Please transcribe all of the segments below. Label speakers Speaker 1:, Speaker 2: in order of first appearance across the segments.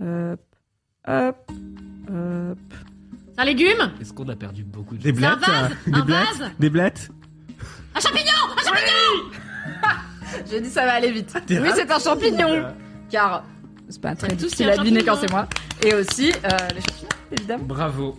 Speaker 1: Hop, hop, hop.
Speaker 2: C'est un légume
Speaker 3: Est-ce qu'on a perdu beaucoup de
Speaker 4: Des
Speaker 2: C'est un
Speaker 4: blattes
Speaker 2: vase
Speaker 4: euh, Des
Speaker 2: Un
Speaker 4: blattes
Speaker 2: vase
Speaker 4: Des blattes
Speaker 2: Un champignon Un champignon
Speaker 1: J'ai dit ça va aller vite.
Speaker 4: T'es
Speaker 1: Oui, c'est un champignon.
Speaker 4: Euh,
Speaker 1: Car c'est pas très
Speaker 2: Tout
Speaker 1: tout
Speaker 2: ce qui
Speaker 1: ce qu'il
Speaker 2: est
Speaker 1: a deviné
Speaker 2: champignon.
Speaker 1: quand c'est moi. Et aussi euh, les champignons, évidemment.
Speaker 3: Bravo.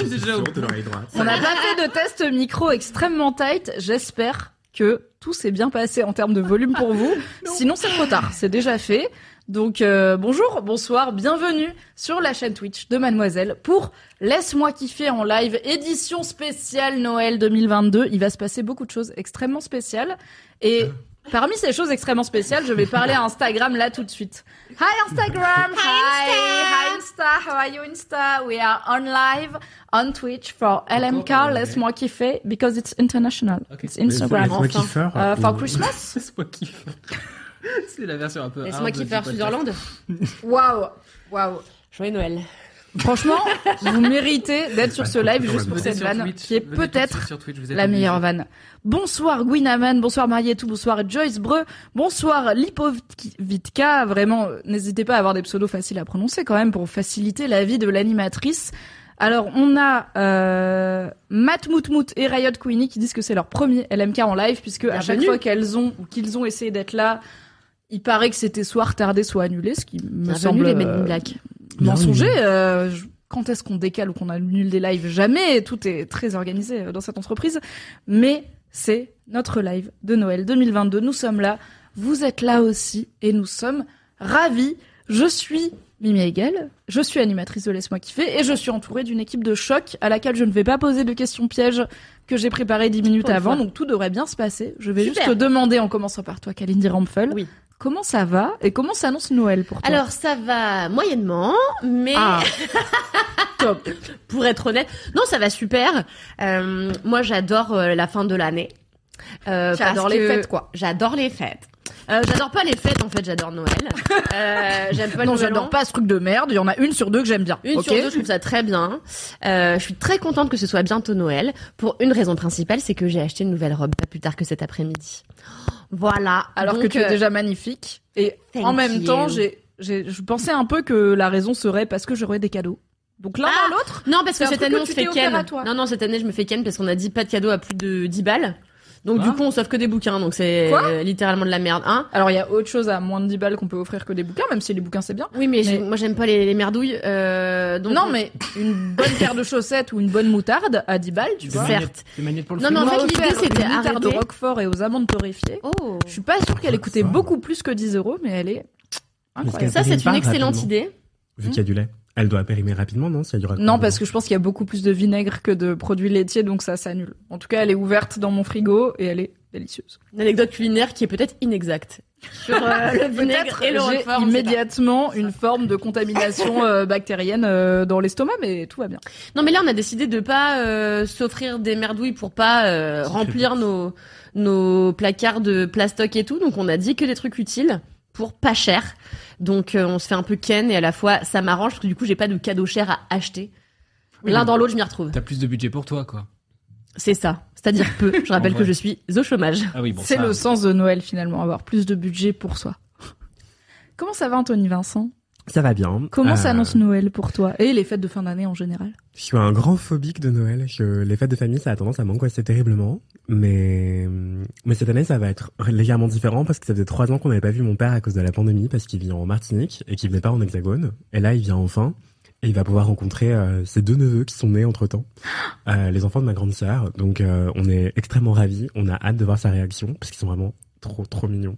Speaker 4: j'ai
Speaker 3: Déjà
Speaker 4: toujours
Speaker 3: au bout.
Speaker 4: de l'oreille droite.
Speaker 1: On n'a pas fait de test micro extrêmement tight. J'espère que tout s'est bien passé en termes de volume pour vous. Sinon, c'est trop tard. C'est déjà fait. Donc, euh, bonjour, bonsoir, bienvenue sur la chaîne Twitch de Mademoiselle pour Laisse-moi kiffer en live, édition spéciale Noël 2022. Il va se passer beaucoup de choses extrêmement spéciales. Et parmi ces choses extrêmement spéciales, je vais parler à Instagram là tout de suite. Hi Instagram! Hi! Hi Insta! How are you Insta? We are on live on Twitch for LMK.
Speaker 3: anglais.
Speaker 1: Laisse-moi kiffer because it's international.
Speaker 3: Ok.
Speaker 1: It's
Speaker 4: Mais
Speaker 1: Instagram.
Speaker 4: c'est-
Speaker 2: Enfin.
Speaker 4: c'est Kiefer,
Speaker 1: Euh, for
Speaker 4: ou-
Speaker 1: Christmas?
Speaker 3: Laisse-moi kiffer. C'est la version un peu.
Speaker 2: Laisse-moi
Speaker 3: hard du
Speaker 2: kiffer faire
Speaker 3: podcast.
Speaker 2: Sutherland.
Speaker 1: Waouh! Waouh!
Speaker 2: Joyeux Noël.
Speaker 1: Franchement, vous méritez d'être sur ce live juste
Speaker 4: Venez
Speaker 1: pour
Speaker 3: Venez
Speaker 1: cette
Speaker 3: sur
Speaker 1: vanne
Speaker 3: Twitch,
Speaker 1: qui est
Speaker 3: venez tout de suite
Speaker 1: peut-être
Speaker 3: sur Twitch, vous êtes
Speaker 1: la
Speaker 3: obligés.
Speaker 1: meilleure vanne. Bonsoir Gwynaman, bonsoir Marietou, bonsoir Joyce Breu, bonsoir Lipovitka. Vraiment, euh, n'hésitez pas à avoir des pseudos faciles à prononcer quand même pour faciliter la vie de l'animatrice. Alors, on a euh, Matt Moutmout et Riot Queenie qui disent que c'est leur premier LMK en live puisque à chaque
Speaker 2: Bienvenue.
Speaker 1: fois qu'elles ont ou qu'ils ont essayé d'être là, il paraît que c'était soit retardé, soit annulé, ce qui me semble
Speaker 2: les Men
Speaker 1: euh,
Speaker 2: in Black.
Speaker 1: mensonger. euh, je- quand est-ce qu'on décale ou qu'on annule des lives Jamais. Tout est très organisé euh, dans cette entreprise. Mais c'est notre live de Noël 2022. Nous sommes là. Vous êtes là aussi. Et nous sommes ravis. Je suis Mimi Hegel. Je suis animatrice de Laisse-moi kiffer. Et je suis entourée d'une équipe de choc à laquelle je ne vais pas poser de questions pièges que j'ai préparées 10 minutes
Speaker 2: Pour une
Speaker 1: avant.
Speaker 2: fois.
Speaker 1: Donc tout devrait bien se passer. Je vais
Speaker 2: Super.
Speaker 1: juste te demander, en commençant par toi, Kalindi Rampfel.
Speaker 2: Oui.
Speaker 1: Comment ça va et comment s'annonce Noël pour toi
Speaker 2: Alors ça va moyennement, mais
Speaker 1: Ah. top.
Speaker 2: pour être honnête, non ça va super. Euh, moi j'adore euh, la fin de l'année. Euh,
Speaker 1: J'adore
Speaker 2: parce
Speaker 1: les
Speaker 2: que-
Speaker 1: fêtes,
Speaker 2: quoi. J'adore les fêtes. Euh, j'adore pas les fêtes en fait, j'adore Noël. Euh, j'aime pas le
Speaker 1: non,
Speaker 2: Nouvel
Speaker 1: j'adore
Speaker 2: An.
Speaker 1: pas ce truc de merde. Il y en a une sur deux que j'aime bien.
Speaker 2: Une
Speaker 1: ok
Speaker 2: sur deux, je trouve ça très bien. Euh, je suis très contente que ce soit bientôt Noël. Pour une raison principale, c'est que j'ai acheté une nouvelle robe pas plus tard que cet après-midi. Voilà.
Speaker 1: Alors que
Speaker 2: Donc,
Speaker 1: tu es
Speaker 2: euh,
Speaker 1: déjà magnifique. Et
Speaker 2: Thank
Speaker 1: en même
Speaker 2: you.
Speaker 1: temps, j'ai, j'ai, je pensais un peu que la raison serait parce que j'aurais des cadeaux. Donc l'un
Speaker 2: Ah
Speaker 1: dans l'autre.
Speaker 2: Non, parce
Speaker 1: C'est
Speaker 2: que
Speaker 1: un
Speaker 2: cette
Speaker 1: truc
Speaker 2: année,
Speaker 1: que
Speaker 2: on
Speaker 1: tu
Speaker 2: se
Speaker 1: t'es
Speaker 2: fait
Speaker 1: offert
Speaker 2: ken.
Speaker 1: à toi.
Speaker 2: Non, non, cette année, je me fais ken parce qu'on a dit pas de cadeau à plus de 10 balles. Donc,
Speaker 3: Quoi
Speaker 2: du coup, on s'offre que des bouquins. Donc, c'est
Speaker 1: Quoi
Speaker 2: euh, littéralement de la merde. Hein
Speaker 1: Alors il y a autre chose à moins de 10 balles qu'on peut offrir que des bouquins, même si les bouquins c'est bien.
Speaker 2: oui, mais,
Speaker 1: j'ai-
Speaker 2: moi, j'aime pas les, les merdouilles. euh, donc,
Speaker 1: non, mais une bonne paire de chaussettes ou une bonne moutarde à 10 balles, tu
Speaker 3: Des
Speaker 1: vois.
Speaker 2: Certes.
Speaker 3: magnettes- Des magnettes pour le
Speaker 2: Non,
Speaker 3: frigo.
Speaker 2: mais en
Speaker 1: On m'a
Speaker 2: fait, l'idée,
Speaker 1: offert
Speaker 2: c'était
Speaker 1: une moutarde
Speaker 2: arrêter.
Speaker 1: au Roquefort et aux amandes torréfiées.
Speaker 2: Oh
Speaker 1: Je suis pas sûre qu'elle coûtait beaucoup plus que 10 euros, mais elle est incroyable.
Speaker 2: Ça, c'est une
Speaker 4: Parle
Speaker 2: excellente
Speaker 4: rapidement.
Speaker 2: idée.
Speaker 4: Vu qu'il y a du lait, elle doit périmer rapidement, non Ça
Speaker 1: Hmm. Non, parce que je pense qu'il y a beaucoup plus de vinaigre que de produits laitiers, donc ça s'annule. En tout cas, elle est ouverte dans mon frigo et elle est délicieuse.
Speaker 2: Une anecdote culinaire qui est peut-être inexacte. Sur euh, le vinaigre
Speaker 1: Peut-être
Speaker 2: et le
Speaker 1: j'ai
Speaker 2: roquefort. on sait pas.
Speaker 1: immédiatement une forme de contamination euh, bactérienne euh, dans l'estomac, mais tout va bien.
Speaker 2: Non, mais là, on a décidé de pas euh, s'offrir des merdouilles pour pas euh, remplir nos, nos placards de plastoc et tout. Donc, on a dit que des trucs utiles pour pas cher. Donc, euh, on se fait un peu ken et à la fois, ça m'arrange parce que du coup, j'ai pas de cadeaux chers à acheter.
Speaker 3: Oui,
Speaker 2: L'un
Speaker 3: mais-
Speaker 2: dans l'autre, je m'y retrouve.
Speaker 3: T'as plus de budget pour toi, quoi.
Speaker 2: C'est ça. C'est-à-dire peu. Je rappelle
Speaker 3: En
Speaker 2: que je
Speaker 3: vrai.
Speaker 2: suis au chômage.
Speaker 3: Ah oui, bon.
Speaker 1: C'est
Speaker 3: ça-
Speaker 4: euh,
Speaker 1: le sens de Noël finalement, avoir plus de budget pour soi. Comment ça va Anthony Vincent
Speaker 4: ça va bien.
Speaker 1: Comment
Speaker 4: Euh,
Speaker 1: s'annonce Noël pour toi et les fêtes de fin d'année en général
Speaker 4: Je suis un grand phobique de Noël. Je- les fêtes de famille, ça a tendance à m'angoisser terriblement. Mais, mais cette année, ça va être légèrement différent parce que ça faisait trois ans qu'on n'avait pas vu mon père à cause de la pandémie parce qu'il vit en Martinique et qu'il venait pas en Hexagone. Et là, il vient enfin. Et il va pouvoir rencontrer euh, ses deux neveux qui sont nés entre-temps, euh, les enfants de ma grande sœur. Donc euh, on est extrêmement ravis, on a hâte de voir sa réaction, parce qu'ils sont vraiment trop, trop mignons.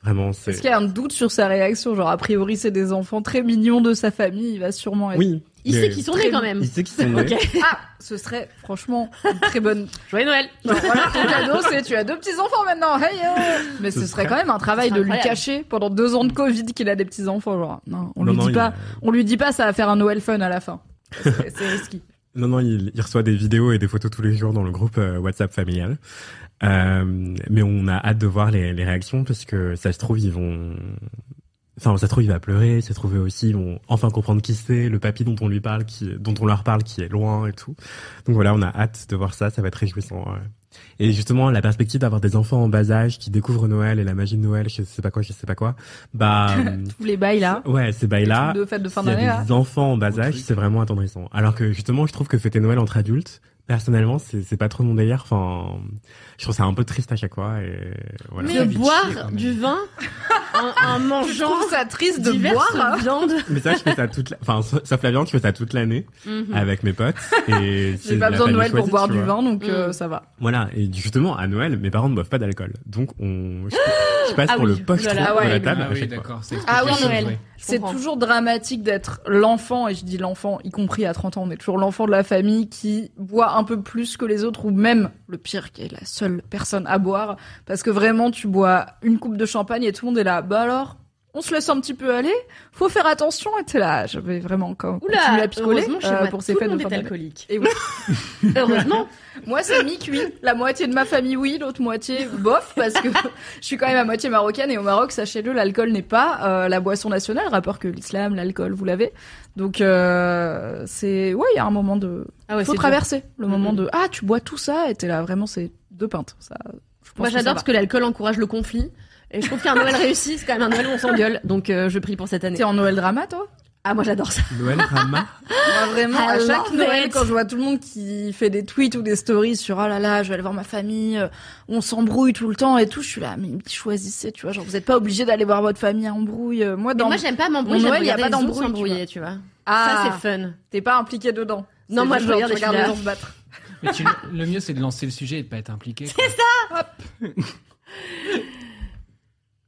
Speaker 4: Vraiment, c'est...
Speaker 1: Est-ce qu'il y a un doute sur sa réaction Genre, a priori, c'est des enfants très mignons de sa famille, il va sûrement être.
Speaker 4: Oui.
Speaker 2: Il
Speaker 4: mais-
Speaker 2: sait qu'ils sont nés quand même.
Speaker 4: Il sait qu'ils sont nés.
Speaker 2: Ok.
Speaker 1: Ah, ce serait franchement une très bonne.
Speaker 2: Joyeux Noël.
Speaker 1: Genre, voilà, ton cadeau, c'est tu as deux petits enfants maintenant. Hey, oh Mais ce,
Speaker 4: Ce
Speaker 1: serait
Speaker 4: serait-
Speaker 1: quand même un travail
Speaker 2: Ce
Speaker 1: de
Speaker 2: serait
Speaker 1: lui
Speaker 2: incroyable.
Speaker 1: cacher pendant deux ans de Covid qu'il a des petits enfants. Genre, non, on
Speaker 4: Non,
Speaker 1: lui
Speaker 4: non,
Speaker 1: dit
Speaker 4: il-
Speaker 1: pas, on lui dit pas, ça va faire un Noël fun à la fin. C'est c'est risqué.
Speaker 4: Non, non, il, il reçoit des vidéos et des photos tous les jours dans le groupe euh, WhatsApp familial. Euh, mais on a hâte de voir les, les réactions parce que ça se trouve, ils vont... Enfin, ça se trouve, il va pleurer, ça se trouve aussi, ils vont enfin comprendre qui c'est, le papy dont on lui parle, qui, dont on leur parle, qui est loin et tout. Donc voilà, on a hâte de voir ça, ça va être réjouissant. ouais. Et justement, la perspective d'avoir des enfants en bas âge qui découvrent Noël et la magie de Noël, je sais pas quoi, je sais pas quoi, bah...
Speaker 1: Tous les bails là.
Speaker 4: euh, ouais, ces bails-là...
Speaker 1: de fête de fin
Speaker 4: S'il y
Speaker 1: d'année
Speaker 4: a
Speaker 1: là.
Speaker 4: des enfants en bas
Speaker 3: Au
Speaker 4: âge,
Speaker 3: truc.
Speaker 4: c'est vraiment attendrissant. Alors que justement, je trouve que fêter Noël entre adultes, personnellement, c'est c'est pas trop mon délire. Enfin, je trouve ça un peu triste à chaque fois. Et voilà.
Speaker 2: Mais
Speaker 3: Mais chier, quand
Speaker 2: boire
Speaker 3: même.
Speaker 2: du vin en, en
Speaker 1: Je
Speaker 2: mangeant
Speaker 1: trouve ça triste de
Speaker 2: diverses
Speaker 1: boire.
Speaker 2: viandes.
Speaker 4: Mais ça, je fais ça toute, la- enfin, sa- sauf la viande, je fais ça toute l'année
Speaker 3: Mhm.
Speaker 4: avec mes potes. Et
Speaker 1: Mm.
Speaker 4: c'est
Speaker 1: J'ai pas besoin
Speaker 4: la
Speaker 1: de
Speaker 4: famille
Speaker 1: Noël pour
Speaker 4: choisie,
Speaker 1: boire
Speaker 4: tu
Speaker 1: du
Speaker 4: vois.
Speaker 1: vin, donc euh,
Speaker 2: Mm.
Speaker 1: ça va.
Speaker 4: Voilà. Et justement, à Noël, mes parents ne boivent pas d'alcool, donc on, je, je passe
Speaker 2: Ah
Speaker 4: pour
Speaker 2: oui.
Speaker 4: le poche
Speaker 2: Oh là là,
Speaker 4: de
Speaker 1: ouais.
Speaker 4: la table
Speaker 3: Ah
Speaker 4: à
Speaker 3: oui,
Speaker 4: chaque fois.
Speaker 3: d'accord. c'est
Speaker 2: Ah oui,
Speaker 3: expliqué,
Speaker 2: Noël.
Speaker 3: ouais.
Speaker 1: C'est
Speaker 2: comprends.
Speaker 1: toujours dramatique d'être l'enfant, et je dis l'enfant, y compris à 30 ans, on est toujours l'enfant de la famille qui boit un peu plus que les autres, ou même, le pire, qui est la seule personne à boire, parce que vraiment, tu bois une coupe de champagne et tout le monde est là, bah alors, on se laisse un petit peu aller, faut faire attention, et t'es là, j'avais vraiment quand continuer
Speaker 2: Oula,
Speaker 1: à picoler
Speaker 2: heureusement, chez
Speaker 1: euh,
Speaker 2: moi,
Speaker 1: pour ces
Speaker 2: tout le
Speaker 1: fêtes de
Speaker 2: monde
Speaker 1: fin
Speaker 2: est
Speaker 1: d'année.
Speaker 2: alcoolique.
Speaker 1: Et oui.
Speaker 2: Heureusement,
Speaker 1: Moi, c'est mi-cuit. La moitié de ma famille, oui. L'autre moitié, bof, parce que je suis quand même à moitié marocaine. Et au Maroc, sachez-le, l'alcool n'est pas euh, la boisson nationale, rapport que l'islam, l'alcool, vous l'avez. Donc, euh, c'est... Ouais, il y a un moment de...
Speaker 2: ah ouais,
Speaker 1: faut
Speaker 2: c'est
Speaker 1: traverser le
Speaker 2: Mhm.
Speaker 1: moment de... Ah, tu bois tout ça, et t'es là, vraiment, c'est deux pintes. Ça, je pense
Speaker 2: Moi,
Speaker 1: que ça
Speaker 2: j'adore
Speaker 1: va.
Speaker 2: parce que l'alcool encourage le conflit. Et je trouve qu'un Noël réussi, c'est quand même un Noël où on s'engueule. Donc, euh, je prie pour cette année.
Speaker 1: T'es en Noël drama, toi
Speaker 2: Ah, moi, j'adore ça.
Speaker 4: Noël Rama.
Speaker 1: Moi, vraiment, à
Speaker 2: I
Speaker 1: chaque
Speaker 2: love
Speaker 1: Noël,
Speaker 2: it.
Speaker 1: quand je vois tout le monde qui fait des tweets ou des stories sur oh là là, je vais aller voir ma famille, euh, on s'embrouille tout le temps et tout, je suis là, mais choisissez, tu vois, genre vous êtes pas obligé d'aller voir votre famille à embrouille. Euh, Moi,
Speaker 2: Mais
Speaker 1: dans
Speaker 2: moi, j'aime pas m'embrouiller.
Speaker 1: Mon
Speaker 2: j'aime
Speaker 1: Noël, y a
Speaker 2: regarder
Speaker 1: pas
Speaker 2: les autres
Speaker 1: d'embrouille, tu
Speaker 2: s'embrouiller, tu vois. Ça,
Speaker 1: ah,
Speaker 2: c'est fun.
Speaker 1: t'es pas impliqué dedans.
Speaker 2: Non,
Speaker 1: C'est
Speaker 2: moi,
Speaker 1: juste
Speaker 2: je
Speaker 1: genre,
Speaker 2: regarde
Speaker 1: tu
Speaker 2: et je
Speaker 1: regardes
Speaker 2: suis
Speaker 1: les
Speaker 2: là.
Speaker 1: gens se battre.
Speaker 3: Mais tu- le mieux, c'est de lancer le sujet et de pas être impliqué. quoi.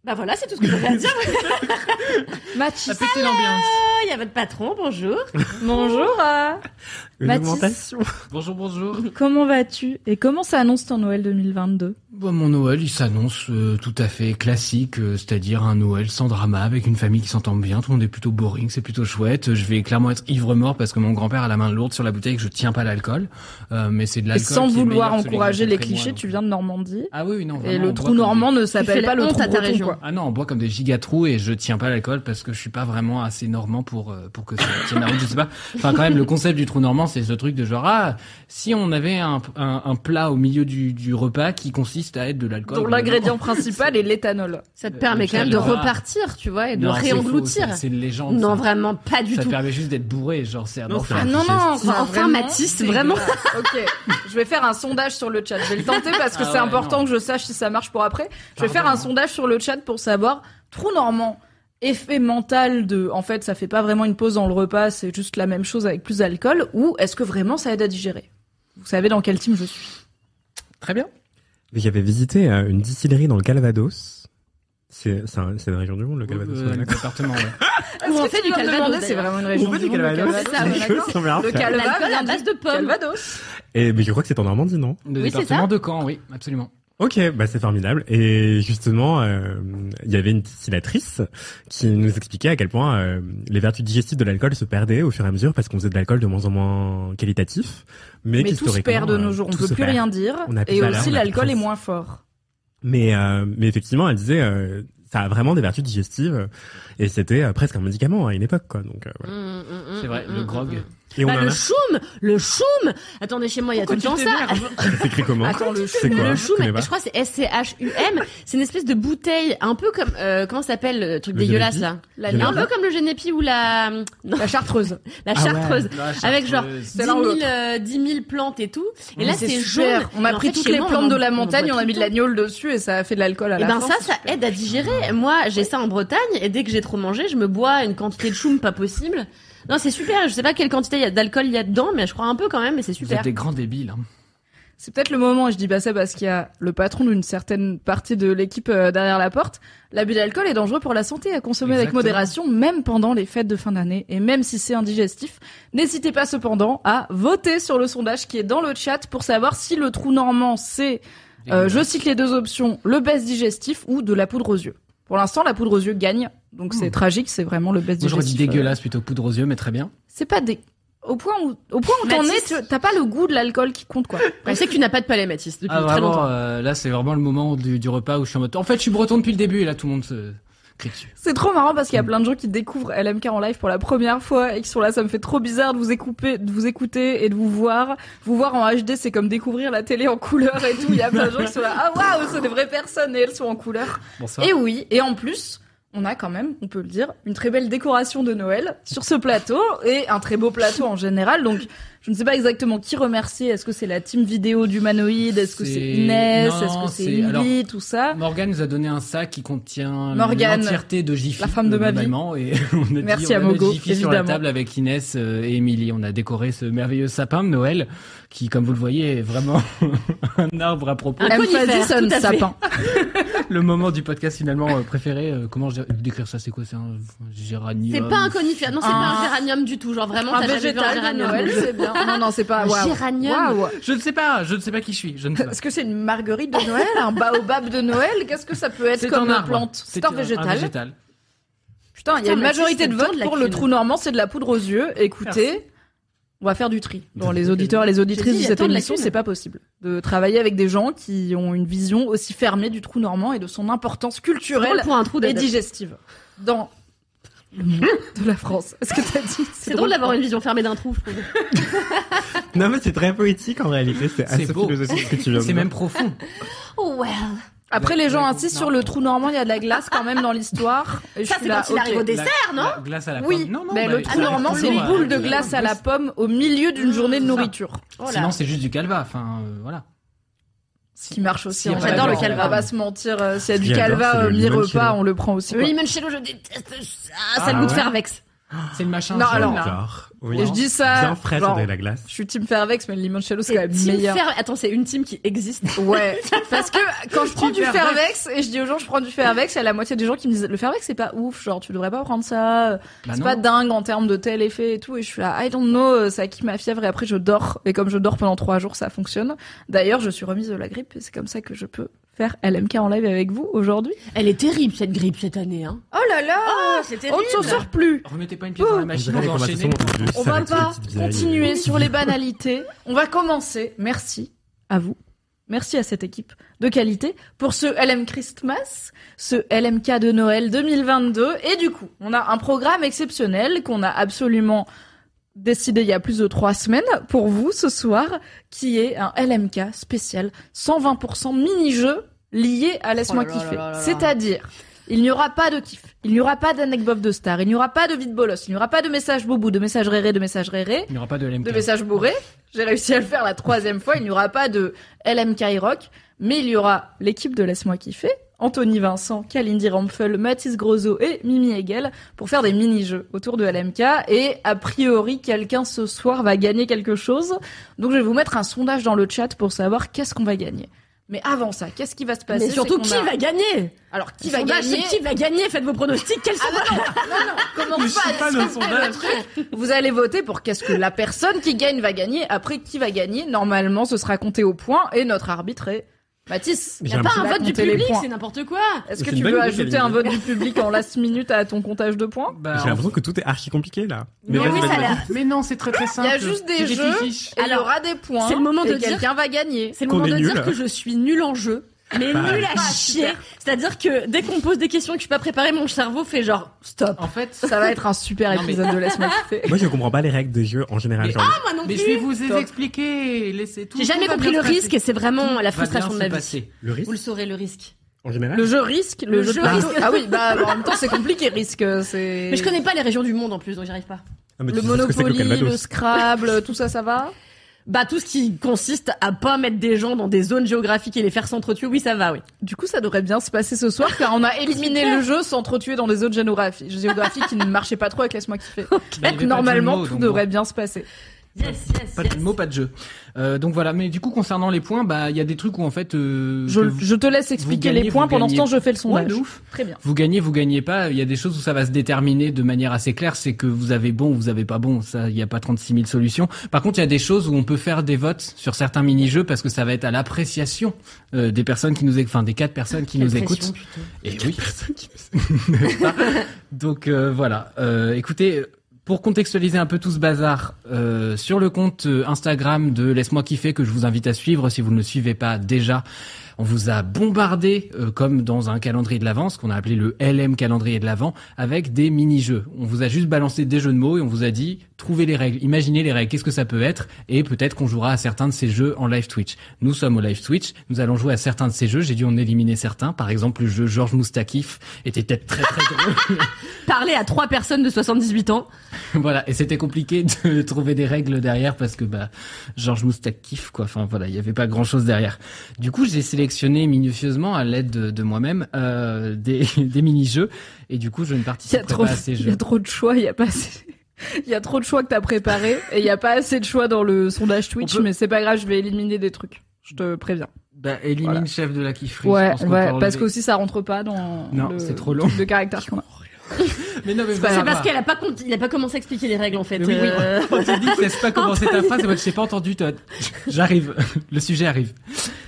Speaker 2: Bah voilà, c'est tout ce que j'avais à dire.
Speaker 3: Ça péter l'ambiance.
Speaker 2: Il y a votre patron, bonjour.
Speaker 1: Bonjour, euh,
Speaker 4: Une
Speaker 1: Mathis.
Speaker 4: augmentation.
Speaker 3: Bonjour, bonjour.
Speaker 1: comment vas-tu et comment ça annonce ton Noël 2022
Speaker 3: Bon, mon Noël, il s'annonce euh, tout à fait classique, euh, c'est-à-dire un Noël sans drama, avec une famille qui s'entend bien, tout le monde est plutôt boring, c'est plutôt chouette. Euh, Je vais clairement être ivre-mort parce que mon grand-père a la main lourde sur la bouteille et que je tiens pas l'alcool. Euh, mais c'est de
Speaker 1: Et
Speaker 3: l'alcool.
Speaker 1: sans
Speaker 3: qui est meilleur
Speaker 1: vouloir
Speaker 3: que celui que
Speaker 1: encourager les
Speaker 3: j'ai près de moi,
Speaker 1: clichés,
Speaker 3: donc.
Speaker 1: tu viens de Normandie
Speaker 3: Ah oui, oui, non.
Speaker 1: et
Speaker 3: vraiment, on
Speaker 1: le
Speaker 3: boit
Speaker 1: trou
Speaker 3: comme
Speaker 1: normand ne
Speaker 2: fais
Speaker 1: s'appelle
Speaker 2: la
Speaker 1: pas le
Speaker 2: honte
Speaker 1: trou
Speaker 2: à ta
Speaker 1: breton,
Speaker 2: région.
Speaker 1: quoi.
Speaker 3: des- Ah non, on boit comme des gigatrous et je tiens pas l'alcool parce que je suis pas vraiment assez normand pour euh, pour que ça tienne la route. Je sais pas. Enfin, quand même, le concept du trou normand, c'est ce truc de genre ah, si on avait un, un, un plat au milieu du, du repas qui consiste à être de l'alcool.
Speaker 1: Dont
Speaker 3: au bout d'un moment,
Speaker 1: l'ingrédient principal est l'éthanol.
Speaker 2: Ça te
Speaker 3: Euh,
Speaker 2: permet
Speaker 3: je
Speaker 2: quand même de
Speaker 3: sais pas.
Speaker 2: repartir, tu vois, et de
Speaker 3: Non, c'est faux,
Speaker 2: réengloutir.
Speaker 3: ça, C'est une légende.
Speaker 2: Non,
Speaker 3: ça.
Speaker 2: vraiment pas du
Speaker 3: Ça te
Speaker 2: tout.
Speaker 3: permet juste d'être bourré, genre c'est un
Speaker 4: Non,
Speaker 3: enfer.
Speaker 2: Ah
Speaker 4: c'est un
Speaker 2: non, non,
Speaker 4: geste.
Speaker 2: enfin, enfin,
Speaker 1: Vraiment,
Speaker 2: Mathis,
Speaker 1: c'est
Speaker 2: vraiment.
Speaker 1: dégueulasse. ok, je vais faire un sondage sur le chat. Je vais le tenter parce que
Speaker 3: Ah
Speaker 1: c'est
Speaker 3: ouais,
Speaker 1: important
Speaker 3: non.
Speaker 1: que je sache si ça marche pour après. Je vais
Speaker 3: Pardon,
Speaker 1: faire un
Speaker 3: hein.
Speaker 1: sondage sur le chat pour savoir trou normand. Effet mental de, en fait, ça fait pas vraiment une pause dans le repas, c'est juste la même chose avec plus d'alcool, ou est-ce que vraiment ça aide à digérer Vous savez dans quel team je suis
Speaker 3: Très bien.
Speaker 4: Mais J'avais visité euh, une distillerie dans le Calvados. C'est c'est un- c'est une région du
Speaker 3: Euh,
Speaker 4: monde, le Calvados. on est d'accord
Speaker 3: L'appartement, ouais.
Speaker 2: Ou on
Speaker 1: Est-ce que
Speaker 2: fait du
Speaker 1: tu viens de
Speaker 2: Calvados,
Speaker 1: demander, C'est
Speaker 2: d'ailleurs.
Speaker 1: vraiment une région.
Speaker 4: On fait du
Speaker 1: monde, le
Speaker 4: Calvados,
Speaker 2: Ah,
Speaker 4: Les
Speaker 2: d'accord.
Speaker 4: choses sont bien
Speaker 1: Le
Speaker 4: faites.
Speaker 1: Calvados,
Speaker 2: L'alcool à
Speaker 1: vient du
Speaker 2: base de pommes.
Speaker 1: Calvados.
Speaker 4: Et Eh, mais je crois que c'est en Normandie, non
Speaker 3: Le
Speaker 2: Oui, c'est
Speaker 3: département
Speaker 2: ça.
Speaker 3: de Caen, oui, absolument.
Speaker 4: Ok, bah c'est formidable. Et justement, euh, il y avait une distillatrice qui nous expliquait à quel point euh, les vertus digestives de l'alcool se perdaient au fur et à mesure parce qu'on faisait de l'alcool de moins en moins qualitatif.
Speaker 1: Mais
Speaker 4: Mais,
Speaker 1: tout se
Speaker 4: qu'historiquement,
Speaker 1: perd de
Speaker 4: euh,
Speaker 1: nos jours, on
Speaker 4: tout
Speaker 1: peut
Speaker 4: se
Speaker 1: plus
Speaker 4: perd.
Speaker 1: rien dire.
Speaker 4: On a plus
Speaker 1: Et
Speaker 4: de valeur,
Speaker 1: aussi,
Speaker 4: on a plus de
Speaker 1: l'alcool est
Speaker 4: sens.
Speaker 1: moins fort.
Speaker 4: Mais, euh, mais effectivement, elle disait, euh, ça a vraiment des vertus digestives euh, et c'était euh, presque un médicament à une époque, quoi. Donc, euh,
Speaker 2: Mmh,
Speaker 4: voilà.
Speaker 3: C'est
Speaker 2: C'est
Speaker 3: vrai, le grog.
Speaker 4: Et on
Speaker 2: Bah,
Speaker 4: a
Speaker 2: le choum, le choum. Attendez, chez moi, il y a tout le temps ça.
Speaker 4: c'est écrit comment
Speaker 1: Attends, le
Speaker 4: C'est quoi
Speaker 2: Le
Speaker 4: Je
Speaker 2: choum,
Speaker 4: connais pas.
Speaker 2: je crois que c'est S-C-H-U-M. C'est une espèce de bouteille, un peu comme, euh, comment ça s'appelle le truc
Speaker 4: Le
Speaker 2: dégueulasse
Speaker 4: Genepi
Speaker 2: là
Speaker 1: La,
Speaker 4: Il y en
Speaker 2: Un
Speaker 4: a
Speaker 2: peu comme le Genepi ou la, non,
Speaker 1: la chartreuse.
Speaker 2: la
Speaker 4: Ah ouais.
Speaker 2: chartreuse. Avec genre- 10
Speaker 1: C'est l'un ou
Speaker 2: 000,
Speaker 1: l'autre.
Speaker 2: euh, 10 000 plantes et tout. Et
Speaker 3: Mmh.
Speaker 2: là,
Speaker 1: Mais
Speaker 2: c'est
Speaker 1: super.
Speaker 2: jaune.
Speaker 1: On a
Speaker 2: Et en
Speaker 1: pris
Speaker 2: fait,
Speaker 1: toutes
Speaker 2: chez
Speaker 1: les
Speaker 2: moi,
Speaker 1: plantes
Speaker 2: en-
Speaker 1: de la
Speaker 2: on en
Speaker 1: montagne,
Speaker 2: boit
Speaker 1: on a
Speaker 2: tout
Speaker 1: mis
Speaker 2: le
Speaker 1: de
Speaker 2: temps.
Speaker 1: l'agnole dessus et ça a fait de l'alcool à
Speaker 2: Et
Speaker 1: la
Speaker 2: ben
Speaker 1: fin,
Speaker 2: ça,
Speaker 1: c'est
Speaker 2: ça
Speaker 1: super.
Speaker 2: aide à digérer. Moi, j'ai ça en Bretagne et dès que j'ai trop mangé, je me bois une quantité de choum pas possible. Non, c'est super. Je sais pas quelle quantité il y a d'alcool il y a dedans, mais je crois un peu quand même, mais c'est
Speaker 3: Vous
Speaker 2: super.
Speaker 3: êtes des grands débiles. hein.
Speaker 1: C'est peut-être le moment, et je dis pas ça parce qu'il y a le patron d'une certaine partie de l'équipe euh, derrière la porte. L'abus d'alcool est dangereux pour la santé à consommer avec
Speaker 3: Exactement.
Speaker 1: modération, même pendant les fêtes de fin d'année et même si c'est indigestif. N'hésitez pas cependant à voter sur le sondage qui est dans le chat pour savoir si le trou normand c'est, euh, je cite les deux options, le baisse digestif ou de la poudre aux yeux. Pour l'instant, la poudre aux yeux gagne, donc c'est tragique, c'est vraiment le baisse
Speaker 3: Hmm. Moi, j'aurais dit
Speaker 1: digestif. euh,
Speaker 3: dégueulasse plutôt que poudre aux yeux, mais très bien.
Speaker 1: C'est pas des... Au point où, au point où t'en es,
Speaker 2: Baptiste.
Speaker 1: tu- t'as pas le goût de l'alcool qui compte, quoi.
Speaker 2: On sait que tu n'as pas de palais, Mathis, depuis
Speaker 3: Ah,
Speaker 2: très longtemps.
Speaker 3: vraiment, euh, là, c'est vraiment le moment du, du repas où je suis en mode. En fait, je suis breton depuis le début et là, tout le monde se crie dessus.
Speaker 1: C'est trop marrant parce qu'il y a plein de gens qui découvrent LMK en live pour la première fois et qui sont là, ça me fait trop bizarre de vous écouter, de vous écouter et de vous voir. Vous voir en HD, c'est comme découvrir la télé en couleur et tout. Il y a plein de gens qui sont là, ah waouh, c'est des vraies personnes et elles sont en couleur.
Speaker 3: Bonsoir.
Speaker 1: Et oui, et en plus, on a quand même, on peut le dire, une très belle décoration de Noël sur ce plateau et un très beau plateau en général. Donc, je ne sais pas exactement qui remercier. Est-ce que c'est la team vidéo d'Humanoïde Est-ce que c'est
Speaker 3: C'est-
Speaker 1: Inès
Speaker 3: non,
Speaker 1: Est-ce que c'est
Speaker 3: c'est- alors-
Speaker 1: Lily Tout ça.
Speaker 3: Morgane nous a donné un sac qui contient
Speaker 1: Morgane,
Speaker 3: l'entièreté de Jiffy.
Speaker 1: la femme de ma vie.
Speaker 3: globalement, Et on a
Speaker 1: Merci
Speaker 3: dit, on
Speaker 1: à
Speaker 3: a mis
Speaker 1: Mogo,
Speaker 3: Jiffy sur la
Speaker 1: évidemment.
Speaker 3: table avec Inès euh, et Émilie. On a décoré ce merveilleux sapin de Noël qui, comme vous le voyez, est vraiment un arbre à propos.
Speaker 2: Un
Speaker 1: M.
Speaker 2: conifère,
Speaker 1: Fadison,
Speaker 2: tout à fait.
Speaker 1: sapin.
Speaker 3: le moment du podcast finalement euh, préféré. euh, comment je- décrire ça C'est quoi C'est un géranium
Speaker 2: C'est pas un conifère, non, c'est
Speaker 1: Un-
Speaker 2: pas un géranium du tout. Genre vraiment,
Speaker 1: Ah. un
Speaker 2: t'as jamais vu un
Speaker 1: végétal de
Speaker 2: géranium.
Speaker 1: Noël, c'est bien. Non, non, c'est pas.
Speaker 2: Un
Speaker 1: Waouh.
Speaker 2: géranium.
Speaker 1: Waouh.
Speaker 3: Je ne sais pas, je ne sais pas qui je suis. Je ne sais pas.
Speaker 1: Est-ce que c'est une marguerite de Noël, un baobab de Noël Qu'est-ce que ça peut être
Speaker 3: C'est
Speaker 1: comme
Speaker 3: un arbre.
Speaker 1: plante C'est un végétal.
Speaker 3: végétal.
Speaker 1: Putain, il y a
Speaker 2: Putain,
Speaker 1: une
Speaker 2: Mathis,
Speaker 1: majorité
Speaker 2: t'es
Speaker 1: de
Speaker 2: le temps
Speaker 1: votes
Speaker 2: de la
Speaker 1: pour le
Speaker 2: cune.
Speaker 1: trou normand, c'est de la poudre aux yeux. Écoutez, on va faire du tri. Dans les auditeurs et les
Speaker 2: J'ai
Speaker 1: auditrices
Speaker 2: dit,
Speaker 1: de
Speaker 2: il y a
Speaker 1: cette
Speaker 2: tant de la
Speaker 1: émission,
Speaker 2: cune.
Speaker 1: c'est pas possible de travailler avec des gens qui ont une vision aussi fermée du trou normand et de son importance
Speaker 2: Drôle
Speaker 1: culturelle
Speaker 2: pour un trou
Speaker 1: et
Speaker 2: d'adaptation.
Speaker 1: digestive dans le monde de la France. Est-ce que t'as dit
Speaker 2: C'est drôle d'avoir une vision fermée d'un trou, je trouve.
Speaker 4: Non, mais c'est très poétique en réalité. C'est
Speaker 3: C'est
Speaker 4: assez
Speaker 3: beau.
Speaker 4: philosophique ce que tu viens de
Speaker 3: C'est
Speaker 4: dire.
Speaker 3: même profond.
Speaker 2: Oh well.
Speaker 1: Après, les gens
Speaker 3: Non.
Speaker 1: insistent sur le trou normand, il y a de la glace quand même dans l'histoire. Et je
Speaker 2: Ça,
Speaker 1: suis
Speaker 2: c'est
Speaker 1: là,
Speaker 2: quand il arrive
Speaker 1: ok.
Speaker 2: au dessert, non
Speaker 3: la glace à la
Speaker 1: Oui,
Speaker 3: pomme. Non, non,
Speaker 1: mais
Speaker 3: bah,
Speaker 1: le trou
Speaker 3: ça arrive
Speaker 1: normand, c'est une
Speaker 3: toujours à-
Speaker 1: boule de glace à la pomme au milieu d'une journée de
Speaker 2: Ça.
Speaker 1: nourriture.
Speaker 2: Oh là.
Speaker 3: Sinon, c'est juste du calva. Enfin, euh, voilà.
Speaker 1: Ce qui marche aussi.
Speaker 3: Si,
Speaker 1: en
Speaker 3: on
Speaker 1: fait.
Speaker 2: adore le
Speaker 1: On
Speaker 2: calva.
Speaker 1: va pas se mentir, euh, s'il y a du
Speaker 4: J'adore, c'est
Speaker 1: calva,
Speaker 4: le
Speaker 1: euh, mi-repas,
Speaker 4: limoncello.
Speaker 1: on le prend aussi.
Speaker 2: Le
Speaker 1: quoi.
Speaker 2: limoncello, je déteste ça. Ça a
Speaker 3: Ah
Speaker 2: le goût de
Speaker 3: ouais.
Speaker 2: faire vex.
Speaker 3: C'est le machin.
Speaker 1: Non,
Speaker 3: c'est-
Speaker 1: alors-
Speaker 4: J'adore. Oui.
Speaker 1: Ah Et je dis ça.
Speaker 4: Bien frais, ça
Speaker 1: genre,
Speaker 4: donne la glace.
Speaker 1: je suis team Fairvex, mais le limoncello, c'est
Speaker 2: C'est
Speaker 1: quand même
Speaker 2: team
Speaker 1: meilleur.
Speaker 2: fer- Attends, c'est une team qui existe.
Speaker 1: Ouais. Parce que quand je prends
Speaker 3: Team
Speaker 1: du Fairvex et je dis aux gens, je prends du Fairvex, il y a la moitié des gens qui me disent, le Fairvex, c'est pas ouf, genre, tu devrais pas prendre ça.
Speaker 3: Bah
Speaker 1: C'est
Speaker 3: non.
Speaker 1: pas dingue en termes de tel effet et tout. Et je suis là, I don't know, euh, ça qui ma fièvre. Et après, je dors. Et comme je dors pendant trois jours, ça fonctionne. D'ailleurs, je suis remise de la grippe. Et c'est comme ça que je peux faire LMK en live avec vous aujourd'hui.
Speaker 2: Elle est terrible, cette grippe, cette année, hein.
Speaker 1: Oh là là
Speaker 2: c'est
Speaker 1: On ne s'en sort plus
Speaker 3: Remettez pas une pièce dans la machine, on va enchaîner.
Speaker 1: On va pas continuer sur les banalités. On va commencer. Merci à vous. Merci à cette équipe de qualité pour ce LM Christmas, ce LMK de Noël 2022. Et du coup, on a un programme exceptionnel qu'on a absolument décidé il y a plus de trois semaines pour vous ce soir, qui est un LMK spécial 120% mini-jeu lié à Laisse-moi
Speaker 2: Oh là là
Speaker 1: kiffer.
Speaker 2: là là là.
Speaker 1: C'est-à-dire, il n'y aura pas de kiff, il n'y aura pas d'anecdote de star, il n'y aura pas de vide bolos, il n'y aura pas de message boubou, de message réré, de message réré,
Speaker 3: Il n'y aura pas de LMK.
Speaker 1: de message bourré. J'ai réussi à le faire la troisième fois, il n'y aura pas de LMK Rock, mais il y aura l'équipe de Laisse-moi kiffer, Anthony Vincent, Kalindi Rampfel, Mathis Grosso et Mimi Hegel pour faire des mini-jeux autour de LMK et a priori quelqu'un ce soir va gagner quelque chose. Donc je vais vous mettre un sondage dans le chat pour savoir qu'est-ce qu'on va gagner. Mais avant ça, qu'est-ce qui va se passer
Speaker 2: Mais surtout,
Speaker 1: Bah, c'est qu'on
Speaker 2: qui
Speaker 1: a-
Speaker 2: va gagner
Speaker 1: Alors qui
Speaker 2: Le
Speaker 1: va
Speaker 2: sondage,
Speaker 1: gagner
Speaker 2: c'est Qui va gagner Faites vos pronostics. Quels sont
Speaker 1: Ah bah non, non, non, commence pas,
Speaker 3: pas le sondage.
Speaker 1: Vous allez voter pour qu'est-ce que la personne qui gagne va gagner. Après, qui va gagner Normalement, ce sera compté au point et notre arbitre est Mathis.
Speaker 4: Mais
Speaker 2: Il n'y a
Speaker 4: J'ai
Speaker 2: pas
Speaker 1: l'impression
Speaker 2: un
Speaker 1: de
Speaker 2: vote du
Speaker 1: compter les
Speaker 2: public,
Speaker 1: points.
Speaker 2: c'est n'importe quoi.
Speaker 1: Est-ce que
Speaker 4: C'est une
Speaker 1: tu
Speaker 4: bonne
Speaker 1: peux
Speaker 4: idée,
Speaker 1: ajouter un
Speaker 4: Camille.
Speaker 1: vote du public en last minute à ton comptage de points
Speaker 3: Bah,
Speaker 4: J'ai
Speaker 3: on-
Speaker 4: l'impression que tout est archi compliqué là.
Speaker 3: Mais,
Speaker 2: Mais
Speaker 4: vas-y,
Speaker 2: oui,
Speaker 4: vas-y,
Speaker 2: ça a
Speaker 4: vas-y.
Speaker 2: l'air-
Speaker 3: mais non, c'est très très simple.
Speaker 1: Il y a juste des
Speaker 3: C'est
Speaker 1: jeux.
Speaker 3: petits fiches.
Speaker 1: Et il y
Speaker 2: Alors,
Speaker 1: aura des points.
Speaker 2: c'est le moment de
Speaker 1: et
Speaker 2: dire-
Speaker 1: quelqu'un va gagner.
Speaker 2: C'est le
Speaker 4: Qu'on
Speaker 2: moment
Speaker 4: est
Speaker 2: de dire
Speaker 4: nul.
Speaker 2: que je suis nul en jeu. Mais
Speaker 4: Bah,
Speaker 2: nul à
Speaker 1: ah,
Speaker 2: chier.
Speaker 1: super.
Speaker 2: C'est-à-dire que dès qu'on me pose des questions et que je suis pas préparée, mon cerveau fait genre stop.
Speaker 3: En fait,
Speaker 1: Ça va être un super
Speaker 3: Non, mais-
Speaker 1: épisode de Laisse-moi kiffer.
Speaker 4: Moi, je comprends pas les règles des jeux en général.
Speaker 3: Mais-
Speaker 4: genre,
Speaker 2: Ah, moi non
Speaker 3: mais
Speaker 2: plus.
Speaker 3: je vais vous les
Speaker 1: Stop.
Speaker 3: expliquer. Laissez tout.
Speaker 2: J'ai jamais compris le risque et c'est vraiment la frustration de ma vie.
Speaker 4: Le
Speaker 2: Vous
Speaker 4: risque
Speaker 2: le saurez, le risque.
Speaker 4: en général.
Speaker 1: Le jeu risque, le,
Speaker 2: Le
Speaker 1: jeu,
Speaker 2: jeu
Speaker 1: de plateau-
Speaker 2: risque.
Speaker 1: Ah oui, bah en même temps c'est compliqué risque, c'est.
Speaker 2: Mais je connais pas les régions du monde en plus, donc j'y arrive pas.
Speaker 4: Ah, mais
Speaker 1: le
Speaker 4: tu sais ce que c'est que
Speaker 1: Monopoly,
Speaker 4: Calvados.
Speaker 1: le Scrabble, tout ça, ça va
Speaker 2: Bah tout ce qui consiste à pas mettre des gens dans des zones géographiques et les faire s'entretuer, oui ça va, oui.
Speaker 1: Du coup, ça devrait bien se passer ce soir, car on a éliminé le jeu sans trop tuer dans des zones géographiques, géographiques qui ne marchaient pas trop avec Laisse-moi kiffer.
Speaker 3: il y avait pas de
Speaker 1: normalement,
Speaker 3: jeu de mots,
Speaker 1: tout
Speaker 3: donc
Speaker 1: devrait
Speaker 3: bon.
Speaker 1: bien se passer.
Speaker 2: Yes, yes,
Speaker 3: Pas de mots, pas de jeu. Euh, donc voilà, mais du coup concernant les points, bah il y a des trucs où en fait euh, que
Speaker 1: Je,
Speaker 3: vous-
Speaker 1: je te laisse expliquer
Speaker 3: gagnez,
Speaker 1: les points,
Speaker 3: vous
Speaker 1: pendant ce
Speaker 3: gagnez.
Speaker 1: temps, je fais le
Speaker 3: Ouais,
Speaker 1: sondage.
Speaker 3: de ouf.
Speaker 1: Très bien.
Speaker 3: Vous gagnez, vous gagnez pas. Il y a des choses où ça va se déterminer de manière assez claire. C'est que vous avez bon ou vous avez pas bon. Ça, il n'y a pas 36 000 solutions. Par contre, il y a des choses où on peut faire des votes sur certains mini-jeux parce que ça va être à l'appréciation euh, des personnes qui nous, éc- enfin des quatre personnes qui nous écoutent. Et oui. Donc euh, voilà. Euh, écoutez. Pour contextualiser un peu tout ce bazar, euh, sur le compte euh, Instagram de Laisse-moi kiffer que je vous invite à suivre si vous ne le suivez pas déjà, on vous a bombardé, euh, comme dans un calendrier de l'avance, qu'on a appelé le LM calendrier de l'avant, avec des mini-jeux. On vous a juste balancé des jeux de mots et on vous a dit, trouvez les règles, imaginez les règles, qu'est-ce que ça peut être, et peut-être qu'on jouera à certains de ces jeux en live Twitch. Nous sommes au live Twitch, nous allons jouer à certains de ces jeux, j'ai dû en éliminer certains, par exemple le jeu Georges Moustakif était peut-être très très drôle.
Speaker 2: Parler à trois personnes de 78 ans.
Speaker 3: voilà, et c'était compliqué de trouver des règles derrière parce que bah Georges Moustak kiffe quoi. Enfin voilà, il n'y avait pas grand chose derrière. Du coup, j'ai sélectionné minutieusement à l'aide de, de moi-même euh, des, des mini-jeux et du coup, je ne
Speaker 1: Il y a
Speaker 3: participerai
Speaker 1: trop,
Speaker 3: pas à ces
Speaker 1: il y a
Speaker 3: jeux.
Speaker 1: trop de choix, il y a pas assez... Il y a trop de choix que t'as préparé et il y a pas assez de choix dans le sondage Twitch,
Speaker 3: On peut-
Speaker 1: mais c'est pas grave, je vais éliminer des trucs. Je te préviens.
Speaker 3: Bah, élimine
Speaker 1: Voilà.
Speaker 3: chef de la kifferie.
Speaker 1: Ouais, ouais, parce qu'aussi ça rentre pas dans
Speaker 3: Non,
Speaker 1: le
Speaker 3: c'est trop long.
Speaker 1: truc de caractère qu'on a.
Speaker 3: Mais non, mais
Speaker 2: C'est
Speaker 3: voilà.
Speaker 2: parce qu'elle a pas con- il a pas commencé à expliquer les règles en fait.
Speaker 3: Mais oui, oui.
Speaker 2: Euh,
Speaker 3: Quand tu dis que je laisse pas commencer ta phrase, c'est moi, je t'ai pas entendu, Todd. J'arrive. Le sujet arrive.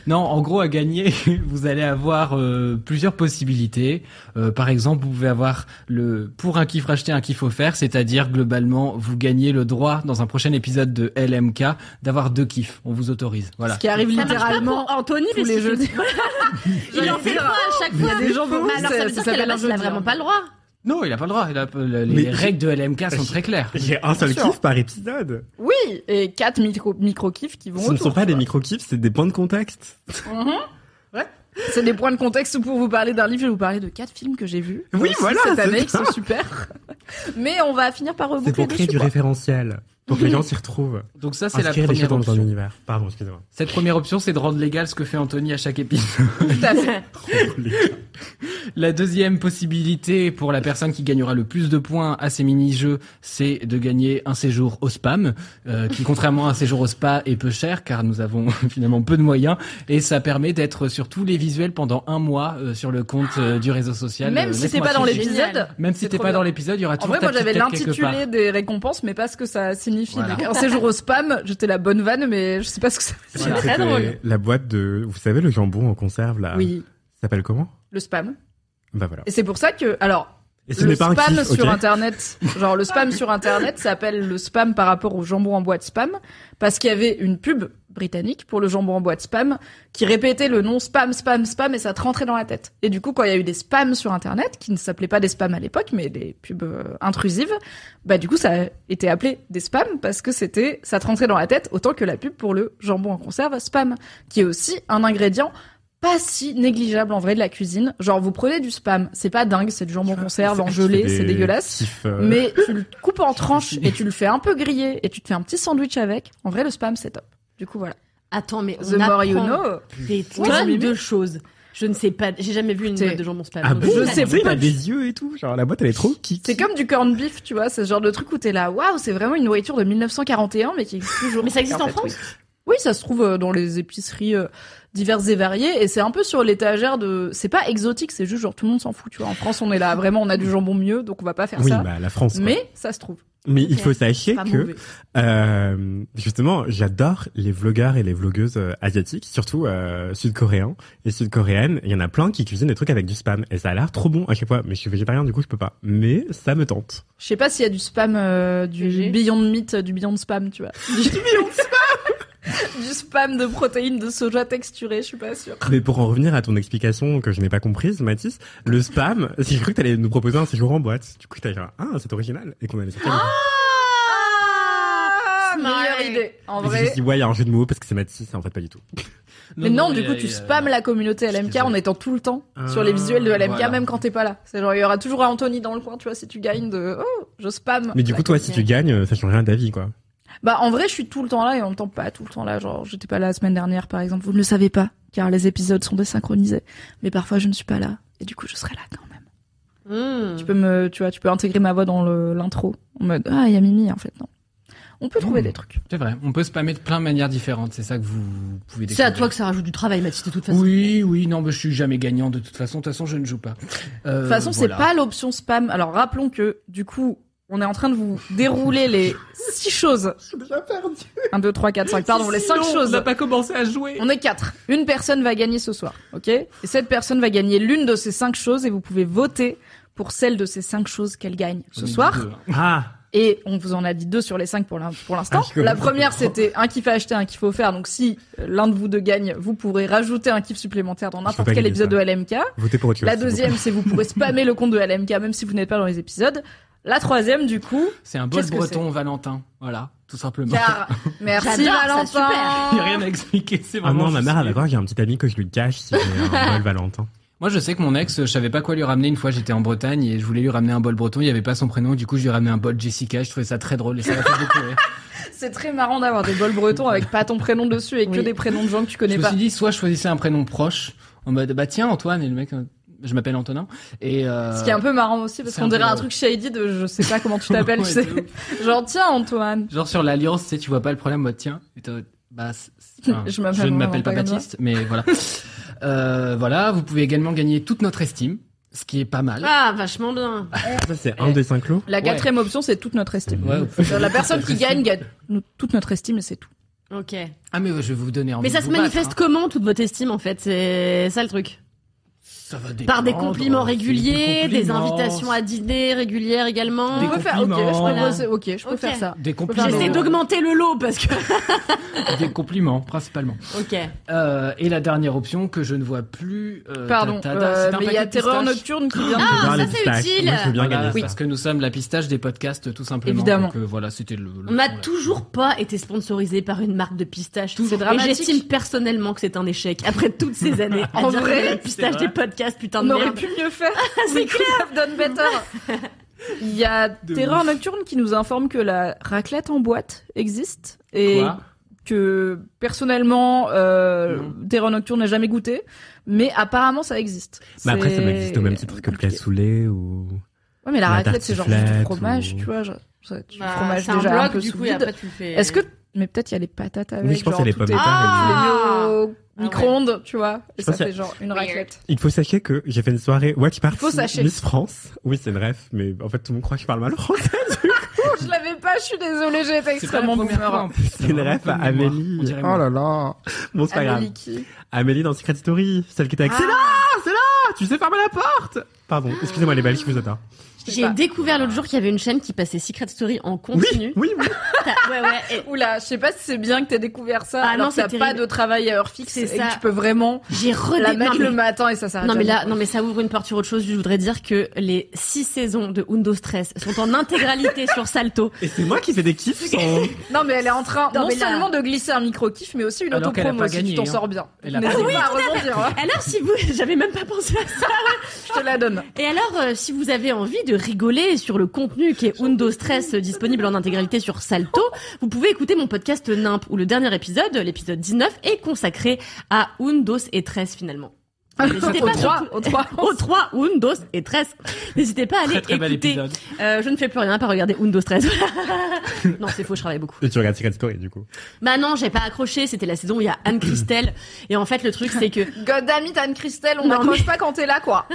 Speaker 3: Non, en gros, à gagner, vous allez avoir euh, plusieurs possibilités. Euh, par exemple, vous pouvez avoir le pour un kiff racheté, un kiff offert, c'est-à-dire globalement, vous gagnez le droit dans un prochain épisode de LMK d'avoir deux kiffs. On vous autorise. Voilà.
Speaker 1: Ce qui arrive
Speaker 2: Ça marche pas
Speaker 1: littéralement.
Speaker 2: pour Anthony
Speaker 1: tous
Speaker 2: parce
Speaker 1: les
Speaker 2: qu'il
Speaker 1: jeudis.
Speaker 2: fait- il en fait
Speaker 1: dire,
Speaker 2: trois à chaque
Speaker 1: il y a
Speaker 2: fois.
Speaker 1: des gens pour
Speaker 2: Mais
Speaker 1: qui
Speaker 2: alors
Speaker 1: ça-
Speaker 2: ça veut
Speaker 1: ça
Speaker 2: dire qu'elle
Speaker 1: s'appelle
Speaker 2: a
Speaker 1: un jeu
Speaker 2: elle a
Speaker 1: de
Speaker 2: vraiment
Speaker 1: merde.
Speaker 2: pas le droit.
Speaker 3: Non, il a pas le droit. Il a- les
Speaker 4: Mais-
Speaker 3: règles de LMK sont très claires.
Speaker 4: J'ai un seul
Speaker 1: Bien sûr.
Speaker 4: kiff par épisode.
Speaker 1: Oui, et quatre micro micro kiffs qui vont
Speaker 4: Ce ne
Speaker 1: autour,
Speaker 4: sont pas
Speaker 1: tu
Speaker 4: des
Speaker 1: vois.
Speaker 4: micro-kiffs, c'est des points de contexte.
Speaker 1: C'est des points de contexte où pour vous parler d'un livre, je vais vous parler de quatre films que j'ai vus.
Speaker 4: Oui,
Speaker 1: aussi
Speaker 4: voilà,
Speaker 1: Cette
Speaker 4: c'est
Speaker 1: année, qui
Speaker 4: ça.
Speaker 1: sont super. Mais on va finir par
Speaker 4: C'est
Speaker 1: reboucler
Speaker 4: pour créer
Speaker 1: dessus.
Speaker 4: du
Speaker 1: quoi.
Speaker 4: référentiel. Pour que les gens s'y retrouvent.
Speaker 3: Donc ça, c'est la
Speaker 4: Inscrire les choses
Speaker 3: première
Speaker 4: dans ton
Speaker 3: option.
Speaker 4: univers. Pardon, excusez-moi.
Speaker 3: Cette première option, c'est de rendre légal ce que fait Anthony à chaque épisode.
Speaker 1: Tout à fait.
Speaker 3: La deuxième possibilité pour la personne qui gagnera le plus de points à ces mini-jeux, c'est de gagner un séjour au spam, euh, qui contrairement à un séjour au spa est peu cher car nous avons finalement peu de moyens et ça permet d'être sur tous les visuels pendant un mois euh, sur le compte euh, du réseau social.
Speaker 1: Même
Speaker 3: euh,
Speaker 1: si t'es
Speaker 3: Laisse-moi
Speaker 1: pas dans
Speaker 3: kiffer.
Speaker 2: les-
Speaker 1: l'épisode.
Speaker 4: Ah,
Speaker 3: Même si
Speaker 1: c'est
Speaker 3: t'es
Speaker 1: trop
Speaker 3: pas
Speaker 1: bien.
Speaker 3: dans l'épisode, il y aura
Speaker 1: En
Speaker 3: toujours
Speaker 1: vrai,
Speaker 3: ta
Speaker 1: moi, j'avais
Speaker 3: petite tête quelque part.
Speaker 1: l'intitulé des récompenses, mais pas ce que ça signifie.
Speaker 3: Voilà.
Speaker 1: Un séjour au spam, j'étais la bonne vanne, mais je sais pas ce que ça veut dire.
Speaker 3: Voilà.
Speaker 2: très
Speaker 4: C'était
Speaker 2: drôle.
Speaker 4: La boîte de, vous savez, le jambon en conserve, là.
Speaker 1: Oui,
Speaker 4: Ça s'appelle comment?
Speaker 1: le spam.
Speaker 4: Bah voilà.
Speaker 1: Et c'est pour ça que, alors,
Speaker 4: Et ce
Speaker 1: le
Speaker 4: n'est pas un
Speaker 1: spam
Speaker 4: kiff,
Speaker 1: sur
Speaker 4: ok
Speaker 1: internet, genre le spam sur internet s'appelle le spam par rapport au jambon en boîte spam parce qu'il y avait une pub britannique pour le jambon en boîte spam qui répétait le nom spam spam spam et ça te rentrait dans la tête. Et du coup quand il y a eu des spams sur internet qui ne s'appelaient pas des spams à l'époque mais des pubs euh, intrusives, bah du coup ça a été appelé des spams parce que c'était ça te rentrait dans la tête autant que la pub pour le jambon en conserve spam qui est aussi un ingrédient pas si négligeable en vrai de la cuisine. Genre vous prenez du spam, c'est pas dingue, c'est du jambon en conserve en
Speaker 4: Je
Speaker 1: gelée,
Speaker 4: fais
Speaker 1: c'est
Speaker 4: des
Speaker 1: dégueulasse.
Speaker 4: kiffs, euh,
Speaker 1: Mais tu le coupes en tranches et tu le fais un peu griller et tu te fais un petit sandwich avec. En vrai, le spam c'est top. Du coup voilà.
Speaker 2: Attends, mais
Speaker 1: The more you know.
Speaker 2: des
Speaker 1: Oui, mais-
Speaker 2: tonnes de choses. Je ne sais pas, j'ai jamais vu une
Speaker 1: Putain.
Speaker 2: boîte de jambon spam.
Speaker 4: Ah
Speaker 2: Donc,
Speaker 4: bon
Speaker 1: je
Speaker 2: la-
Speaker 1: sais
Speaker 4: Tu sais, il
Speaker 1: pas.
Speaker 4: a des yeux et tout. Genre, la boîte, elle est trop kick.
Speaker 1: C'est comme du corned beef, tu vois, c'est ce genre de truc où t'es là, waouh, c'est vraiment une nourriture de 1941 mais qui existe toujours.
Speaker 2: Mais ça existe en
Speaker 1: fait,
Speaker 2: France
Speaker 1: Oui, ça se trouve euh, dans les épiceries euh, diverses et variées, et c'est un peu sur l'étagère de. C'est pas exotique, c'est juste genre tout le monde s'en fout, tu vois. En France, on est là, vraiment, on a du jambon mieux, donc on va pas faire
Speaker 4: Oui,
Speaker 1: ça.
Speaker 4: bah, la France. quoi.
Speaker 1: Mais ça se trouve.
Speaker 4: Mais il
Speaker 2: Ok.
Speaker 4: faut sachez
Speaker 2: Pas
Speaker 4: que,
Speaker 2: mauvais.
Speaker 4: euh, justement, j'adore les vlogueurs et les vlogueuses euh, asiatiques, surtout euh, sud-coréens et sud-coréennes. Il y en a plein qui cuisinent des trucs avec du spam. Et ça a l'air trop bon à chaque fois. Mais je suis végétarien, du coup, je peux pas. Mais ça me tente.
Speaker 1: Je sais pas s'il y a du spam, euh, du
Speaker 2: VG.
Speaker 1: beyond meat, euh, du beyond spam, tu vois. Du beyond spam Du spam de protéines de soja texturées, je suis pas sûre.
Speaker 4: Mais pour en revenir à ton explication que je n'ai pas comprise, Mathis, le spam, j'ai cru que t'allais nous proposer un séjour en boîte. Du coup, t'as dit, ah, c'est original. Et qu'on allait sortir.
Speaker 1: Ah
Speaker 2: smart.
Speaker 1: Meilleure idée, en
Speaker 4: Mais je me
Speaker 1: vrai. Bah,
Speaker 4: suis dit, ouais, il y a un jeu de mots parce que c'est Mathis, en fait, pas du tout.
Speaker 1: Mais non, du
Speaker 3: il y
Speaker 1: coup,
Speaker 3: a-
Speaker 1: tu
Speaker 3: il y a-
Speaker 1: spammes la communauté
Speaker 3: Je suis
Speaker 1: LMK
Speaker 3: désolé.
Speaker 1: en étant tout le temps
Speaker 4: Ah,
Speaker 1: sur les visuels de LMK,
Speaker 3: voilà.
Speaker 1: même quand t'es pas là. C'est genre, il y aura toujours un Anthony dans le coin, tu vois, si tu gagnes de, oh, je spamme.
Speaker 4: Mais du coup, toi, si tu gagnes, euh, ça change rien d'avis, quoi.
Speaker 1: Bah en vrai, je suis tout le temps là et en même temps pas tout le temps là. Genre, j'étais pas là la semaine dernière, par exemple. Vous ne le savez pas, car les épisodes sont désynchronisés. Mais parfois, je ne suis pas là et du coup, je serai là quand même.
Speaker 2: Mmh.
Speaker 1: Tu peux me, tu vois, tu peux intégrer ma voix dans le- l'intro en mode ah il y a Mimi en fait non. On peut trouver
Speaker 3: Mmh.
Speaker 1: des trucs.
Speaker 3: C'est vrai, on peut spammer de plein de manières différentes, c'est ça que vous pouvez
Speaker 2: C'est
Speaker 3: découvrir.
Speaker 2: à toi que ça rajoute du travail, Mathis, de toute façon.
Speaker 3: Oui, oui, non, mais je suis jamais gagnant de toute façon, de toute façon je ne joue pas. Euh,
Speaker 1: De toute façon,
Speaker 3: voilà.
Speaker 1: c'est pas l'option spam. Alors rappelons que du coup, on est en train de vous dérouler les six choses.
Speaker 4: Je suis déjà perdu.
Speaker 1: 1 2 3 4 5 pardon, les cinq choses.
Speaker 3: pas commencé à jouer.
Speaker 1: On est quatre. Une personne va gagner ce soir, ok Et cette personne va gagner l'une de ces cinq choses et vous pouvez voter pour celle de ces cinq choses qu'elle gagne ce soir.
Speaker 4: Ah,
Speaker 1: Et on vous en a dit deux sur les cinq pour l'in- pour l'instant.
Speaker 4: Ah, je
Speaker 1: La
Speaker 4: comprends.
Speaker 1: première, c'était un kiff à acheter, un kiff offert. Donc si euh, l'un de vous deux gagne, vous pourrez rajouter un kiff supplémentaire dans
Speaker 4: peux
Speaker 1: n'importe
Speaker 4: pas
Speaker 1: quel
Speaker 4: gagner
Speaker 1: épisode
Speaker 4: ça.
Speaker 1: de LMK.
Speaker 4: votez pour autre chose.
Speaker 1: La
Speaker 4: s'il vous
Speaker 1: deuxième,
Speaker 4: plaît.
Speaker 1: c'est vous pourrez spammer le compte de LMK même si vous n'êtes pas dans les épisodes. La troisième, du coup,
Speaker 3: C'est un bol
Speaker 1: Qu'est-ce que
Speaker 3: breton Valentin, voilà, tout simplement.
Speaker 1: car merci
Speaker 2: J'adore ça,
Speaker 1: Valentin.
Speaker 3: Il n'y a rien à expliquer, c'est
Speaker 4: Ah
Speaker 3: vraiment...
Speaker 4: non, ma
Speaker 3: juste-
Speaker 4: mère, elle va voir, j'ai un petit ami que je lui cache si j'ai un bol Valentin.
Speaker 3: Moi, je sais que mon ex, je savais pas quoi lui ramener. Une fois, j'étais en Bretagne et je voulais lui ramener un bol breton. Il y avait pas son prénom. Du coup, je lui ai ramené un bol Jessica. Je trouvais ça très drôle et ça m'a fait beaucoup rire.
Speaker 1: C'est très marrant d'avoir des bols bretons avec pas ton prénom dessus et que
Speaker 2: Oui.
Speaker 1: des prénoms de gens que tu
Speaker 3: Je
Speaker 1: connais
Speaker 3: me
Speaker 1: pas.
Speaker 3: suis dit, soit je choisissais un prénom proche, en mode, bah tiens, Antoine, et le mec, euh, je m'appelle Antonin. Et, euh,
Speaker 1: Ce qui est un peu euh, marrant aussi parce
Speaker 3: c'est
Speaker 1: qu'on
Speaker 3: un peu
Speaker 1: dirait un
Speaker 3: drôle.
Speaker 1: truc shady de je sais pas comment tu t'appelles,
Speaker 3: Ouais,
Speaker 1: tu sais.
Speaker 3: de ouf.
Speaker 1: Genre tiens Antoine.
Speaker 3: Genre sur l'alliance, tu sais, tu vois pas le problème, moi tiens, et toi, bah, c'est- c'est- enfin,
Speaker 1: Je
Speaker 3: je,
Speaker 1: m'appelle
Speaker 3: ne
Speaker 1: vraiment
Speaker 3: m'appelle pas
Speaker 1: pas comme ça.
Speaker 3: Baptiste, mais voilà. Euh, voilà, vous pouvez également gagner toute notre estime, ce qui est pas mal.
Speaker 2: Ah, vachement bien.
Speaker 4: Ça, c'est un des cinq lots.
Speaker 1: La quatrième option c'est toute notre estime.
Speaker 3: Ouais, vous pouvez
Speaker 1: C'est-à-dire, Euh, La
Speaker 3: gagner toute
Speaker 1: personne
Speaker 3: notre
Speaker 1: qui
Speaker 3: estime.
Speaker 1: gagne gagne nous- toute notre estime et c'est tout.
Speaker 2: Ok.
Speaker 3: Ah mais je vais vous donner envie.
Speaker 2: Mais ça
Speaker 3: de
Speaker 2: se
Speaker 3: vous
Speaker 2: manifeste
Speaker 3: battre,
Speaker 2: comment, toute votre estime, en fait C'est ça le truc.
Speaker 3: hein. Ça va dépendre, hein.
Speaker 2: Par des compliments
Speaker 3: c'est
Speaker 2: réguliers, des,
Speaker 3: compliments,
Speaker 2: invitations à dîner régulières également.
Speaker 3: Des
Speaker 1: On peut faire ok, je peux,
Speaker 3: compliments.
Speaker 1: bosser, ok, je peux
Speaker 2: Ok.
Speaker 1: faire ça.
Speaker 3: Des compliments.
Speaker 2: J'essaie d'augmenter le lot parce que.
Speaker 3: Des compliments principalement.
Speaker 2: Ok.
Speaker 3: Euh, et la dernière option que je ne vois plus. euh,
Speaker 1: Pardon,
Speaker 3: ta- ta- ta-
Speaker 1: euh,
Speaker 3: c'est un
Speaker 1: mais il y
Speaker 3: paquet
Speaker 1: a
Speaker 3: de
Speaker 1: Terreur Ah,
Speaker 3: pistaches.
Speaker 1: nocturne qui vient. de-
Speaker 4: Je vais voir
Speaker 2: ça,
Speaker 4: les
Speaker 2: c'est
Speaker 4: pistaches.
Speaker 2: utile.
Speaker 4: Moi, je veux bien
Speaker 3: Voilà,
Speaker 4: gagner
Speaker 3: Parce
Speaker 4: ça.
Speaker 3: que nous sommes la pistache des podcasts, tout simplement.
Speaker 1: Évidemment.
Speaker 3: Donc, euh, voilà, c'était le. le-
Speaker 2: On n'a
Speaker 3: voilà.
Speaker 2: toujours pas été sponsorisé par une marque de pistache.
Speaker 1: C'est
Speaker 2: Et
Speaker 1: dramatique.
Speaker 2: j'estime personnellement que c'est un échec après toutes ces années. à
Speaker 1: En
Speaker 2: dire que
Speaker 1: vrai,
Speaker 2: la pistache
Speaker 3: vrai.
Speaker 2: des podcasts, putain
Speaker 1: On
Speaker 2: de
Speaker 1: aurait
Speaker 2: merde.
Speaker 1: pu mieux faire.
Speaker 2: c'est
Speaker 1: We could have done better. Il y a Terreur Nocturne qui nous informe que la raclette en boîte existe et
Speaker 3: Quoi
Speaker 1: que personnellement euh,
Speaker 3: Non.
Speaker 1: Terreur Nocturne n'a jamais goûté, mais apparemment ça existe.
Speaker 4: Mais après, ça
Speaker 1: C'est
Speaker 4: m'existe au même titre que le
Speaker 1: compliqué.
Speaker 4: cassoulet ou.
Speaker 1: Ouais, mais la,
Speaker 4: La
Speaker 1: raclette c'est genre juste du
Speaker 4: tartiflette
Speaker 1: fromage,
Speaker 4: ou-
Speaker 1: tu vois, genre, ça, du
Speaker 2: Bah,
Speaker 1: fromage
Speaker 2: c'est un
Speaker 1: déjà un,
Speaker 2: bloc,
Speaker 1: peu
Speaker 2: du
Speaker 1: sous
Speaker 2: coup, et
Speaker 1: vide.
Speaker 2: après, tu fais-
Speaker 1: Est-ce que mais peut-être il y a les patates avec.
Speaker 4: Oui, je pense
Speaker 1: genre,
Speaker 4: que les
Speaker 1: tout
Speaker 4: pommes de
Speaker 1: est-
Speaker 4: terre. elles-
Speaker 2: Ah
Speaker 1: Tu les mets au
Speaker 2: Ah ouais.
Speaker 1: micro-ondes, tu vois, et
Speaker 4: Je
Speaker 1: ça
Speaker 4: pense que-
Speaker 1: fait genre une
Speaker 2: Weird.
Speaker 1: raclette.
Speaker 4: Il faut sachez que j'ai fait une soirée Watch Party
Speaker 1: Il faut sachez.
Speaker 4: Miss France. Oui, c'est bref, mais en fait, tout le monde croit que je parle mal français.
Speaker 1: Je l'avais pas, je suis désolée, j'ai
Speaker 3: C'est
Speaker 1: été
Speaker 3: pas la
Speaker 1: extrêmement
Speaker 3: première fois,
Speaker 1: boomer.
Speaker 3: en plus.
Speaker 4: C'est une
Speaker 3: vraiment
Speaker 4: ref à
Speaker 3: comme moi.
Speaker 4: Amélie.
Speaker 3: On dirait
Speaker 4: Oh
Speaker 3: moi.
Speaker 4: là là. Bon, c'est pas grave.
Speaker 1: Amélie qui
Speaker 4: Amélie dans Secret Story, celle qui était
Speaker 1: Ah.
Speaker 4: avec. C'est là, c'est là, tu sais fermer la porte. Pardon, excusez-moi les balles, je vous attends.
Speaker 2: J'ai découvert l'autre jour qu'il y avait une chaîne qui passait Secret Story en continu.
Speaker 4: Oui, oui, oui.
Speaker 2: T'as- ouais, ouais. et
Speaker 1: Oula, je sais pas si c'est bien que t'aies découvert ça.
Speaker 2: Ah
Speaker 1: alors
Speaker 2: non,
Speaker 1: que t'as
Speaker 2: c'est
Speaker 1: pas
Speaker 2: terrible.
Speaker 1: de travail à heure fixe
Speaker 2: C'est
Speaker 1: et
Speaker 2: ça.
Speaker 1: que tu peux vraiment
Speaker 2: J'ai
Speaker 1: la
Speaker 2: redé...
Speaker 1: mettre
Speaker 2: non, mais-
Speaker 1: le matin et ça s'arrête.
Speaker 2: non mais là,
Speaker 1: jamais.
Speaker 2: non mais ça ouvre une porte sur autre chose. Je voudrais dire que les six saisons de Undo Stress sont en intégralité sur Salto.
Speaker 4: Et c'est moi qui fais des kiffs sans.
Speaker 1: non mais elle est en train non,
Speaker 2: Non, mais là-
Speaker 1: seulement de glisser un micro kiff, mais aussi une
Speaker 3: Alors qu'elle a
Speaker 1: autopromo.
Speaker 3: pas
Speaker 1: Si tu
Speaker 3: gagné,
Speaker 1: t'en
Speaker 3: hein.
Speaker 1: sors bien,
Speaker 3: Elle a
Speaker 1: N'hésite
Speaker 3: pas
Speaker 1: pas à rebondir. hein.
Speaker 2: Alors si vous, j'avais même pas pensé à ça.
Speaker 1: Je te la donne.
Speaker 2: Et alors euh, si vous avez envie de rigoler sur le contenu qui est Undo Stress euh, disponible en intégralité sur Salto, vous pouvez écouter mon podcast Nimp où le dernier épisode, l'épisode 19, est consacré à Undos et Tress finalement. N'hésitez
Speaker 1: Au
Speaker 2: Ah, pas
Speaker 1: trois,
Speaker 2: surtout-
Speaker 1: au trois.
Speaker 2: Au 3, Undos et Tress. N'hésitez pas à aller
Speaker 3: Très très bel
Speaker 2: écouter
Speaker 3: épisode.
Speaker 2: Euh, je ne fais plus rien à part regarder Undo Stress. non, c'est faux, je travaille beaucoup.
Speaker 4: Et tu regardes Secret Story du coup.
Speaker 2: Bah non, j'ai pas accroché, c'était la saison où il y a Anne Christelle. Et en fait, le truc, c'est que...
Speaker 1: God damn it, Anne-Christelle, on
Speaker 2: Non,
Speaker 1: n'accroche
Speaker 2: mais-
Speaker 1: pas quand t'es là, quoi.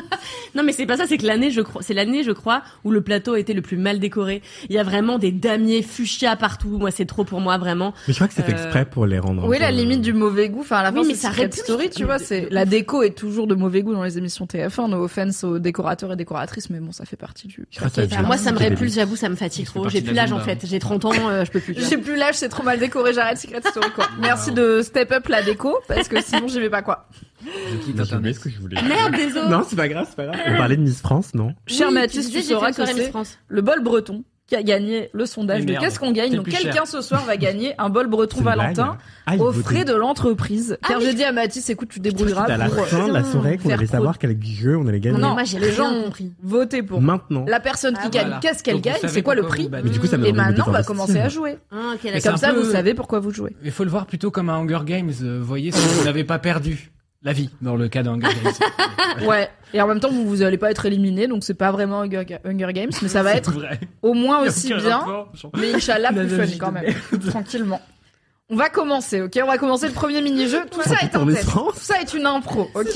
Speaker 2: Non, mais c'est pas ça, c'est que l'année, je crois, c'est l'année, je crois, où le plateau était le plus mal décoré. Il y a vraiment des damiers fuchsia partout. Moi, c'est trop pour moi, vraiment.
Speaker 4: Mais je crois que c'est fait
Speaker 2: Euh,
Speaker 4: exprès pour les rendre. un
Speaker 1: Oui, la
Speaker 4: peu- euh,
Speaker 1: limite du mauvais goût. Enfin, à la fin,
Speaker 2: Oui, mais
Speaker 1: c'est
Speaker 2: ça
Speaker 1: Secret
Speaker 2: répugne.
Speaker 1: Story, tu vois. C'est la déco est toujours de mauvais goût dans les émissions TF1. No offense aux décorateurs et décoratrices, mais bon, ça fait partie du.
Speaker 4: Je crois que ça
Speaker 2: Enfin,
Speaker 4: fait-
Speaker 2: moi, ça me
Speaker 4: c'est débile.
Speaker 2: répulse, j'avoue, ça me fatigue
Speaker 3: Ça fait
Speaker 2: trop.
Speaker 3: partie
Speaker 2: J'ai
Speaker 3: de
Speaker 2: plus
Speaker 3: la
Speaker 2: l'âge, en
Speaker 3: bombe,
Speaker 2: fait. J'ai 30 ans, euh, je peux plus. tu vois.
Speaker 1: J'ai plus l'âge, c'est trop mal décoré, j'arrête Secret Story quoi. Merci de step up la déco parce que sinon j'y vais pas quoi.
Speaker 3: Je quitte
Speaker 4: J'ai oublié
Speaker 3: Internet.
Speaker 4: ce que je voulais.
Speaker 2: Merde, désolé.
Speaker 1: Euh,
Speaker 4: Non, c'est pas grave, c'est pas grave. On parlait de Miss France, non
Speaker 1: Cher
Speaker 2: Oui,
Speaker 1: Mathis,
Speaker 2: disais,
Speaker 1: tu
Speaker 2: j'ai fait
Speaker 1: sauras
Speaker 2: une
Speaker 1: que
Speaker 2: soirée Miss
Speaker 1: c'est
Speaker 2: France.
Speaker 1: le bol breton qui a gagné le sondage
Speaker 3: Et
Speaker 1: de
Speaker 3: merde,
Speaker 1: qu'est-ce qu'on gagne.
Speaker 3: c'est
Speaker 1: Donc
Speaker 3: plus cher.
Speaker 1: quelqu'un ce soir va gagner un bol breton
Speaker 4: C'est une
Speaker 1: Valentin
Speaker 4: blague. Ah, il
Speaker 1: aux
Speaker 4: vaut
Speaker 1: frais
Speaker 4: des-
Speaker 1: de l'entreprise.
Speaker 2: Ah
Speaker 1: Car
Speaker 2: oui.
Speaker 1: j'ai dit à Mathis, écoute, tu te
Speaker 4: C'est à
Speaker 1: débrouilleras
Speaker 4: la
Speaker 1: pour euh,
Speaker 4: fin de la soirée qu'on
Speaker 1: faire
Speaker 4: allait
Speaker 1: pro-
Speaker 4: savoir quel jeu on allait gagner.
Speaker 1: Non,
Speaker 2: moi, j'ai
Speaker 1: les gens
Speaker 2: rien
Speaker 1: ont
Speaker 2: compris.
Speaker 1: voter pour.
Speaker 4: Maintenant.
Speaker 1: La personne qui
Speaker 2: Ah,
Speaker 1: gagne,
Speaker 3: voilà.
Speaker 1: qu'est-ce qu'elle
Speaker 3: Donc, vous
Speaker 1: gagne,
Speaker 3: savez bah,
Speaker 1: c'est quoi le
Speaker 3: pourquoi
Speaker 1: prix
Speaker 3: vous bannez.
Speaker 4: Mais du coup, ça me
Speaker 1: Et
Speaker 4: donne envie de
Speaker 1: maintenant, on va
Speaker 4: faire
Speaker 1: commencer à jouer.
Speaker 2: Ah, ok,
Speaker 3: Mais
Speaker 1: Et
Speaker 2: d'accord.
Speaker 3: c'est
Speaker 1: comme
Speaker 3: un
Speaker 1: ça,
Speaker 3: peu-
Speaker 1: vous savez pourquoi vous jouez.
Speaker 3: Il faut le voir plutôt comme un Hunger Games. euh, voyez si vous n'avez pas perdu la vie dans le cas d'un Hunger Games.
Speaker 1: Ouais. Et en même temps, vous, vous allez pas être éliminé, donc c'est pas vraiment Hunger, Hunger Games, mais ça va
Speaker 3: C'est
Speaker 1: être
Speaker 3: vrai.
Speaker 1: au moins
Speaker 3: Il y a
Speaker 1: aussi
Speaker 3: aucun
Speaker 1: bien,
Speaker 3: rapport, genre.
Speaker 1: mais Inch'Allah
Speaker 3: La
Speaker 1: plus fun
Speaker 3: logique
Speaker 1: quand
Speaker 3: de
Speaker 1: même. Tranquillement. On va commencer, ok On va commencer le premier mini-jeu. Tout ça est
Speaker 4: Dans
Speaker 1: un
Speaker 4: les
Speaker 1: test.
Speaker 4: sens.
Speaker 1: Tout ça est une impro, ok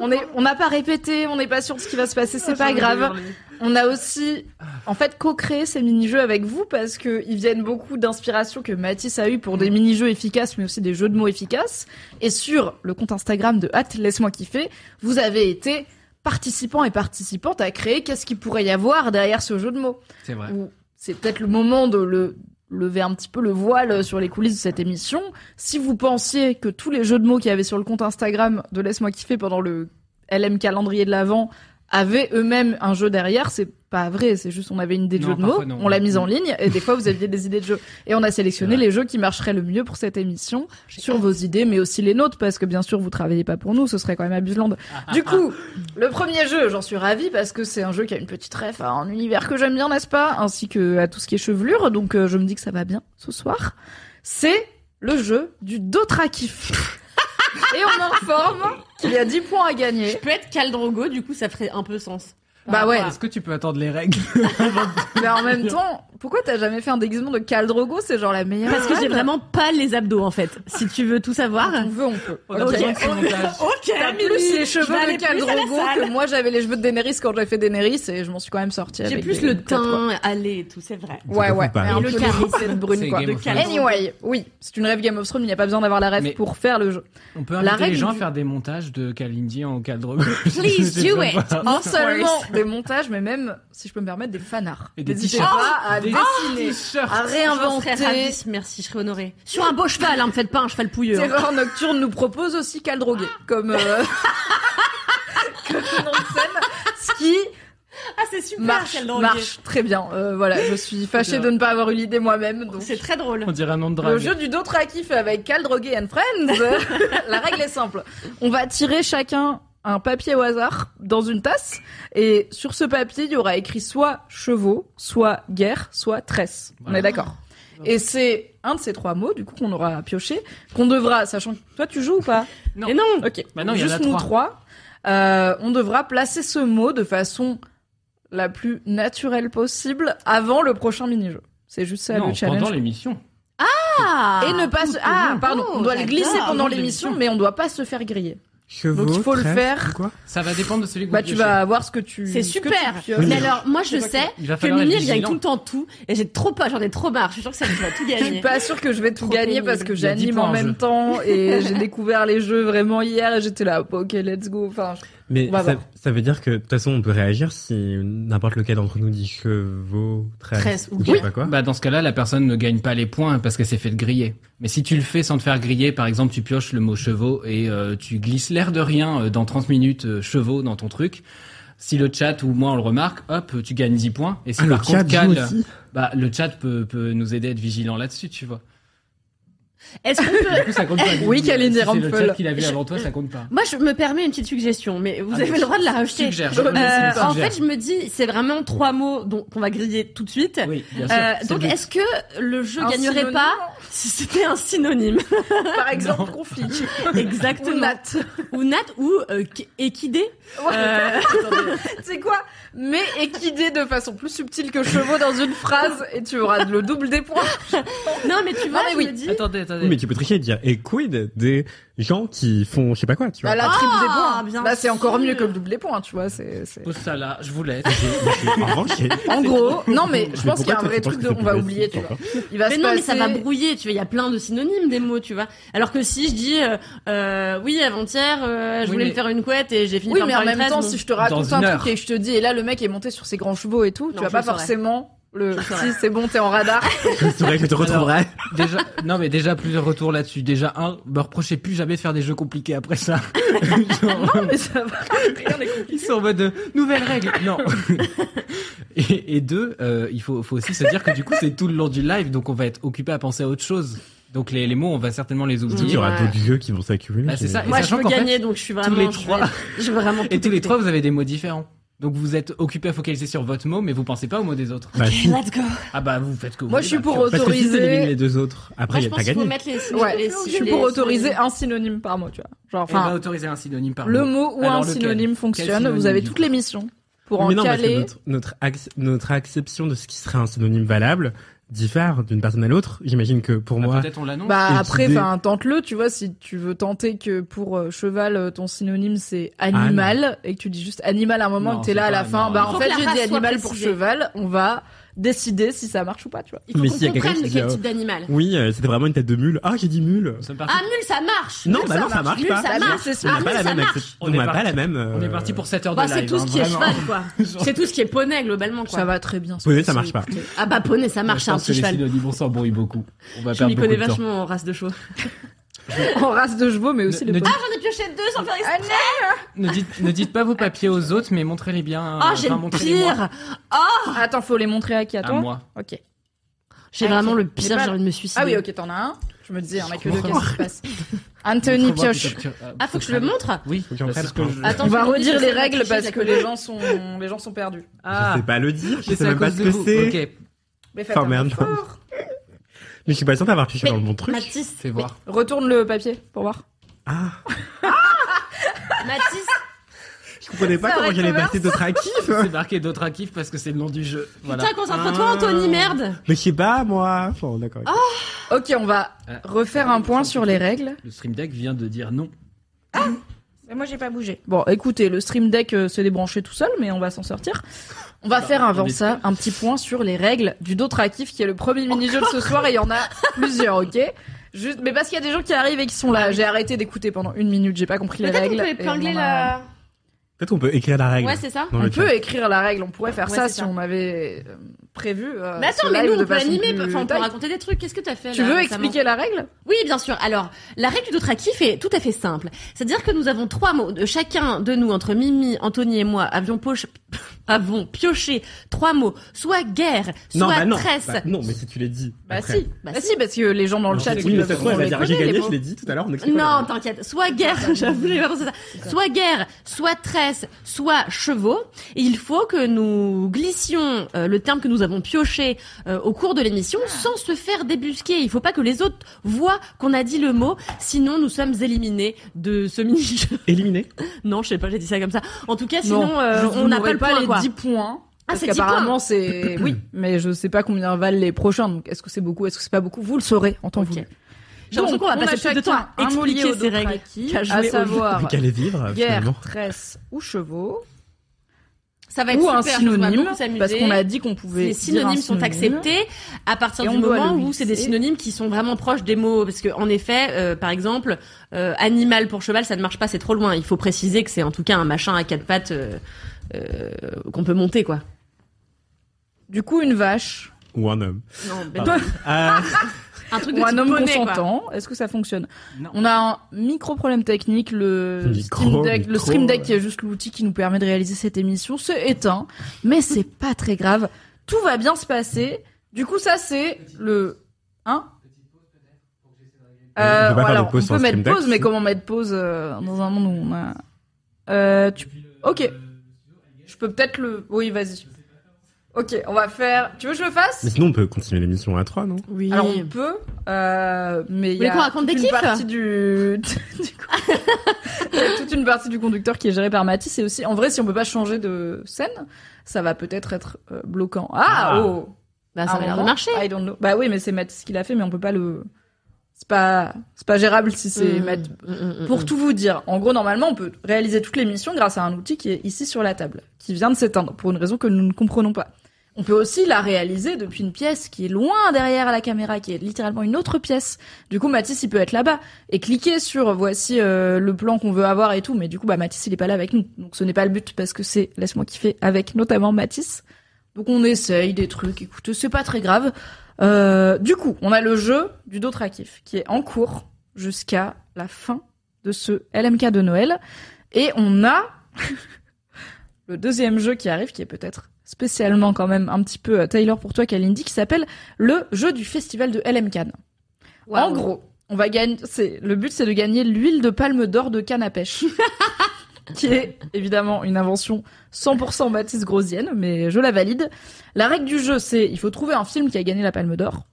Speaker 1: On est, on n'a pas répété, on n'est pas sûr de ce qui va se passer, c'est pas
Speaker 3: Ah, J'en ai
Speaker 1: grave.
Speaker 3: hurlé.
Speaker 1: On a aussi, en fait, co-créé ces mini-jeux avec vous parce que ils viennent beaucoup d'inspiration que Mathis a eu pour
Speaker 3: Mm.
Speaker 1: des mini-jeux efficaces, mais aussi des jeux de mots efficaces. Et sur le compte Instagram de Hâte, laisse-moi kiffer, vous avez été participants et participantes à créer qu'est-ce qu'il pourrait y avoir derrière ce jeu de mots.
Speaker 3: C'est vrai.
Speaker 1: Ou C'est peut-être le moment de le lever un petit peu le voile sur les coulisses de cette émission. Si vous pensiez que tous les jeux de mots qu'il y avait sur le compte Instagram de Laisse-moi kiffer pendant le LM calendrier de l'avant avaient eux-mêmes un jeu derrière, c'est pas vrai, c'est juste on avait une idée de
Speaker 3: Non,
Speaker 1: jeu de mots,
Speaker 3: parfois, non.
Speaker 1: on l'a mise en ligne et des fois vous aviez des idées de jeux. Et on a sélectionné
Speaker 3: C'est vrai.
Speaker 1: les jeux qui marcheraient le mieux pour cette émission, sur vos idées mais aussi les nôtres parce que bien sûr vous travaillez pas pour nous, ce serait quand même abusant de
Speaker 3: Ah,
Speaker 1: du coup, le premier jeu, j'en suis ravie parce que c'est un jeu qui a une petite ref à un univers que j'aime bien, n'est-ce pas Ainsi que à tout ce qui est chevelure, donc euh, je me dis que ça va bien ce soir. C'est le jeu du Dotrakif. Et on informe qu'il y a 10 points à
Speaker 2: Je
Speaker 1: gagner.
Speaker 2: peux être Caldrogo, du coup, ça ferait un peu sens.
Speaker 1: Bah ouais,
Speaker 3: Est-ce que tu peux attendre les règles
Speaker 1: mais en même temps, pourquoi t'as jamais fait un déguisement de Caldrogo C'est genre la meilleure.
Speaker 2: Parce que j'ai
Speaker 1: vanne.
Speaker 2: vraiment pas les abdos, en fait. Si tu veux tout savoir.
Speaker 1: Quand on veut, on peut.
Speaker 3: On a
Speaker 1: Ok.
Speaker 3: besoin de ce montage.
Speaker 2: Ok,
Speaker 1: T'as
Speaker 2: mais
Speaker 1: plus
Speaker 2: oui,
Speaker 1: les
Speaker 2: je vais
Speaker 1: cheveux
Speaker 2: aller
Speaker 1: de
Speaker 2: plus à la
Speaker 1: Caldrogo
Speaker 2: salle.
Speaker 1: que moi j'avais les cheveux de Daenerys quand j'ai fait Daenerys et je m'en suis quand même sortie.
Speaker 2: J'ai
Speaker 1: avec
Speaker 2: plus
Speaker 1: des
Speaker 2: le
Speaker 1: bouclettes, quoi.
Speaker 2: teint, allez, et tout, c'est vrai.
Speaker 1: Ouais,
Speaker 4: Tout à
Speaker 1: ouais.
Speaker 4: fait pareil.
Speaker 1: Mais
Speaker 2: Et
Speaker 1: le
Speaker 2: le
Speaker 1: charisme
Speaker 2: charisme.
Speaker 1: de brune,
Speaker 3: C'est
Speaker 1: quoi.
Speaker 3: Game of Thrones.
Speaker 1: Anyway, oui, c'est une rêve Game of Thrones, il n'y a pas besoin d'avoir la rêve
Speaker 3: Mais-
Speaker 1: pour faire le jeu.
Speaker 3: On peut
Speaker 1: La
Speaker 3: inviter les
Speaker 1: règle
Speaker 3: gens à
Speaker 1: du-
Speaker 3: faire des montages de Kalindi en cadre.
Speaker 5: Please do it.
Speaker 1: Non seulement des montages, mais même, si je peux me permettre, des fanarts.
Speaker 3: Et des
Speaker 1: N'hésitez
Speaker 3: t-shirts.
Speaker 1: pas à
Speaker 3: Des
Speaker 1: dessiner, Ah.
Speaker 3: t-shirts.
Speaker 1: à
Speaker 2: Je serais
Speaker 1: réinventer.
Speaker 2: ravie, merci, je serais honorée. Sur un beau cheval, hein, me faites pas un cheval pouilleux. hein.
Speaker 1: Terreur Nocturne nous propose aussi Caldrogué, comme, euh, comme nom de scène, ce qui
Speaker 2: Ah, c'est super,
Speaker 1: marche,
Speaker 2: Caldrogo.
Speaker 1: marche très bien. Euh, voilà, je suis fâchée de ne pas avoir eu l'idée moi-même, donc
Speaker 2: C'est très drôle.
Speaker 3: On dirait un nom de
Speaker 1: Le
Speaker 3: drague.
Speaker 1: jeu du d'autres à kiff avec Cal Drogué and Friends. la règle est simple. On va tirer chacun un papier au hasard dans une tasse et sur ce papier, il y aura écrit soit chevaux, soit guerre, soit tresse. On
Speaker 3: Voilà.
Speaker 1: est d'accord. Et c'est un de ces trois mots, du coup, qu'on aura pioché, qu'on devra, sachant que toi tu joues ou pas
Speaker 3: Non.
Speaker 1: Et non. Ok.
Speaker 3: Bah non, il y en a
Speaker 1: Juste nous
Speaker 3: trois.
Speaker 1: trois. Euh, on devra placer ce mot de façon la plus naturelle possible avant le prochain mini-jeu. C'est juste ça
Speaker 3: Non,
Speaker 1: le challenge.
Speaker 3: pendant l'émission.
Speaker 2: Ah,
Speaker 1: Et ne pas se... Ah, pardon, on doit le glisser pendant
Speaker 3: Avant
Speaker 1: l'émission,
Speaker 3: l'émission.
Speaker 1: mais on doit pas se faire griller.
Speaker 4: Chevaux,
Speaker 1: Donc, il faut le
Speaker 4: trèfle,
Speaker 1: faire.
Speaker 4: quoi
Speaker 3: Ça va dépendre de celui que
Speaker 1: Bah,
Speaker 3: vous
Speaker 1: tu
Speaker 3: piochez.
Speaker 1: vas voir ce que tu...
Speaker 2: C'est
Speaker 1: ce que
Speaker 2: super.
Speaker 1: tu pioches.
Speaker 2: Mais alors, moi, je
Speaker 1: C'est pas
Speaker 2: sais
Speaker 3: Il va
Speaker 2: que
Speaker 3: falloir être
Speaker 2: Mimi, elle gagne
Speaker 3: vigilant.
Speaker 2: tout le temps tout, et j'ai trop pas, j'en ai trop marre. Je suis sûre que ça va tout
Speaker 1: Je suis
Speaker 2: gagner.
Speaker 1: pas sûre que je vais tout
Speaker 2: Trop
Speaker 1: gagner
Speaker 2: pénible.
Speaker 1: parce que
Speaker 3: Il y a dix
Speaker 1: j'anime
Speaker 3: points
Speaker 1: en
Speaker 3: en
Speaker 1: même
Speaker 3: jeu.
Speaker 1: temps et j'ai découvert les jeux vraiment hier et j'étais là, ok, let's go. Enfin, je-
Speaker 4: Mais
Speaker 1: On va
Speaker 4: ça,
Speaker 1: voir.
Speaker 4: ça veut dire que de toute façon on peut réagir si n'importe lequel d'entre nous dit chevaux, tresse,
Speaker 2: Tresse ou
Speaker 4: je sais
Speaker 2: guerre.
Speaker 4: pas quoi.
Speaker 3: Bah dans ce cas-là, la personne ne gagne pas les points parce qu'elle s'est fait griller. Mais si tu le fais sans te faire griller, par exemple, tu pioches le mot chevaux et euh, tu glisses l'air de rien euh, dans 30 minutes euh, chevaux dans ton truc. Si le chat ou moi on le remarque, hop, tu gagnes 10 points. Et si
Speaker 4: Ah, le
Speaker 3: par contre,
Speaker 4: chat
Speaker 3: Cal,
Speaker 4: joue aussi.
Speaker 3: bah le chat peut, peut nous aider à être vigilant là-dessus, tu vois.
Speaker 2: Est-ce qu'on peut
Speaker 3: Du coup, ça compte pas.
Speaker 1: Oui,
Speaker 3: Si
Speaker 1: Kalindi
Speaker 3: c'est le
Speaker 1: Rumpel.
Speaker 3: chat qu'il a vu avant toi, ça compte pas.
Speaker 2: Moi, je me permets une petite suggestion, mais vous
Speaker 3: Ah,
Speaker 2: avez
Speaker 3: mais
Speaker 2: le droit de la rejeter.
Speaker 3: suggère,
Speaker 1: je
Speaker 2: Euh,
Speaker 3: remercie,
Speaker 2: en
Speaker 3: suggère.
Speaker 2: fait, je me dis, c'est vraiment trois mots dont qu'on va griller tout de suite.
Speaker 3: Oui, bien sûr.
Speaker 2: Euh,
Speaker 3: c'est
Speaker 2: donc,
Speaker 3: le-
Speaker 2: est-ce que le jeu
Speaker 1: Un
Speaker 2: gagnerait
Speaker 1: synonyme,
Speaker 2: pas si c'était un synonyme
Speaker 1: Par exemple,
Speaker 3: Non.
Speaker 1: conflit. Ou
Speaker 2: Exactement.
Speaker 1: Nat.
Speaker 2: Ou Nat ou euh, qu- équidé. Euh,
Speaker 1: C'est quoi Mais équidé de façon plus subtile que chevaux dans une phrase et tu auras le double des points.
Speaker 2: Non, mais tu vois,
Speaker 1: Non, mais
Speaker 2: je
Speaker 1: oui.
Speaker 2: me dis.
Speaker 3: Attendez, attendez.
Speaker 4: Ah Oui, mais tu peux tricher et dire et quid des gens qui font je sais pas quoi, tu vois.
Speaker 1: Bah, la triple des points.
Speaker 2: Ah, bien
Speaker 1: Là, c'est encore
Speaker 2: sûr.
Speaker 1: mieux que le double des points, tu vois. C'est. c'est-
Speaker 3: Pose ça là, je vous laisse.
Speaker 4: En revanche, j'ai-
Speaker 1: En gros, non mais je
Speaker 4: Mais
Speaker 1: pense qu'il y a un
Speaker 4: pourquoi
Speaker 1: vrai
Speaker 4: toi,
Speaker 1: truc
Speaker 4: tu
Speaker 1: de,
Speaker 4: penses que
Speaker 1: on va
Speaker 4: c'est
Speaker 1: oublier, tu
Speaker 4: plus
Speaker 1: vois.
Speaker 4: facile,
Speaker 1: Il va
Speaker 2: Mais
Speaker 1: se
Speaker 2: non, mais ça
Speaker 1: passer-
Speaker 2: va brouiller, tu vois. Il y a plein de synonymes des mots, tu vois. Alors que si je dis, euh, euh, oui, avant-hier, euh, je
Speaker 3: Oui,
Speaker 2: voulais
Speaker 3: mais-
Speaker 2: me faire une couette et j'ai fini
Speaker 1: Oui,
Speaker 2: par me
Speaker 1: mais en
Speaker 2: faire une
Speaker 1: même temps,
Speaker 2: tresse,
Speaker 1: si
Speaker 2: bon.
Speaker 1: je te raconte
Speaker 3: Dans
Speaker 1: un
Speaker 3: une
Speaker 1: truc
Speaker 3: heure.
Speaker 1: et je te dis, et là le mec est monté sur ses grands chevaux et tout,
Speaker 2: Non,
Speaker 1: tu vas
Speaker 2: je
Speaker 1: pas
Speaker 2: le saurais.
Speaker 1: forcément
Speaker 2: Je
Speaker 1: le.
Speaker 2: le saurais.
Speaker 1: Si c'est bon, t'es en radar.
Speaker 4: Je saurais que je te retrouverai.
Speaker 3: Déjà, non mais déjà plusieurs retours là-dessus. Déjà un, me reprochez plus jamais de faire des jeux compliqués après ça. Genre,
Speaker 1: mais ça va. Rien n'est compliqué.
Speaker 3: ils sont en mode euh, nouvelle règle. Non. Et, et deux, euh, il faut, faut aussi se dire que du coup, c'est tout le long du live, donc on va être occupé à penser à autre chose. Donc les, les mots, on va certainement les
Speaker 4: Surtout qu'il y
Speaker 3: oublier.
Speaker 4: aura
Speaker 2: Ouais.
Speaker 4: d'autres jeux qui vont s'accumuler.
Speaker 3: Bah, c'est ça. Et
Speaker 2: Moi, je
Speaker 3: sachant
Speaker 2: veux
Speaker 3: qu'en fait,
Speaker 2: gagner, donc je suis vraiment.
Speaker 3: les
Speaker 2: je vais-
Speaker 3: trois-
Speaker 2: Je vais vraiment.
Speaker 3: Et tous
Speaker 2: tout
Speaker 3: les
Speaker 2: péter.
Speaker 3: trois, vous avez des mots différents. Donc vous êtes occupé à focaliser sur votre mot, mais vous pensez pas aux mots des autres.
Speaker 4: Bah, si.
Speaker 2: Let's go.
Speaker 3: Ah bah vous faites que. vous
Speaker 1: Moi,
Speaker 3: voulez,
Speaker 1: je suis
Speaker 3: bah,
Speaker 1: pour
Speaker 3: tu vois.
Speaker 4: Parce que si t'élimines
Speaker 1: autoriser.
Speaker 4: les deux autres,
Speaker 2: Moi,
Speaker 4: après,
Speaker 2: je
Speaker 4: t'as
Speaker 2: pense qu'il
Speaker 4: gagné.
Speaker 2: faut mettre les.
Speaker 1: Ouais,
Speaker 2: les-
Speaker 1: je suis
Speaker 2: les-
Speaker 1: pour autoriser un synonyme par mot, tu vois. Genre,
Speaker 3: On va
Speaker 1: enfin,
Speaker 3: autoriser un synonyme par
Speaker 1: le
Speaker 3: mot.
Speaker 1: mot ou
Speaker 3: Alors,
Speaker 1: un
Speaker 3: lequel
Speaker 1: synonyme
Speaker 3: Quel
Speaker 1: fonctionne.
Speaker 3: synonyme
Speaker 1: Vous avez
Speaker 3: du
Speaker 1: toutes
Speaker 3: coup
Speaker 1: les missions pour en
Speaker 4: Mais non, parce que
Speaker 1: caler.
Speaker 4: notre, notre, ac- notre acception de ce qui serait un synonyme valable diffère d'une personne à l'autre. J'imagine que pour
Speaker 3: Ah,
Speaker 4: moi,
Speaker 3: Peut-être on l'annonce.
Speaker 1: Bah
Speaker 4: Et
Speaker 1: après,
Speaker 4: l'idée-
Speaker 1: enfin, tente-le, tu vois, si tu veux tenter que pour euh, cheval, euh, ton synonyme c'est animal, et que tu dis juste animal à un moment,
Speaker 3: Non,
Speaker 1: et que t'es
Speaker 3: c'est
Speaker 1: là à
Speaker 3: pas-
Speaker 1: la fin,
Speaker 3: non,
Speaker 1: bah
Speaker 3: non.
Speaker 1: en
Speaker 2: Faut que
Speaker 1: fait
Speaker 2: la
Speaker 1: j'ai dit
Speaker 2: race soit
Speaker 1: animal pour
Speaker 2: précisée.
Speaker 1: cheval, on va décider si ça marche ou pas, tu vois.
Speaker 2: Il
Speaker 4: Mais
Speaker 2: faut
Speaker 4: s'il y
Speaker 2: qu'on
Speaker 4: a quelqu'un
Speaker 2: comprenne
Speaker 4: qui dit,
Speaker 2: quel
Speaker 4: euh,
Speaker 2: type d'animal.
Speaker 4: oui, euh, c'était vraiment une tête de mule. Ah, j'ai dit mule.
Speaker 3: Nous sommes partis.
Speaker 2: Ah, mule, ça marche.
Speaker 4: Non,
Speaker 2: Mule,
Speaker 4: bah non, ça marche
Speaker 2: Mule,
Speaker 4: pas.
Speaker 2: ça
Speaker 1: Bah,
Speaker 2: marche.
Speaker 1: c'est
Speaker 4: On
Speaker 1: ça.
Speaker 2: Ah,
Speaker 4: n'a
Speaker 2: mule,
Speaker 4: pas la
Speaker 2: ça
Speaker 4: même
Speaker 2: marche.
Speaker 4: acception.
Speaker 3: On
Speaker 4: On
Speaker 3: est
Speaker 4: n'a pas
Speaker 3: parti-
Speaker 4: la même.
Speaker 3: On est
Speaker 4: euh,
Speaker 3: parti pour 7 heures de
Speaker 2: Bah,
Speaker 3: live.
Speaker 2: c'est tout
Speaker 3: hein,
Speaker 2: ce qui est
Speaker 3: vraiment.
Speaker 2: cheval, quoi. C'est tout ce qui est poney, globalement, quoi.
Speaker 1: Ça va très bien. ce
Speaker 4: Poney,
Speaker 1: que
Speaker 4: ça
Speaker 1: c'est,
Speaker 4: marche pas.
Speaker 1: écoutez.
Speaker 2: Ah, bah, poney, ça
Speaker 3: Je
Speaker 2: marche, c'est un
Speaker 3: pense que
Speaker 2: petit
Speaker 3: les
Speaker 2: cheval.
Speaker 3: synonymes, on s'embrouille beaucoup. On va
Speaker 2: Je
Speaker 3: perdre
Speaker 2: m'y
Speaker 3: beaucoup
Speaker 2: connais
Speaker 3: de temps.
Speaker 2: vachement en race de chevaux.
Speaker 1: en race de chevaux, mais aussi
Speaker 3: Ne- ne
Speaker 1: les poney.
Speaker 2: J'en ai Ah, pioché deux sans faire exprès.
Speaker 3: Ne dites, ne dites pas vos papiers aux autres, mais montrez-les bien.
Speaker 2: Ah,
Speaker 3: euh,
Speaker 2: j'ai
Speaker 3: enfin,
Speaker 2: le
Speaker 3: montrez-les-moi.
Speaker 2: pire.
Speaker 1: Ah, Attends, faut les montrer à qui À
Speaker 3: À
Speaker 1: toi
Speaker 3: moi.
Speaker 1: Ok.
Speaker 2: J'ai
Speaker 1: Ah,
Speaker 2: vraiment
Speaker 1: ok.
Speaker 2: le
Speaker 1: C'est
Speaker 2: pire,
Speaker 1: pas-
Speaker 2: j'ai envie de me suicider.
Speaker 1: Ah oui, ok, t'en as un. Je me disais, on a que deux,
Speaker 3: Montre-moi.
Speaker 1: qu'est-ce qui se passe Anthony
Speaker 3: Montrez-moi
Speaker 1: pioche.
Speaker 3: plutôt que tu-
Speaker 2: Ah, faut que je le montre
Speaker 3: Oui,
Speaker 4: Faut qu'il en
Speaker 3: bah, c'est
Speaker 4: prenne
Speaker 3: ce que
Speaker 4: un.
Speaker 3: je-
Speaker 2: Attends,
Speaker 1: On va
Speaker 2: je me dis,
Speaker 1: redire
Speaker 2: je
Speaker 1: les
Speaker 2: sais pas
Speaker 1: règles
Speaker 2: tricher,
Speaker 1: parce
Speaker 2: j'ai
Speaker 1: que
Speaker 2: compris.
Speaker 1: les gens sont les gens sont perdus.
Speaker 4: Je
Speaker 3: Ah,
Speaker 4: sais pas le dire, je
Speaker 3: mais
Speaker 4: sais
Speaker 3: c'est à
Speaker 4: même pas
Speaker 3: cause
Speaker 4: ce
Speaker 3: de
Speaker 4: que
Speaker 3: vous.
Speaker 4: c'est.
Speaker 3: Ok,
Speaker 1: Mais faites
Speaker 4: Enfin,
Speaker 1: un
Speaker 4: merde.
Speaker 1: effort.
Speaker 4: Mais je suis pas sûr d'avoir touché
Speaker 2: Mais-
Speaker 4: dans le bon truc.
Speaker 2: Mathis,
Speaker 3: fais voir.
Speaker 1: Retourne le papier pour voir.
Speaker 4: Ah,
Speaker 2: Mathis,
Speaker 4: je comprenais pas
Speaker 1: Ça
Speaker 4: comment
Speaker 1: aurait
Speaker 4: j'allais
Speaker 1: été
Speaker 4: passer d'autres actifs.
Speaker 3: C'est marqué d'autres actifs parce que c'est le nom du jeu. Voilà.
Speaker 2: tiens, concentre-toi,
Speaker 1: Euh,
Speaker 2: Anthony, merde.
Speaker 4: Mais je sais pas, moi. Enfin, d'accord.
Speaker 1: Oh. Ok, on va
Speaker 3: Ah.
Speaker 1: refaire un point sur les règles.
Speaker 3: Le stream deck vient de dire non.
Speaker 1: Mais moi, j'ai pas bougé. Bon, écoutez, le stream deck euh, s'est débranché tout seul, mais on va s'en sortir. On
Speaker 4: Bah,
Speaker 1: va faire avant
Speaker 3: on est-
Speaker 1: ça un petit point sur les règles du Dotrakif, qui est le premier mini-jeu de ce soir, et il y en a plusieurs, ok Juste, mais parce qu'il y a des gens qui arrivent et qui sont là. J'ai arrêté d'écouter pendant une minute, j'ai pas compris les
Speaker 2: Ah Peut-être
Speaker 1: règles.
Speaker 2: qu'on peut
Speaker 1: et on en
Speaker 2: épingler
Speaker 1: a-
Speaker 2: la.
Speaker 4: Peut-être on peut écrire la règle.
Speaker 2: Ouais, c'est ça.
Speaker 4: dans
Speaker 1: On
Speaker 4: le
Speaker 1: peut
Speaker 4: chat.
Speaker 1: écrire la règle, on pourrait faire
Speaker 2: Ouais,
Speaker 1: ça
Speaker 2: c'est
Speaker 1: si
Speaker 2: ça.
Speaker 1: on avait euh, prévu. euh,
Speaker 2: Mais attends,
Speaker 1: ce
Speaker 2: mais
Speaker 1: live
Speaker 2: nous,
Speaker 1: de
Speaker 2: on peut
Speaker 1: façon
Speaker 2: l'animer,
Speaker 1: plus
Speaker 2: enfin, on peut
Speaker 1: taille.
Speaker 2: raconter des trucs. Qu'est-ce que t'as fait
Speaker 1: Tu
Speaker 2: là,
Speaker 1: veux
Speaker 2: récemment
Speaker 1: expliquer la règle
Speaker 2: Oui, bien sûr. Alors, la règle du Dothraki est tout à fait simple. C'est-à-dire que nous avons trois mots, de chacun de nous, entre Mimi, Anthony et moi, avions, poche- avons pioché trois mots, soit guerre, soit
Speaker 4: Non, bah non.
Speaker 2: tresse.
Speaker 4: Bah non, mais si tu l'as dit.
Speaker 1: Bah
Speaker 4: après.
Speaker 1: si, bah si, parce que les gens dans le
Speaker 4: Oui,
Speaker 1: chat,
Speaker 4: mais
Speaker 1: ils
Speaker 4: ça se
Speaker 1: peuvent-
Speaker 4: trouve, elle
Speaker 1: on
Speaker 4: va
Speaker 1: les
Speaker 4: dire,
Speaker 1: connaît,
Speaker 4: J'ai
Speaker 1: les
Speaker 4: gagné,
Speaker 1: mots.
Speaker 4: je l'ai dit tout à l'heure. on explique pas la
Speaker 2: Non,
Speaker 4: règle.
Speaker 2: t'inquiète. Soit guerre, j'avoue, j'ai pensé ça. Soit guerre, soit tresse, soit chevaux. Et il faut que nous glissions euh, le terme que nous avons pioché euh, au cours de l'émission
Speaker 4: Ah.
Speaker 2: sans se faire débusquer. Il faut pas que les autres voient qu'on a dit le mot, sinon nous sommes éliminés de ce mini-jeu.
Speaker 4: Éliminé.
Speaker 2: non, je sais pas, j'ai dit ça comme ça. En tout cas,
Speaker 1: Non,
Speaker 2: sinon euh,
Speaker 1: juste, vous
Speaker 2: on n'a pas
Speaker 1: n'aurez
Speaker 2: le point,
Speaker 1: les
Speaker 2: quoi. Ah,
Speaker 1: 10 points. hein, parce
Speaker 2: c'est 10
Speaker 1: qu'apparemment, c'est oui, mais je sais pas combien valent les prochains. Donc est-ce que c'est beaucoup, est-ce que c'est pas beaucoup Vous le saurez en temps
Speaker 2: Ok.
Speaker 1: voulu.
Speaker 2: J'ai l'impression
Speaker 1: Donc,
Speaker 2: qu'on va
Speaker 1: on
Speaker 2: passer
Speaker 1: a
Speaker 2: plus de temps à
Speaker 1: chacun un mot lié
Speaker 2: expliquer
Speaker 1: au
Speaker 2: ces règles
Speaker 1: Dothraki,
Speaker 2: qu'à
Speaker 1: à
Speaker 2: jouer au
Speaker 1: savoir
Speaker 4: Mais qu'elle est vivre.
Speaker 1: guerre,
Speaker 4: finalement.
Speaker 1: tresse ou chevaux
Speaker 2: Ça va être
Speaker 1: ou
Speaker 2: super.
Speaker 1: un synonyme
Speaker 2: je
Speaker 1: parce qu'on a dit qu'on pouvait
Speaker 2: les
Speaker 1: dire
Speaker 2: synonymes
Speaker 1: un
Speaker 2: sont
Speaker 1: synonyme.
Speaker 2: acceptés à partir
Speaker 1: Et
Speaker 2: du
Speaker 1: on doit
Speaker 2: moment
Speaker 1: le
Speaker 2: où c'est des
Speaker 1: glisser.
Speaker 2: synonymes qui sont vraiment proches des mots parce que en effet euh, par exemple euh, animal pour cheval ça ne marche pas c'est trop loin il faut préciser que c'est en tout cas un machin à quatre pattes euh, euh, qu'on peut monter quoi
Speaker 1: Du coup, une vache
Speaker 4: Ou un homme.
Speaker 2: non, ben
Speaker 1: euh,
Speaker 4: Pardon. Ah,
Speaker 2: un truc de
Speaker 1: ou un
Speaker 2: type
Speaker 1: homme
Speaker 2: poney, quoi.
Speaker 1: consentant, est-ce que ça fonctionne
Speaker 3: Non.
Speaker 1: On a un micro problème technique, le
Speaker 4: Micro,
Speaker 1: Stream Deck, le
Speaker 4: micro,
Speaker 1: Stream Deck
Speaker 4: ouais.
Speaker 1: qui est juste l'outil qui nous permet de réaliser cette émission se éteint, mais c'est pas très grave. Tout va bien se passer. Du coup, ça c'est le hein
Speaker 4: On peut pas faire de
Speaker 1: alors,
Speaker 4: pause
Speaker 1: on peut
Speaker 4: sur le
Speaker 1: mettre
Speaker 4: Stream Deck,
Speaker 1: pause, mais
Speaker 4: sinon.
Speaker 1: comment mettre pause euh, dans un monde où on a euh, tu- Ok. Je peux peut-être le. Oui, vas-y. Ok, on va faire. Tu veux que je le fasse
Speaker 4: mais sinon, on peut continuer l'émission à trois, non
Speaker 2: oui
Speaker 1: Alors on peut, euh, mais il y
Speaker 2: voulez
Speaker 1: a
Speaker 2: qu'on raconte des
Speaker 1: toute une
Speaker 2: kiffs
Speaker 1: partie du, du con- il y a toute une partie du conducteur qui est gérée par Mathis et aussi, en vrai, si on peut pas changer de scène, ça va peut-être être euh, bloquant. Ah,
Speaker 4: Ah.
Speaker 1: oh,
Speaker 2: bah, ça a
Speaker 1: à un
Speaker 2: l'air de
Speaker 1: moment,
Speaker 2: marcher
Speaker 1: I don't know. Bah oui, mais c'est Mathis qui l'a fait, mais on peut pas le. C'est pas, c'est pas gérable si c'est
Speaker 2: Mm,
Speaker 1: Mathis.
Speaker 2: mm, mm, mm,
Speaker 1: Pour
Speaker 2: mm.
Speaker 1: tout vous dire, en gros, normalement, on peut réaliser toute l'émission grâce à un outil qui est ici sur la table, qui vient de s'éteindre pour une raison que nous ne comprenons pas. On peut aussi la réaliser depuis une pièce qui est loin derrière la caméra, qui est littéralement une autre pièce. Du coup, Mathis, il peut être là-bas et cliquer sur voici euh, le plan qu'on veut avoir et tout. Mais du coup, bah, Mathis, il est pas là avec nous. Donc, ce n'est pas le but parce que c'est laisse-moi kiffer avec notamment Mathis. Donc, on essaye des trucs. Écoute, c'est pas très grave. Euh, du coup, on a le jeu du Dotrakif qui est en cours jusqu'à la fin de ce LMK de Noël. Et on a le deuxième jeu qui arrive, qui est peut-être spécialement quand même un petit peu euh, Tyler pour toi Kalindi qui s'appelle le jeu du festival de LM Cannes. En gros, on va gagner. C'est le but, c'est de gagner l'huile de palme d'or de canne à pêche, qui est évidemment une invention 100% Mathis Grosienne, mais je la valide. La règle du jeu, c'est il faut trouver un film qui a gagné la palme d'or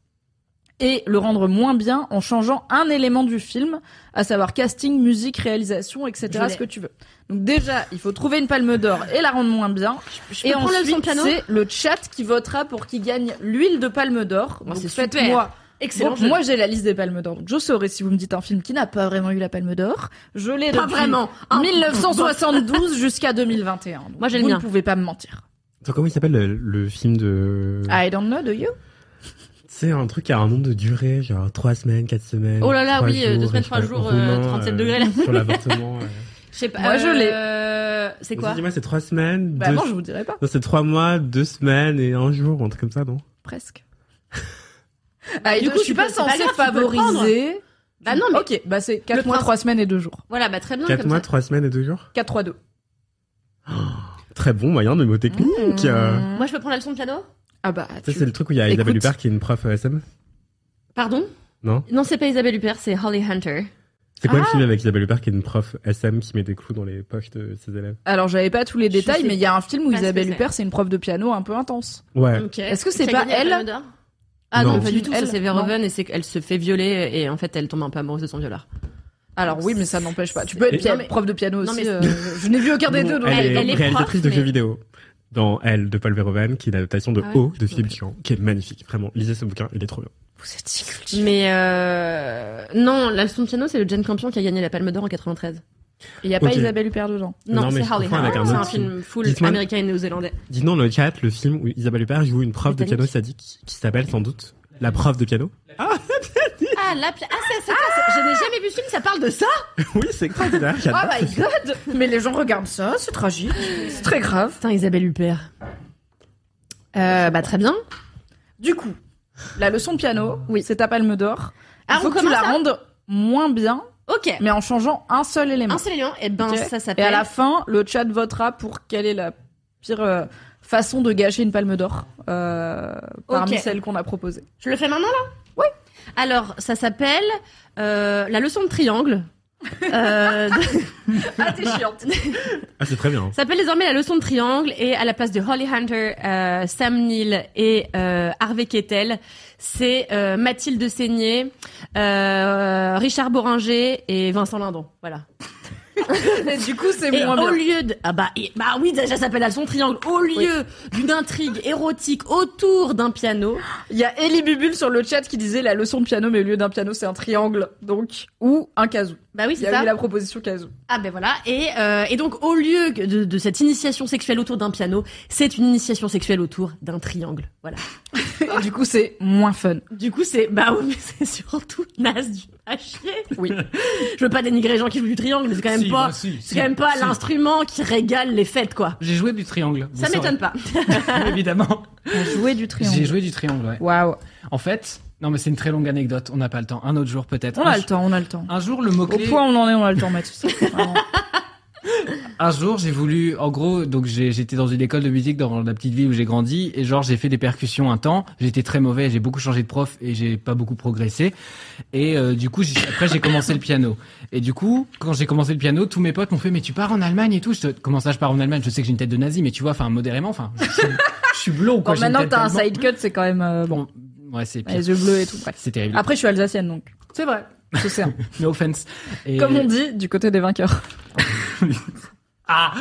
Speaker 1: et le rendre moins bien en changeant un élément du film, à savoir casting, musique, réalisation, etc.
Speaker 2: Je l'ai.
Speaker 1: Ce que tu veux. Donc déjà, il faut trouver une palme d'or et la rendre moins bien.
Speaker 2: Je peux
Speaker 1: Et
Speaker 2: prendre le son
Speaker 1: ensuite,
Speaker 2: piano
Speaker 1: c'est le chat qui votera pour qui gagne l'huile de palme d'or.
Speaker 2: Oh,
Speaker 1: Donc,
Speaker 2: c'est
Speaker 1: faites-moi-
Speaker 2: super. Excellent.
Speaker 1: Donc,
Speaker 2: jeu.
Speaker 1: moi, j'ai la liste des palmes d'or. Donc, je saurai si vous me dites un film qui n'a pas vraiment eu la palme d'or. Je l'ai
Speaker 2: pas
Speaker 1: depuis
Speaker 2: vraiment. hein.
Speaker 1: 1972 jusqu'à 2021. Donc,
Speaker 2: Moi, j'ai le
Speaker 1: Vous
Speaker 2: mien.
Speaker 1: ne pouvez pas me mentir.
Speaker 4: Attends, comment il s'appelle le, le film de...
Speaker 1: I don't know, do you?
Speaker 4: C'est un truc qui a un nombre de durée, genre 3 semaines, 4 semaines.
Speaker 2: Oh là là,
Speaker 4: trois
Speaker 2: oui, euh, deux
Speaker 4: jours,
Speaker 2: semaines,
Speaker 4: je
Speaker 2: trois
Speaker 4: sais pas,
Speaker 2: jours, euh,
Speaker 4: roumain,
Speaker 2: 37
Speaker 4: euh,
Speaker 2: degrés, là.
Speaker 4: Sur l'avortement. euh.
Speaker 2: Je sais pas.
Speaker 1: Moi, je l'ai.
Speaker 2: euh, C'est quoi
Speaker 4: Vas-y, Dis-moi, c'est 3 semaines,
Speaker 1: Bah
Speaker 4: deux-
Speaker 1: non, je vous dirai pas.
Speaker 4: Non, c'est 3 mois, 2 semaines et 1 jour, un truc comme ça, non
Speaker 1: Presque.
Speaker 2: Bah,
Speaker 1: Ah, et
Speaker 2: Du
Speaker 1: du
Speaker 2: coup,
Speaker 1: coup, je suis
Speaker 2: tu peux-
Speaker 1: pas
Speaker 2: c'est pas
Speaker 1: censée
Speaker 2: grave, tu peux le
Speaker 1: favoriser.
Speaker 2: Bah non, mais
Speaker 1: Ok, bah c'est 4
Speaker 2: Le
Speaker 1: mois,
Speaker 2: principe-
Speaker 1: 3 semaines et 2 jours.
Speaker 2: voilà, bah très bien.
Speaker 4: 4
Speaker 2: comme
Speaker 4: mois,
Speaker 2: ça.
Speaker 4: 3 semaines et 2 jours
Speaker 1: 4, 3, 2.
Speaker 4: Très bon moyen de mot technique.
Speaker 2: Mmh.
Speaker 4: euh.
Speaker 2: Moi, je peux prendre la leçon de piano
Speaker 1: Mmh. Ah bah,
Speaker 4: Ça,
Speaker 1: tu-
Speaker 4: c'est le truc où il y a Isabelle
Speaker 1: Écoute.
Speaker 4: Huppert qui est une prof ESM
Speaker 2: Pardon
Speaker 4: Non
Speaker 2: Non, c'est pas Isabelle Huppert, c'est Holly Hunter.
Speaker 4: C'est
Speaker 2: Ah.
Speaker 4: quoi le film avec Isabelle Huppert qui est une prof SM qui met des clous dans les poches de ses élèves
Speaker 1: Alors, j'avais pas tous les
Speaker 2: Je
Speaker 1: détails,
Speaker 2: sais
Speaker 1: mais il y a un film où
Speaker 2: pas ce que
Speaker 1: Isabelle
Speaker 2: c'est.
Speaker 1: Huppert, c'est une prof de piano un peu intense.
Speaker 4: Ouais.
Speaker 2: Ok.
Speaker 1: Est-ce que c'est
Speaker 2: Qui a
Speaker 1: pas
Speaker 2: gagné la
Speaker 1: elle
Speaker 2: Palme d'Or Ah non,
Speaker 4: Non.
Speaker 2: pas du tout.
Speaker 1: Elle
Speaker 2: ça, c'est Verhoeven et c'est qu'elle se fait violer et en fait elle tombe un peu amoureuse de son violeur.
Speaker 1: Alors oui, mais ça n'empêche pas. Tu peux être
Speaker 4: Et-
Speaker 1: pia-
Speaker 2: Non, mais-
Speaker 1: prof de piano
Speaker 2: Non,
Speaker 1: aussi.
Speaker 2: mais-
Speaker 1: euh, je n'ai vu aucun des
Speaker 4: Non,
Speaker 1: deux. donc-
Speaker 4: elle, est
Speaker 2: elle est
Speaker 4: réalisatrice
Speaker 2: prof,
Speaker 4: de
Speaker 2: mais-
Speaker 4: jeux vidéo. Dans Elle de Paul Verhoeven, qui est une adaptation de
Speaker 2: Ah ouais
Speaker 4: O de Philippe Chian, qui est magnifique. Vraiment, lisez ce bouquin, il est trop bien.
Speaker 1: Vous êtes incultes.
Speaker 2: Mais euh... non, la leçon de piano c'est le Jane Campion qui a gagné la Palme d'Or en 93.
Speaker 1: Il n'y a
Speaker 4: Ok.
Speaker 1: pas Isabelle Huppert dedans.
Speaker 2: Non,
Speaker 4: Non, mais
Speaker 2: c'est
Speaker 4: je
Speaker 2: Holly
Speaker 4: confonds avec
Speaker 2: Hunter.
Speaker 4: un
Speaker 2: C'est un
Speaker 4: autre
Speaker 2: film full
Speaker 4: Dites-moi-
Speaker 2: américain et néo-zélandais.
Speaker 4: Dis non, le chat, le film où Isabelle Huppert joue une prof de
Speaker 2: Britannique.
Speaker 4: piano sadique, qui s'appelle sans doute la prof de piano.
Speaker 2: Ah la pi- ah c'est c'est quoi, c'est- Je n'ai jamais vu ce film, ça parle de ça.
Speaker 4: oui, c'est extraordinaire. j'adore
Speaker 1: Oh
Speaker 4: ce
Speaker 1: my
Speaker 4: film.
Speaker 1: god Mais les gens regardent ça, c'est tragique. C'est très grave.
Speaker 2: Putain, Isabelle Huppert. Euh, bah très bien.
Speaker 1: Du coup, la leçon de piano,
Speaker 2: Oui.
Speaker 1: c'est ta palme d'or. Il
Speaker 2: Ah,
Speaker 1: faut
Speaker 2: on
Speaker 1: que tu
Speaker 2: commence
Speaker 1: la
Speaker 2: à-
Speaker 1: rendes moins bien,
Speaker 2: Ok.
Speaker 1: mais en changeant un seul élément.
Speaker 2: Un seul élément. Et ben
Speaker 1: Ok.
Speaker 2: ça
Speaker 1: Et
Speaker 2: s'appelle.
Speaker 1: à la fin, le chat votera pour quelle est la pire euh, façon de gâcher une palme d'or euh, parmi
Speaker 2: Ok.
Speaker 1: celles qu'on a proposées.
Speaker 2: Je le fais maintenant là
Speaker 1: Oui.
Speaker 2: Alors ça s'appelle euh, la leçon de triangle. Euh,
Speaker 1: Ah, t'es chiante.
Speaker 4: Ah, c'est très bien.
Speaker 2: Ça s'appelle désormais la leçon de triangle et à la place de Holly Hunter, euh, Sam Neill et euh, Harvey Kettel, c'est euh, Mathilde Seigné, euh, Richard Boringer et Vincent Lindon. Voilà.
Speaker 1: du coup, c'est
Speaker 2: Et
Speaker 1: moins
Speaker 2: au
Speaker 1: bien.
Speaker 2: lieu de ah bah, et- bah oui déjà ça s'appelle la leçon de triangle au lieu d'une intrigue érotique autour d'un piano.
Speaker 1: Il y a Ellie Bubule sur le chat qui disait la leçon de piano, mais au lieu d'un piano, c'est un triangle, donc ou un casou.
Speaker 2: Bah oui
Speaker 1: Il y
Speaker 2: c'est
Speaker 1: a
Speaker 2: ça.
Speaker 1: eu la proposition casou.
Speaker 2: Ah ben voilà et euh, et donc au lieu que de, de cette initiation sexuelle autour d'un piano, c'est une initiation sexuelle autour d'un triangle. Voilà.
Speaker 1: Et du coup, c'est moins fun.
Speaker 2: Du coup, c'est bah oui, mais c'est surtout naze du à chier.
Speaker 1: Oui.
Speaker 2: Je veux pas dénigrer les gens qui jouent du triangle, mais c'est quand même
Speaker 3: Si,
Speaker 2: pas,
Speaker 3: moi, si,
Speaker 2: c'est
Speaker 3: si,
Speaker 2: quand même pas
Speaker 3: si.
Speaker 2: l'instrument qui régale les fêtes, quoi.
Speaker 3: J'ai joué du triangle.
Speaker 2: Ça m'étonne pas.
Speaker 3: pas. Évidemment.
Speaker 1: Jouer du triangle.
Speaker 3: J'ai joué du triangle, ouais.
Speaker 1: Waouh.
Speaker 3: En fait, non, mais c'est une très longue anecdote. On n'a pas le temps. Un autre jour, peut-être.
Speaker 1: On
Speaker 3: un,
Speaker 1: a le
Speaker 3: ju-
Speaker 1: temps, on a le temps.
Speaker 3: Un jour, le
Speaker 1: Au
Speaker 3: mot-clé.
Speaker 1: point où on en est, on a le temps, Mathis. Vraiment.
Speaker 3: Un jour, j'ai voulu, en gros, donc j'ai- j'étais dans une école de musique dans la petite ville où j'ai grandi, et genre j'ai fait des percussions un temps. J'étais très mauvais, j'ai beaucoup changé de prof et j'ai pas beaucoup progressé. Et euh, du coup, j'ai- après j'ai commencé le piano. Et du coup, quand j'ai commencé le piano, tous mes potes m'ont fait mais tu pars en Allemagne et tout. Je te- comment ça, je pars en Allemagne Je sais que j'ai une tête de nazi, mais tu vois, enfin modérément, enfin, je, suis- je suis blond quoi.
Speaker 1: Bon,
Speaker 3: j'ai une
Speaker 1: Oh, maintenant,
Speaker 3: tête
Speaker 1: t'as un
Speaker 3: d'Allemand.
Speaker 1: side cut, c'est quand même euh, bon.
Speaker 3: Bon, ouais, c'est pire.
Speaker 1: Les yeux bleus et tout. Bref.
Speaker 3: C'est terrible.
Speaker 1: Après, je suis alsacienne, donc. C'est vrai. Je sais. hein.
Speaker 3: No offense. Et-
Speaker 1: Comme on dit, du côté des vainqueurs.
Speaker 3: Ah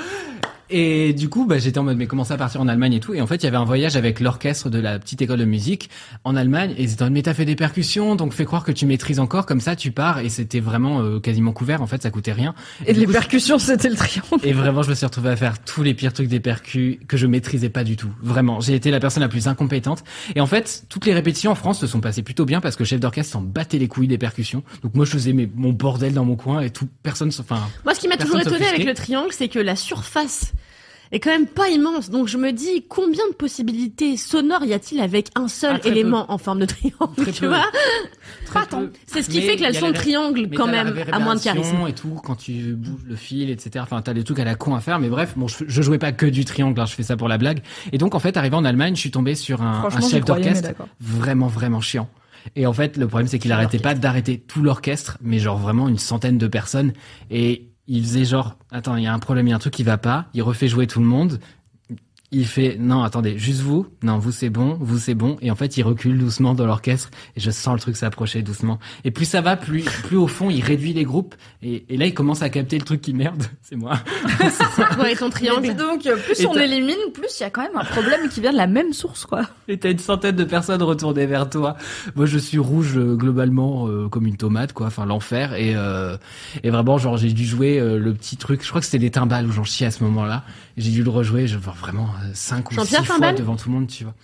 Speaker 3: Et du coup, bah, j'étais en mode, mais comment ça partir en Allemagne et tout Et en fait, il y avait un voyage avec l'orchestre de la petite école de musique en Allemagne. Et ils étaient en mode, mais t'as fait des percussions, donc fais croire que tu maîtrises encore, comme ça tu pars. Et c'était vraiment euh, quasiment couvert, en fait, ça coûtait rien.
Speaker 1: Et
Speaker 3: du
Speaker 1: les
Speaker 3: coup,
Speaker 1: percussions, c'était le triangle.
Speaker 3: Et vraiment, je me suis retrouvé à faire tous les pires trucs des percus que je maîtrisais pas du tout. Vraiment, j'ai été la personne la plus incompétente. Et en fait, toutes les répétitions en France se sont passées plutôt bien parce que le chef d'orchestre s'en battait les couilles des percussions. Donc moi, je faisais mes- mon bordel dans mon coin et tout, personne, s- enfin,
Speaker 2: Moi, ce qui m'a
Speaker 3: Personne
Speaker 2: toujours étonné
Speaker 3: s'offusquait.
Speaker 2: avec le triangle, c'est que la surface est quand même pas immense. Donc je me dis combien de possibilités sonores y a-t-il avec un seul
Speaker 3: Ah, très
Speaker 2: élément en forme de
Speaker 3: Très
Speaker 2: triangle, tu
Speaker 3: peu.
Speaker 2: vois
Speaker 3: Très
Speaker 2: Attends.
Speaker 3: peu.
Speaker 2: C'est ce qui
Speaker 3: Euh, Mais
Speaker 2: fait que
Speaker 3: il y a
Speaker 2: elles sont
Speaker 3: la-
Speaker 2: triangle
Speaker 3: Mais
Speaker 2: quand
Speaker 3: t'as la
Speaker 2: même, à moins de
Speaker 3: réverbération
Speaker 2: charisme.
Speaker 3: et tout, quand tu bouges le fil, etc. Enfin, t'as des trucs à la con à faire, mais bref, bon, je, je jouais pas que du triangle, hein, je fais ça pour la blague. Et donc, en fait, arrivé en Allemagne, je suis tombé sur un, un
Speaker 1: Franchement, j'y
Speaker 3: chef
Speaker 1: croyais, mais
Speaker 3: d'orchestre
Speaker 1: d'accord.
Speaker 3: vraiment, vraiment chiant. Et en fait, le problème, c'est qu'il
Speaker 2: Chef
Speaker 3: arrêtait pas d'arrêter tout l'orchestre, mais genre vraiment une centaine de personnes. Et il faisait genre, attends, il y a un problème, il y a un truc qui va pas. Il refait jouer tout le monde. Il fait, non, attendez, juste vous. Non, vous c'est bon, vous c'est bon. Et en fait, il recule doucement dans l'orchestre. Et je sens le truc s'approcher doucement. Et plus ça va, plus, plus au fond, il réduit les groupes. Et, et là, il commence à capter le truc qui merde. C'est moi.
Speaker 2: Toi et ton
Speaker 1: Mais dis
Speaker 2: triangle.
Speaker 1: donc, euh, plus
Speaker 3: Et
Speaker 1: on
Speaker 3: t'as-
Speaker 1: élimine, plus il y a quand même un problème qui vient de la même source, quoi.
Speaker 3: Et t'as une centaine de personnes retournées vers toi. Moi, je suis rouge euh, globalement euh, comme une tomate, quoi. Enfin, l'enfer. Et, euh, et vraiment, genre, j'ai dû jouer euh, le petit truc. Je crois que c'était des timbales où j'en chiais à ce moment-là. J'ai dû le rejouer, je vois vraiment euh, cinq ou six
Speaker 2: Jean-Pierre
Speaker 3: fois
Speaker 2: Timbal
Speaker 3: devant tout le monde, tu vois.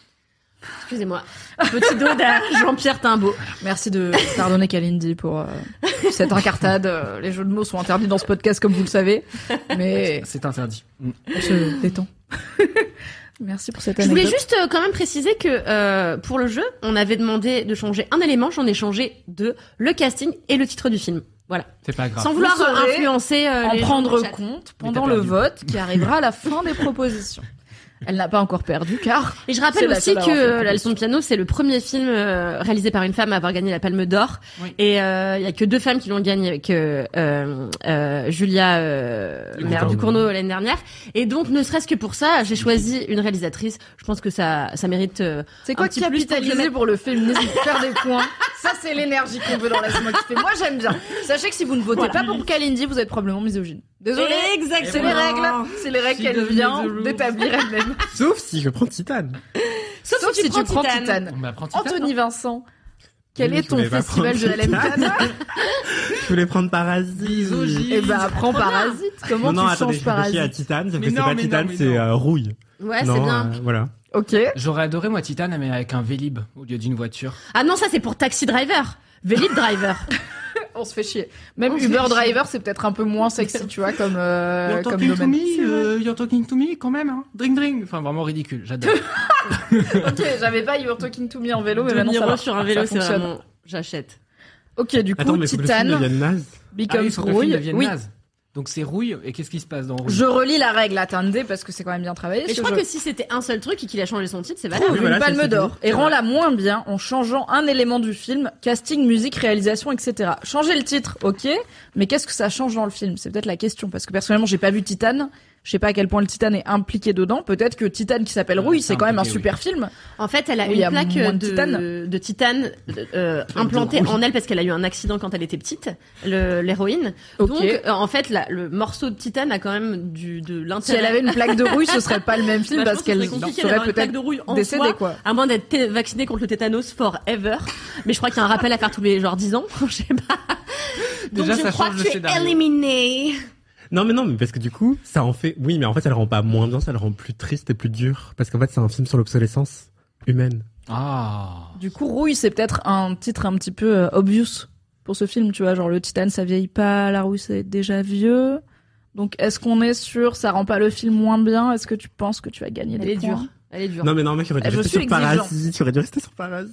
Speaker 2: Excusez-moi. Petit dos derrière Jean-Pierre Timbaud.
Speaker 1: Merci de pardonner Kalindi pour euh, cette incartade. Euh, Les jeux de mots sont interdits dans ce podcast, comme vous le savez. Mais
Speaker 3: C'est interdit. Mm.
Speaker 1: on se détend. Merci pour cette
Speaker 2: Je voulais
Speaker 1: anecdote.
Speaker 2: juste euh, quand même préciser que euh, pour le jeu, on avait demandé de changer un élément, j'en ai changé deux, le casting et le titre du film. Voilà.
Speaker 3: C'est pas grave.
Speaker 2: Sans vouloir
Speaker 1: Vous saurez
Speaker 2: influencer euh,
Speaker 1: en
Speaker 2: les gens
Speaker 1: prendre
Speaker 2: du chat.
Speaker 1: compte
Speaker 3: Mais
Speaker 1: pendant
Speaker 3: t'as
Speaker 1: le
Speaker 3: perdu.
Speaker 1: vote qui arrivera à la fin des propositions. Elle n'a pas encore perdu car
Speaker 2: Et je
Speaker 1: C'est
Speaker 2: rappelle
Speaker 1: la
Speaker 2: aussi
Speaker 1: seule à
Speaker 2: que
Speaker 1: avoir fait
Speaker 2: euh,
Speaker 1: le
Speaker 2: La leçon de piano, c'est le premier film euh, réalisé par une femme à avoir gagné la Palme d'Or.
Speaker 3: Oui.
Speaker 2: Et euh, il y a que deux femmes qui l'ont gagné, que euh, euh, Julia euh,
Speaker 3: Ducournau.
Speaker 1: hein.
Speaker 2: Mère Ducournau l'année dernière. Et donc, ne serait-ce que pour ça, j'ai choisi une réalisatrice. Je pense que ça, ça mérite. euh,
Speaker 1: c'est
Speaker 2: quoi
Speaker 1: quoi
Speaker 2: petit plus pour que je
Speaker 1: capitaliser pour,
Speaker 2: mette-
Speaker 1: le féminisme, faire des points. Ça c'est l'énergie qu'on veut dans la semaine qui fait. Moi j'aime bien. Sachez que si vous ne votez pas pour Kalindi, vous êtes probablement misogyne. Désolée.
Speaker 2: Exactement.
Speaker 1: C'est les règles, c'est les règles
Speaker 3: She
Speaker 1: qu'elle
Speaker 3: doesn't
Speaker 1: vient
Speaker 3: know the rules.
Speaker 1: d'établir elle-même.
Speaker 4: Sauf si je prends Titan.
Speaker 2: Sauf,
Speaker 1: Sauf
Speaker 2: si, tu prends, Titane.
Speaker 1: Titane.
Speaker 3: On m'apprend Titan,
Speaker 1: Anthony Vincent, quel
Speaker 4: Mais
Speaker 1: est
Speaker 4: je
Speaker 1: ton
Speaker 4: voulais pas
Speaker 1: festival de
Speaker 4: prendre
Speaker 1: la LMK
Speaker 4: Je voulais prendre Parasite.
Speaker 3: Misogyne.
Speaker 1: Eh ben apprends
Speaker 2: bien.
Speaker 1: Parasite. Comment
Speaker 4: Non, non,
Speaker 1: tu
Speaker 4: attendez,
Speaker 1: changes
Speaker 4: je réfléchis à
Speaker 1: Parasite
Speaker 4: Titan, sauf
Speaker 3: Mais
Speaker 4: que c'est
Speaker 3: non,
Speaker 4: pas
Speaker 3: mais
Speaker 4: Titan,
Speaker 3: non, mais
Speaker 4: c'est
Speaker 3: non.
Speaker 4: euh, Rouille.
Speaker 2: Ouais, c'est
Speaker 4: Non,
Speaker 2: bien.
Speaker 4: euh, voilà.
Speaker 1: Ok.
Speaker 3: J'aurais adoré, moi, Titan, mais avec un Vélib au lieu d'une voiture.
Speaker 2: Ah non, ça c'est pour Taxi Driver. Vélib Driver.
Speaker 1: On se fait chier. Même
Speaker 2: On se
Speaker 1: Uber
Speaker 2: fait
Speaker 1: Driver, c'est peut-être un peu moins sexy, tu vois, comme, euh, comme domaine.
Speaker 3: euh, you're talking to me, quand même, hein. Dring, dring. Enfin, vraiment ridicule. J'adore. Ah
Speaker 1: Ok, j'avais pas You're Talking to Me en vélo, mais
Speaker 2: De
Speaker 1: maintenant bah ça
Speaker 2: Niro
Speaker 1: va.
Speaker 2: sur un vélo,
Speaker 1: Ça
Speaker 2: c'est
Speaker 1: fonctionne.
Speaker 2: vraiment. J'achète.
Speaker 1: Ok, du coup,
Speaker 4: Attends, mais faut que le film
Speaker 1: Titan
Speaker 4: devienne naze.
Speaker 3: Ah
Speaker 1: becomes
Speaker 3: oui, faut que le film
Speaker 1: rouille.
Speaker 3: devienne
Speaker 1: Oui,
Speaker 3: naze. Donc c'est rouille, et qu'est-ce qui se passe dans rouille
Speaker 1: je relis la règle, attendez, parce que c'est quand même bien travaillé.
Speaker 2: Et je
Speaker 1: ce
Speaker 2: crois
Speaker 1: jeu.
Speaker 2: que si c'était un seul truc et qu'il a changé son titre, c'est valable.
Speaker 1: Trouve
Speaker 4: Oui, voilà,
Speaker 1: une
Speaker 4: c'est-
Speaker 1: palme
Speaker 4: c'est
Speaker 1: d'or
Speaker 4: fini.
Speaker 1: et rends-la moins bien en changeant un élément du film, casting, musique, réalisation, etc. Changer le titre, ok, mais qu'est-ce que ça change dans le film C'est peut-être la question, parce que personnellement, j'ai pas vu Titan, je sais pas à quel point le Titan est impliqué dedans, peut-être que Titan qui s'appelle
Speaker 4: Ah,
Speaker 3: Euh,
Speaker 1: Rouille,
Speaker 3: c'est
Speaker 1: c'est quand même un
Speaker 3: impliqué,
Speaker 1: super film.
Speaker 2: En fait, elle a
Speaker 1: Oui, il y
Speaker 2: une
Speaker 1: a
Speaker 2: plaque
Speaker 1: moins de
Speaker 2: de
Speaker 1: titane.
Speaker 2: titane, de titane euh, implantée en elle parce qu'elle a eu un accident quand elle était petite, le- l'héroïne.
Speaker 1: Ok.
Speaker 2: Donc, euh, en fait, la- le morceau de titane a quand même du, de
Speaker 1: Si elle
Speaker 2: l'intérêt.
Speaker 1: avait une plaque de rouille, ce serait pas le même film
Speaker 2: Bah, je pense
Speaker 1: parce
Speaker 2: que ce
Speaker 1: qu'elle
Speaker 2: serait compliqué
Speaker 1: serait
Speaker 2: d'avoir une plaque
Speaker 1: peut-être
Speaker 2: de rouille en
Speaker 1: décédée,
Speaker 2: soi,
Speaker 1: quoi.
Speaker 2: À moins d'être té- vacciné contre le tétanos forever. Mais je crois qu'il y a un rappel à faire tous les genre 10 ans. Je sais pas. Donc,
Speaker 3: Déjà,
Speaker 2: je
Speaker 3: ça
Speaker 2: crois
Speaker 3: change
Speaker 2: que
Speaker 3: le
Speaker 2: tu es
Speaker 3: scénario.
Speaker 2: éliminée.
Speaker 4: Non, mais non, mais parce que du coup, ça en fait. Oui, mais en fait, ça le rend pas moins bien, ça le rend plus triste et plus dur. Parce qu'en fait, c'est un film sur l'obsolescence humaine.
Speaker 3: Ah.
Speaker 1: Du coup, rouille, c'est peut-être un titre un petit peu euh, obvious pour ce film, tu vois, genre le Titan, ça vieillit pas, la rouille, c'est déjà vieux. Donc, est-ce qu'on est sûr, ça rend pas le film moins bien Est-ce que tu penses que tu vas gagner
Speaker 2: Elle
Speaker 1: des
Speaker 2: est
Speaker 1: points
Speaker 2: dure. Elle est dure.
Speaker 4: Non, mais non, mec, j'aurais dû
Speaker 1: Je
Speaker 4: rester
Speaker 1: suis
Speaker 4: sur
Speaker 1: exigeant.
Speaker 4: Parasite. J'aurais dû rester sur Parasite.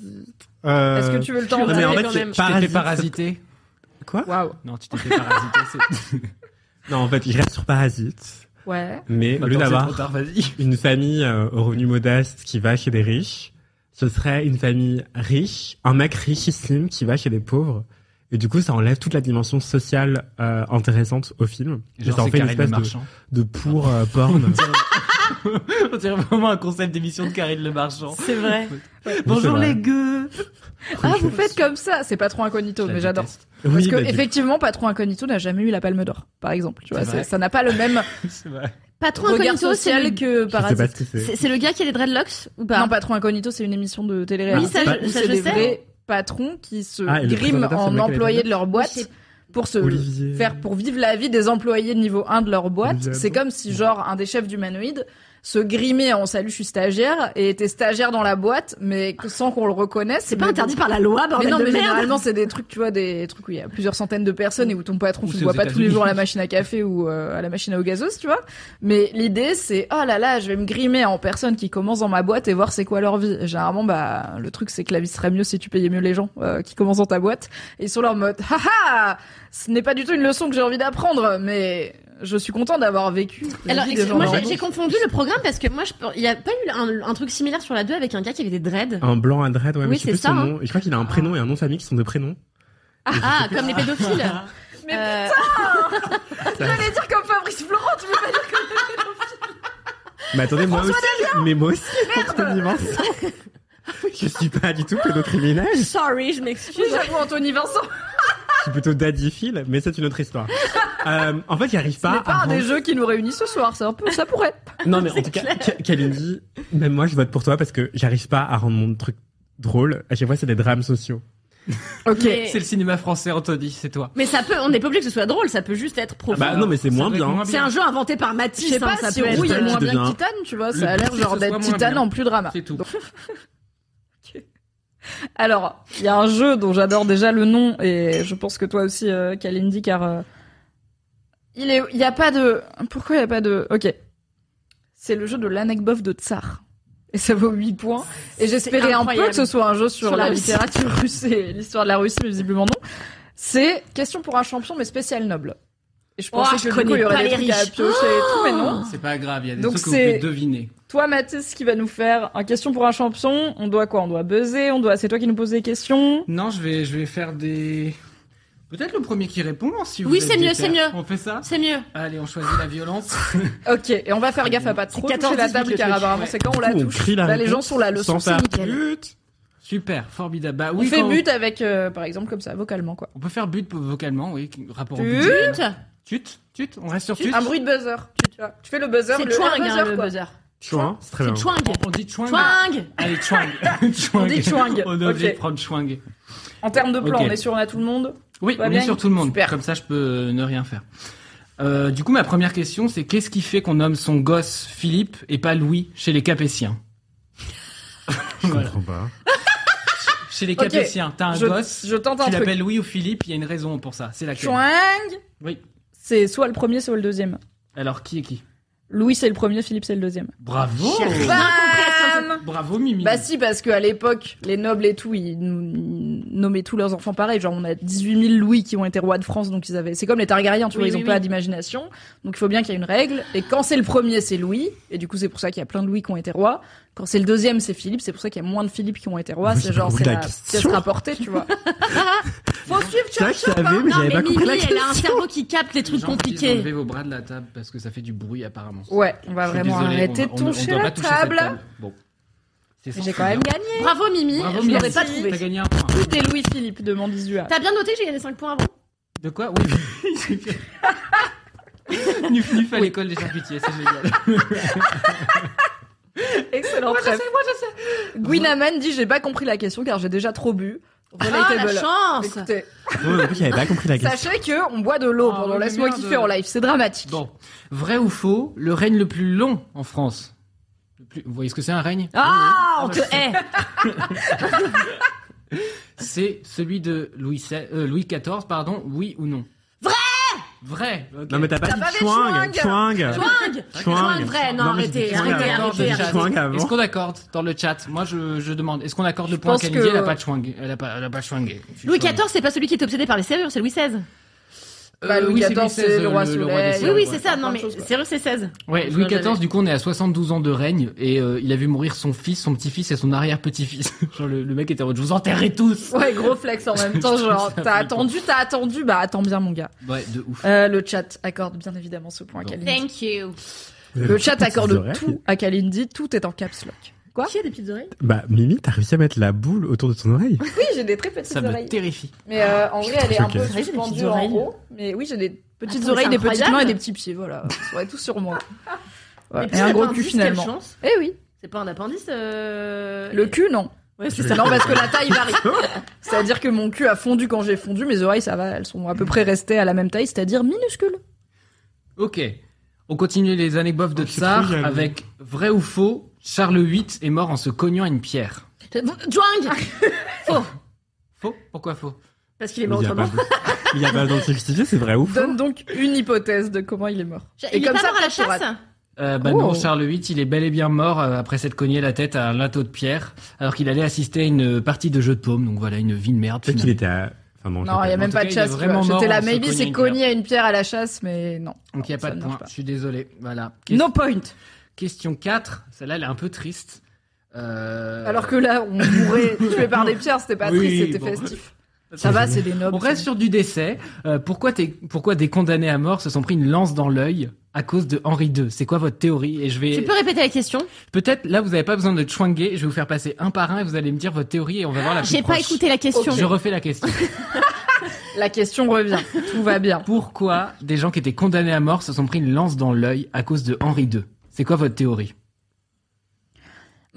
Speaker 4: Euh...
Speaker 1: Est-ce que tu veux le temps
Speaker 4: Non, mais en
Speaker 2: Ouais,
Speaker 4: fait,
Speaker 2: quand même.
Speaker 4: c'est
Speaker 2: Je
Speaker 3: Tu t'es fait
Speaker 4: Parasite.
Speaker 3: parasiter
Speaker 4: Quoi
Speaker 1: Waouh.
Speaker 3: Non, tu t'es fait parasiter. c'est-
Speaker 4: Non, en fait, je reste sur Parasite.
Speaker 1: Ouais.
Speaker 4: Mais au
Speaker 3: Bah, Attends, c'est
Speaker 4: lieu d'avoir
Speaker 3: trop tard, vas-y.
Speaker 4: une famille euh, aux revenus modestes qui va chez des riches, ce serait une famille riche, un mec richissime qui va chez des pauvres. Et du coup, ça enlève toute la dimension sociale euh, intéressante au film. Et
Speaker 3: Genre,
Speaker 4: ça en
Speaker 3: c'est
Speaker 4: fait une
Speaker 3: Karine Le
Speaker 4: espèce de,
Speaker 3: Marchand.
Speaker 4: de pour euh, porn.
Speaker 3: On dirait vraiment un concept d'émission de Karine Le Marchand.
Speaker 2: C'est vrai.
Speaker 3: Bonjour
Speaker 4: vrai.
Speaker 3: les gueux.
Speaker 1: Ah, vous faites comme ça C'est pas trop incognito,
Speaker 3: Je la
Speaker 1: mais j'adore.
Speaker 3: déteste.
Speaker 1: Parce
Speaker 4: Oui,
Speaker 1: que,
Speaker 4: bah, du-
Speaker 1: effectivement, pas trop incognito n'a jamais eu la palme d'or, par exemple. Tu vois,
Speaker 3: C'est vrai.
Speaker 1: c'est- ça n'a pas le même
Speaker 3: C'est vrai.
Speaker 2: Pas trop
Speaker 1: regard
Speaker 2: incognito, c'est
Speaker 1: social
Speaker 2: le...
Speaker 1: que
Speaker 4: je sais pas
Speaker 1: Parasite.
Speaker 4: ce que c'est.
Speaker 2: c'est- c'est le gars qui a les dreadlocks ou pas
Speaker 1: Non, pas trop incognito, c'est une émission de
Speaker 2: Bah, Oui,
Speaker 1: télé-réalité.
Speaker 2: ça,
Speaker 4: Bah,
Speaker 2: je,
Speaker 1: où
Speaker 2: ça,
Speaker 1: c'est
Speaker 2: je
Speaker 1: des
Speaker 2: sais.
Speaker 1: vrais patrons qui se
Speaker 4: Ah, et le
Speaker 1: griment
Speaker 4: présentateur, c'est
Speaker 1: en
Speaker 4: le mec avec la
Speaker 1: employés
Speaker 4: tête.
Speaker 1: de leur boîte pour se
Speaker 4: Olivier.
Speaker 1: faire pour vivre la vie des employés de niveau 1 de leur boîte.
Speaker 4: Olivier
Speaker 1: C'est
Speaker 4: Adam.
Speaker 1: comme si genre un des chefs d'humanoïde se grimer en salut, je suis stagiaire, et t'es stagiaire dans la boîte, mais que- sans qu'on le reconnaisse.
Speaker 6: C'est pas
Speaker 1: mais
Speaker 6: interdit par la loi,
Speaker 1: bon.
Speaker 6: bordel
Speaker 1: Mais non,
Speaker 6: de
Speaker 1: mais
Speaker 6: merde.
Speaker 1: généralement, c'est des trucs, tu vois, des trucs où il y a plusieurs centaines de personnes et où ton
Speaker 3: Ou
Speaker 1: patron, tu
Speaker 3: c'est
Speaker 1: le vois
Speaker 3: aux
Speaker 1: pas tous les
Speaker 3: États-Unis.
Speaker 1: jours à la machine à café ou euh, à la machine à eau gazeuse, tu vois. Mais l'idée, c'est, oh là là, je vais me grimer en personne qui commence dans ma boîte et voir c'est quoi leur vie. Et généralement, bah, le truc, c'est que la vie serait mieux si tu payais mieux les gens euh, qui commencent dans ta boîte. Et ils sont là en mode, haha, ce n'est pas du tout une leçon que j'ai envie d'apprendre, mais je suis content d'avoir vécu. la
Speaker 2: Alors,
Speaker 1: vie des gens
Speaker 2: excuse-moi,
Speaker 1: normaux.
Speaker 2: j'ai- j'ai confondu le programme parce que moi, je peux- il y a pas eu un, un truc similaire sur la 2 avec un gars qui avait des dreads.
Speaker 4: Un blanc à dread, ouais,
Speaker 2: Oui,
Speaker 4: mais je sais
Speaker 2: c'est
Speaker 4: plus
Speaker 2: ça,
Speaker 4: son
Speaker 2: hein.
Speaker 4: nom. Et Je crois qu'il a un prénom et un nom de famille qui sont deux prénoms.
Speaker 2: Ah, comme les pédophiles.
Speaker 1: Mais
Speaker 2: Euh,
Speaker 1: J'allais dire comme Fabrice Florent, tu veux pas dire
Speaker 4: Mais attendez, moi aussi. Mais moi aussi,
Speaker 1: Oh,
Speaker 4: Anthony Vincent.
Speaker 1: Ah
Speaker 4: Je suis pas du tout pédocriminel, je
Speaker 2: Sorry, je m'excuse.
Speaker 1: que j'avoue Anthony Vincent
Speaker 4: suis plutôt daddyphile, mais c'est une autre histoire. Euh, en fait, j'arrive
Speaker 1: Ce
Speaker 4: pas
Speaker 1: n'est pas
Speaker 4: à
Speaker 1: un des jeux qui nous réunit ce soir, c'est un peu, ça pourrait.
Speaker 4: Non, mais en tout cas, Ka- Kalindi, même moi, je vote pour toi parce que j'arrive pas à rendre mon truc drôle. À chaque fois, c'est des drames sociaux.
Speaker 1: Ok.
Speaker 2: Mais,
Speaker 3: C'est le cinéma français, Anthony, c'est toi.
Speaker 2: mais ça peut, on n'est pas obligé que ce soit drôle, ça peut juste être profond.
Speaker 4: bah, non, mais c'est
Speaker 3: Ça
Speaker 4: moins
Speaker 3: doit être
Speaker 4: bien.
Speaker 6: C'est un jeu inventé par
Speaker 1: Je
Speaker 6: Matisse,
Speaker 1: sais pas
Speaker 6: hein, ça
Speaker 1: si
Speaker 6: peut être.
Speaker 1: rouille est
Speaker 4: Titane
Speaker 1: moins
Speaker 4: qui
Speaker 1: bien que
Speaker 4: devient-
Speaker 1: Titane, tu vois,
Speaker 3: Le
Speaker 1: ça a l'air
Speaker 3: but,
Speaker 1: genre
Speaker 3: que ce soit
Speaker 1: d'être
Speaker 3: moins
Speaker 1: Titane
Speaker 3: bien.
Speaker 1: en plus drama.
Speaker 3: C'est tout.
Speaker 1: Alors, il y a un jeu dont j'adore déjà le nom et je pense que toi aussi, euh, Kalindi, car euh, il est, il y a pas de, pourquoi il y a pas de, ok, c'est le jeu de l'anecbof de Tsar et ça vaut 8 points et j'espérais un peu
Speaker 2: incroyable.
Speaker 1: que ce soit un jeu sur,
Speaker 2: Sur la
Speaker 1: la,
Speaker 2: Russie.
Speaker 1: littérature russe et l'histoire de la Russie, mais visiblement non. C'est question pour un champion mais spécial noble. Et je
Speaker 6: Oh,
Speaker 1: pensais
Speaker 6: je
Speaker 1: que du coup,
Speaker 6: connais
Speaker 1: il y
Speaker 6: pas
Speaker 1: aurait des
Speaker 6: les
Speaker 1: trucs à
Speaker 6: riches.
Speaker 1: piocher et tout, mais non.
Speaker 3: C'est pas grave, il y a des
Speaker 1: Donc
Speaker 3: trucs que vous
Speaker 1: c'est-
Speaker 3: pouvez deviner.
Speaker 1: Toi, Mathis, qui va nous faire un question pour un champion. On doit quoi On doit buzzer. On doit. C'est toi qui nous poses des questions.
Speaker 3: Non, je vais, je vais faire des. Peut-être le premier qui répond, hein, si vous
Speaker 2: Oui,
Speaker 3: êtes
Speaker 2: c'est mieux,
Speaker 3: des
Speaker 2: c'est
Speaker 3: terres.
Speaker 2: mieux.
Speaker 3: On fait ça
Speaker 2: C'est mieux.
Speaker 3: Allez, on choisit la violence.
Speaker 1: Ok. Et on va faire gaffe à pas trop toucher la
Speaker 6: 14-18
Speaker 1: table,
Speaker 6: le
Speaker 1: car
Speaker 6: truc.
Speaker 1: apparemment
Speaker 3: Ouais.
Speaker 1: c'est quand on la
Speaker 4: Du coup, on
Speaker 1: touche.
Speaker 4: crie la
Speaker 1: Là, les gens
Speaker 4: réponse
Speaker 1: sont là. Le son,
Speaker 4: Sans
Speaker 1: c'est
Speaker 4: faire
Speaker 1: nickel.
Speaker 4: but.
Speaker 3: Super, formidable. Bah
Speaker 1: On
Speaker 3: oui,
Speaker 1: fait
Speaker 3: quand
Speaker 1: but avec, euh, par exemple, comme ça, vocalement, quoi.
Speaker 3: On peut faire but vocalement, oui, rapport au
Speaker 1: But.
Speaker 3: but.
Speaker 2: Pute.
Speaker 3: Tut, tut, on reste sur tut.
Speaker 1: Un bruit de buzzer. Tu, tu vois, tu fais le buzzer.
Speaker 2: C'est
Speaker 1: le air
Speaker 2: chouing, hein,
Speaker 1: buzzer,
Speaker 2: le
Speaker 1: quoi.
Speaker 2: buzzer.
Speaker 4: Chouin, c'est très bien.
Speaker 2: C'est chouing.
Speaker 3: On, on dit chouang.
Speaker 2: Chouing.
Speaker 3: Allez, chouang. Chouang.
Speaker 1: On dit chouang.
Speaker 3: On est obligé
Speaker 1: Ok.
Speaker 3: de prendre chouang.
Speaker 1: En termes de plan,
Speaker 3: Ok.
Speaker 1: on est sûr, on a tout le monde.
Speaker 3: Oui,
Speaker 1: Tout va
Speaker 3: on
Speaker 1: bien
Speaker 3: est sur tout le monde.
Speaker 1: Super.
Speaker 3: Comme ça, je peux ne rien faire. Euh, du coup, ma première question, c'est qu'est-ce qui fait qu'on nomme son gosse Philippe et pas Louis chez les Capétiens
Speaker 4: Je
Speaker 3: Voilà.
Speaker 4: comprends pas.
Speaker 3: Chez les
Speaker 1: Ok.
Speaker 3: Capétiens, t'as un
Speaker 1: Je,
Speaker 3: gosse,
Speaker 1: je tente un
Speaker 3: tu
Speaker 1: truc.
Speaker 3: l'appelles Louis ou Philippe, il y a une raison pour ça. C'est laquelle
Speaker 1: Chouing.
Speaker 3: Oui.
Speaker 1: C'est soit le premier, soit le deuxième.
Speaker 3: Alors, qui est qui
Speaker 1: Louis, c'est le premier. Philippe, c'est le deuxième.
Speaker 3: Bravo
Speaker 1: Bam
Speaker 3: Bravo,
Speaker 2: Mm.
Speaker 3: Mimi
Speaker 1: Bah si, parce qu'à l'époque, les nobles et tout, ils nous- ils nommaient tous leurs enfants pareil. Genre, on a 18 000 Louis qui ont été rois de France, donc ils avaient... C'est comme les Targaryens, tu vois,
Speaker 2: Oui,
Speaker 1: ils ont
Speaker 2: oui,
Speaker 1: pas
Speaker 2: oui.
Speaker 1: d'imagination. Donc il faut bien qu'il y ait une règle. Et quand c'est le premier, c'est Louis. Et du coup, c'est pour ça qu'il y a plein de Louis qui ont été rois. Quand c'est le deuxième, c'est Philippe. C'est pour ça qu'il y a moins de Philippe qui ont été rois.
Speaker 4: Vous
Speaker 1: C'est
Speaker 4: avez
Speaker 1: genre,
Speaker 4: compris
Speaker 1: c'est
Speaker 4: la
Speaker 1: la
Speaker 4: question
Speaker 1: pièce rapportée, tu vois.
Speaker 2: Faut suivre
Speaker 4: Ça, je savais, mais
Speaker 2: Ah, Non,
Speaker 4: j'avais
Speaker 2: mais
Speaker 4: pas compris la
Speaker 2: Mimi, elle a un
Speaker 4: question.
Speaker 2: cerveau qui capte les trucs compliqués.
Speaker 3: Enlevez vos bras de la table parce que ça fait du bruit apparemment.
Speaker 1: Ouais, on va
Speaker 3: Je suis
Speaker 1: vraiment
Speaker 3: désolé,
Speaker 1: arrêter
Speaker 3: on-
Speaker 1: de
Speaker 3: on- on
Speaker 1: toucher
Speaker 3: doit
Speaker 1: la
Speaker 3: pas toucher cette
Speaker 1: table.
Speaker 3: Bon. C'est
Speaker 1: Mais
Speaker 3: sans
Speaker 1: J'ai quand
Speaker 3: fin.
Speaker 1: même gagné.
Speaker 2: Bravo Mimi,
Speaker 3: Bravo,
Speaker 2: je l'aurais
Speaker 3: Mimi.
Speaker 2: pas
Speaker 3: T'as
Speaker 2: trouvé.
Speaker 3: gagné un point.
Speaker 1: Tout est Louis Philippe, demande Isua.
Speaker 2: T'as bien noté que j'ai gagné 5 points avant
Speaker 3: De quoi Oui. Nuf Nuf à l'école des charcutiers, c'est génial.
Speaker 1: Excellent. Moi, je sais, moi, je sais. Guinaman dit, j'ai pas compris la question car j'ai déjà trop bu.
Speaker 2: Ah, la
Speaker 1: Relatable.
Speaker 2: chance
Speaker 1: Écoutez,
Speaker 4: Ouais, en plus, j'avais pas compris la question.
Speaker 1: sachez que on boit de l'eau
Speaker 3: Ah,
Speaker 1: pendant
Speaker 3: oui,
Speaker 1: laisse-moi
Speaker 3: merde.
Speaker 1: kiffer en live, c'est dramatique.
Speaker 3: Bon, vrai ou faux, le règne le plus long en France. Le plus- Vous voyez ce que c'est un règne
Speaker 1: Ah,
Speaker 2: On te hait
Speaker 3: C'est celui de Louis, XVI euh, Louis XIV, pardon, oui ou non Vrai Vrai ok.
Speaker 4: Non, mais t'as pas
Speaker 1: T'as pas
Speaker 4: dit
Speaker 1: fait
Speaker 4: chouang, chouang.
Speaker 2: Chouing Chouing, vrai, non,
Speaker 4: mais
Speaker 2: arrêtez,
Speaker 4: j'ai
Speaker 2: arrêtez,
Speaker 4: dit chouang
Speaker 2: arrêtez,
Speaker 4: avant, j'ai dit
Speaker 2: arrêtez.
Speaker 4: chouang
Speaker 3: Est-ce
Speaker 4: avant.
Speaker 3: qu'on accorde dans le chat Moi, je, je demande. Est-ce qu'on accorde le point à
Speaker 1: pense
Speaker 3: Kennedy
Speaker 1: que-
Speaker 3: Elle a pas chouang. Elle a pas, elle a pas chouangué.
Speaker 2: Louis XIV, c'est pas celui qui est obsédé par les serrures, c'est Louis XVI.
Speaker 3: Euh,
Speaker 1: Bah, Louis
Speaker 3: oui,
Speaker 1: XIV, c'est le roi soleil.
Speaker 3: des
Speaker 2: Oui,
Speaker 3: serres,
Speaker 2: oui,
Speaker 3: ouais.
Speaker 2: c'est ça, non
Speaker 1: Plein de
Speaker 2: mais
Speaker 1: choses, quoi.
Speaker 2: serrure, c'est 16.
Speaker 3: Ouais,
Speaker 2: Je
Speaker 3: Louis
Speaker 2: l'avais.
Speaker 3: XIV, du coup, on est à 72 ans de règne et euh, il a vu mourir son fils, son petit-fils et son arrière-petit-fils. Genre, le, le mec était en mode, je vous enterrez tous
Speaker 1: Ouais, gros flex en même temps, genre,
Speaker 3: Ça
Speaker 1: t'as
Speaker 3: fait
Speaker 1: attendu, t'as attendu, bah attends bien mon gars.
Speaker 3: Ouais, de ouf.
Speaker 1: Euh, le chat accorde bien évidemment ce point à
Speaker 3: Bon.
Speaker 1: Kalindi.
Speaker 2: Thank you.
Speaker 1: Le chat accorde
Speaker 4: Oreilles.
Speaker 1: tout à Kalindi, tout est en caps lock. Quoi
Speaker 2: Qui a des petites oreilles
Speaker 4: Bah, Mimi, t'as réussi à mettre la boule autour de ton oreille.
Speaker 1: Oui, j'ai des très petites
Speaker 3: Ça me terrifie.
Speaker 1: Mais euh, en vrai, elle est un peu
Speaker 4: Ok.
Speaker 2: J'ai des petites
Speaker 1: suspendue en
Speaker 2: oreilles.
Speaker 1: haut. Mais oui, j'ai des petites
Speaker 2: Attends,
Speaker 1: oreilles,
Speaker 2: c'est
Speaker 1: des petites mains et
Speaker 2: incroyable.
Speaker 1: des petits pieds, voilà. Ils seraient tous sur moi.
Speaker 2: Mais
Speaker 1: Voilà. Et
Speaker 2: putain,
Speaker 1: un gros
Speaker 2: t'as
Speaker 1: cul
Speaker 2: appendice, quelle
Speaker 1: finalement.
Speaker 2: chance.
Speaker 1: Eh oui,
Speaker 2: C'est pas un appendice euh...
Speaker 1: le cul non.
Speaker 2: Ouais, c'est
Speaker 4: Je-
Speaker 2: ça.
Speaker 1: Non, parce que la taille varie. C'est-à-dire que mon cul a fondu quand j'ai fondu, mes oreilles, ça va, elles sont à peu près restées à la même taille, c'est-à-dire minuscules.
Speaker 3: Ok. On continue les années bof de
Speaker 4: Oh, je sais plus où
Speaker 3: Tsar
Speaker 4: il y avait.
Speaker 3: avec vrai ou faux, Charles VIII est mort en se cognant à une pierre.
Speaker 1: Ah.
Speaker 2: Joing Faux.
Speaker 3: Faux Pourquoi faux
Speaker 2: Parce qu'il est
Speaker 4: Il
Speaker 2: mort
Speaker 4: n'y a
Speaker 2: autrement.
Speaker 4: pas, il y a pas d'identifié, c'est vrai ou faux
Speaker 1: Donne donc une hypothèse de comment il est mort.
Speaker 2: Il est
Speaker 1: comme
Speaker 2: pas
Speaker 1: ça,
Speaker 2: mort à la
Speaker 1: après, tu rates.
Speaker 2: chasse
Speaker 3: Euh, bah
Speaker 1: Oh.
Speaker 3: non, Charles VIII, il est bel et bien mort euh, après s'être cogné la tête à un linteau de pierre, alors qu'il allait assister à une euh, partie de jeu de paume, donc voilà, une vie de merde.
Speaker 4: Peut-être qu'il
Speaker 3: finalement.
Speaker 4: était à... Enfin, non, je
Speaker 1: Non, il
Speaker 4: sais
Speaker 1: n'y a
Speaker 4: pas.
Speaker 1: même
Speaker 3: tout
Speaker 1: pas
Speaker 3: cas,
Speaker 1: de
Speaker 3: il est
Speaker 1: chasse. tu
Speaker 3: vraiment
Speaker 1: vois. J'étais
Speaker 3: mort
Speaker 1: là,
Speaker 3: en se
Speaker 1: maybe
Speaker 3: cognant
Speaker 1: c'est
Speaker 3: une
Speaker 1: cogné à une pierre à la chasse, mais non.
Speaker 3: Donc il n'y a
Speaker 1: Non,
Speaker 3: pas
Speaker 1: ça
Speaker 3: de
Speaker 1: ne
Speaker 3: point,
Speaker 1: marche pas.
Speaker 3: je suis désolé. Voilà.
Speaker 1: No point.
Speaker 3: Question 4, celle-là elle est un peu triste. Euh,
Speaker 1: Alors que là, on mourait tué par des pierres, c'était pas
Speaker 3: Oui,
Speaker 1: triste, c'était
Speaker 3: bon.
Speaker 1: festif. Ça va, c'est des nobles.
Speaker 3: On reste sur du décès. Euh, pourquoi, t'es- pourquoi des condamnés à mort se sont pris une lance dans l'œil à cause de Henri II C'est quoi votre théorie Et je vais
Speaker 2: Tu peux répéter la question
Speaker 3: peut-être là vous n'avez pas besoin de chouanguer. Je vais vous faire passer un par un et vous allez me dire votre théorie et on va voir la plus
Speaker 2: Ah, J'ai pas
Speaker 3: proche.
Speaker 2: écouté la question.
Speaker 3: Je refais la question.
Speaker 1: La question revient. Tout va bien.
Speaker 3: Pourquoi des gens qui étaient condamnés à mort se sont pris une lance dans l'œil à cause de Henri II C'est quoi votre théorie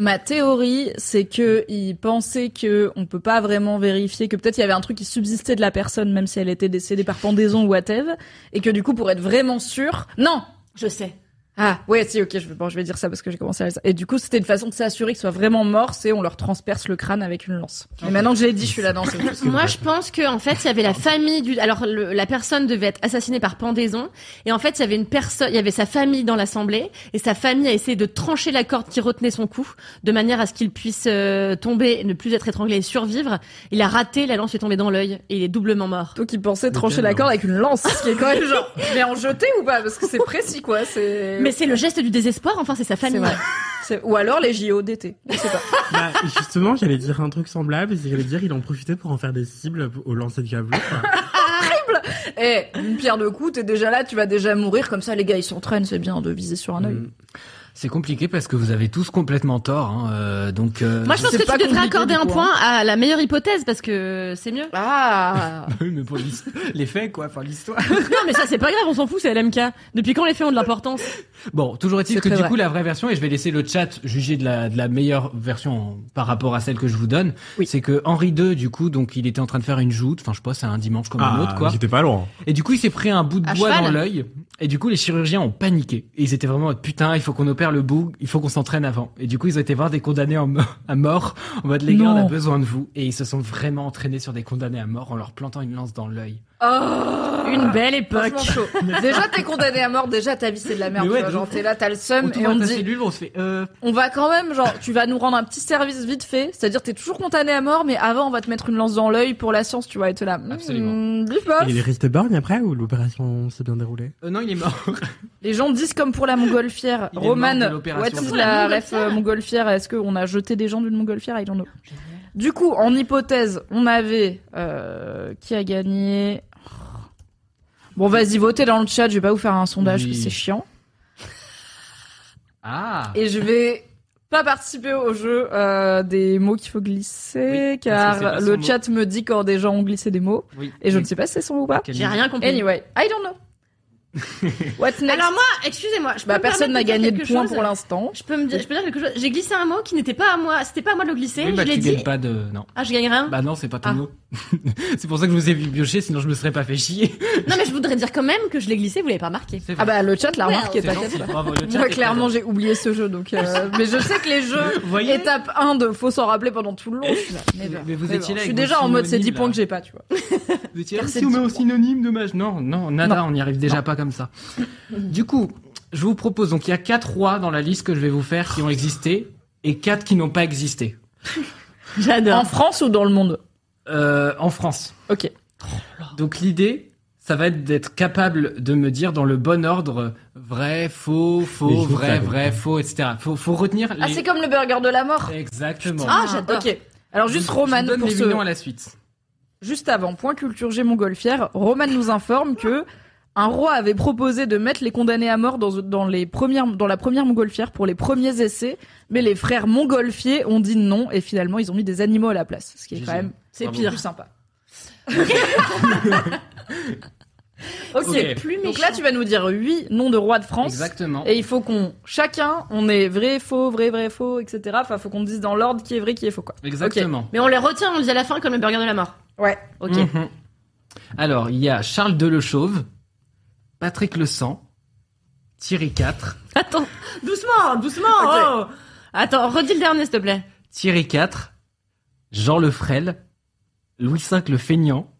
Speaker 1: Ma théorie, c'est que il pensait que on peut pas vraiment vérifier, que peut-être il y avait un truc qui subsistait de la personne, même si elle était décédée par pendaison ou whatever, et que du coup, pour être vraiment sûr, non.
Speaker 2: Je sais.
Speaker 1: Ah ouais, si, ok, je, bon, je vais dire ça parce que j'ai commencé à ça. Et du coup, c'était une façon de s'assurer qu'ils soient vraiment morts, c'est on leur transperce le crâne avec une lance. Et maintenant que je l'ai dit, je suis là, non, c'est juste.
Speaker 2: Moi, je pense que en fait, il y avait la famille du. Alors, le- la personne devait être assassinée par pendaison, et en fait, il y avait une personne, il y avait sa famille dans l'assemblée, et sa famille a essayé de trancher la corde qui retenait son cou, de manière à ce qu'il puisse euh, tomber, ne plus être étranglé et survivre. Il a raté, la lance est tombée dans l'œil, et il est doublement mort.
Speaker 1: Donc il pensait trancher
Speaker 3: quelle
Speaker 1: la corde
Speaker 3: lance
Speaker 1: avec une lance, ce qui est quand même genre, je vais en jeter ou pas Parce que c'est précis quoi, c'est...
Speaker 2: Mais c'est le geste du désespoir. Enfin, c'est sa
Speaker 1: Euh, c'est
Speaker 2: famille.
Speaker 1: vrai. C'est- Ou alors les JO d'été, je sais pas.
Speaker 4: Bah, justement, j'allais dire un truc semblable, c'est que j'allais dire il en profitait pour en faire des cibles au lancer de javelot. quoi.
Speaker 1: Eh, une pierre de coup, t'es déjà là, tu vas déjà mourir, comme ça les gars ils s'entraînent, c'est bien de viser sur un œil.
Speaker 4: Mm.
Speaker 3: C'est compliqué parce que vous avez tous complètement tort. hein, euh, donc euh,
Speaker 2: Moi, je pense
Speaker 1: C'est
Speaker 2: que
Speaker 1: pas
Speaker 2: tu devrais
Speaker 1: compliqué,
Speaker 2: accorder
Speaker 1: du
Speaker 2: un
Speaker 1: coup,
Speaker 2: point à la meilleure hypothèse parce que c'est mieux.
Speaker 1: Ah
Speaker 3: Oui, mais pour l'his- les faits, quoi, enfin l'histoire.
Speaker 2: Non, mais ça, c'est pas grave. On s'en fout. C'est LMK. Depuis quand les faits ont de l'importance
Speaker 3: Bon, toujours est-il
Speaker 1: C'est
Speaker 3: que
Speaker 1: très
Speaker 3: du
Speaker 1: vrai.
Speaker 3: coup, la vraie version, et je vais laisser le chat juger de la, de la meilleure version en- par rapport à celle que je vous donne,
Speaker 1: Oui.
Speaker 3: c'est que Henri II, du coup, donc il était en train de faire une joute, enfin je sais pas, c'est un dimanche comme un autre, quoi.
Speaker 4: Ah, J'étais pas loin.
Speaker 3: Et du coup, il s'est pris un bout de
Speaker 2: À
Speaker 3: bois
Speaker 2: cheval.
Speaker 3: dans l'œil, et du coup, les chirurgiens ont paniqué. Et ils étaient vraiment, en mode, putain, il faut qu'on opère le bout, il faut qu'on s'entraîne avant. Et du coup, ils ont été voir des condamnés en mo- à mort, en mode, les gars,
Speaker 1: Non.
Speaker 3: on a besoin de vous. Et ils se sont vraiment entraînés sur des condamnés à mort en leur plantant une lance dans l'œil.
Speaker 2: Une belle époque.
Speaker 1: Oh, Ah. Franchement chaud. Déjà t'es condamné à mort, déjà ta vie c'est de la merde,
Speaker 3: Mais ouais,
Speaker 1: tu vois,
Speaker 3: de
Speaker 1: genre
Speaker 3: ouf.
Speaker 1: t'es là, t'as le seum
Speaker 3: Autour
Speaker 1: et
Speaker 3: de
Speaker 1: on te
Speaker 3: la
Speaker 1: dit
Speaker 3: cellule, on se fait, euh,
Speaker 1: on va quand même genre tu vas nous rendre un petit service vite fait, c'est-à-dire t'es toujours condamné à mort mais avant on va te mettre une lance dans l'œil pour la science, tu vois, et t'es là. hmm,
Speaker 3: Absolument.
Speaker 1: bif bof.
Speaker 4: Il est resté borgne après ou l'opération s'est bien déroulée
Speaker 3: euh, non, il est mort.
Speaker 1: Les gens disent comme pour la montgolfière.
Speaker 3: Il est
Speaker 1: Roman,
Speaker 3: mort de l'opération.
Speaker 1: what's
Speaker 3: Pour
Speaker 1: la
Speaker 2: la
Speaker 1: ref
Speaker 2: montgolfière
Speaker 1: euh, montgolfière Est-ce qu'on a jeté des gens d'une montgolfière I don't know. Du coup, en hypothèse, on avait euh, qui a gagné Bon, vas-y, votez dans le chat. Je vais pas vous faire un sondage,
Speaker 3: Oui.
Speaker 1: parce que c'est chiant.
Speaker 3: Ah.
Speaker 1: Et je vais pas participer au jeu euh, des mots qu'il faut glisser,
Speaker 3: Oui, parce que c'est
Speaker 1: car
Speaker 3: pas
Speaker 1: le
Speaker 3: son
Speaker 1: chat me dit quand des gens ont glissé des mots,
Speaker 3: Oui.
Speaker 1: et je ne sais pas si c'est son ou pas.
Speaker 3: Quel
Speaker 2: J'ai rien compris.
Speaker 1: Anyway, I don't know. What's next
Speaker 2: Alors moi, excusez-moi, je peux
Speaker 1: Bah,
Speaker 2: me
Speaker 1: personne n'a
Speaker 2: permettre de dire
Speaker 1: gagné de
Speaker 2: quelque
Speaker 1: points
Speaker 2: chose
Speaker 1: pour l'instant.
Speaker 2: Je peux me dire, je peux dire quelque chose. J'ai glissé un mot qui n'était pas à moi, c'était pas à moi de le glisser.
Speaker 3: Oui, bah,
Speaker 2: je l'ai
Speaker 3: tu
Speaker 2: dit.
Speaker 3: gagnes pas de. Non.
Speaker 2: Ah, je gagne rien.
Speaker 3: Bah non, c'est pas ton
Speaker 2: Ah.
Speaker 3: mot. c'est pour ça que je vous ai bioché, sinon je me serais pas fait chier.
Speaker 2: Non, mais je voudrais dire quand même que je l'ai glissé. Vous l'avez pas remarqué.
Speaker 3: C'est
Speaker 1: Ah bah le chat l'a
Speaker 2: Ouais,
Speaker 1: remarqué,
Speaker 3: C'est
Speaker 1: t'inquiète.
Speaker 3: gentil, bravo, le chat
Speaker 1: Moi
Speaker 3: est
Speaker 1: clairement
Speaker 3: présent.
Speaker 1: j'ai oublié ce jeu donc euh, mais je sais que les jeux
Speaker 3: Vous voyez
Speaker 1: étape 1 de faut s'en rappeler pendant tout le long. je suis là, never,
Speaker 3: Mais vous
Speaker 1: never.
Speaker 3: étiez là
Speaker 1: Je suis
Speaker 3: avec
Speaker 1: déjà
Speaker 3: vos
Speaker 1: en mode c'est 10
Speaker 3: synonymes,
Speaker 1: points
Speaker 3: là.
Speaker 1: que j'ai pas tu vois.
Speaker 3: Vous étiez là,
Speaker 1: Car
Speaker 3: si
Speaker 1: c'est
Speaker 3: on met
Speaker 1: dix
Speaker 3: au synonyme, dommage. Non, non, nada, on n'y arrive déjà pas comme ça. Du coup, je vous propose, donc il y a quatre rois dans la liste que je vais vous faire qui ont existé et quatre qui n'ont pas existé.
Speaker 2: J'adore.
Speaker 1: En France ou dans le monde
Speaker 3: Euh, en France.
Speaker 1: Ok.
Speaker 3: Donc l'idée, ça va être d'être capable de me dire dans le bon ordre vrai, faux,
Speaker 4: Mais
Speaker 3: faux,
Speaker 4: je vous
Speaker 3: vrai,
Speaker 4: savais
Speaker 3: vrai,
Speaker 4: pas.
Speaker 3: faux, etc. Faut, faut retenir les...
Speaker 1: Ah c'est comme le burger de la mort.
Speaker 3: Exactement.
Speaker 2: Ah, j'adore.
Speaker 1: Ok. Alors juste
Speaker 3: Je vous
Speaker 1: Roman
Speaker 3: donne
Speaker 1: pour
Speaker 3: les
Speaker 1: ce
Speaker 3: millions à la suite.
Speaker 1: juste avant point culture G montgolfière, Roman nous informe que un roi avait proposé de mettre les condamnés à mort dans, dans les premières, dans la première montgolfière pour les premiers essais, mais les frères montgolfiers ont dit non et finalement ils ont mis des animaux à la place, ce qui est quand
Speaker 3: Génial.
Speaker 1: même
Speaker 2: C'est
Speaker 3: Bravo.
Speaker 2: pire.
Speaker 1: plus sympa.
Speaker 3: Ok.
Speaker 1: ok.
Speaker 2: Plus méchant.
Speaker 1: Donc là, tu vas nous dire huit noms de rois de France.
Speaker 3: Exactement.
Speaker 1: Et il faut qu'on, chacun, on est vrai, faux, vrai, vrai, faux, etc. Enfin, faut qu'on dise dans l'ordre qui est vrai, qui est faux, quoi.
Speaker 3: Exactement.
Speaker 2: Mais on les retient, on les dit à la fin comme le burger de la mort.
Speaker 1: Ouais.
Speaker 2: Ok.
Speaker 3: Mhm. Alors, il y a Charles de Le Chauve, Patrick Le Sang, tirer 4,
Speaker 2: Attends, doucement, doucement. oh. Attends, redis le dernier, s'il te plaît.
Speaker 3: tirer 4, Jean le Frêle, Louis V le Feignant,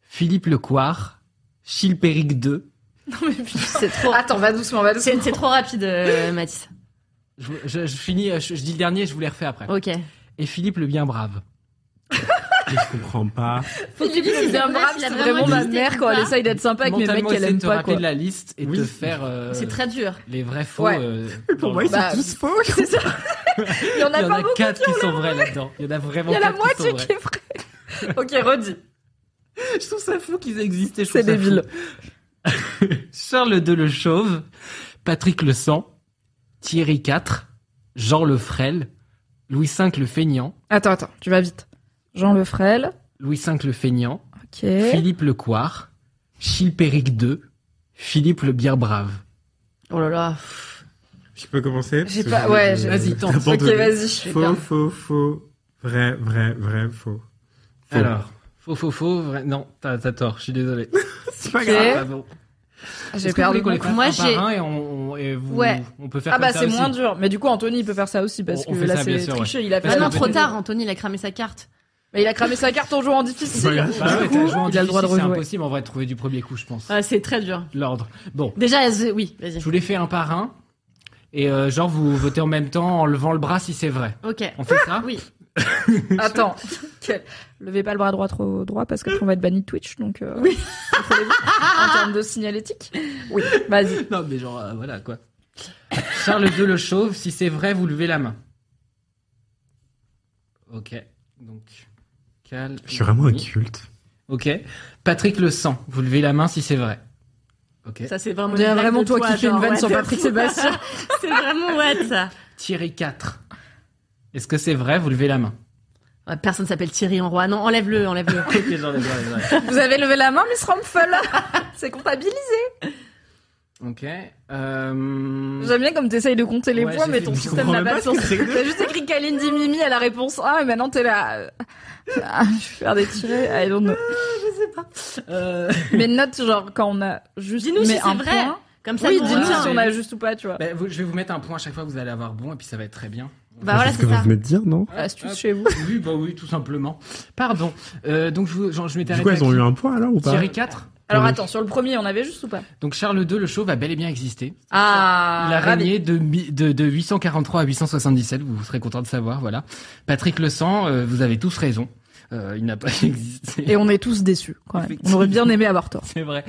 Speaker 3: Philippe le Coir, Chilpéric II.
Speaker 2: C'est trop.
Speaker 1: Attends, va doucement, va doucement.
Speaker 2: C'est c'est trop rapide, euh, Mathis.
Speaker 3: Je, je- je finis, euh, je, je dis le dernier, je vous les refais après.
Speaker 2: Ok.
Speaker 3: Et Philippe le Bien Brave.
Speaker 4: Je comprends pas.
Speaker 2: Faut que tu dises si c'est un brave,
Speaker 1: C'est vraiment ma mère quand elle essaye d'être sympa avec mes mecs
Speaker 3: Mentalement,
Speaker 1: qu'elle
Speaker 3: essaie de
Speaker 1: aime
Speaker 3: te
Speaker 1: pas,
Speaker 3: rappeler
Speaker 1: quoi.
Speaker 3: de la liste et de
Speaker 4: Oui.
Speaker 3: te faire euh,
Speaker 2: C'est très dur.
Speaker 3: les vrais faux.
Speaker 1: Ouais.
Speaker 3: euh, dans
Speaker 4: Pour moi, ils
Speaker 3: le-
Speaker 1: Bah,
Speaker 4: sont tous faux.
Speaker 1: C'est ça. Il y en
Speaker 3: il
Speaker 1: a
Speaker 3: y en
Speaker 1: pas
Speaker 3: a
Speaker 1: beaucoup.
Speaker 3: 4 qui sont vrais là-dedans. Il y en a vraiment
Speaker 1: Il y en a la
Speaker 3: quatre qui sont
Speaker 1: moitié
Speaker 3: vrais.
Speaker 1: qui est vraie. Ok, redis.
Speaker 3: Je trouve ça fou qu'ils existent. et je
Speaker 1: C'est
Speaker 3: trouve ça
Speaker 1: débile.
Speaker 3: fou. Charles II le Chauve, Patrick le Sang, Thierry IV, Jean le Frêle, Louis V le Feignant,
Speaker 1: Attends, attends, tu vas vite. Jean Le Frêle,
Speaker 3: Louis V le Feignant,
Speaker 1: ok.
Speaker 3: Philippe le Coir, Chilpéric II, Philippe le Bien Brave.
Speaker 2: Oh là là.
Speaker 4: Je peux commencer parce
Speaker 1: J'ai
Speaker 4: que
Speaker 1: pas-
Speaker 4: je-
Speaker 1: ouais,
Speaker 4: je-
Speaker 1: j'ai-
Speaker 3: Vas-y, tente.
Speaker 1: Ok,
Speaker 4: abandonné.
Speaker 1: vas-y.
Speaker 4: Faux, faux, faux. Vrai, vrai, vrai, faux. Faux.
Speaker 3: Alors, faux, faux, faux, vrai... non, t'as t'as tort, je suis désolé.
Speaker 4: c'est pas
Speaker 1: ok.
Speaker 4: grave.
Speaker 3: Ah, bah bon.
Speaker 1: J'ai
Speaker 3: Est-ce que vous
Speaker 1: perdu
Speaker 3: voulez qu'on les
Speaker 1: mon-
Speaker 3: fasse
Speaker 2: Moi,
Speaker 3: un
Speaker 2: j'ai-
Speaker 3: par un et on, on- et vous-
Speaker 2: Ouais.
Speaker 3: on peut faire
Speaker 1: Ah
Speaker 3: comme
Speaker 1: bah
Speaker 3: ça
Speaker 1: c'est
Speaker 3: aussi.
Speaker 1: moins dur. Mais du coup Anthony il peut faire ça aussi parce
Speaker 3: On- on
Speaker 1: que
Speaker 3: fait
Speaker 1: là
Speaker 3: ça, bien
Speaker 1: c'est
Speaker 3: sûr,
Speaker 1: triché. Il a fait
Speaker 3: Parce
Speaker 2: Ah
Speaker 1: ça.
Speaker 2: non,
Speaker 3: que-
Speaker 2: trop tard, Anthony, il a cramé sa carte.
Speaker 1: Mais il a cramé sa carte en jouant en difficile.
Speaker 4: Voilà.
Speaker 1: Du
Speaker 3: Bah ouais,
Speaker 1: coup,
Speaker 3: t'as joué en
Speaker 1: il a le droit
Speaker 3: difficile, C'est
Speaker 1: de rejouer.
Speaker 3: impossible, on va trouver du premier coup, je pense.
Speaker 2: Ah, c'est très dur.
Speaker 3: L'ordre. Bon,
Speaker 2: Déjà, c'est- oui, vas-y.
Speaker 3: je vous les fais un par un. Et euh, genre, vous votez en même temps en levant le bras si c'est vrai.
Speaker 2: Ok.
Speaker 3: On fait ça
Speaker 2: Oui.
Speaker 1: Attends. Quel- Levez pas le bras droit trop droit parce qu'après on va être banni de Twitch donc. euh,
Speaker 2: Oui.
Speaker 1: contrôlez-vous. en termes de signalétique. Oui. Vas-y.
Speaker 3: Non, mais genre, euh, voilà quoi. Charles II le chauve, si c'est vrai, vous levez la main. Ok. Donc, Cal.
Speaker 4: Je suis vraiment un culte.
Speaker 3: Ok. Patrick le sang, vous levez la main si c'est vrai. Ok.
Speaker 2: Ça, c'est vraiment. une
Speaker 1: On dirait
Speaker 2: blague
Speaker 1: vraiment
Speaker 2: de
Speaker 1: toi qui fais une
Speaker 2: genre,
Speaker 1: vanne
Speaker 2: ouais,
Speaker 1: sur
Speaker 2: c'est
Speaker 1: Patrick
Speaker 2: fou.
Speaker 1: Sébastien.
Speaker 2: C'est vraiment ouais ça.
Speaker 3: Thierry 4. Est-ce que c'est vrai Vous levez la main.
Speaker 2: Ouais, personne s'appelle Thierry en roi. Non, enlève-le, enlève-le.
Speaker 3: Ok, j'en ai, j'en ai, j'en
Speaker 1: Vous avez levé la main Miss Ramphal. C'est comptabilisé.
Speaker 3: ai. Ok. euh,
Speaker 1: J'aime bien comme t'essayes de compter les
Speaker 3: Ouais,
Speaker 1: points,
Speaker 3: j'ai
Speaker 1: mais
Speaker 3: fait-
Speaker 1: ton
Speaker 3: je
Speaker 1: système
Speaker 4: comprends
Speaker 1: n'a
Speaker 4: même
Speaker 1: pas de
Speaker 4: pas
Speaker 1: sens.
Speaker 4: ce que c'est.
Speaker 1: T'as juste écrit Kalindi Mimi à la réponse A, et maintenant t'es là. euh, ah, je vais faire des tirés, I don't know.
Speaker 3: Ah, euh,
Speaker 1: Mais note, genre, quand on a juste
Speaker 2: Dis-nous
Speaker 1: mais
Speaker 2: si c'est
Speaker 1: un
Speaker 2: vrai.
Speaker 1: point.
Speaker 2: Comme ça,
Speaker 1: Oui,
Speaker 2: nous, on
Speaker 1: dis-nous
Speaker 2: tient.
Speaker 1: si on a juste ou pas, tu vois.
Speaker 3: bah, vous- je vais vous mettre un point à chaque fois, vous allez avoir bon, et puis ça va être très bien.
Speaker 2: Bah voilà,
Speaker 4: c'est ce que
Speaker 2: c'est ça.
Speaker 4: vous venez de dire, non
Speaker 1: Astuce
Speaker 3: Hop,
Speaker 1: chez vous.
Speaker 3: hop. Oui, bah oui, tout simplement. Pardon. Euh, donc, je, vous- genre, je m'étais
Speaker 4: Du coup,
Speaker 3: arrêté.
Speaker 4: elles ont eu un point alors ou pas
Speaker 3: Thierry 4.
Speaker 1: Alors attends, sur le premier, on avait juste ou pas
Speaker 3: Donc, Charles II, le chauve, a bel et bien existé.
Speaker 1: Ah,
Speaker 3: Il a
Speaker 1: ravi.
Speaker 3: régné de, mi- de, de 843 à 877, vous serez content de savoir, voilà. Patrick Le Sang, euh, vous avez tous raison. Euh, il n'a pas existé.
Speaker 1: Et on est tous déçus, quand même. On aurait bien aimé avoir tort.
Speaker 3: C'est vrai.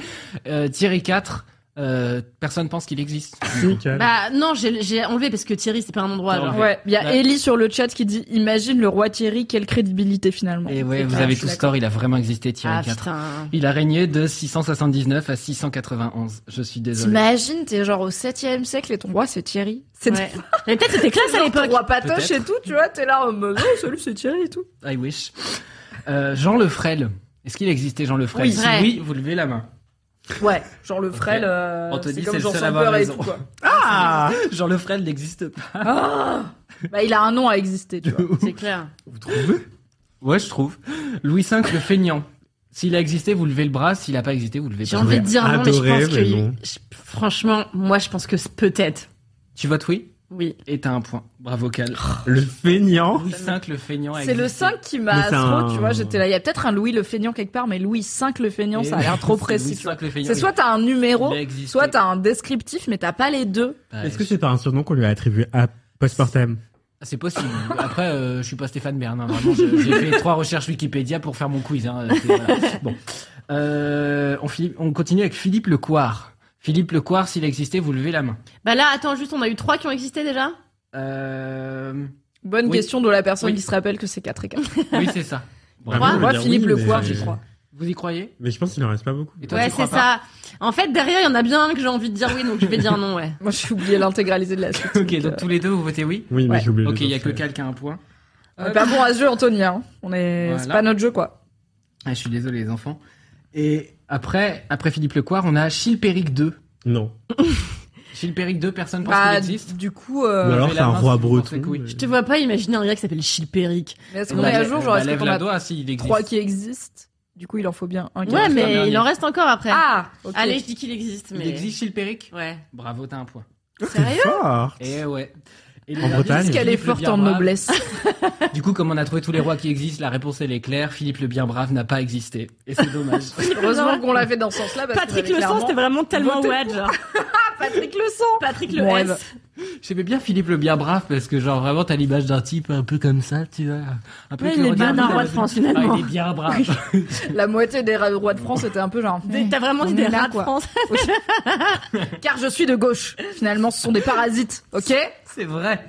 Speaker 3: Euh, Thierry 4, euh, personne pense qu'il existe.
Speaker 4: Nickel.
Speaker 2: Bah non, j'ai j'ai enlevé parce que Thierry, c'est pas un endroit.
Speaker 3: Non,
Speaker 2: genre.
Speaker 3: Ouais.
Speaker 1: Ouais, il y a
Speaker 3: Ouais.
Speaker 1: Ellie sur le chat qui dit Imagine le roi Thierry, quelle crédibilité finalement.
Speaker 3: Et ouais,
Speaker 1: C'est
Speaker 3: vous avez
Speaker 1: clair, Ah, je suis
Speaker 3: tous
Speaker 1: d'accord.
Speaker 3: tort, il a vraiment existé, Thierry
Speaker 2: Ah
Speaker 3: 4.
Speaker 2: putain.
Speaker 3: Il a régné de 679 à 691. Je suis désolé.
Speaker 1: T'imagines, t'es genre au 7ème siècle et ton roi c'est Thierry. C'est
Speaker 2: Ouais. Mais peut-être c'était classe à l'époque.
Speaker 1: Roi patoche
Speaker 3: Peut-être.
Speaker 1: et tout, tu vois, t'es là en mode oh, salut, c'est Thierry et tout.
Speaker 3: I wish. Euh, Jean Le Frêle. Est-ce qu'il existait, Jean Le Frêle
Speaker 2: Oui.
Speaker 3: Si
Speaker 2: Vrai.
Speaker 3: oui, vous levez la main.
Speaker 1: Ouais, genre le frêle, euh,
Speaker 3: Anthony,
Speaker 1: c'est
Speaker 3: c'est
Speaker 1: comme
Speaker 3: le
Speaker 1: genre
Speaker 3: seul
Speaker 1: sans
Speaker 3: à avoir
Speaker 1: peur et
Speaker 3: raison.
Speaker 1: tout quoi.
Speaker 4: Ah
Speaker 3: Jean Le Frêle n'existe pas.
Speaker 1: Bah, il a un nom à exister, tu vois.
Speaker 2: C'est clair.
Speaker 4: Vous trouvez
Speaker 3: Ouais, je trouve. Louis V, le feignant. S'il a existé, vous levez le bras. S'il n'a pas existé, vous levez
Speaker 2: J'ai
Speaker 3: pas le
Speaker 2: envie
Speaker 3: bras.
Speaker 2: de dire non, mais
Speaker 4: Adoré,
Speaker 2: je pense que
Speaker 4: mais non.
Speaker 2: je- franchement, moi, je pense que c'est peut-être.
Speaker 3: Tu votes oui
Speaker 2: Oui.
Speaker 3: Et t'as un point. Bravo, Cal.
Speaker 4: Le feignant
Speaker 3: Louis V, le feignant a
Speaker 1: Oh, C'est le
Speaker 3: existé.
Speaker 1: 5 qui
Speaker 4: Mais
Speaker 1: m'a
Speaker 4: c'est
Speaker 1: trop,
Speaker 4: un-
Speaker 1: tu vois, j'étais là, il y a peut-être un Louis le feignant quelque part, mais Louis 5 le feignant, ça a l'air trop
Speaker 3: C'est Louis
Speaker 1: précis. tu
Speaker 3: V, le
Speaker 1: vois.
Speaker 3: feignant.
Speaker 1: C'est soit t'as un numéro,
Speaker 3: Il a existé.
Speaker 1: soit t'as un descriptif, mais t'as pas les deux.
Speaker 2: bah,
Speaker 3: Ouais,
Speaker 4: Est-ce que c'est pas un surnom qu'on lui a attribué à postpartum
Speaker 3: Ah, C'est possible. Après, euh, je suis pas Stéphane Bern. hein. Vraiment, je- j'ai fait trois recherches Wikipédia pour faire mon quiz. hein. C'est- voilà. Bon, Euh, on, Philippe- on continue avec Philippe Le Coir. Philippe Le Coir, s'il existait, vous levez la main.
Speaker 2: Bah là, attends, juste, on a eu trois qui ont existé déjà.
Speaker 3: Euh,
Speaker 1: Bonne
Speaker 3: Oui.
Speaker 1: question de la personne
Speaker 3: Oui.
Speaker 1: qui se rappelle que c'est 4 et 4.
Speaker 3: Oui, c'est ça.
Speaker 4: Bah,
Speaker 3: Bravo.
Speaker 4: oui,
Speaker 1: Moi,
Speaker 4: mais-
Speaker 1: Philippe
Speaker 4: oui,
Speaker 1: Le
Speaker 4: mais-
Speaker 1: Coir, j'y crois.
Speaker 3: Vous y croyez
Speaker 4: Mais je pense qu'il en reste pas beaucoup.
Speaker 3: Et toi,
Speaker 2: Ouais,
Speaker 3: tu crois
Speaker 2: c'est
Speaker 3: pas
Speaker 2: ça. En fait, derrière, il y en a bien un que j'ai envie de dire oui, donc je vais dire non, ouais.
Speaker 1: Moi, j'ai oublié l'intégralité de la suite.
Speaker 3: Ok, donc
Speaker 1: euh,
Speaker 3: tous les deux, vous votez oui
Speaker 4: Oui, mais
Speaker 1: Ouais.
Speaker 4: j'ai oublié. les
Speaker 3: Ok, il y a
Speaker 4: autres.
Speaker 3: que Cal qui a un point.
Speaker 1: on est pas bon à ce jeu, Anthony, hein. On est, c'est
Speaker 3: Voilà.
Speaker 1: pas notre jeu, quoi.
Speaker 3: Ah, je suis désolé, les enfants. Et après, après Philippe Le Coir, on a Chilpéric II.
Speaker 4: Non.
Speaker 3: Chilpéric II, personne pense
Speaker 1: Bah,
Speaker 3: qu'il existe.
Speaker 1: du coup, euh,
Speaker 4: Ou bah, alors
Speaker 3: la
Speaker 4: c'est un
Speaker 3: main,
Speaker 4: roi
Speaker 3: si vous pensez
Speaker 4: breton. euh,
Speaker 3: que oui.
Speaker 4: mais-
Speaker 2: Je te vois pas imaginer un gars qui s'appelle Chilpéric.
Speaker 1: mais est-ce
Speaker 3: On
Speaker 1: qu'on est à jour, genre, est-ce
Speaker 3: bah, lève
Speaker 1: qu'on
Speaker 3: la
Speaker 1: a
Speaker 3: doigt, s'il existe.
Speaker 1: trois qui existent Du coup, il en faut bien un. qui
Speaker 2: Ouais,
Speaker 1: reste.
Speaker 2: mais il
Speaker 3: dernier.
Speaker 2: en reste encore après.
Speaker 1: Ah, ok.
Speaker 2: Allez, je dis qu'il existe, mais.
Speaker 3: Il existe chez le Péric
Speaker 2: Ouais.
Speaker 3: Bravo, t'as un point.
Speaker 4: Sérieux
Speaker 3: Et Eh ouais. Et le
Speaker 4: En
Speaker 3: dernier,
Speaker 4: Bretagne
Speaker 3: c'est
Speaker 1: Parce qu'elle est
Speaker 3: Philippe le
Speaker 1: forte
Speaker 3: Bien
Speaker 1: en
Speaker 3: Brave.
Speaker 1: noblesse.
Speaker 3: Du coup, comme on a trouvé tous les rois qui existent, la réponse elle est claire. Philippe le Bien Brave n'a pas existé. Et c'est dommage.
Speaker 1: Heureusement qu'on l'a fait dans ce sens-là. parce
Speaker 2: Patrick
Speaker 1: que
Speaker 2: Le Sang,
Speaker 1: clairement-
Speaker 2: c'était vraiment tellement
Speaker 1: voté.
Speaker 2: wad, genre.
Speaker 1: Patrick Le Sang.
Speaker 2: Patrick Le
Speaker 1: Ouais,
Speaker 2: S.
Speaker 1: bah.
Speaker 3: J'aimais bien Philippe le Bien Brave parce que genre vraiment t'as l'image d'un type un peu comme ça, tu vois. Un peu
Speaker 2: Ouais,
Speaker 3: qui
Speaker 2: il est
Speaker 3: regarde
Speaker 2: bien un roi de
Speaker 3: la-
Speaker 2: France, finalement.
Speaker 3: Ah, il est bien brave.
Speaker 1: La moitié des ra- rois de France étaient un peu genre. hmm,
Speaker 2: Des- T'as vraiment dit
Speaker 1: On
Speaker 2: des
Speaker 1: est là,
Speaker 2: rats de
Speaker 1: quoi.
Speaker 2: France.
Speaker 1: Car je suis de gauche. Finalement, ce sont des parasites. Ok.
Speaker 3: c'est vrai.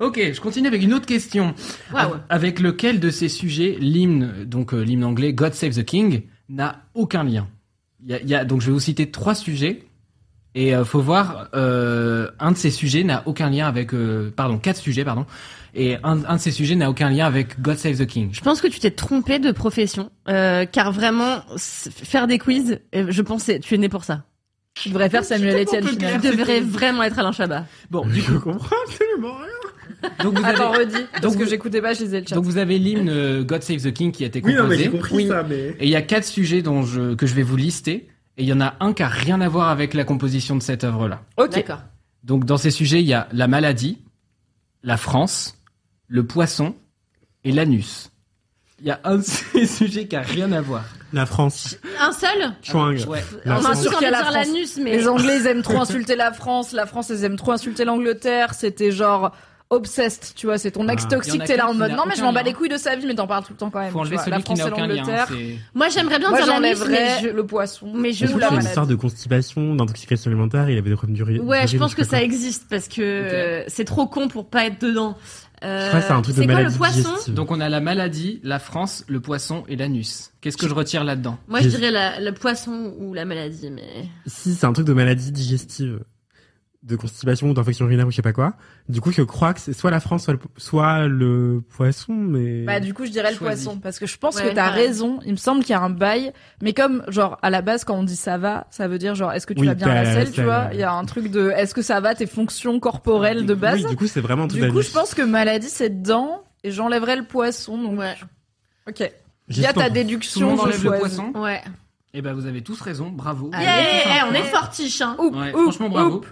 Speaker 3: Ok, je continue avec une autre question.
Speaker 2: Waouh.
Speaker 3: Av- Avec lequel de ces sujets l'hymne, donc euh, l'hymne anglais God Save the King, n'a aucun lien Il y a- il y a- Donc je vais vous citer trois sujets. Et euh, faut voir, euh, un de ces sujets n'a aucun lien avec... euh, pardon, quatre sujets, pardon. Et un, un de ces sujets n'a aucun lien avec God Save the King.
Speaker 2: Je pense que tu t'es trompé de profession, euh, car vraiment s- faire des quiz, euh, je pensais, tu es né pour ça.
Speaker 1: Tu devrais faire Samuel Etienne
Speaker 2: Tu
Speaker 1: finalement.
Speaker 2: devrais vraiment être Alain Chabat.
Speaker 3: Bon, du
Speaker 4: Je comprends absolument rien.
Speaker 3: coup, donc vous
Speaker 1: Attends,
Speaker 3: avez,
Speaker 1: redis. Parce
Speaker 3: vous-
Speaker 1: que j'écoutais pas, je lisais le chat.
Speaker 3: donc vous avez l'hymne euh, God Save the King qui a été
Speaker 4: Oui,
Speaker 3: composé.
Speaker 4: non, mais j'ai compris
Speaker 3: Oui.
Speaker 4: ça, mais.
Speaker 3: Et il y a quatre sujets dont je, que je vais vous lister. Et il y en a un qui a rien à voir avec la composition de cette œuvre-là.
Speaker 1: ok.
Speaker 2: D'accord.
Speaker 3: Donc dans ces sujets, il y a la maladie, la France, le poisson et l'anus. Il y a un de ces sujets qui a rien à voir.
Speaker 4: La France.
Speaker 2: Un seul Ah,
Speaker 4: Chouing.
Speaker 3: Ouais.
Speaker 4: La
Speaker 2: On m'a
Speaker 4: France.
Speaker 2: sûr
Speaker 1: Qu'il y a la
Speaker 2: dire
Speaker 1: France.
Speaker 2: l'anus, mais
Speaker 1: Les Anglais, ils aiment trop insulter la France. La France, ils aiment trop insulter l'Angleterre. C'était genre obsessed, tu vois. C'est ton ex
Speaker 4: Ah.
Speaker 3: Il y
Speaker 1: toxique.
Speaker 3: en a
Speaker 1: T'es là
Speaker 3: qu'un
Speaker 1: en
Speaker 3: qui
Speaker 1: mode
Speaker 3: n'a
Speaker 1: non, mais je
Speaker 3: aucun
Speaker 1: m'en bats
Speaker 3: lien.
Speaker 1: les couilles de sa vie, mais t'en parles tout le temps quand même.
Speaker 3: Faut
Speaker 1: tu
Speaker 3: enlever
Speaker 1: vois.
Speaker 3: celui
Speaker 1: la
Speaker 3: qui
Speaker 1: France
Speaker 3: n'a
Speaker 1: et
Speaker 3: aucun lien. hein,
Speaker 1: l'Angleterre.
Speaker 3: c'est-
Speaker 2: moi j'aimerais bien
Speaker 1: Moi,
Speaker 2: dire l'anus,
Speaker 1: j'enlèverais
Speaker 2: mais je...
Speaker 1: le poisson.
Speaker 2: mais je
Speaker 4: Je
Speaker 2: vous
Speaker 4: crois
Speaker 1: la
Speaker 4: que c'est une
Speaker 1: maladie.
Speaker 4: histoire de constipation, d'intoxication alimentaire. Il avait des problèmes du riz.
Speaker 2: Ouais, je pense que ça existe parce que euh, c'est trop con pour pas être dedans. Euh,
Speaker 4: Je crois que c'est un truc de
Speaker 2: quoi
Speaker 4: maladie
Speaker 2: le poisson
Speaker 4: digestive.
Speaker 3: Donc on a la maladie, la France, le poisson et l'anus. Qu'est-ce que je retire là-dedans
Speaker 2: Moi je
Speaker 4: J'ai-
Speaker 2: dirais la- le poisson ou la maladie, mais
Speaker 4: Si, c'est un truc de maladie digestive. De constipation ou d'infection urinaire ou je sais pas quoi. Du coup, je crois que c'est soit la France, soit le, soit le poisson, mais.
Speaker 1: Bah du coup je dirais le
Speaker 3: Choisis.
Speaker 1: poisson parce que je pense
Speaker 2: Ouais,
Speaker 1: que t'as
Speaker 2: pareil.
Speaker 1: raison. Il me semble qu'il y a un bail, mais comme genre à la base quand on dit ça va, ça veut dire genre est-ce que tu
Speaker 4: Oui,
Speaker 1: vas bien à
Speaker 4: t'as-
Speaker 1: la selle, tu
Speaker 4: t'as-
Speaker 1: vois Il y a un truc de est-ce que ça va tes fonctions corporelles de base.
Speaker 4: Oui, Ah, du coup, c'est vraiment un
Speaker 1: bah, du
Speaker 4: truc
Speaker 1: coup,
Speaker 4: d'anus.
Speaker 1: je pense que maladie c'est dedans et j'enlèverais le poisson. Donc
Speaker 2: ouais,
Speaker 1: ok. Il y a
Speaker 4: J'hésite
Speaker 1: ta
Speaker 4: entre-
Speaker 3: Tout le
Speaker 1: déduction.
Speaker 3: monde
Speaker 1: je
Speaker 3: enlève le
Speaker 1: choisis.
Speaker 3: poisson.
Speaker 2: ouais.
Speaker 3: Eh ben vous avez tous raison, bravo.
Speaker 2: Yeah, eh, on est fortiche hein.
Speaker 1: Oup,
Speaker 3: Ouais,
Speaker 1: oup,
Speaker 3: franchement bravo.
Speaker 1: oup.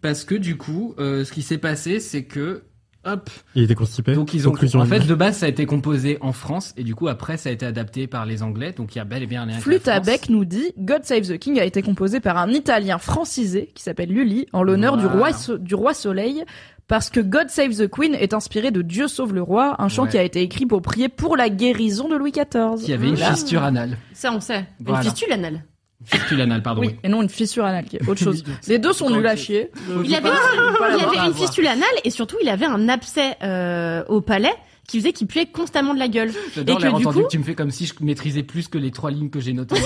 Speaker 3: Parce que du coup, euh, ce qui s'est passé, c'est que hop,
Speaker 4: Il était constipé.
Speaker 3: Donc ils ont
Speaker 4: Conclusion.
Speaker 3: en fait de base ça a été composé en France et du coup après ça a été adapté par les Anglais donc il y a bel et bien un lien avec la
Speaker 1: Flûte à
Speaker 3: France.
Speaker 1: bec nous dit God Save the King a été composé par un Italien francisé qui s'appelle Lully en l'honneur du roi
Speaker 3: Voilà.
Speaker 1: So- du roi Soleil parce que God Save the Queen est inspiré de Dieu sauve le roi, un chant
Speaker 3: Ouais.
Speaker 1: qui a été écrit pour prier pour la guérison de Louis XIV.
Speaker 3: qui avait une
Speaker 1: Voilà.
Speaker 3: fistule anale
Speaker 2: ça on sait.
Speaker 3: Voilà.
Speaker 2: Une fistule anale.
Speaker 3: fistule anale pardon
Speaker 1: Oui, et non une fissure anale qui est autre chose.
Speaker 3: Oui,
Speaker 1: Les deux sont nuls à
Speaker 3: Ok.
Speaker 1: chier.
Speaker 2: Il avait,
Speaker 3: pas
Speaker 2: il
Speaker 3: l'avoir.
Speaker 2: avait une fistule anale et surtout il avait un abcès euh, au palais qui faisait qu'il puait constamment de la gueule.
Speaker 3: j'adore
Speaker 2: Et que
Speaker 3: l'air
Speaker 2: du
Speaker 3: entendu
Speaker 2: coup-
Speaker 3: que tu me fais comme si je maîtrisais plus que les trois lignes que j'ai notées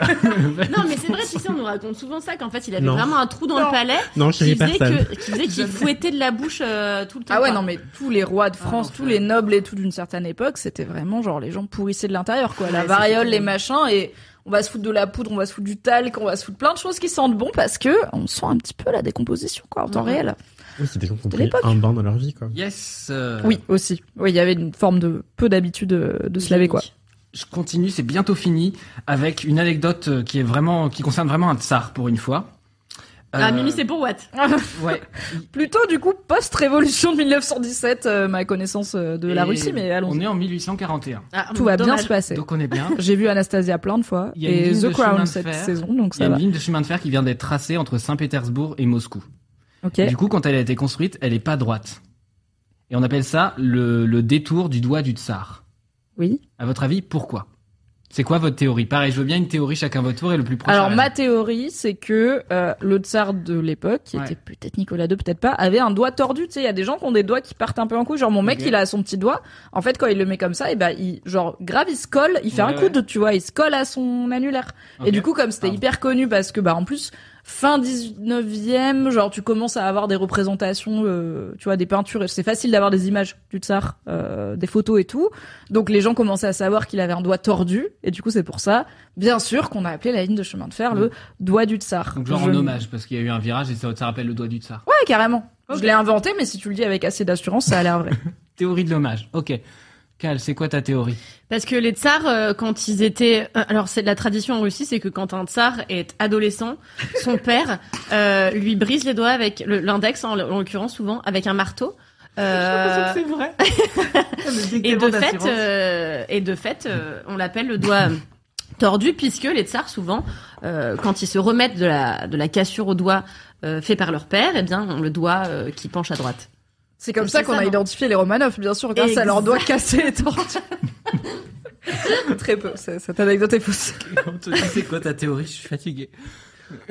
Speaker 2: Non mais c'est vrai, tu sais, on nous raconte souvent ça qu'en fait il avait
Speaker 4: Non.
Speaker 2: vraiment un trou dans
Speaker 1: Non.
Speaker 2: le palais
Speaker 4: Non, je
Speaker 2: qui
Speaker 4: sais
Speaker 2: faisait
Speaker 4: personne.
Speaker 2: que- qui faisait qu'il fouettait de la bouche euh, tout le temps.
Speaker 1: Ah ouais,
Speaker 2: quoi.
Speaker 1: non mais tous les rois de France,
Speaker 3: l'enfer.
Speaker 1: tous les nobles et tout d'une certaine époque, c'était vraiment genre les gens pourrissaient de l'intérieur quoi, la
Speaker 2: Ouais,
Speaker 1: variole,
Speaker 2: c'était-
Speaker 1: les machins et on va se foutre de la poudre, on va se foutre du talc, on va se foutre plein de choses qui sentent bon parce que on sent un petit peu la décomposition quoi en temps
Speaker 2: Ouais.
Speaker 1: réel.
Speaker 4: Oui, c'est des gens qui ont
Speaker 1: De
Speaker 4: pris
Speaker 1: l'époque.
Speaker 4: un bain dans leur vie, quoi.
Speaker 3: yes euh,
Speaker 1: Oui, aussi. Oui, il y avait une forme de peu d'habitude euh, de se laver quoi.
Speaker 3: je continue c'est bientôt fini avec une anecdote euh, qui est vraiment qui concerne vraiment un tsar pour une fois
Speaker 2: Ah
Speaker 3: Euh,
Speaker 2: Mimi c'est pour what
Speaker 3: ouais
Speaker 1: Plutôt du coup post-révolution de 1917 euh, ma connaissance euh, de la
Speaker 3: Et
Speaker 1: Russie mais allons
Speaker 3: on est en 1841
Speaker 2: Ah,
Speaker 1: tout va bien
Speaker 2: dommage.
Speaker 1: se passer.
Speaker 3: donc on est bien
Speaker 1: J'ai vu Anastasia plein de fois
Speaker 3: Il y a une
Speaker 1: et
Speaker 3: ligne
Speaker 1: The
Speaker 3: de chemin
Speaker 1: Crown
Speaker 3: de
Speaker 1: cette
Speaker 3: fer.
Speaker 1: saison donc
Speaker 3: il y a
Speaker 1: ça
Speaker 3: une
Speaker 1: va.
Speaker 3: ligne de chemin de fer qui vient d'être tracée entre Saint-Pétersbourg et Moscou
Speaker 1: OK.
Speaker 3: Du coup, quand elle a été construite, elle est pas droite. Et on appelle ça le, le détour du doigt du tsar.
Speaker 1: Oui.
Speaker 3: À votre avis, pourquoi C'est quoi votre théorie Pareil, je veux bien une théorie chacun votre tour et le plus proche.
Speaker 1: Alors
Speaker 3: à la-
Speaker 1: ma théorie, c'est que euh, le tsar de l'époque, qui
Speaker 3: Ouais.
Speaker 1: était peut-être Nicolas II, peut-être pas, avait un doigt tordu. Tu sais, il y a des gens qui ont des doigts qui partent un peu en couille. Genre mon mec,
Speaker 3: Ok.
Speaker 1: il a son petit doigt. En fait, quand il le met comme ça, et ben il genre grave il se colle, il fait
Speaker 3: Ouais,
Speaker 1: un coude, tu vois, il se colle à son annulaire.
Speaker 3: Ok.
Speaker 1: Et du coup, comme c'était
Speaker 3: Pardon.
Speaker 1: hyper connu, parce que bah en plus fin 19e, genre tu commences à avoir des représentations, euh, tu vois, des peintures. et C'est facile d'avoir des images du tsar, euh, des photos et tout. Donc les gens commençaient à savoir qu'il avait un doigt tordu. Et du coup, c'est pour ça, bien sûr, qu'on a appelé la ligne de chemin de fer le doigt du tsar.
Speaker 3: Mm. Donc genre
Speaker 1: Je-
Speaker 3: en hommage, parce qu'il y a eu un virage et ça, ça rappelle le doigt du tsar.
Speaker 1: Ouais, carrément.
Speaker 3: Ok.
Speaker 1: Je l'ai inventé, mais si tu le dis avec assez d'assurance, ça a l'air vrai.
Speaker 3: Théorie de l'hommage, ok. Cal, c'est quoi ta théorie
Speaker 2: Parce que les tsars, euh, quand ils étaient, euh, alors c'est de la tradition en Russie, c'est que quand un tsar est adolescent, son père euh, lui brise les doigts avec le- l'index, en, l- en l'occurrence souvent avec un marteau. Euh,
Speaker 6: c'est vrai.
Speaker 2: et de fait, euh, et de fait, euh, on l'appelle le doigt tordu puisque les tsars souvent, euh, quand ils se remettent de la de la cassure au doigt euh, fait par leur père, eh bien on le doigt euh, qui penche à droite.
Speaker 1: C'est comme
Speaker 2: C'est
Speaker 1: ça qu'on
Speaker 2: ça,
Speaker 1: a
Speaker 2: non
Speaker 1: identifié les Romanov, bien sûr, grâce à leurs
Speaker 2: Exact.
Speaker 1: doigts cassés et tordus. Très peu. C'est- Cette anecdote est fausse.
Speaker 3: c'est quoi ta théorie Je suis fatigué.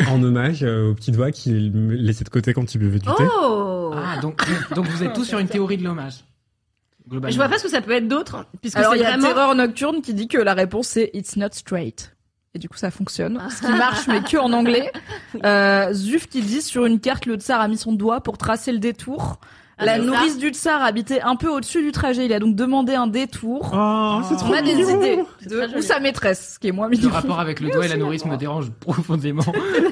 Speaker 4: En hommage euh, aux petits doigts qu'il me laissait de côté quand il buvait du thé.
Speaker 2: Oh
Speaker 3: Ah, donc, donc vous êtes tous sur une théorie de l'hommage. Globalement.
Speaker 2: Je vois pas ce que ça peut être d'autre puisque
Speaker 1: Alors
Speaker 2: c'est
Speaker 1: il y a
Speaker 2: vraiment
Speaker 1: Terreur Nocturne qui dit que la réponse c'est It's not straight. Et du coup ça fonctionne.
Speaker 2: Ah.
Speaker 1: Ce qui marche mais que en anglais. Euh, Zuf qui dit sur une carte le tsar a mis son doigt pour tracer le détour.
Speaker 2: Ah,
Speaker 1: la
Speaker 2: c'est ça.
Speaker 1: nourrice du tsar habitait un peu au-dessus du trajet. Il a donc demandé un détour.
Speaker 4: Oh, c'est
Speaker 1: On
Speaker 4: trop
Speaker 1: a des
Speaker 4: mignon.
Speaker 1: idées
Speaker 2: C'est très
Speaker 1: de
Speaker 2: joli.
Speaker 1: ou sa maîtresse, ce qui est moins
Speaker 3: Le
Speaker 1: mignon.
Speaker 3: rapport avec le doigt et la nourrice me dérange profondément.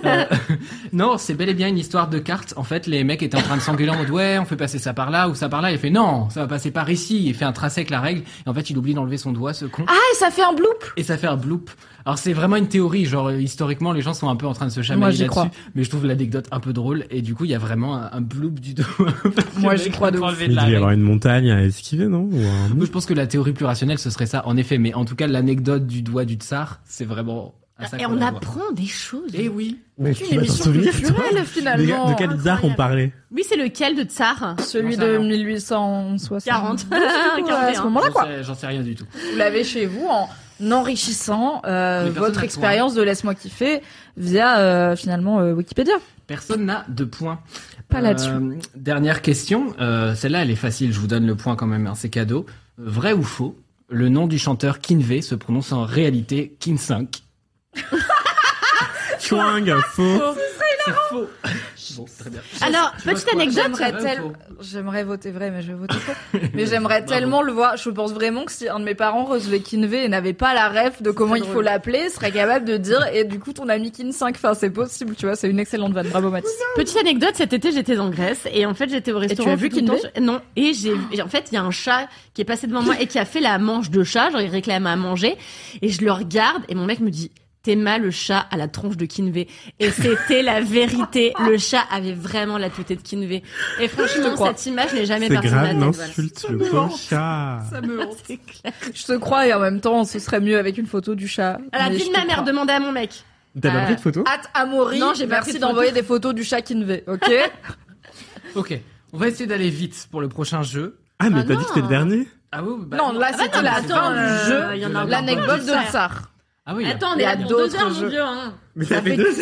Speaker 3: Euh, non, c'est bel et bien une histoire de cartes. En fait, les mecs étaient en train de s'engueuler en mode ouais, on fait passer ça par là ou ça par là. Il fait non, ça va passer par ici. Il fait un tracé avec la règle. Et en fait, il oublie d'enlever son doigt, ce con.
Speaker 1: Ah et ça fait un bloop.
Speaker 3: Et ça fait un bloop. Alors c'est vraiment une théorie, genre euh, historiquement les gens sont un peu en train de se
Speaker 1: Moi,
Speaker 3: chamailler
Speaker 1: j'y crois.
Speaker 3: là-dessus, mais je trouve l'anecdote un peu drôle et du coup il y a vraiment un, un bloop du doigt. Parce que
Speaker 1: Moi,
Speaker 3: le
Speaker 1: j'y
Speaker 3: mec
Speaker 1: crois de
Speaker 3: peut
Speaker 1: ouf.
Speaker 3: enlever
Speaker 4: Il
Speaker 3: de la
Speaker 4: devait y
Speaker 3: règle.
Speaker 4: avoir une montagne à esquiver, non Ou un mont-
Speaker 3: Moi, je pense que la théorie plus rationnelle ce serait ça en effet, mais en tout cas l'anecdote du doit du tsar, c'est vraiment à ça
Speaker 2: et
Speaker 3: qu'on
Speaker 2: on
Speaker 3: la voit.
Speaker 2: apprend des choses.
Speaker 3: Eh oui.
Speaker 4: Mais
Speaker 1: Une
Speaker 4: tu vas t'en
Speaker 1: émission
Speaker 4: souvenir, toi
Speaker 1: culturelle
Speaker 4: De
Speaker 1: finalement.
Speaker 4: de quel tsar on
Speaker 2: incroyable.
Speaker 4: parlait
Speaker 2: Oui, c'est lequel de tsar
Speaker 1: Celui
Speaker 3: J'en sais
Speaker 1: de
Speaker 3: rien.
Speaker 1: 1860.
Speaker 2: 40.
Speaker 1: à ce
Speaker 2: 41.
Speaker 1: moment-là
Speaker 3: J'en
Speaker 1: quoi.
Speaker 3: sais- J'en sais rien du tout.
Speaker 1: vous l'avez chez vous en enrichissant
Speaker 3: Mais
Speaker 1: euh,
Speaker 3: personne n'a
Speaker 1: votre
Speaker 3: de
Speaker 1: expérience de laisse-moi kiffer via euh, finalement euh, Wikipédia.
Speaker 3: Personne n'a de point. Euh,
Speaker 1: Pas là-dessus.
Speaker 3: Dernière question. Euh, Celle-là, elle est facile. Je vous donne le point quand même. hein, C'est cadeau. Vrai ou faux Le nom du chanteur Kinvey se prononce en réalité Kin 5.
Speaker 4: Chouang, faux.
Speaker 3: C'est faux. Bon, très bien.
Speaker 1: Ah,
Speaker 2: Alors,
Speaker 3: Je vois
Speaker 2: petite
Speaker 3: quoi.
Speaker 2: anecdote.
Speaker 3: J'aimerais
Speaker 1: J'aimerais tel-
Speaker 3: faux.
Speaker 1: J'aimerais voter vrai, mais je vais voter faux. Mais j'aimerais
Speaker 3: Bravo.
Speaker 1: tellement le voir. Je pense vraiment que si un de mes parents recevait Kinvey et n'avait pas la ref de comment il faut l'appeler, serait capable de dire et du coup ton ami Kin 5. Enfin, c'est possible, tu vois, c'est une excellente vanne. Bravo Mathis.
Speaker 2: Petite anecdote, cet été j'étais en Grèce et en fait j'étais au restaurant.
Speaker 1: tu as vu
Speaker 2: tout le
Speaker 1: Kinvey
Speaker 2: temps sur- Non, et j'ai et en fait il y a un chat qui est passé devant moi et qui a fait la manche de chat, genre il réclame à manger et je le regarde et mon mec me dit T'aimas le chat à la tronche de Kinvey et c'était la vérité, le chat avait vraiment la tête de Kinvey et
Speaker 1: Je
Speaker 2: franchement
Speaker 1: te crois.
Speaker 2: cette image n'est jamais
Speaker 4: C'est
Speaker 2: partie de ma
Speaker 4: grave
Speaker 2: tête.
Speaker 4: l'insulte, le pauvre chat.
Speaker 2: C'est clair.
Speaker 1: Je te crois et en même temps, ce serait mieux avec une photo du chat.
Speaker 2: À la
Speaker 1: Mais
Speaker 2: vie
Speaker 1: je
Speaker 2: de
Speaker 1: te
Speaker 2: ma mère,
Speaker 1: crois.
Speaker 2: demandez à mon mec.
Speaker 4: T'as pas
Speaker 2: Euh,
Speaker 4: pris de photo
Speaker 1: At Amori,
Speaker 2: Non, j'ai pas pris
Speaker 1: merci
Speaker 2: de
Speaker 1: d'envoyer des photos du chat Kinvey, ok
Speaker 3: Ok. On va essayer d'aller vite pour le prochain jeu.
Speaker 4: Ah, mais
Speaker 2: Ah
Speaker 4: t'as dit que c'était le
Speaker 2: non.
Speaker 4: dernier
Speaker 3: Ah oui. bah
Speaker 1: Non, là
Speaker 2: bah
Speaker 1: c'était
Speaker 2: non,
Speaker 1: la
Speaker 2: mais
Speaker 1: fin
Speaker 2: attends,
Speaker 1: du
Speaker 2: euh,
Speaker 1: jeu,
Speaker 2: il y en a
Speaker 1: l'anecdote
Speaker 2: encore.
Speaker 1: de Tsar.
Speaker 3: Ah oui.
Speaker 2: Attends, on
Speaker 1: Il y
Speaker 2: est
Speaker 1: a
Speaker 2: là pour
Speaker 1: d'autres
Speaker 2: deux heures, mon
Speaker 1: jeux.
Speaker 2: vieux. Hein.
Speaker 4: Mais
Speaker 1: Ça
Speaker 4: ça fait
Speaker 1: fait-
Speaker 4: deux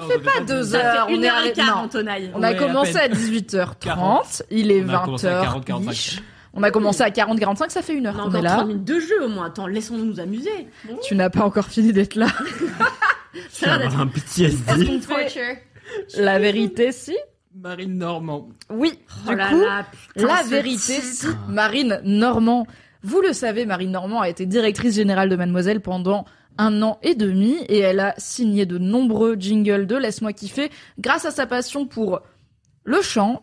Speaker 3: Non, on
Speaker 1: fait pas
Speaker 3: devait pas
Speaker 1: deux
Speaker 3: dire.
Speaker 1: heures,
Speaker 2: Ça fait
Speaker 1: on
Speaker 2: une
Speaker 1: est
Speaker 2: heure et
Speaker 1: arrêté-
Speaker 2: quart,
Speaker 1: non.
Speaker 2: Antonaille.
Speaker 1: On a
Speaker 3: Ouais,
Speaker 1: commencé à
Speaker 3: à
Speaker 1: 18h30, il est
Speaker 3: On a commencé à 40, 45.
Speaker 1: 20h. On a commencé à 40-45, ça fait une heure
Speaker 2: On a
Speaker 1: qu'on est
Speaker 2: encore 30
Speaker 1: là.
Speaker 2: minutes de jeu au moins. Attends, laissons-nous nous amuser.
Speaker 1: Tu n'as pas encore fini d'être là.
Speaker 4: Tu vas avoir un petit SD.
Speaker 1: La vérité, si
Speaker 3: Marine Normand.
Speaker 1: Oui,
Speaker 2: Oh
Speaker 1: du
Speaker 2: là
Speaker 1: coup,
Speaker 2: là, putain,
Speaker 1: la
Speaker 2: ce
Speaker 1: vérité,
Speaker 2: titre.
Speaker 1: si Marine Normand. Vous le savez, Marine Normand a été directrice générale de Mademoiselle pendant un an et demi et elle a signé de nombreux jingles de Laisse-moi kiffer grâce à sa passion pour le chant,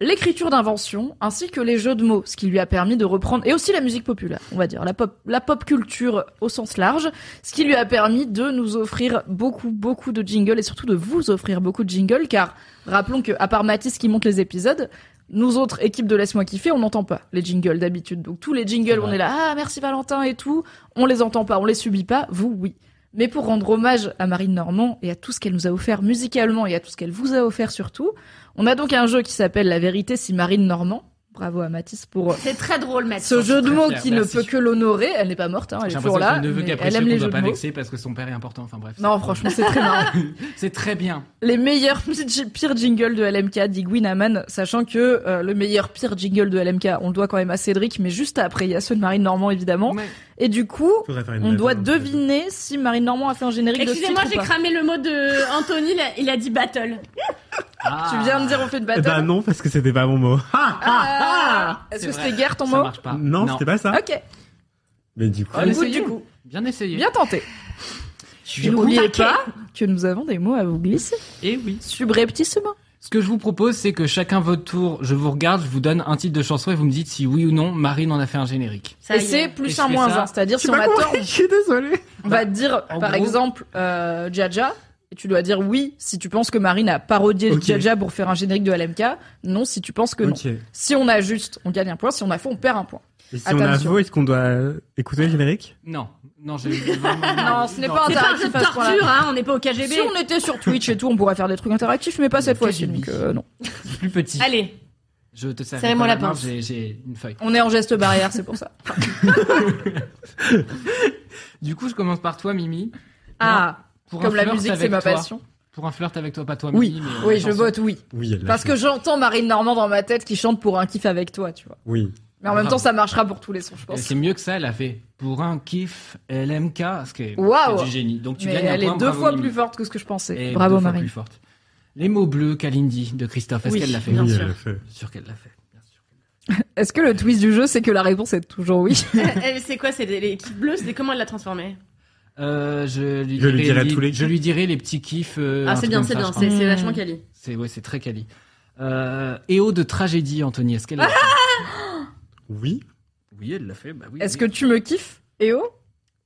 Speaker 1: l'écriture d'invention ainsi que les jeux de mots, ce qui lui a permis de reprendre et aussi la musique populaire, on va dire, la pop, la pop culture au sens large, ce qui lui a permis de nous offrir beaucoup, beaucoup de jingles et surtout de vous offrir beaucoup de jingles car rappelons que à part Mathis qui monte les épisodes, nous autres équipes de laisse-moi kiffer, on n'entend pas les jingles d'habitude. Donc tous les
Speaker 3: C'est
Speaker 1: jingles,
Speaker 3: vrai.
Speaker 1: on est là, ah merci Valentin et tout, on les entend pas, on les subit pas, vous oui. Mais pour rendre hommage à Marine Normand et à tout ce qu'elle nous a offert musicalement et à tout ce qu'elle vous a offert surtout, on a donc un jeu qui s'appelle La vérité si Marine Normand. Bravo à Mathis pour euh,
Speaker 2: C'est très drôle, Mathis.
Speaker 1: ce jeu de
Speaker 3: très
Speaker 1: mots
Speaker 3: fier,
Speaker 1: qui ne
Speaker 3: merci.
Speaker 1: peut que l'honorer. Elle n'est pas morte, hein, elle
Speaker 3: J'ai
Speaker 1: est
Speaker 3: l'impression
Speaker 1: toujours
Speaker 3: que c'est
Speaker 1: là.
Speaker 3: le neveu
Speaker 1: mais
Speaker 3: Capriccio
Speaker 1: Elle aime
Speaker 3: qu'on
Speaker 1: les
Speaker 3: doit
Speaker 1: jeux
Speaker 3: pas
Speaker 1: de mots.
Speaker 3: vexer parce que son père est important. Enfin bref.
Speaker 1: Non, franchement, c'est très marrant.
Speaker 3: C'est très bien.
Speaker 1: Les meilleurs petits- pires jingles de LMK, dit Gwyn Aman, sachant que euh, le meilleur pire jingle de LMK, on le doit quand même à Cédric, mais juste après, il y a ceux de Marine Normand, évidemment.
Speaker 3: Mais-
Speaker 1: Et du coup,
Speaker 4: Faudrait faire une
Speaker 1: on
Speaker 4: blague,
Speaker 1: doit
Speaker 4: hein.
Speaker 1: deviner si Marine Normand a fait un générique de ce
Speaker 2: Excusez-moi,
Speaker 1: titre
Speaker 2: j'ai
Speaker 1: ou pas.
Speaker 2: cramé le mot de Anthony, il a, il a dit battle.
Speaker 3: Ah.
Speaker 1: Tu viens de dire on fait une
Speaker 4: Eh
Speaker 1: battle
Speaker 4: ben non, parce que c'était pas mon mot.
Speaker 1: Ah Est-ce
Speaker 3: C'est
Speaker 1: que
Speaker 3: vrai.
Speaker 1: c'était guerre ton
Speaker 3: Ça
Speaker 1: mot
Speaker 3: marche Hein pas.
Speaker 4: Non, c'était pas ça.
Speaker 1: Ok,
Speaker 4: Mais du coup,
Speaker 3: Allez,
Speaker 1: Good,
Speaker 3: essayez.
Speaker 1: du coup.
Speaker 3: Bien essayé.
Speaker 1: bien tenté.
Speaker 3: Je suis
Speaker 1: Et N'oubliez
Speaker 3: content.
Speaker 1: pas que nous avons des mots à vous glisser
Speaker 3: Eh oui.
Speaker 1: subrepticement.
Speaker 3: Ce que je vous propose, c'est que chacun votre tour, je vous regarde, je vous donne un titre de chanson et vous me dites si oui ou non Marine en a fait un générique.
Speaker 2: Ça
Speaker 1: et
Speaker 2: y est.
Speaker 1: c'est plus
Speaker 3: Et
Speaker 1: un
Speaker 3: je fais
Speaker 1: moins
Speaker 3: ça.
Speaker 1: un. C'est-à-dire, si
Speaker 4: J'ai
Speaker 1: on a
Speaker 4: pas
Speaker 1: tort,
Speaker 4: compris, je suis désolé.
Speaker 1: on va dire,
Speaker 3: en
Speaker 1: par
Speaker 3: gros-
Speaker 1: exemple, euh, Jaja. Et tu dois dire oui si tu penses que Marine a parodié
Speaker 4: Ok.
Speaker 1: Jaja pour faire un générique de LMK. Non si tu penses que non.
Speaker 4: Ok. Et
Speaker 1: Si on a juste, on gagne un point. Si on a faux, on perd un point.
Speaker 4: si on a
Speaker 1: Attention.
Speaker 4: faux, est-ce qu'on doit écouter le générique
Speaker 3: Non, non, je.
Speaker 1: Non, ce n'est pas
Speaker 3: un
Speaker 2: C'est pas un
Speaker 1: interactif
Speaker 2: club
Speaker 1: à ce point-là.
Speaker 2: torture, hein, on n'est pas au KGB.
Speaker 1: Si on était sur Twitch et tout, on pourrait faire des trucs interactifs, mais pas cette
Speaker 3: Ok,
Speaker 1: fois-ci.
Speaker 3: Bibi.
Speaker 1: Donc, euh, non.
Speaker 3: plus petit.
Speaker 2: Allez,
Speaker 3: Je te savais.
Speaker 2: Serrez-moi
Speaker 3: pas
Speaker 2: la
Speaker 3: main,
Speaker 2: pince.
Speaker 3: J'ai j'ai une feuille.
Speaker 1: On est en geste barrière, c'est pour ça.
Speaker 3: Du coup, je commence par toi, Mimi.
Speaker 1: Ah,
Speaker 3: Pour
Speaker 1: comme
Speaker 3: un
Speaker 1: la
Speaker 3: flirt
Speaker 1: musique,
Speaker 3: avec
Speaker 1: c'est ma
Speaker 3: toi.
Speaker 1: passion.
Speaker 3: Pour un flirt avec toi, pas toi,
Speaker 1: Oui,
Speaker 3: Mimi. mais
Speaker 1: oui,
Speaker 3: la
Speaker 1: je
Speaker 3: chanson.
Speaker 1: vote oui.
Speaker 4: Oui, elle l'a
Speaker 1: Parce
Speaker 4: fait.
Speaker 1: que j'entends Marine Normand dans ma tête qui chante pour un kiff avec toi, tu vois.
Speaker 4: Oui.
Speaker 1: Mais en même
Speaker 3: Grave.
Speaker 1: temps, ça marchera pour tous les sons, je
Speaker 3: Ah, Et
Speaker 1: pense.
Speaker 3: C'est mieux que ça, elle a fait pour un kiff LMK, ce qui est
Speaker 1: Waouh.
Speaker 3: c'est du génie. Donc tu
Speaker 1: Mais
Speaker 3: gagnes un
Speaker 1: elle est
Speaker 3: point,
Speaker 1: deux
Speaker 3: bravo,
Speaker 1: fois
Speaker 3: Mimi.
Speaker 1: plus forte que ce que je pensais.
Speaker 3: Et
Speaker 1: Bravo
Speaker 3: deux fois
Speaker 1: Marine.
Speaker 3: plus forte. Les mots bleus, Kalindi de Christophe, est-ce
Speaker 1: Oui,
Speaker 3: qu'elle l'a fait
Speaker 2: bien
Speaker 4: oui,
Speaker 2: sûr.
Speaker 4: elle l'a fait.
Speaker 3: Bien sûr qu'elle l'a fait. bien sûr.
Speaker 1: Est-ce que le twist du jeu, c'est que la réponse est toujours oui
Speaker 2: Elle- Eh, c'est quoi C'est des- l'équipe bleue C'est comment elle l'a transformée
Speaker 3: Euh, je lui
Speaker 4: Je lui
Speaker 3: dirai
Speaker 4: dirai tous les
Speaker 3: Je lui dirai les petits kiffs. euh, un
Speaker 2: Ah, c'est
Speaker 3: truc
Speaker 2: bien,
Speaker 3: comme
Speaker 2: c'est
Speaker 3: ça,
Speaker 2: bien,
Speaker 3: je crois.
Speaker 2: c'est c'est
Speaker 1: Hmm.
Speaker 2: vachement quali.
Speaker 3: C'est ouais, c'est très quali. Euh, Éo de tragédie, Anthony, est-ce
Speaker 1: Ah
Speaker 3: qu'elle l'a fait
Speaker 4: Oui.
Speaker 3: Ah Oui, elle l'a fait. Bah oui.
Speaker 1: Est-ce que tu me kiffes, Eo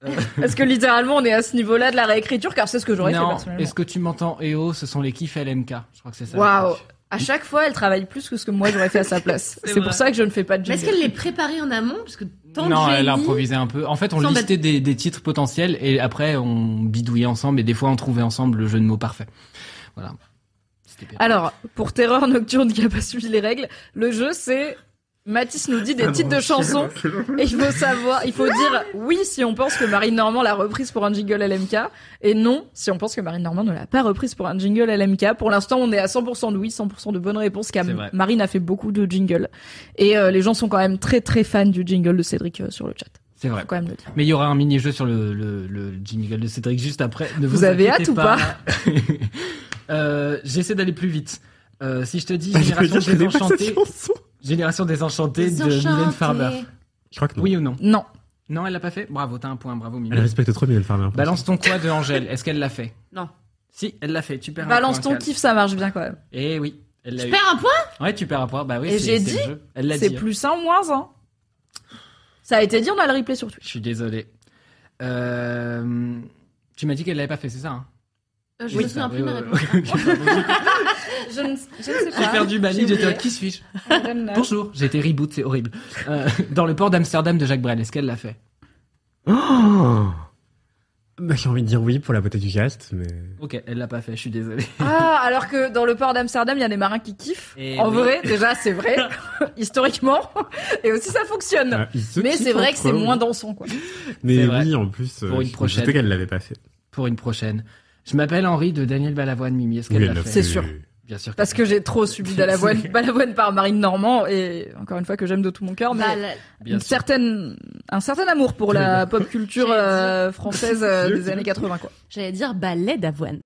Speaker 3: Euh.
Speaker 1: Est-ce que littéralement, on est à ce niveau-là de la réécriture Car c'est ce que j'aurais fait
Speaker 3: non,
Speaker 1: personnellement.
Speaker 3: est-ce que tu m'entends Eo Ce sont les kiffs LMK. Je crois que c'est ça.
Speaker 1: Waouh À chaque fois, elle travaille plus que ce que moi j'aurais fait à sa place.
Speaker 3: C'est
Speaker 1: c'est pour
Speaker 3: vrai.
Speaker 1: ça que je ne fais pas de
Speaker 2: Mais est-ce
Speaker 1: jingle.
Speaker 2: qu'elle l'est préparée en amont Parce que tant
Speaker 3: non,
Speaker 2: de génie...
Speaker 3: elle a improvisé un peu. En fait, on
Speaker 2: Sans
Speaker 3: listait des, des titres potentiels et après on bidouillait ensemble et des fois on trouvait ensemble le jeu de mots parfait. Voilà. C'était bien.
Speaker 1: Alors, pour Terreur Nocturne qui n'a pas suivi les règles, le jeu c'est Matisse nous dit des
Speaker 3: Ah
Speaker 1: titres de chansons
Speaker 4: Bah,
Speaker 1: et il faut savoir, il faut dire oui si on pense que Marine Normand l'a reprise pour un jingle LMK et non si on pense que Marine Normand ne l'a pas reprise pour un jingle LMK. Pour l'instant, on est à 100% de oui, 100% de bonnes réponses car
Speaker 3: C'est vrai.
Speaker 1: Marine a fait beaucoup de jingles et euh, les gens sont quand même très très fans du jingle de Cédric euh, sur le chat.
Speaker 3: C'est vrai.
Speaker 1: Faut quand même le dire.
Speaker 3: Mais il y aura un mini-jeu sur le, le, le jingle de Cédric juste après. Ne vous,
Speaker 1: Vous avez
Speaker 3: inquiétez
Speaker 1: hâte ou
Speaker 3: Euh, J'essaie d'aller plus vite. Euh, si je te dis
Speaker 4: Bah, je peux
Speaker 3: Génération
Speaker 4: dire, je connais pas cette
Speaker 3: désenchantée,
Speaker 4: chanson.
Speaker 3: Génération désenchantée de Mylène
Speaker 2: Désenchantée.
Speaker 3: Farmer.
Speaker 4: Je crois que non.
Speaker 3: Oui ou non
Speaker 1: Non,
Speaker 3: Non, elle l'a pas fait Bravo, t'as un point, bravo Mimi.
Speaker 4: Elle respecte trop Mylène Farmer.
Speaker 3: Balance ton quoi de Angèle Est-ce qu'elle l'a fait
Speaker 2: Non.
Speaker 3: Si, elle l'a fait. Tu perds
Speaker 1: balance
Speaker 3: un
Speaker 1: ton
Speaker 3: point.
Speaker 1: kiff, ça marche bien quand même.
Speaker 3: Et oui, elle l'a
Speaker 2: Je
Speaker 3: eu.
Speaker 2: perds un point
Speaker 3: Ouais, tu perds un point. Bah oui,
Speaker 1: Et
Speaker 3: c'est
Speaker 1: j'ai
Speaker 3: c'est
Speaker 1: dit,
Speaker 3: le jeu. Elle l'a
Speaker 1: C'est
Speaker 3: dit. hein.
Speaker 1: plus un ou moins un. Ça a été dit, on a le replay sur Twitch.
Speaker 3: Je suis désolé. Euh, Tu m'as dit qu'elle l'avait pas fait, c'est ça hein
Speaker 2: Euh, Je
Speaker 3: Oui,
Speaker 2: me
Speaker 3: c'est ça,
Speaker 2: souviens plus de
Speaker 3: oui,
Speaker 2: ma
Speaker 3: oui,
Speaker 2: réponse.
Speaker 3: oui.
Speaker 1: Je ne, je ne sais pas.
Speaker 3: J'ai perdu ma ligne, j'étais
Speaker 1: oublié.
Speaker 3: là, qui suis-je
Speaker 1: I don't know.
Speaker 3: Bonjour, j'ai été reboot, c'est horrible. Euh, dans le port d'Amsterdam de Jacques Brel, est-ce qu'elle l'a fait
Speaker 4: Oh bah, j'ai envie de dire oui pour la beauté du geste, mais.
Speaker 3: Ok, elle l'a pas fait, je suis désolé.
Speaker 1: Ah, alors que dans le port d'Amsterdam, il y a des marins qui kiffent.
Speaker 3: Et
Speaker 1: en
Speaker 3: oui.
Speaker 1: vrai, déjà, c'est vrai. Historiquement. Et aussi, ça fonctionne.
Speaker 4: Ah, ils se
Speaker 1: Mais
Speaker 4: kiffent
Speaker 1: c'est vrai
Speaker 4: entre
Speaker 1: que c'est
Speaker 4: eux.
Speaker 1: moins dansant, quoi.
Speaker 3: C'est
Speaker 4: Mais
Speaker 3: vrai.
Speaker 4: oui, en plus, euh,
Speaker 3: Pour une
Speaker 4: je
Speaker 3: prochaine.
Speaker 4: pensais qu'elle l'avait pas fait.
Speaker 3: Pour une prochaine. Je m'appelle Henri de Daniel Balavoine, Mimi, est-ce qu'elle
Speaker 4: Oui, elle
Speaker 3: l'a
Speaker 4: l'a
Speaker 3: fait,
Speaker 1: C'est sûr.
Speaker 3: Bien sûr.
Speaker 1: Parce que j'ai trop subi Balavoine, Balavoine par Marine Normand et encore une fois que j'aime de tout mon cœur, mais
Speaker 2: Bah, la-
Speaker 3: Bien
Speaker 1: une
Speaker 3: sûr.
Speaker 1: certaine, un certain amour pour la pop culture
Speaker 2: J'ai dit.
Speaker 1: euh, française euh, des années 80, quoi.
Speaker 2: J'allais dire ballet d'avoine.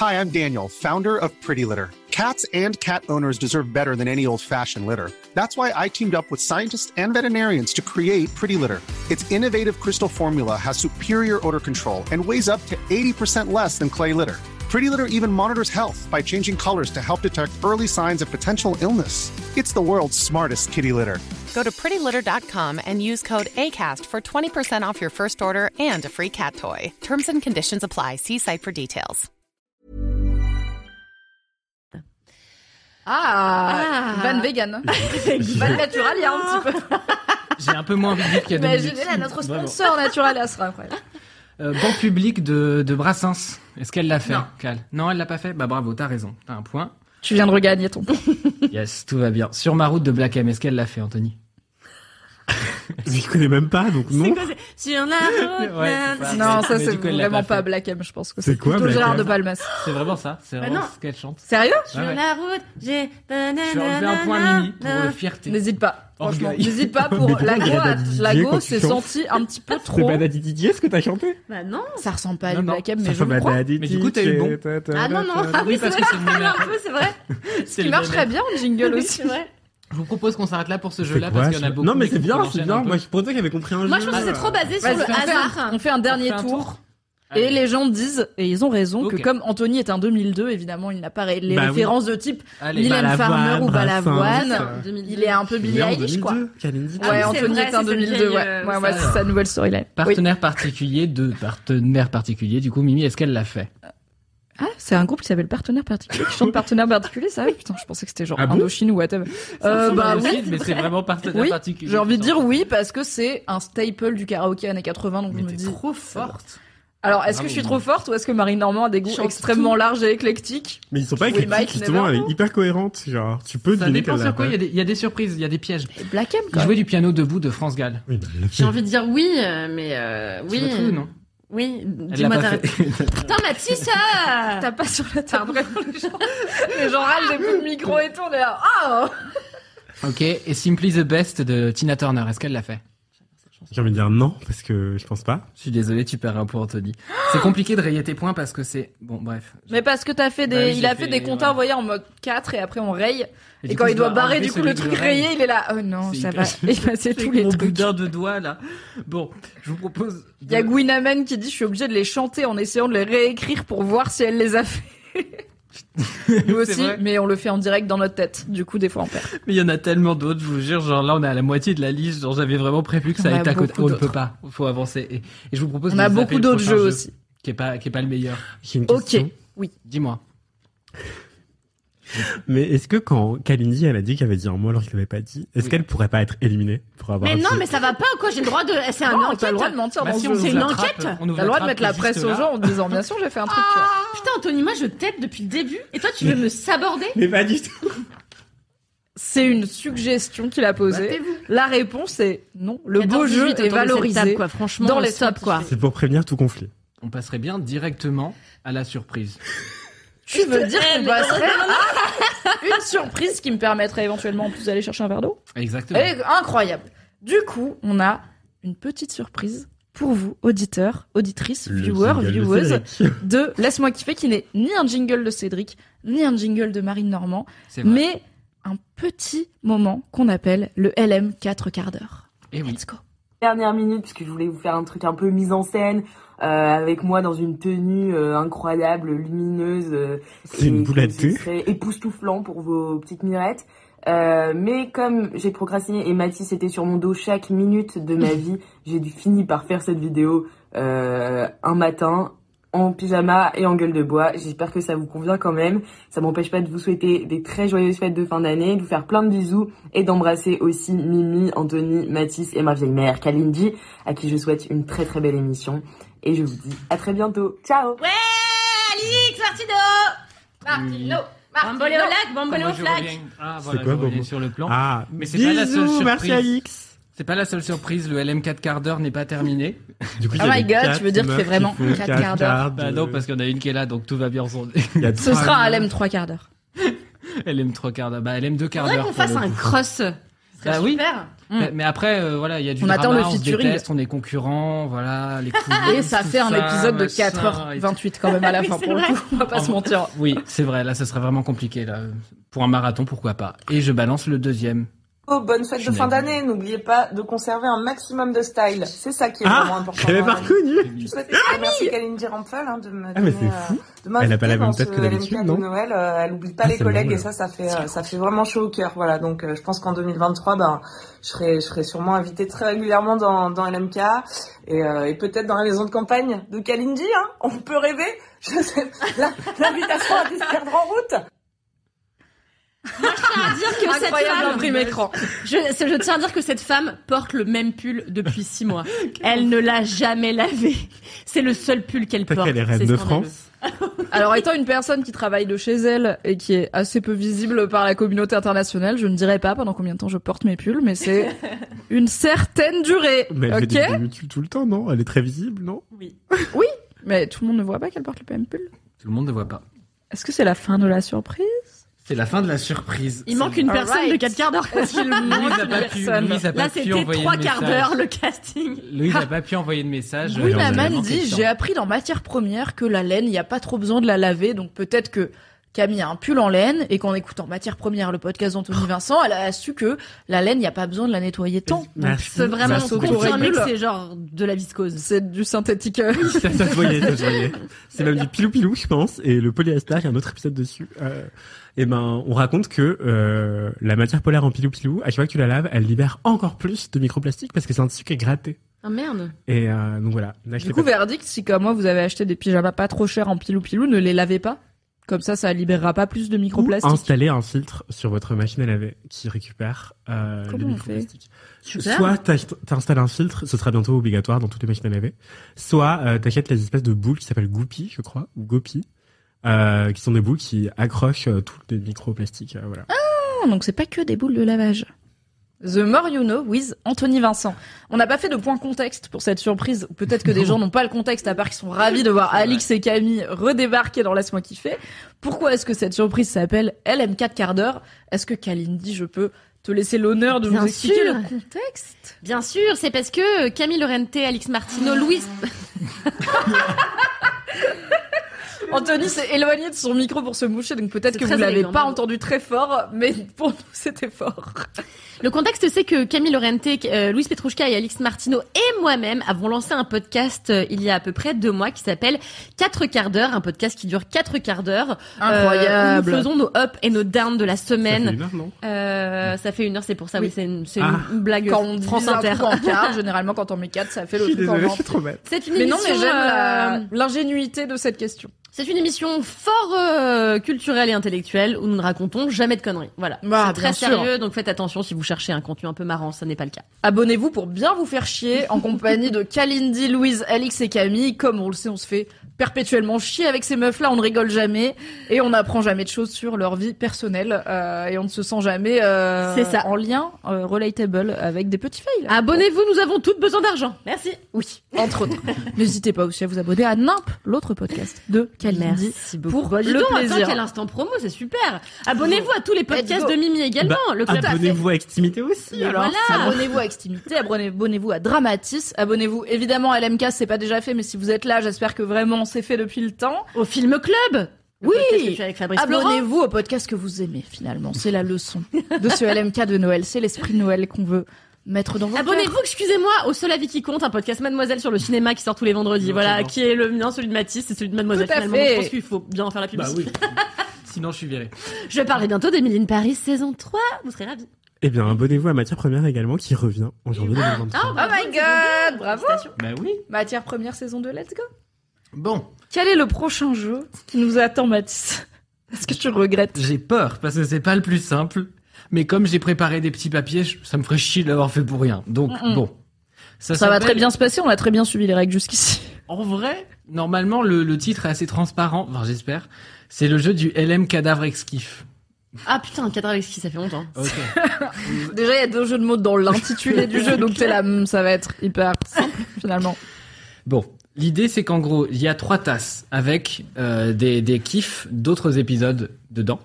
Speaker 6: Hi, I'm Daniel, founder of Pretty Litter. Cats and cat owners deserve better than any old fashioned litter. That's why I teamed up with scientists and veterinarians to create Pretty Litter. Its innovative crystal formula has superior odor control and weighs up to 80% less than clay litter. Pretty Litter even monitors health by changing colors to help detect early signs of potential illness. It's the world's smartest kitty litter.
Speaker 7: Go to prettylitter.com and use code ACAST for 20% off your first order and a free cat toy. Terms and conditions apply. See site for details.
Speaker 1: Ah,
Speaker 2: Ah.
Speaker 1: Van Vegan. Van Natural, il y a un petit peu.
Speaker 3: J'ai un peu moins envie de vivre qu'il y a deux minutes.
Speaker 1: Imaginez là, notre sponsor naturel, elle sera après.
Speaker 3: Euh, banc public de, de Brassens, est-ce qu'elle l'a fait
Speaker 2: Non.
Speaker 3: Cal Non, elle l'a pas fait Bah bravo, t'as raison, t'as un point.
Speaker 1: Tu viens de regagner ton point.
Speaker 3: Yes, tout va bien. Sur ma route de Black M, est-ce qu'elle l'a fait, Anthony
Speaker 4: Mais je connais même pas, donc
Speaker 2: C'est
Speaker 4: non.
Speaker 2: quoi c'est- Sur la route...
Speaker 3: Ouais,
Speaker 2: nan-
Speaker 3: c'est ça.
Speaker 1: Non,
Speaker 3: Mais
Speaker 1: ça
Speaker 3: du
Speaker 1: c'est
Speaker 3: coup, elle l'a
Speaker 1: vraiment
Speaker 3: pas
Speaker 1: pas,
Speaker 3: fait.
Speaker 1: Black M, je pense que
Speaker 4: C'est
Speaker 1: c'est
Speaker 4: quoi,
Speaker 1: plutôt
Speaker 4: Black
Speaker 1: Gérard
Speaker 4: M
Speaker 1: de Palmas.
Speaker 3: C'est vraiment ça, c'est
Speaker 2: Bah
Speaker 3: vraiment
Speaker 2: non.
Speaker 3: ce qu'elle chante.
Speaker 1: Sérieux
Speaker 2: Sur
Speaker 3: Ah ouais.
Speaker 2: la route, j'ai... Euh,
Speaker 3: Je vais enlever un point à Mimi pour le fierté.
Speaker 1: N'hésite pas, franchement,
Speaker 3: Orgueil.
Speaker 1: n'hésite pas pour
Speaker 4: pourquoi
Speaker 1: Lago.
Speaker 4: Gérard
Speaker 1: a-
Speaker 4: Didier
Speaker 1: Lago
Speaker 4: quand tu
Speaker 1: s'est
Speaker 4: chantes
Speaker 1: senti un petit peu trop.
Speaker 4: Daddy Didier ce que t'as chanté
Speaker 2: Bah non
Speaker 1: Ça ressemble pas à
Speaker 3: Non,
Speaker 1: du
Speaker 3: non,
Speaker 1: Black M,
Speaker 4: Ça
Speaker 1: mais je
Speaker 4: fait
Speaker 1: le crois.
Speaker 4: Daddy
Speaker 3: Mais du coup, t'as eu le bon.
Speaker 4: Didier, ta, ta,
Speaker 2: Ah non, non
Speaker 4: ta, ta.
Speaker 2: Ah oui,
Speaker 3: euh, Oui,
Speaker 2: c'est
Speaker 3: parce
Speaker 2: vrai,
Speaker 3: que c'est le
Speaker 2: un
Speaker 3: même
Speaker 2: peu, c'est vrai
Speaker 3: C'est
Speaker 1: Ce qui
Speaker 3: le
Speaker 1: marche
Speaker 3: même
Speaker 1: très bien en jingle
Speaker 2: Oui,
Speaker 1: aussi.
Speaker 2: c'est vrai.
Speaker 3: Je vous propose qu'on s'arrête là pour ce
Speaker 4: C'est
Speaker 3: jeu-là
Speaker 4: quoi,
Speaker 3: parce qu'il y en a
Speaker 4: ce-
Speaker 3: beaucoup.
Speaker 4: Non, mais
Speaker 3: et
Speaker 4: c'est
Speaker 3: qu'on
Speaker 4: bien,
Speaker 3: enchaîne
Speaker 4: c'est
Speaker 3: un
Speaker 4: bien.
Speaker 3: peu.
Speaker 4: Moi, je pensais qu'il y avait compris un jeu.
Speaker 2: Moi, je pense que c'est trop Ah, basé sur
Speaker 1: Vas-y,
Speaker 2: le
Speaker 1: on fait un-
Speaker 2: hasard.
Speaker 1: On fait un dernier
Speaker 3: fait un
Speaker 1: tour.
Speaker 3: tour. Ah
Speaker 1: et
Speaker 3: oui.
Speaker 1: les gens disent, et ils ont raison,
Speaker 3: Ok.
Speaker 1: que comme Anthony est un 2002, évidemment, il n'a pas ré- les
Speaker 4: Bah oui.
Speaker 1: références de type
Speaker 3: Allez,
Speaker 1: Mylène
Speaker 4: Balavoine,
Speaker 1: Farmer ou Balavoine.
Speaker 4: Brassens.
Speaker 1: Il est un peu Billie
Speaker 4: en
Speaker 1: Eilish, quoi.
Speaker 4: 2002, Kalindi,
Speaker 1: Ouais,
Speaker 4: tu-
Speaker 8: Ah oui, c'est
Speaker 1: Anthony
Speaker 8: vrai,
Speaker 1: est un
Speaker 8: c'est cette
Speaker 1: 2002, ouais.
Speaker 8: vieille, euh,
Speaker 1: ouais, ouais,
Speaker 8: ça.
Speaker 1: c'est sa nouvelle storyline. Oui.
Speaker 3: Partenaire particulier de partenaire particulier. Du coup, Mimi, est-ce qu'elle l'a fait
Speaker 1: Ah, c'est un groupe qui s'appelle Partenaire Particulier, qui chante Partenaire Particulier, ça oui, Putain, je pensais que c'était genre
Speaker 3: Ah bon
Speaker 1: Indochine ou whatever. Euh, bah oui,
Speaker 3: mais c'est vraiment partenaire
Speaker 1: oui,
Speaker 3: particulier.
Speaker 1: j'ai envie de dire oui, parce que c'est un staple du karaoké années 80, donc
Speaker 3: Mais
Speaker 1: je me
Speaker 3: t'es
Speaker 1: dis...
Speaker 3: trop forte.
Speaker 1: Alors, est-ce que
Speaker 3: Bravo,
Speaker 1: je suis
Speaker 3: Mimi.
Speaker 1: trop forte ou est-ce que Marie Normand a des goûts
Speaker 2: Chante
Speaker 1: extrêmement
Speaker 2: tout.
Speaker 1: larges et éclectiques
Speaker 4: Mais ils sont pas
Speaker 1: Oui,
Speaker 4: éclectiques,
Speaker 1: Mike
Speaker 4: justement, elle
Speaker 1: Never.
Speaker 4: est hyper cohérente. Genre, tu peux
Speaker 3: Ça
Speaker 4: deviner
Speaker 3: dépend
Speaker 4: qu'elle l'a
Speaker 3: sur quoi. Il
Speaker 4: pas.
Speaker 3: y a des- il y, a des surprises, il y a des pièges.
Speaker 1: Black M,
Speaker 3: Il jouait du piano debout de France Gall.
Speaker 4: Oui, bah, elle l'a fait.
Speaker 2: J'ai envie de dire oui, euh, mais euh,
Speaker 3: Tu
Speaker 2: oui.
Speaker 3: vois tout, non
Speaker 2: Oui,
Speaker 3: Elle l'a
Speaker 2: dis-moi
Speaker 3: pas
Speaker 2: ta
Speaker 3: fait.
Speaker 2: Putain, Mathis ah
Speaker 1: T'as Bah, pas sur la table vraiment les gens. Les gens râlent, j'ai plus de micro et tout, on est là. Ah
Speaker 3: ok. Et Simply the Best de Tina Turner, est-ce qu'elle l'a fait
Speaker 4: J'ai envie de dire non, parce que je pense pas.
Speaker 3: Je suis désolé, tu perds un point, Anthony. C'est compliqué de rayer tes points parce que c'est bon. Bref.
Speaker 1: Mais parce que t'as fait des.
Speaker 3: Bah oui,
Speaker 1: il
Speaker 3: j'ai
Speaker 1: a fait,
Speaker 3: fait,
Speaker 1: des compteurs,
Speaker 3: ouais.
Speaker 1: vous voyez, en mode 4 et après on raye. Et,
Speaker 3: du
Speaker 1: quand
Speaker 3: coup,
Speaker 1: il
Speaker 3: je
Speaker 1: dois
Speaker 3: dois
Speaker 1: barrer
Speaker 3: enlever
Speaker 1: du coup
Speaker 3: celui
Speaker 1: le
Speaker 3: que
Speaker 1: truc
Speaker 3: je raye.
Speaker 1: rayé, il est là. Oh non,
Speaker 3: C'est
Speaker 1: ça va
Speaker 3: hyper-
Speaker 1: effacer tous les trucs.
Speaker 3: d'un de doigts là. Bon, je vous propose.
Speaker 1: Il y a Gwynamen qui dit je suis obligé de les chanter en essayant de les réécrire pour voir si elle les a fait. Nous aussi,
Speaker 3: vrai.
Speaker 1: mais on le fait en direct dans notre tête. Du coup, des fois on perd.
Speaker 3: Mais il y en a tellement d'autres, je vous jure. Genre là, on est à la moitié de la liste. Genre j'avais vraiment prévu que ça
Speaker 1: On
Speaker 3: allait
Speaker 1: a
Speaker 3: être à côté.
Speaker 1: beaucoup
Speaker 3: On ne
Speaker 1: d'autres.
Speaker 3: peut pas. Faut avancer. Et, et je vous propose.
Speaker 1: On
Speaker 3: de
Speaker 1: a
Speaker 3: zapper
Speaker 1: beaucoup
Speaker 3: le
Speaker 1: d'autres
Speaker 3: prochain
Speaker 1: jeux
Speaker 3: jeu,
Speaker 1: aussi.
Speaker 3: Qui est pas, qui est pas le meilleur.
Speaker 4: J'ai une
Speaker 1: Ok.
Speaker 4: question.
Speaker 3: Dis-moi.
Speaker 4: Mais est-ce que quand Kalindi, elle a dit qu'elle avait dit un mot alors qu'il l'avait pas dit, est-ce
Speaker 3: Oui.
Speaker 4: qu'elle pourrait pas être éliminée pour avoir
Speaker 2: Mais
Speaker 4: un
Speaker 2: non,
Speaker 4: petit-
Speaker 2: mais ça va pas quoi, j'ai le droit de. eh, C'est un
Speaker 1: Ah Non,
Speaker 2: enquête.
Speaker 1: t'as le droit de mentir
Speaker 3: Bah,
Speaker 1: dans
Speaker 3: si,
Speaker 1: ce
Speaker 3: on
Speaker 1: jeu.
Speaker 3: vous
Speaker 2: c'est une
Speaker 3: attrape,
Speaker 2: enquête.
Speaker 3: on nous
Speaker 1: T'as le droit de
Speaker 3: attrape
Speaker 1: mettre la
Speaker 3: juste
Speaker 1: presse
Speaker 3: là.
Speaker 1: aux gens en te disant bien sûr j'ai fait un truc. tu vois.
Speaker 2: Putain, Anthony, moi je t'aide depuis le début et toi tu veux me saborder
Speaker 4: Mais pas du tout.
Speaker 1: C'est une suggestion qu'il a posée.
Speaker 2: Battez-vous.
Speaker 1: La réponse est non. Le
Speaker 2: J'adore
Speaker 1: beau
Speaker 2: Brigitte
Speaker 1: jeu
Speaker 2: autour de
Speaker 1: est
Speaker 2: cette
Speaker 1: valorisé.
Speaker 2: table, quoi. Franchement,
Speaker 1: dans les
Speaker 2: stop, quoi.
Speaker 1: scientifiques.
Speaker 4: C'est pour prévenir tout conflit.
Speaker 3: On passerait bien directement à la surprise.
Speaker 1: Tu veux dire qu'on passerait à une surprise qui me permettrait éventuellement en plus d'aller chercher un verre d'eau
Speaker 3: Exactement.
Speaker 1: Elle est Incroyable. Du coup, on a une petite surprise pour vous, auditeurs, auditrices,
Speaker 4: Le
Speaker 1: viewers,
Speaker 4: jingle de
Speaker 1: viewers,
Speaker 4: Cédric.
Speaker 1: de Laisse-moi kiffer qui n'est ni un jingle de Cédric, ni un jingle de Marine Normand,
Speaker 3: C'est vrai.
Speaker 1: mais un petit moment qu'on appelle le LM 4 quarts d'heure.
Speaker 3: Et Eh oui.
Speaker 1: Let's go.
Speaker 9: dernière minute parce que je voulais vous faire un truc un peu mise en scène euh, avec moi dans une tenue euh, incroyable, lumineuse. euh,
Speaker 4: C'est une
Speaker 9: et
Speaker 4: boule à
Speaker 9: que ce
Speaker 4: cul.
Speaker 9: serait époustouflant pour vos petites mirettes. Euh, mais comme j'ai procrastiné et Mathis était sur mon dos chaque minute de ma vie, j'ai dû fini par faire cette vidéo euh, un matin en pyjama et en gueule de bois. J'espère que ça vous convient quand même. Ça m'empêche pas de vous souhaiter des très joyeuses fêtes de fin d'année, de vous faire plein de bisous et d'embrasser aussi Mimi, Anthony, Mathis et ma vieille mère Kalindi, à qui je souhaite une très très belle émission. Et je vous dis à très bientôt. Ciao
Speaker 8: Ouais, Alix, Martino Martino
Speaker 2: Bambolé au lac, bambolé
Speaker 3: Moi,
Speaker 2: au
Speaker 3: je
Speaker 2: flac
Speaker 3: reviens- Ah,
Speaker 4: C'est
Speaker 3: voilà,
Speaker 4: quoi,
Speaker 3: je reviens
Speaker 4: Bobo
Speaker 3: sur le plan.
Speaker 4: Ah,
Speaker 3: Mais c'est pas la seule
Speaker 4: bisous, merci
Speaker 3: surprise.
Speaker 4: Alix.
Speaker 3: C'est pas la seule surprise, le LM4 quart d'heure n'est pas terminé.
Speaker 4: Du coup,
Speaker 1: Oh
Speaker 4: il y a
Speaker 1: my
Speaker 4: les
Speaker 1: God,
Speaker 4: quatre
Speaker 1: tu veux dire que
Speaker 4: meufs
Speaker 1: c'est vraiment
Speaker 4: qui font
Speaker 1: quatre
Speaker 4: quatre
Speaker 1: quarts d'heure.
Speaker 4: quarts de-
Speaker 3: Bah non, parce qu'il y en a une qui est là, donc tout va bien ensemble.
Speaker 4: Il y a
Speaker 1: Ce
Speaker 4: trois
Speaker 1: sera un
Speaker 4: meufs.
Speaker 1: LM 3 quarts d'heure.
Speaker 3: LM3 quart d'heure. Bah LM2 quart
Speaker 2: Faudrait
Speaker 3: d'heure.
Speaker 2: qu'on
Speaker 3: pour
Speaker 2: fasse
Speaker 3: le
Speaker 2: un
Speaker 3: coup.
Speaker 2: cross. Ah, Ce serait
Speaker 3: Bah oui.
Speaker 2: super.
Speaker 3: Mais- Mais après, euh, voilà, il y a du
Speaker 1: On
Speaker 3: drama,
Speaker 1: attend le
Speaker 3: on se
Speaker 1: featuring.
Speaker 3: déteste, on est concurrents, voilà, les coulisses,
Speaker 1: Et ça
Speaker 3: tout
Speaker 1: fait un épisode de
Speaker 3: machin, et tout. Oh
Speaker 1: 4h28 quand même à la
Speaker 2: Oui,
Speaker 1: fin
Speaker 2: c'est
Speaker 1: pour le
Speaker 2: vrai.
Speaker 1: coup, on va pas se mentir.
Speaker 3: Oui, c'est vrai, là, ça serait vraiment compliqué, là. Pour un marathon, pourquoi pas. Et je balance le deuxième.
Speaker 10: Oh, bonne fête de fin d'année, n'oubliez pas de conserver un maximum de style. C'est ça qui est vraiment
Speaker 4: Ah,
Speaker 10: important.
Speaker 4: je l'avais
Speaker 10: dans la
Speaker 4: pas
Speaker 10: vie.
Speaker 4: reconnu.
Speaker 10: Je souhaite remercier Kalindi Rampal hein, de me
Speaker 4: Ah, mais
Speaker 10: donner,
Speaker 4: c'est fou.
Speaker 10: de m'inviter
Speaker 4: Elle a pas la
Speaker 10: dans
Speaker 4: même tête
Speaker 10: ce
Speaker 4: que d'habitude,
Speaker 10: LMK
Speaker 4: non
Speaker 10: de Noël, euh, elle oublie pas
Speaker 4: Ah,
Speaker 10: les
Speaker 4: c'est marrant,
Speaker 10: collègues
Speaker 4: là.
Speaker 10: et ça, ça fait, euh, ça fait vraiment chaud au cœur. Voilà, donc euh, je pense qu'en 2023, ben, je serai, je serai sûrement invitée très régulièrement dans, dans LMK et, euh, et peut-être dans la maison de campagne de Kalindi. Hein, on peut rêver. Je sais, la- l'invitation à se perdre en route.
Speaker 2: Je tiens à dire que cette
Speaker 1: Incroyable
Speaker 2: femme.
Speaker 1: imprimé écran.
Speaker 2: Je, c'est- je tiens à dire que cette femme porte le même pull depuis six mois. Elle ne l'a jamais lavé. C'est le seul pull qu'elle
Speaker 4: Peut-être
Speaker 2: porte.
Speaker 4: qu'elle est reine
Speaker 2: C'est
Speaker 4: de
Speaker 2: scandaleux.
Speaker 4: France.
Speaker 1: Alors étant une personne qui travaille de chez elle et qui est assez peu visible par la communauté internationale, je ne dirai pas pendant combien de temps je porte mes pulls, mais c'est une certaine durée,
Speaker 4: Mais elle fait
Speaker 1: ok
Speaker 4: des vidéos YouTube tout le temps, non Elle est très visible, non
Speaker 1: Mais tout le monde ne voit pas qu'elle porte le même pull.
Speaker 3: Tout le monde ne voit pas.
Speaker 1: Est-ce que c'est la fin de la surprise
Speaker 3: C'est la fin de la surprise.
Speaker 2: Il manque une
Speaker 1: Alright.
Speaker 2: personne de 4 quarts d'heure.
Speaker 3: Louise n'a pas pu, Louise a pas
Speaker 2: Là,
Speaker 3: pu
Speaker 2: c'était
Speaker 3: envoyer
Speaker 2: trois
Speaker 3: de
Speaker 2: quarts
Speaker 3: message.
Speaker 2: d'heure le casting.
Speaker 3: Louise n'a pas pu envoyer de message. Euh,
Speaker 1: Oui,
Speaker 4: on
Speaker 1: ma
Speaker 4: a
Speaker 1: man
Speaker 3: manne
Speaker 1: dit, j'ai appris dans matière première que la laine, il n'y a pas trop besoin de la laver, donc peut-être que qui a mis un pull en laine et qu'en écoutant Matière Première, le podcast
Speaker 4: Oh.
Speaker 1: d'Anthony Vincent, elle a su que la laine, il n'y a pas besoin de la nettoyer tant.
Speaker 4: Merci.
Speaker 2: Je peux vraiment
Speaker 4: Merci beaucoup.
Speaker 2: confirmer que
Speaker 1: Red Bull.
Speaker 2: c'est genre de la viscose.
Speaker 1: C'est du synthétique. euh,
Speaker 4: ça, ça se voyait, ça se voyait. C'est même du pilou pilou, je pense. Et le polyester, il y a un autre épisode dessus. Euh, et ben, on raconte que euh, la matière polaire en pilou pilou, à chaque fois que tu la laves, elle libère encore plus de microplastiques parce que c'est un tissu qui est gratté.
Speaker 2: Ah merde.
Speaker 4: Et euh, donc voilà. N'achetez
Speaker 1: Du coup,
Speaker 4: pas-
Speaker 1: verdict, si comme moi vous avez acheté des pyjamas pas trop chers en pilou pilou, ne les lavez pas. Comme ça, ça libérera pas plus de
Speaker 4: Ou
Speaker 1: microplastiques.
Speaker 4: installer un filtre sur votre machine à laver qui récupère euh,
Speaker 1: Comment
Speaker 4: les
Speaker 1: on
Speaker 4: microplastiques.
Speaker 2: Super.
Speaker 4: Soit t'ach- t'installes un filtre, ce sera bientôt obligatoire dans toutes les machines à laver. Soit euh, t'achètes les espèces de boules qui s'appellent Goupy, je crois, ou Gopi, euh, qui sont des boules qui accrochent euh, tous les microplastiques. euh, voilà.
Speaker 1: Ah, Non, donc c'est pas que des boules de lavage. The More You Know with Anthony Vincent. On n'a pas fait de point contexte pour cette surprise. Peut-être que des gens n'ont pas le contexte, à part qu'ils sont ravis de voir Alix et Camille redébarquer dans Laisse-moi kiffer. Pourquoi est-ce que cette surprise s'appelle LM4 quart d'heure Est-ce que Kalindi, je peux te laisser l'honneur de
Speaker 2: Bien
Speaker 1: nous expliquer
Speaker 2: sûr.
Speaker 1: le contexte
Speaker 2: Bien sûr, c'est parce que Camille Lorente, Alix Martino, Louise.
Speaker 1: Anthony s'est éloigné de son micro pour se moucher, donc peut-être
Speaker 2: C'est
Speaker 1: que vous
Speaker 2: très
Speaker 1: l'avez
Speaker 2: élégant,
Speaker 1: pas
Speaker 2: bravo.
Speaker 1: entendu très fort, mais pour nous c'était fort.
Speaker 2: Le contexte, c'est que Camille Lorente, euh, Louise Petrouchka et Alix Martino et moi-même avons lancé un podcast euh, il y a à peu près deux mois qui s'appelle 4 quarts d'heure, un podcast qui dure 4 quarts d'heure. euh, où nous faisons nos ups et nos downs de la
Speaker 4: Ça fait
Speaker 2: semaine.
Speaker 4: une heure, non
Speaker 2: Euh, ça fait une heure, c'est pour ça, oui,
Speaker 1: Oui.
Speaker 2: c'est une, c'est
Speaker 4: Ah.
Speaker 2: une blague
Speaker 1: Quand on
Speaker 2: France
Speaker 1: divise un
Speaker 2: Inter.
Speaker 1: truc en quart, généralement quand on met quatre, ça fait
Speaker 4: Je
Speaker 1: le
Speaker 4: suis
Speaker 1: truc en
Speaker 4: désolé, je suis
Speaker 1: vente.
Speaker 4: trop bête.
Speaker 2: C'est une
Speaker 1: Mais non,
Speaker 2: émission,
Speaker 1: mais j'aime la-
Speaker 2: euh,
Speaker 1: l'ingénuité de cette question.
Speaker 2: c'est une émission fort euh, culturelle et intellectuelle où nous ne racontons jamais de conneries. Voilà,
Speaker 1: Bah,
Speaker 2: c'est très
Speaker 1: bien sûr.
Speaker 2: sérieux, donc faites attention si vous cherchez un contenu un peu marrant, ça n'est pas le cas.
Speaker 1: Abonnez-vous pour bien vous faire chier en compagnie de Kalindi, Louise, Alix et Camille. Comme on le sait, on se fait perpétuellement chier avec ces meufs-là, on ne rigole jamais et on n'apprend jamais de choses sur leur vie personnelle euh, et on ne se sent jamais euh,
Speaker 2: C'est ça.
Speaker 1: en lien euh, relatable avec des petits fails.
Speaker 2: Abonnez-vous, nous avons toutes besoin d'argent. Merci.
Speaker 1: Oui, entre autres. N'hésitez pas aussi à vous abonner à Nimp, l'autre podcast de Kalindi. beaucoup.
Speaker 2: Pour le
Speaker 1: le
Speaker 2: Bah, donc,
Speaker 1: plaisir.
Speaker 2: attends, quel instant promo, c'est super. Abonnez-vous à tous les podcasts
Speaker 1: go.
Speaker 2: de Mimi également.
Speaker 4: Bah,
Speaker 2: le club
Speaker 4: Abonnez-vous à Extimité aussi.
Speaker 2: Mais
Speaker 4: alors.
Speaker 2: voilà.
Speaker 1: Abonnez-vous à Extimité, abonnez- abonnez-vous à Dramatis, abonnez-vous évidemment à LMK, c'est pas déjà fait, mais si vous êtes là, j'espère que vraiment c'est fait depuis le temps.
Speaker 2: au Film Club. Le
Speaker 1: Oui.
Speaker 2: podcast que tu fais avec Fabrice Laurent.
Speaker 1: Abonnez-vous au podcast que vous aimez finalement, c'est la leçon de ce LMK de Noël, c'est l'esprit de Noël qu'on veut mettre dans vos cœurs.
Speaker 2: Abonnez-vous, excusez-moi, au Seul Avis qui compte, un podcast Mademoiselle sur le cinéma qui sort tous les vendredis. voilà,
Speaker 3: Exactement.
Speaker 2: qui est le mien, celui de Mathis et celui de Mademoiselle.
Speaker 1: Tout à
Speaker 2: Finalement,
Speaker 1: fait.
Speaker 2: je pense qu'il faut bien en faire la
Speaker 3: Bah
Speaker 2: publicité.
Speaker 3: oui. Sinon, je suis viré.
Speaker 2: Je vais parler bientôt d'Emily in Paris saison 3. Vous serez ravis.
Speaker 4: Eh bien, abonnez-vous à Matière Première également qui revient en janvier
Speaker 2: Ah,
Speaker 4: 2023.
Speaker 1: Oh my god, bravo
Speaker 3: Bah oui.
Speaker 1: Matière première saison de Let's Go
Speaker 3: Bon,
Speaker 1: Quel est le prochain jeu qui nous attend Mathis Est-ce que tu regrettes
Speaker 3: j'ai peur parce que c'est pas le plus simple. Mais comme j'ai préparé des petits papiers, je- ça me ferait chier de l'avoir fait pour rien. Donc
Speaker 1: Mm-mm.
Speaker 3: bon.
Speaker 1: Ça va
Speaker 3: s'appelle-
Speaker 1: très bien se passer, on a très bien suivi les règles jusqu'ici.
Speaker 3: En vrai, normalement, le, le titre est assez transparent. Enfin, j'espère. C'est le jeu du LM Cadavre Exkif.
Speaker 2: Ah putain, un cadre avec qui ça fait longtemps.
Speaker 3: Ok.
Speaker 1: Déjà, il y a deux jeux de mots dans l'intitulé du jeu, donc t'es là, hum, ça va être hyper simple finalement.
Speaker 3: Bon, l'idée c'est qu'en gros, il y a trois tasses avec euh, des, des kiffs d'autres épisodes dedans.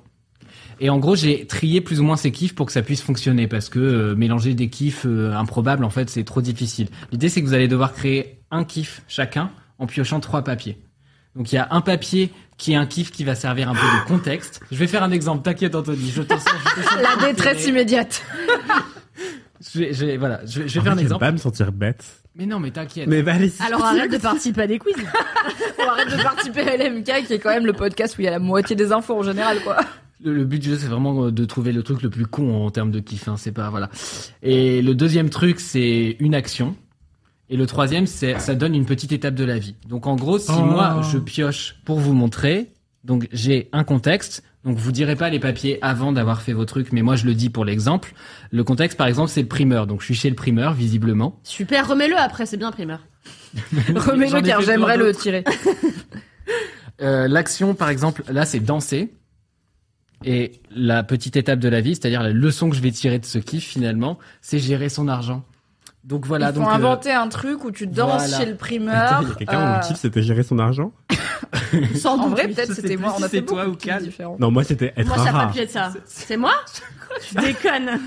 Speaker 3: Et en gros, j'ai trié plus ou moins ces kiffs pour que ça puisse fonctionner parce que euh, mélanger des kiffs euh, improbables, en fait, c'est trop difficile. L'idée c'est que vous allez devoir créer un kiff chacun en piochant trois papiers. Donc il y a un papier qui est un kiff qui va servir un peu de contexte. Je vais faire un exemple, t'inquiète Anthony, je t'en sors, je te sens
Speaker 1: La
Speaker 3: préparé.
Speaker 1: détresse immédiate.
Speaker 3: Je vais, je vais- voilà, je vais, je vais faire
Speaker 4: En fait,
Speaker 3: un
Speaker 4: j'aime
Speaker 3: exemple.
Speaker 4: pas me sentir bête.
Speaker 3: Mais non, mais t'inquiète.
Speaker 4: Mais bah, allez-y.
Speaker 2: Alors arrête de participer à des quiz.
Speaker 1: On arrête de participer à LMK, qui est quand même le podcast où il y a la moitié des infos en général, quoi.
Speaker 3: Le, le but du jeu, c'est vraiment euh, de trouver le truc le plus con en termes de kiff. Hein, c'est pas voilà. Et le deuxième truc, c'est une action. Et le troisième, c'est ça donne une petite étape de la vie. Donc en gros, si
Speaker 4: Oh.
Speaker 3: moi je pioche pour vous montrer, donc j'ai un contexte. Donc vous direz pas les papiers avant d'avoir fait vos trucs, mais moi je le dis pour l'exemple. Le contexte, par exemple, c'est le primeur. Donc je suis chez le primeur, visiblement.
Speaker 2: Super, remets-le après, c'est bien primeur.
Speaker 3: J'en
Speaker 1: Remets-le
Speaker 3: ai
Speaker 1: car
Speaker 3: fait plein
Speaker 1: j'aimerais le
Speaker 3: d'autres.
Speaker 1: tirer.
Speaker 3: Euh, L'action, par exemple, là c'est danser. Et la petite étape de la vie, c'est-à-dire la leçon que je vais tirer de ce kiff finalement, c'est gérer son argent. Donc voilà.
Speaker 1: Ils
Speaker 3: donc
Speaker 1: vont
Speaker 3: euh,
Speaker 1: inventer un truc où tu danses
Speaker 3: voilà.
Speaker 1: chez le primeur.
Speaker 4: Attends, il y a quelqu'un dont le
Speaker 1: euh,
Speaker 4: kiff c'était gérer son argent
Speaker 2: Sans
Speaker 1: En
Speaker 2: doute.
Speaker 1: vrai,
Speaker 2: oui.
Speaker 1: peut-être
Speaker 3: Je sais
Speaker 1: c'était
Speaker 3: plus
Speaker 1: moi.
Speaker 3: si
Speaker 1: On a
Speaker 3: c'est
Speaker 1: fait
Speaker 3: toi
Speaker 1: beaucoup
Speaker 3: ou
Speaker 1: de trucs
Speaker 3: Cal.
Speaker 1: différents.
Speaker 4: Non, moi c'était être
Speaker 2: Moi, ça
Speaker 4: un
Speaker 2: n'a pas
Speaker 4: rat.
Speaker 2: pu être ça. C'est moi Tu déconnes.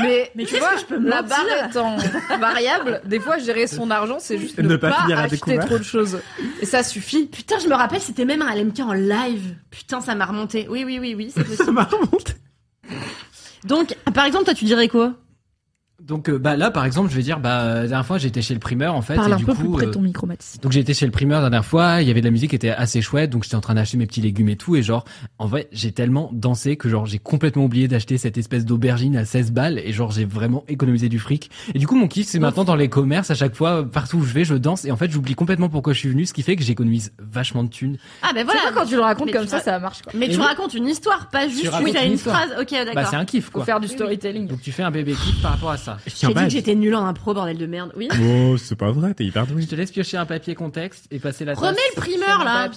Speaker 1: Mais,
Speaker 2: Mais
Speaker 1: tu
Speaker 2: qu'est-ce
Speaker 1: vois,
Speaker 2: que je peux me
Speaker 1: la
Speaker 2: mentir
Speaker 1: barre étant variable, des fois gérer son argent, c'est juste
Speaker 4: Ne
Speaker 1: ne
Speaker 4: pas
Speaker 1: pas,
Speaker 4: finir à
Speaker 1: acheter
Speaker 4: découvert.
Speaker 1: trop de choses. Et ça suffit.
Speaker 2: Putain, je me rappelle, c'était même un LMK en live. Putain, ça m'a remonté. Oui, oui, oui, oui, c'est possible.
Speaker 4: Ça m'a remonté.
Speaker 2: Donc, par exemple, toi, tu dirais quoi
Speaker 3: Donc euh, bah là par exemple je vais dire bah euh, la dernière fois j'étais chez le primeur en fait
Speaker 1: Parle
Speaker 3: et
Speaker 1: un
Speaker 3: du
Speaker 1: peu
Speaker 3: coup
Speaker 1: plus près de
Speaker 3: euh,
Speaker 1: ton micro, Mathis.
Speaker 3: donc j'étais chez le primeur la dernière fois il y avait de la musique qui était assez chouette donc j'étais en train d'acheter mes petits légumes et tout et genre en vrai j'ai tellement dansé que genre j'ai complètement oublié d'acheter cette espèce d'aubergine à 16 balles et genre j'ai vraiment économisé du fric et du coup mon kiff c'est maintenant dans les commerces à chaque fois partout où je vais je danse et en fait j'oublie complètement pourquoi je suis venu ce qui fait que j'économise vachement de thunes
Speaker 2: Ah, ben
Speaker 1: Voilà,
Speaker 2: voilà.
Speaker 1: quand tu le racontes
Speaker 2: Mais
Speaker 1: comme
Speaker 2: tu
Speaker 1: ça,
Speaker 2: ra-
Speaker 1: ça marche, quoi.
Speaker 2: Mais
Speaker 3: Et
Speaker 2: tu
Speaker 3: oui.
Speaker 2: racontes une histoire, pas juste
Speaker 3: racontes
Speaker 2: tu as
Speaker 3: une
Speaker 2: une
Speaker 3: histoire.
Speaker 2: phrase. Ok, d'accord.
Speaker 3: bah c'est un kiff
Speaker 1: Faut
Speaker 3: quoi
Speaker 1: faire du storytelling.
Speaker 3: donc tu fais un bébé kiff par rapport à ça
Speaker 4: Je
Speaker 2: J'ai
Speaker 4: tiens
Speaker 2: dit
Speaker 4: pas.
Speaker 2: que j'étais nulle en impro, bordel de merde.
Speaker 1: Ah,
Speaker 2: Oui.
Speaker 4: Oh, c'est pas vrai, t'es hyper
Speaker 3: je
Speaker 4: doué.
Speaker 3: te laisse piocher un papier contexte et passer la
Speaker 2: Remets
Speaker 3: tasse.
Speaker 2: le primeur, là.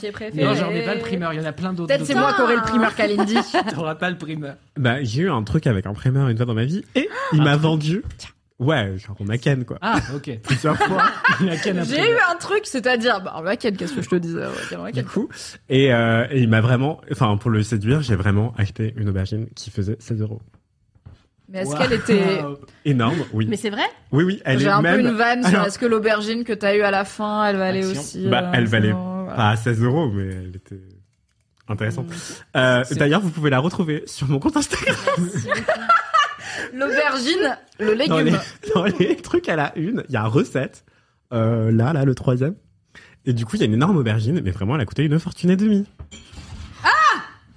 Speaker 3: non j'en ai pas le primeur il y en a plein d'autres
Speaker 1: Peut-être c'est moi qui aurais le primeur Kalindi.
Speaker 3: t'auras pas le primeur
Speaker 4: Bah, j'ai eu un truc avec un primeur une fois dans ma vie et il
Speaker 3: Un
Speaker 4: m'a
Speaker 3: truc.
Speaker 4: vendu. Ouais, genre on a ken quoi.
Speaker 3: Ah, ok.
Speaker 4: Plusieurs fois.
Speaker 3: Il a qu'un
Speaker 1: J'ai
Speaker 3: après.
Speaker 1: eu un truc, c'est-à-dire, bah, Wacken, qu'est-ce que je te disais Wacken,
Speaker 4: du
Speaker 1: Wacken.
Speaker 4: coup. Et, euh, et il m'a vraiment, enfin pour le séduire, j'ai vraiment acheté une aubergine qui faisait 16 euros.
Speaker 1: Mais est-ce
Speaker 3: Wow.
Speaker 1: qu'elle était...
Speaker 4: Énorme, oui.
Speaker 2: Mais c'est vrai
Speaker 4: Oui, oui, elle
Speaker 1: J'ai
Speaker 4: est
Speaker 1: un
Speaker 4: même
Speaker 1: peu une vanne sur
Speaker 4: Alors-
Speaker 1: est-ce que l'aubergine que t'as eue à la fin, elle valait
Speaker 3: Action.
Speaker 1: aussi... euh,
Speaker 4: Bah, elle valait
Speaker 1: voilà.
Speaker 4: pas à 16 euros, mais elle était intéressante.
Speaker 1: Mmh.
Speaker 4: Euh,
Speaker 3: C'est-
Speaker 4: D'ailleurs, vous pouvez la retrouver sur mon compte Instagram
Speaker 1: L'aubergine, le
Speaker 4: dans
Speaker 1: légume.
Speaker 4: les, dans les trucs à la une. Il y a recette, euh, là, là, le troisième. Et du coup, il y a une énorme aubergine, mais vraiment, elle a coûté une fortune et demie.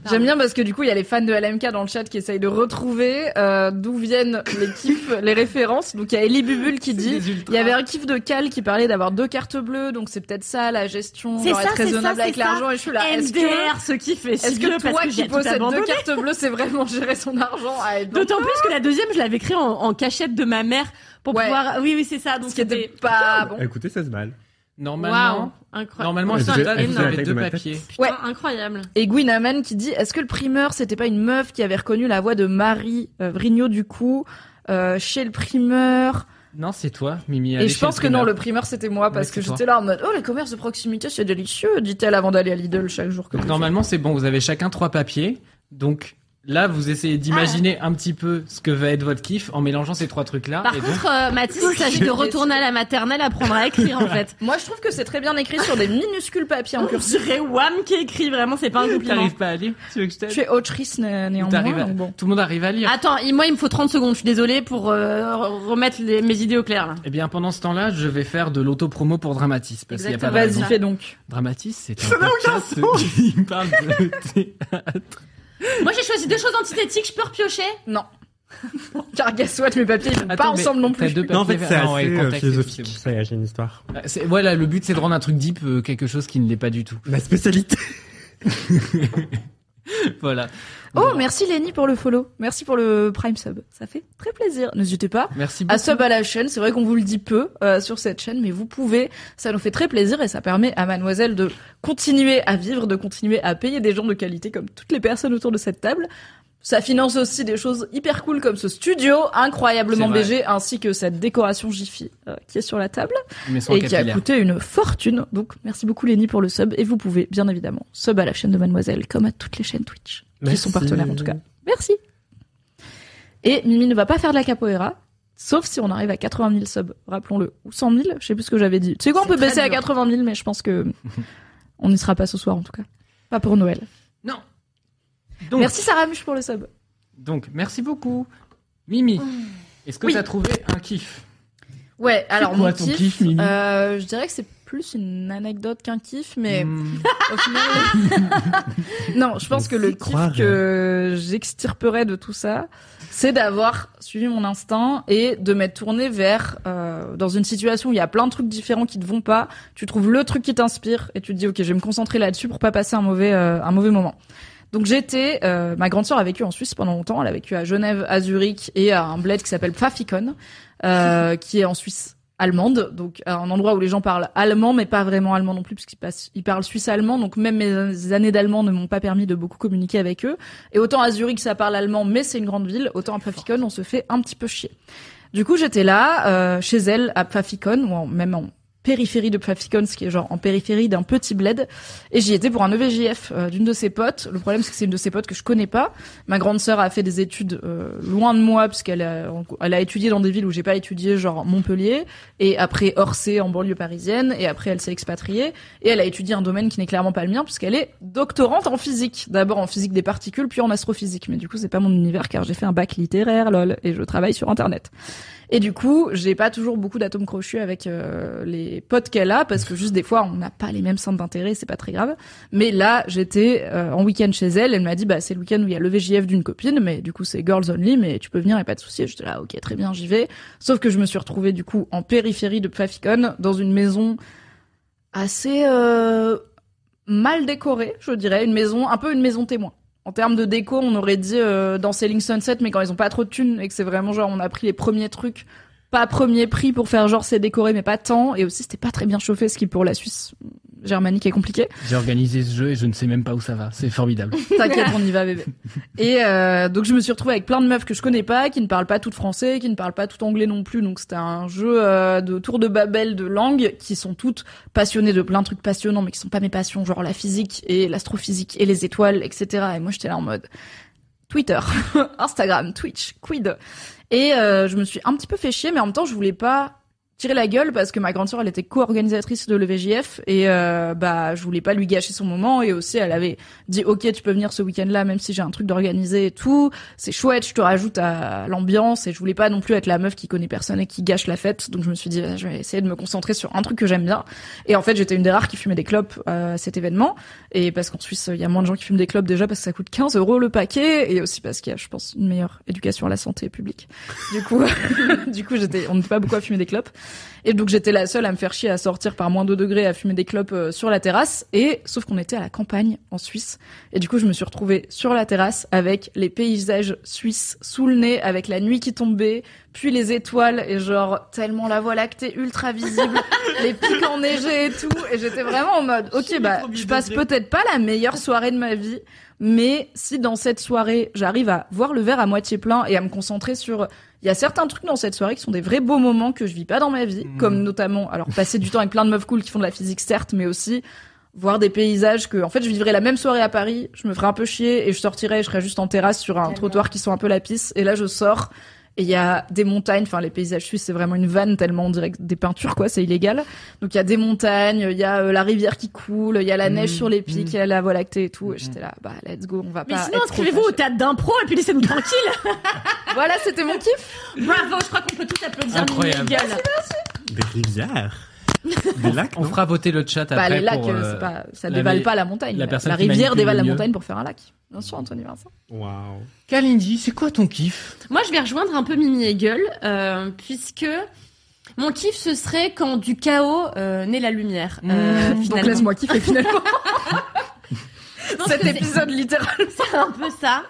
Speaker 1: J'aime bien parce que du coup, il y a les fans de LMK dans le chat qui essayent de retrouver euh, d'où viennent les kiffs, les références. Donc il y a Ellie Bubule qui dit... Il y avait un kiff de Cal qui parlait d'avoir deux cartes bleues, donc c'est peut-être ça la gestion,
Speaker 2: C'est
Speaker 1: genre
Speaker 2: ça,
Speaker 1: être
Speaker 2: c'est ça,
Speaker 1: raisonnable
Speaker 2: c'est
Speaker 1: avec
Speaker 2: ça.
Speaker 1: l'argent. Et je suis là, Bah, est-ce que
Speaker 2: MDR, ce qui fait
Speaker 1: Est-ce que toi qui possèdes deux cartes bleues, c'est vraiment gérer son argent Ah, à être
Speaker 2: D'autant plus que la deuxième, je l'avais créée en, en cachette de ma mère pour
Speaker 1: Ouais.
Speaker 2: pouvoir. Oui, oui, c'est ça. Donc
Speaker 1: ce qui était
Speaker 2: c'était.
Speaker 1: pas bon.
Speaker 4: Elle coûtait 16 balles.
Speaker 2: Waouh,
Speaker 3: Normalement,
Speaker 2: incroyable.
Speaker 3: normalement, je
Speaker 4: Elle
Speaker 3: sais
Speaker 4: faisait-
Speaker 3: pas,
Speaker 4: elle
Speaker 3: vous
Speaker 4: faisait la
Speaker 3: avez
Speaker 4: taille de
Speaker 3: deux
Speaker 4: ma tête.
Speaker 3: papiers.
Speaker 2: Putain,
Speaker 1: Ouais.
Speaker 2: incroyable.
Speaker 1: Et Gwyn Hamann qui dit Est-ce que le primeur, c'était pas une meuf qui avait reconnu la voix de Marie euh, Vrigno du coup euh, chez le primeur
Speaker 3: Non, c'est toi, Mimi.
Speaker 1: et je pense que non le primeur c'était moi parce
Speaker 3: Ouais,
Speaker 1: que
Speaker 3: c'est toi.
Speaker 1: j'étais là en mode oh les commerces de proximité c'est délicieux dit-elle avant d'aller à Lidl chaque jour que
Speaker 3: Donc
Speaker 1: tu-
Speaker 3: normalement, c'est bon. Vous avez chacun trois papiers. Donc là, vous essayez d'imaginer
Speaker 1: Ah.
Speaker 3: un petit peu ce que va être votre kiff en mélangeant ces trois trucs-là.
Speaker 2: Par
Speaker 3: Ah, et donc,
Speaker 2: contre, euh, Mathis, il s'agit de retourner à la maternelle, apprendre à écrire en fait.
Speaker 1: moi je trouve que c'est très bien écrit sur des minuscules papiers en
Speaker 2: Je
Speaker 1: curseur
Speaker 2: dirais Wam qui écrit, vraiment, c'est pas un compliment.
Speaker 3: t'arrives pas à lire. Tu veux que je t'aide
Speaker 1: tu es autrice né-
Speaker 3: T'arrives
Speaker 1: néanmoins
Speaker 3: à-
Speaker 1: donc bon Ah.
Speaker 3: Tout le monde arrive à lire.
Speaker 2: Attends, il- moi il me faut 30 secondes, je suis désolée pour euh, re- remettre les- mes idées au clair là.
Speaker 3: Eh bien, pendant ce temps-là, je vais faire de l'autopromo pour Dramatis. Parce qu'il y a pas
Speaker 2: Exactement.
Speaker 3: mal de
Speaker 1: vas-y
Speaker 3: gens.
Speaker 1: fais donc
Speaker 3: Dramatis, c'est un podcast qui parle de théâtre.
Speaker 2: Moi j'ai choisi deux choses antithétiques, je peux repiocher
Speaker 1: non car guess what mes papiers ils vont pas
Speaker 3: Attends, mais
Speaker 1: ensemble non
Speaker 3: t'as
Speaker 1: plus
Speaker 3: deux
Speaker 4: Non, en fait,
Speaker 3: papiers
Speaker 4: c'est
Speaker 3: verts.
Speaker 4: assez
Speaker 3: Ah, ouais,
Speaker 4: euh,
Speaker 3: contexte et tout,
Speaker 4: philosophique.
Speaker 3: c'est bon.
Speaker 4: Ça y est, j'ai une histoire.
Speaker 3: Ah, c'est- Voilà, le but c'est de rendre un truc deep, euh, quelque chose qui ne l'est pas du tout.
Speaker 4: Ma spécialité.
Speaker 3: Voilà.
Speaker 1: Oh, merci Lenny pour le follow. Merci pour le Prime Sub. Ça fait très plaisir. N'hésitez pas
Speaker 3: Merci beaucoup.
Speaker 1: à sub à la chaîne. C'est vrai qu'on vous le dit peu euh, sur cette chaîne, mais vous pouvez. Ça nous fait très plaisir et ça permet à Mademoiselle de continuer à vivre, de continuer à payer des gens de qualité comme toutes les personnes autour de cette table. Ça finance aussi des choses hyper cool comme ce studio incroyablement
Speaker 3: C'est vrai.
Speaker 1: BG ainsi que cette décoration Jiffy euh, qui est sur la table
Speaker 3: Mais sans
Speaker 1: et qui a
Speaker 3: capillaire.
Speaker 1: coûté une fortune. Donc merci beaucoup Lenny pour le sub et vous pouvez bien évidemment sub à la chaîne de Mademoiselle comme à toutes les chaînes Twitch qui sont
Speaker 4: Merci.
Speaker 1: partenaires en tout cas. Merci. Et Mimi ne va pas faire de la capoeira, sauf si on arrive à 80 000 subs, rappelons-le, ou 100 000, je sais plus ce que j'avais dit. Tu sais quoi, on
Speaker 2: C'est
Speaker 1: peut
Speaker 2: très
Speaker 1: baisser à
Speaker 2: dur.
Speaker 1: 80 000, mais je pense que on n'y sera pas ce soir en tout cas. Pas pour Noël.
Speaker 3: Non. Donc,
Speaker 1: Merci Sarah Muche pour le sub.
Speaker 3: donc, merci beaucoup. Mimi, est-ce que
Speaker 1: Oui.
Speaker 3: tu as trouvé un kiff
Speaker 1: Ouais, alors
Speaker 3: quoi
Speaker 1: mon
Speaker 3: ton
Speaker 1: kiff,
Speaker 3: kiff, Mimi
Speaker 1: euh, je dirais que c'est plus une anecdote qu'un kiff, mais
Speaker 3: Hmm,
Speaker 1: au final, non, je pense
Speaker 4: On
Speaker 1: que le
Speaker 4: s'y croirait.
Speaker 1: kiff que j'extirperais de tout ça, c'est d'avoir suivi mon instinct et de m'être tourné vers euh, dans une situation où il y a plein de trucs différents qui te vont pas, tu trouves le truc qui t'inspire et tu te dis ok, je vais me concentrer là-dessus pour pas passer un mauvais euh, un mauvais moment. Donc j'étais, euh, ma grande sœur a vécu en Suisse pendant longtemps. Elle a vécu à Genève, à Zurich et à un bled qui s'appelle Pfaffikon, euh, qui est en Suisse allemande, donc euh, un endroit où les gens parlent allemand, mais pas vraiment allemand non plus, parce qu'ils passent- ils parlent suisse-allemand, donc même mes années d'allemand ne m'ont pas permis de beaucoup communiquer avec eux. Et autant à Zurich, ça parle allemand, mais c'est une grande ville, autant à Pfaffikon, on se fait un petit peu chier. Du coup, j'étais là, euh, chez elle, à Pfaffikon, ou en- même en périphérie de Traficons, qui est genre en périphérie d'un petit bled. Et j'y étais pour un EVJF euh, d'une de ses potes. Le problème, c'est que c'est une de ses potes que je connais pas. Ma grande sœur a fait des études euh, loin de moi, puisqu'elle a, elle a étudié dans des villes où j'ai pas étudié, genre Montpellier, et après Orsay en banlieue parisienne, et après elle s'est expatriée, et elle a étudié un domaine qui n'est clairement pas le mien, puisqu'elle est doctorante en physique. D'abord en physique des particules, puis en astrophysique. Mais du coup, c'est pas mon univers, car j'ai fait un bac littéraire, lol, et je travaille sur Internet. Et du coup, j'ai pas toujours beaucoup d'atomes crochus avec euh, les potes qu'elle a parce que juste des fois, on n'a pas les mêmes centres d'intérêt, c'est pas très grave. Mais là, j'étais euh, en week-end chez elle, elle m'a dit bah c'est le week-end où il y a le VJF d'une copine, mais du coup c'est girls only, mais tu peux venir, y a pas de souci. J'étais là, ok, très bien, j'y vais. Sauf que je me suis retrouvée du coup en périphérie de Pfaficon, dans une maison assez euh, mal décorée, je dirais, une maison un peu une maison témoin. En termes de déco, on aurait dit euh, dans Selling Sunset, mais quand ils ont pas trop de thunes et que c'est vraiment genre on a pris les premiers trucs, pas premier prix pour faire genre c'est décoré mais pas tant, et aussi c'était pas très bien chauffé, ce qui pour la Suisse germanique est compliqué.
Speaker 3: J'ai organisé ce jeu et je ne sais même pas où ça va. C'est formidable.
Speaker 1: T'inquiète, on y va bébé. Et euh, donc je me suis retrouvée avec plein de meufs que je connais pas, qui ne parlent pas tout français, qui ne parlent pas tout anglais non plus, donc c'était un jeu euh, de tour de babel de langues qui sont toutes passionnées de plein de trucs passionnants mais qui sont pas mes passions, genre la physique et l'astrophysique et les étoiles, etc. Et moi j'étais là en mode Twitter, Instagram, Twitch, quid. Et euh, je me suis un petit peu fait chier, mais en même temps, je voulais pas tirer la gueule parce que ma grande sœur, elle était co-organisatrice de l'EVJF et euh, bah je voulais pas lui gâcher son moment et aussi elle avait dit ok tu peux venir ce week-end-là même si j'ai un truc d'organiser et tout c'est chouette je te rajoute à l'ambiance et je voulais pas non plus être la meuf qui connaît personne et qui gâche la fête donc je me suis dit je vais essayer de me concentrer sur un truc que j'aime bien et en fait j'étais une des rares qui fumait des clopes euh, à cet événement et parce qu'en Suisse il y a moins de gens qui fument des clopes déjà parce que ça coûte 15 euros le paquet et aussi parce qu'il y a je pense une meilleure éducation à la santé publique du coup du coup j'étais on n'était pas beaucoup à fumer des clopes et donc j'étais la seule à me faire chier à sortir par moins 2 degrés à fumer des clopes euh, sur la terrasse. Et sauf qu'on était à la campagne en Suisse. Et du coup je me suis retrouvée sur la terrasse avec les paysages suisses sous le nez, avec la nuit qui tombait, puis les étoiles et genre tellement la voie lactée ultra visible, les pics enneigés et tout. Et j'étais vraiment en mode ok bah je passe peut-être pas la meilleure soirée de ma vie. Mais si dans cette soirée, j'arrive à voir le verre à moitié plein et à me concentrer sur il y a certains trucs dans cette soirée qui sont des vrais beaux moments que je vis pas dans ma vie, comme notamment alors passer du temps avec plein de meufs cool qui font de la physique certes, mais aussi voir des paysages que en fait je vivrais la même soirée à Paris, je me ferais un peu chier et je sortirais, je serais juste en terrasse sur un trottoir qui sont un peu la pisse et là je sors et il y a des montagnes, enfin les paysages suisses c'est vraiment une vanne tellement on dirait que des peintures quoi, c'est illégal. Donc il y a des montagnes, il y a euh, la rivière qui coule, il y a la neige sur les pics, il y a la voie lactée et tout. Et J'étais là, bah let's go, on va
Speaker 8: Mais
Speaker 1: pas.
Speaker 8: sinon,
Speaker 1: être trop
Speaker 8: inscrivez-vous au
Speaker 1: fâchés.
Speaker 8: théâtre d'impro et puis laissez-nous tranquille.
Speaker 1: Voilà, c'était mon kiff.
Speaker 8: Bravo, je crois qu'on peut tous applaudir.
Speaker 3: Incroyable.
Speaker 8: Mimi Hegel.
Speaker 4: Des rivières. Des lacs.
Speaker 3: On fera voter le chat après.
Speaker 1: Bah, les lacs,
Speaker 3: pour,
Speaker 1: euh,
Speaker 3: euh,
Speaker 1: c'est pas, ça
Speaker 3: la-
Speaker 1: dévale
Speaker 3: mais-
Speaker 1: pas la montagne.
Speaker 3: la
Speaker 1: La,
Speaker 3: personne
Speaker 1: la
Speaker 3: qui
Speaker 1: rivière
Speaker 3: manipule
Speaker 1: dévale la
Speaker 3: mieux.
Speaker 1: montagne pour faire un lac. Bien sûr, Anthony Vincent.
Speaker 4: Waouh.
Speaker 3: Kalindi, c'est quoi ton kiff
Speaker 2: Moi, je vais rejoindre un peu Mimi Hegel, euh, puisque mon kiff, ce serait quand du chaos euh, naît la lumière. euh,
Speaker 1: Donc
Speaker 2: finalement.
Speaker 1: laisse-moi kiffer finalement
Speaker 2: Non,
Speaker 1: cet
Speaker 2: c'est-
Speaker 1: épisode littéral.
Speaker 2: c'est un peu ça.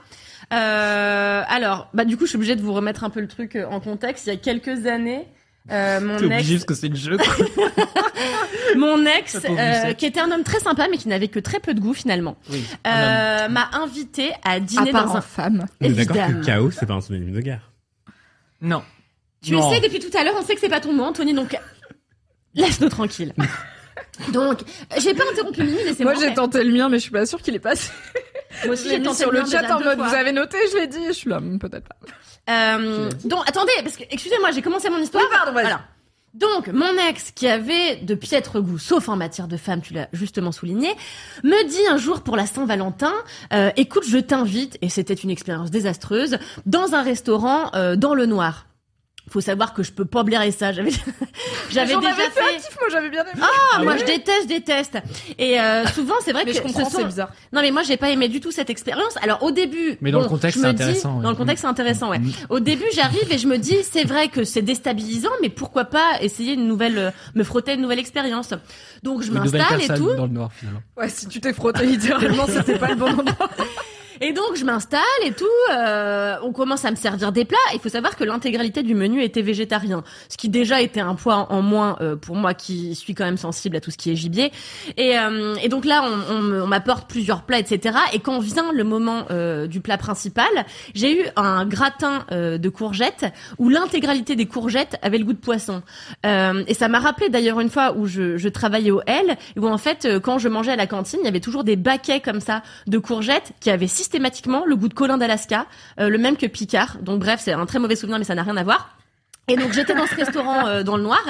Speaker 2: Euh, alors, bah du coup, je suis obligée de vous remettre un peu le truc euh, en contexte. Il y a quelques années, euh, mon
Speaker 3: T'es obligé
Speaker 2: ex,
Speaker 3: parce que c'est le jeu. quoi.
Speaker 2: mon ex,
Speaker 3: La pauvre
Speaker 2: euh,
Speaker 3: Lucette.
Speaker 2: qui était un homme très sympa, mais qui n'avait que très peu de goût finalement,
Speaker 3: Oui. un homme.
Speaker 2: euh, m'a invité à
Speaker 1: À
Speaker 2: dîner
Speaker 1: part
Speaker 2: dans
Speaker 1: en
Speaker 2: un.
Speaker 1: femme.
Speaker 4: On est d'accord
Speaker 2: Évidemment.
Speaker 4: que chaos, c'est pas un synonyme de guerre.
Speaker 3: Non.
Speaker 2: Tu le
Speaker 3: Non.
Speaker 2: sais depuis tout à l'heure, on sait que c'est pas ton mot, Anthony. Donc laisse-nous tranquille. donc, euh, j'ai pas interrompu Mimi, laissez-moi.
Speaker 1: Moi j'ai
Speaker 2: faire.
Speaker 1: tenté le mien, mais je suis pas sûre qu'il est passé.
Speaker 2: Moi
Speaker 1: Je
Speaker 2: aussi,
Speaker 1: l'ai
Speaker 2: j'ai
Speaker 1: mis
Speaker 2: tenté
Speaker 1: sur le
Speaker 2: mien
Speaker 1: chat
Speaker 2: déjà
Speaker 1: en
Speaker 2: deux
Speaker 1: mode
Speaker 2: fois.
Speaker 1: vous avez noté, je l'ai dit. Je suis là, hum, peut-être pas.
Speaker 2: Euh, donc attendez, parce que excusez-moi, j'ai commencé mon histoire.
Speaker 1: pardon, vas-y.
Speaker 2: Alors, donc mon ex qui avait de piètre goût, sauf en matière de femme, tu l'as justement souligné, me dit un jour pour la Saint-Valentin, euh, écoute, je t'invite, et c'était une expérience désastreuse, dans un restaurant euh, dans le noir. Faut savoir que je peux pas blairer ça. J'avais, j'avais
Speaker 1: J'en
Speaker 2: déjà
Speaker 1: avais
Speaker 2: fait.
Speaker 1: un kiff, moi j'avais bien aimé.
Speaker 2: Ah, moi, je déteste, je déteste. Et euh, souvent, c'est vrai
Speaker 1: mais
Speaker 2: que
Speaker 1: je comprends,
Speaker 2: ce sont-
Speaker 1: c'est bizarre.
Speaker 2: non mais moi j'ai pas aimé du tout cette expérience. Alors au début,
Speaker 3: Mais dans
Speaker 2: bon,
Speaker 3: le contexte,
Speaker 2: je me
Speaker 3: c'est
Speaker 2: dis-
Speaker 3: intéressant, oui. Mm.
Speaker 2: Dans le contexte c'est intéressant, ouais. Au début j'arrive et je me dis c'est vrai que c'est déstabilisant, mais pourquoi pas essayer une nouvelle, euh, me frotter à une nouvelle expérience. Donc je
Speaker 3: Une nouvelle
Speaker 2: m'installe et
Speaker 3: personne
Speaker 2: tout.
Speaker 3: dans le noir finalement.
Speaker 1: Ouais, si tu t'es frotté littéralement, c'était pas le bon endroit.
Speaker 2: Et donc je m'installe et tout, euh, on commence à me servir des plats. Il faut savoir que l'intégralité du menu était végétarien, ce qui déjà était un poids en moins euh, pour moi qui suis quand même sensible à tout ce qui est gibier. Et, euh, et donc là, on, on me- on m'apporte plusieurs plats, etc. Et quand vient le moment euh, du plat principal, j'ai eu un gratin euh, de courgettes où l'intégralité des courgettes avait le goût de poisson. Euh, et ça m'a rappelé d'ailleurs une fois où je, je travaillais au L, où en fait, euh, quand je mangeais à la cantine, il y avait toujours des baquets comme ça de courgettes qui avaient systématiquement le goût de colin d'Alaska, euh, le même que Picard. Donc bref, c'est un très mauvais souvenir, mais ça n'a rien à voir. Et donc j'étais dans ce restaurant euh, dans le noir.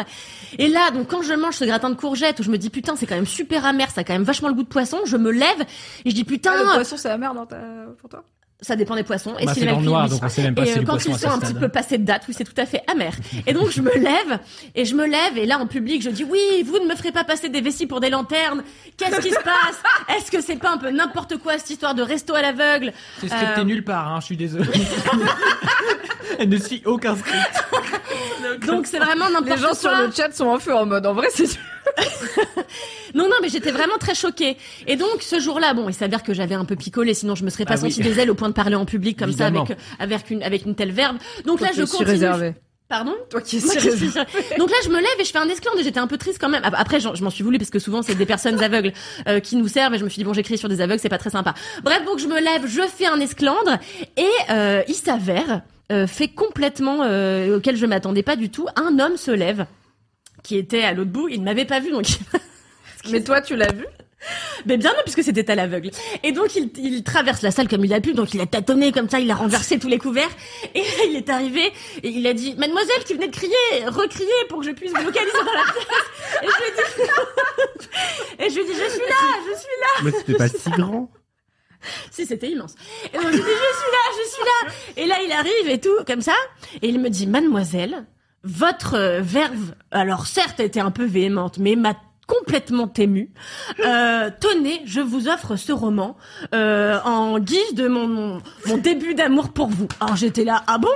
Speaker 2: Et là, donc quand je mange ce gratin de courgettes, où je me dis putain, c'est quand même super amer, ça a quand même vachement le goût de poisson, je me lève et je dis putain,
Speaker 1: Ah, le
Speaker 2: euh,
Speaker 1: poisson, c'est amer dans ta... pour toi
Speaker 2: ça dépend des poissons. Et
Speaker 3: Bah,
Speaker 2: si
Speaker 3: c'est
Speaker 2: les
Speaker 3: dans le
Speaker 2: mecs,
Speaker 3: noir,
Speaker 2: ils-
Speaker 3: donc on sait même pas
Speaker 2: et
Speaker 3: si
Speaker 2: euh,
Speaker 3: les
Speaker 2: quand
Speaker 3: poissons
Speaker 2: ils
Speaker 3: à ce
Speaker 2: sont un petit
Speaker 3: stade.
Speaker 2: peu passés de date, oui, c'est tout à fait amer. Et donc je me lève et je me lève et là en public je dis oui, vous ne me ferez pas passer des vessies pour des lanternes. Qu'est-ce qui se passe Est-ce que c'est pas un peu n'importe quoi cette histoire de resto à l'aveugle
Speaker 3: C'est scripté
Speaker 2: Euh,
Speaker 3: nulle part, hein, je suis désolé. Elle ne suit aucun script.
Speaker 2: Donc c'est vraiment
Speaker 1: Les
Speaker 2: n'importe quoi.
Speaker 1: gens sur le chat sont en feu en mode en vrai c'est
Speaker 2: Non, non, mais j'étais vraiment très choquée. Et donc, ce jour-là, bon, il s'avère que j'avais un peu picolé, sinon je me serais pas
Speaker 3: Ah oui.
Speaker 2: senti des ailes au point de parler en public comme
Speaker 3: Évidemment.
Speaker 2: ça, avec, euh, avec une, avec une telle verve. Donc là, je
Speaker 1: suis
Speaker 2: continue.
Speaker 1: réservé.
Speaker 2: Pardon?
Speaker 1: Toi qui es
Speaker 2: Moi
Speaker 1: si
Speaker 2: qui suis
Speaker 1: réservé.
Speaker 2: sur- Donc là, je me lève et je fais un esclandre et j'étais un peu triste quand même. Après, j'en- je m'en suis voulu parce que souvent, c'est des personnes aveugles euh, qui nous servent et je me suis dit, bon, j'écris sur des aveugles, c'est pas très sympa. Bref, donc je me lève, je fais un esclandre et euh, il s'avère, euh, fait complètement, euh, auquel je m'attendais pas du tout, un homme se lève qui était à l'autre bout, il ne m'avait pas vu, donc
Speaker 1: Mais toi tu l'as vu
Speaker 2: mais Ben bien non, puisque c'était à l'aveugle. Et donc, il, il traverse la salle comme il a pu, donc il a tâtonné comme ça, il a renversé tous les couverts. Et là, il est arrivé, et il a dit, Mademoiselle, qui venait de crier, recrier pour que je puisse vous localiser dans la pièce. Et je lui ai dit, et je lui ai dit, je suis là, je suis là.
Speaker 4: Mais c'était pas si grand.
Speaker 2: Si, c'était immense. Et donc, je lui ai dit, je suis là, je suis là. Et là, il arrive et tout, comme ça. Et il me dit, Mademoiselle, votre euh, verve, alors certes, était un peu véhémente, mais m'a complètement émue. Euh, tenez, je vous offre ce roman euh, en guise de mon, mon, mon début d'amour pour vous. Alors j'étais là, ah bon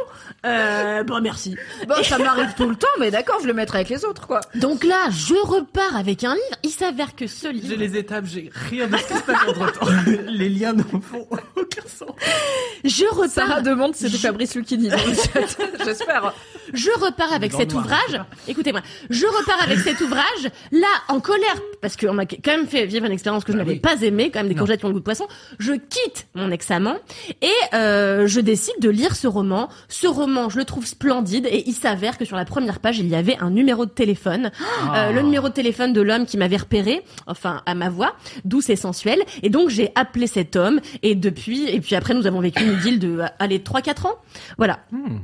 Speaker 2: euh, Bon, merci.
Speaker 1: Bon ça m'arrive tout le temps mais d'accord je le mettrai avec les autres quoi.
Speaker 2: Donc là, je repars avec un livre. Il s'avère que ce livre...
Speaker 3: J'ai les étapes, j'ai rien de ce qui se passe entre temps. Les liens ne font aucun sens.
Speaker 2: Je repars...
Speaker 1: Sarah demande si c'était Fabrice Lucchini dans le chat. Ah. J'espère.
Speaker 2: Je repars avec
Speaker 3: Dans
Speaker 2: cet
Speaker 3: le noir.
Speaker 2: ouvrage. Écoutez-moi, je repars avec cet ouvrage là en colère parce qu'on m'a quand même fait vivre une expérience que je
Speaker 3: Bah
Speaker 2: n'avais
Speaker 3: oui.
Speaker 2: pas aimée, quand même des
Speaker 3: Non.
Speaker 2: courgettes qui ont le goût de poisson. Je quitte mon examen et euh, je décide de lire ce roman. Ce roman, je le trouve splendide et il s'avère que sur la première page il y avait un numéro de téléphone,
Speaker 3: Ah.
Speaker 2: Euh, le numéro de téléphone de l'homme qui m'avait repéré, enfin à ma voix, douce et sensuelle. Et donc j'ai appelé cet homme et depuis et puis après nous avons vécu une deal de euh, allez trois quatre ans, voilà.
Speaker 3: Hmm,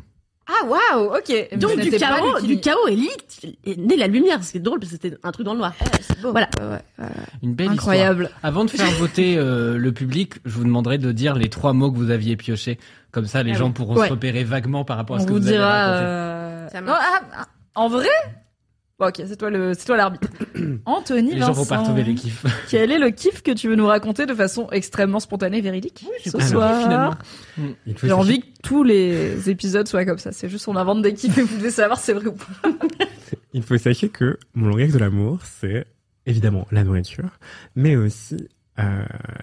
Speaker 1: Ah waouh ok.
Speaker 2: Donc
Speaker 1: Mais
Speaker 2: du
Speaker 1: c'était pas
Speaker 2: chaos,
Speaker 1: Lucchini.
Speaker 2: du chaos est, lit- est née la lumière. C'est drôle parce que c'était un truc dans le noir. Voilà.
Speaker 1: Ah
Speaker 3: Une belle histoire.
Speaker 1: Incroyable.
Speaker 3: Avant de faire voter euh, le public, je vous demanderai de dire les trois mots que vous aviez piochés. Comme ça, les
Speaker 2: Ah
Speaker 3: gens
Speaker 2: oui.
Speaker 3: pourront
Speaker 1: Ouais.
Speaker 3: se repérer vaguement par rapport à
Speaker 1: On
Speaker 3: ce que
Speaker 1: vous
Speaker 3: vous avez
Speaker 1: dira.
Speaker 3: raconté.
Speaker 1: euh,
Speaker 2: Ça
Speaker 1: non,
Speaker 2: marche.
Speaker 1: ah, ah, en vrai Bon, Ok c'est toi le c'est toi l'arbitre. Anthony
Speaker 3: Les gens
Speaker 1: euh, Vincent.
Speaker 3: vont pas retrouver les kiffs. Bah,
Speaker 1: Quel est le kiff que tu veux nous raconter de façon extrêmement spontanée et véridique ce
Speaker 3: compris, finalement.
Speaker 1: soir
Speaker 4: Il faut
Speaker 1: J'ai
Speaker 4: chercher-
Speaker 1: envie que tous les épisodes soient comme ça. C'est juste on invente des kiffs et vous devez savoir si c'est vrai ou pas.
Speaker 4: Il faut sachez que mon langage de l'amour, c'est évidemment la nourriture, mais aussi euh,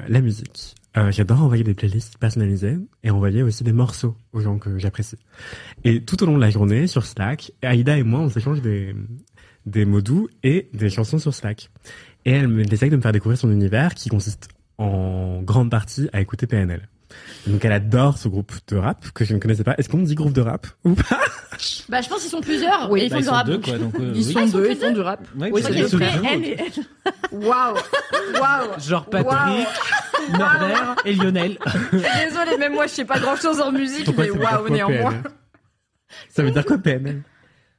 Speaker 4: la musique. Euh, J'adore envoyer des playlists personnalisées et envoyer aussi des morceaux aux gens que j'apprécie. Et tout au long de la journée, sur Slack, Aïda et moi, on s'échange des, des mots doux et des chansons sur Slack. Et elle me- elle essaye de me faire découvrir son univers qui consiste en grande partie à écouter PNL. Donc elle adore ce groupe de rap que je ne connaissais pas. Est-ce qu'on dit groupe de rap ou pas
Speaker 2: Bah, je pense qu'ils sont plusieurs.
Speaker 1: Oui.
Speaker 2: et ils
Speaker 3: Bah,
Speaker 2: font
Speaker 3: ils
Speaker 2: du
Speaker 3: sont
Speaker 2: rap.
Speaker 3: deux, quoi. Donc, euh,
Speaker 1: Ah, Ils
Speaker 3: oui.
Speaker 1: sont
Speaker 2: ils sont
Speaker 1: deux,
Speaker 2: que
Speaker 1: ils font
Speaker 2: deux
Speaker 1: du rap.
Speaker 3: Ouais,
Speaker 2: Oui,
Speaker 3: puis
Speaker 2: c'est
Speaker 3: c'est-
Speaker 2: vrai,
Speaker 3: c'est-
Speaker 2: elle et-
Speaker 1: Waouh Waouh
Speaker 3: Genre Patrick, Norbert et Lionel.
Speaker 1: Désolée, même moi je sais pas grand chose en musique,
Speaker 4: Pourquoi
Speaker 1: mais
Speaker 4: ça veut dire
Speaker 1: waouh
Speaker 4: quoi,
Speaker 1: néanmoins.
Speaker 4: PNL Ça veut dire quoi PNL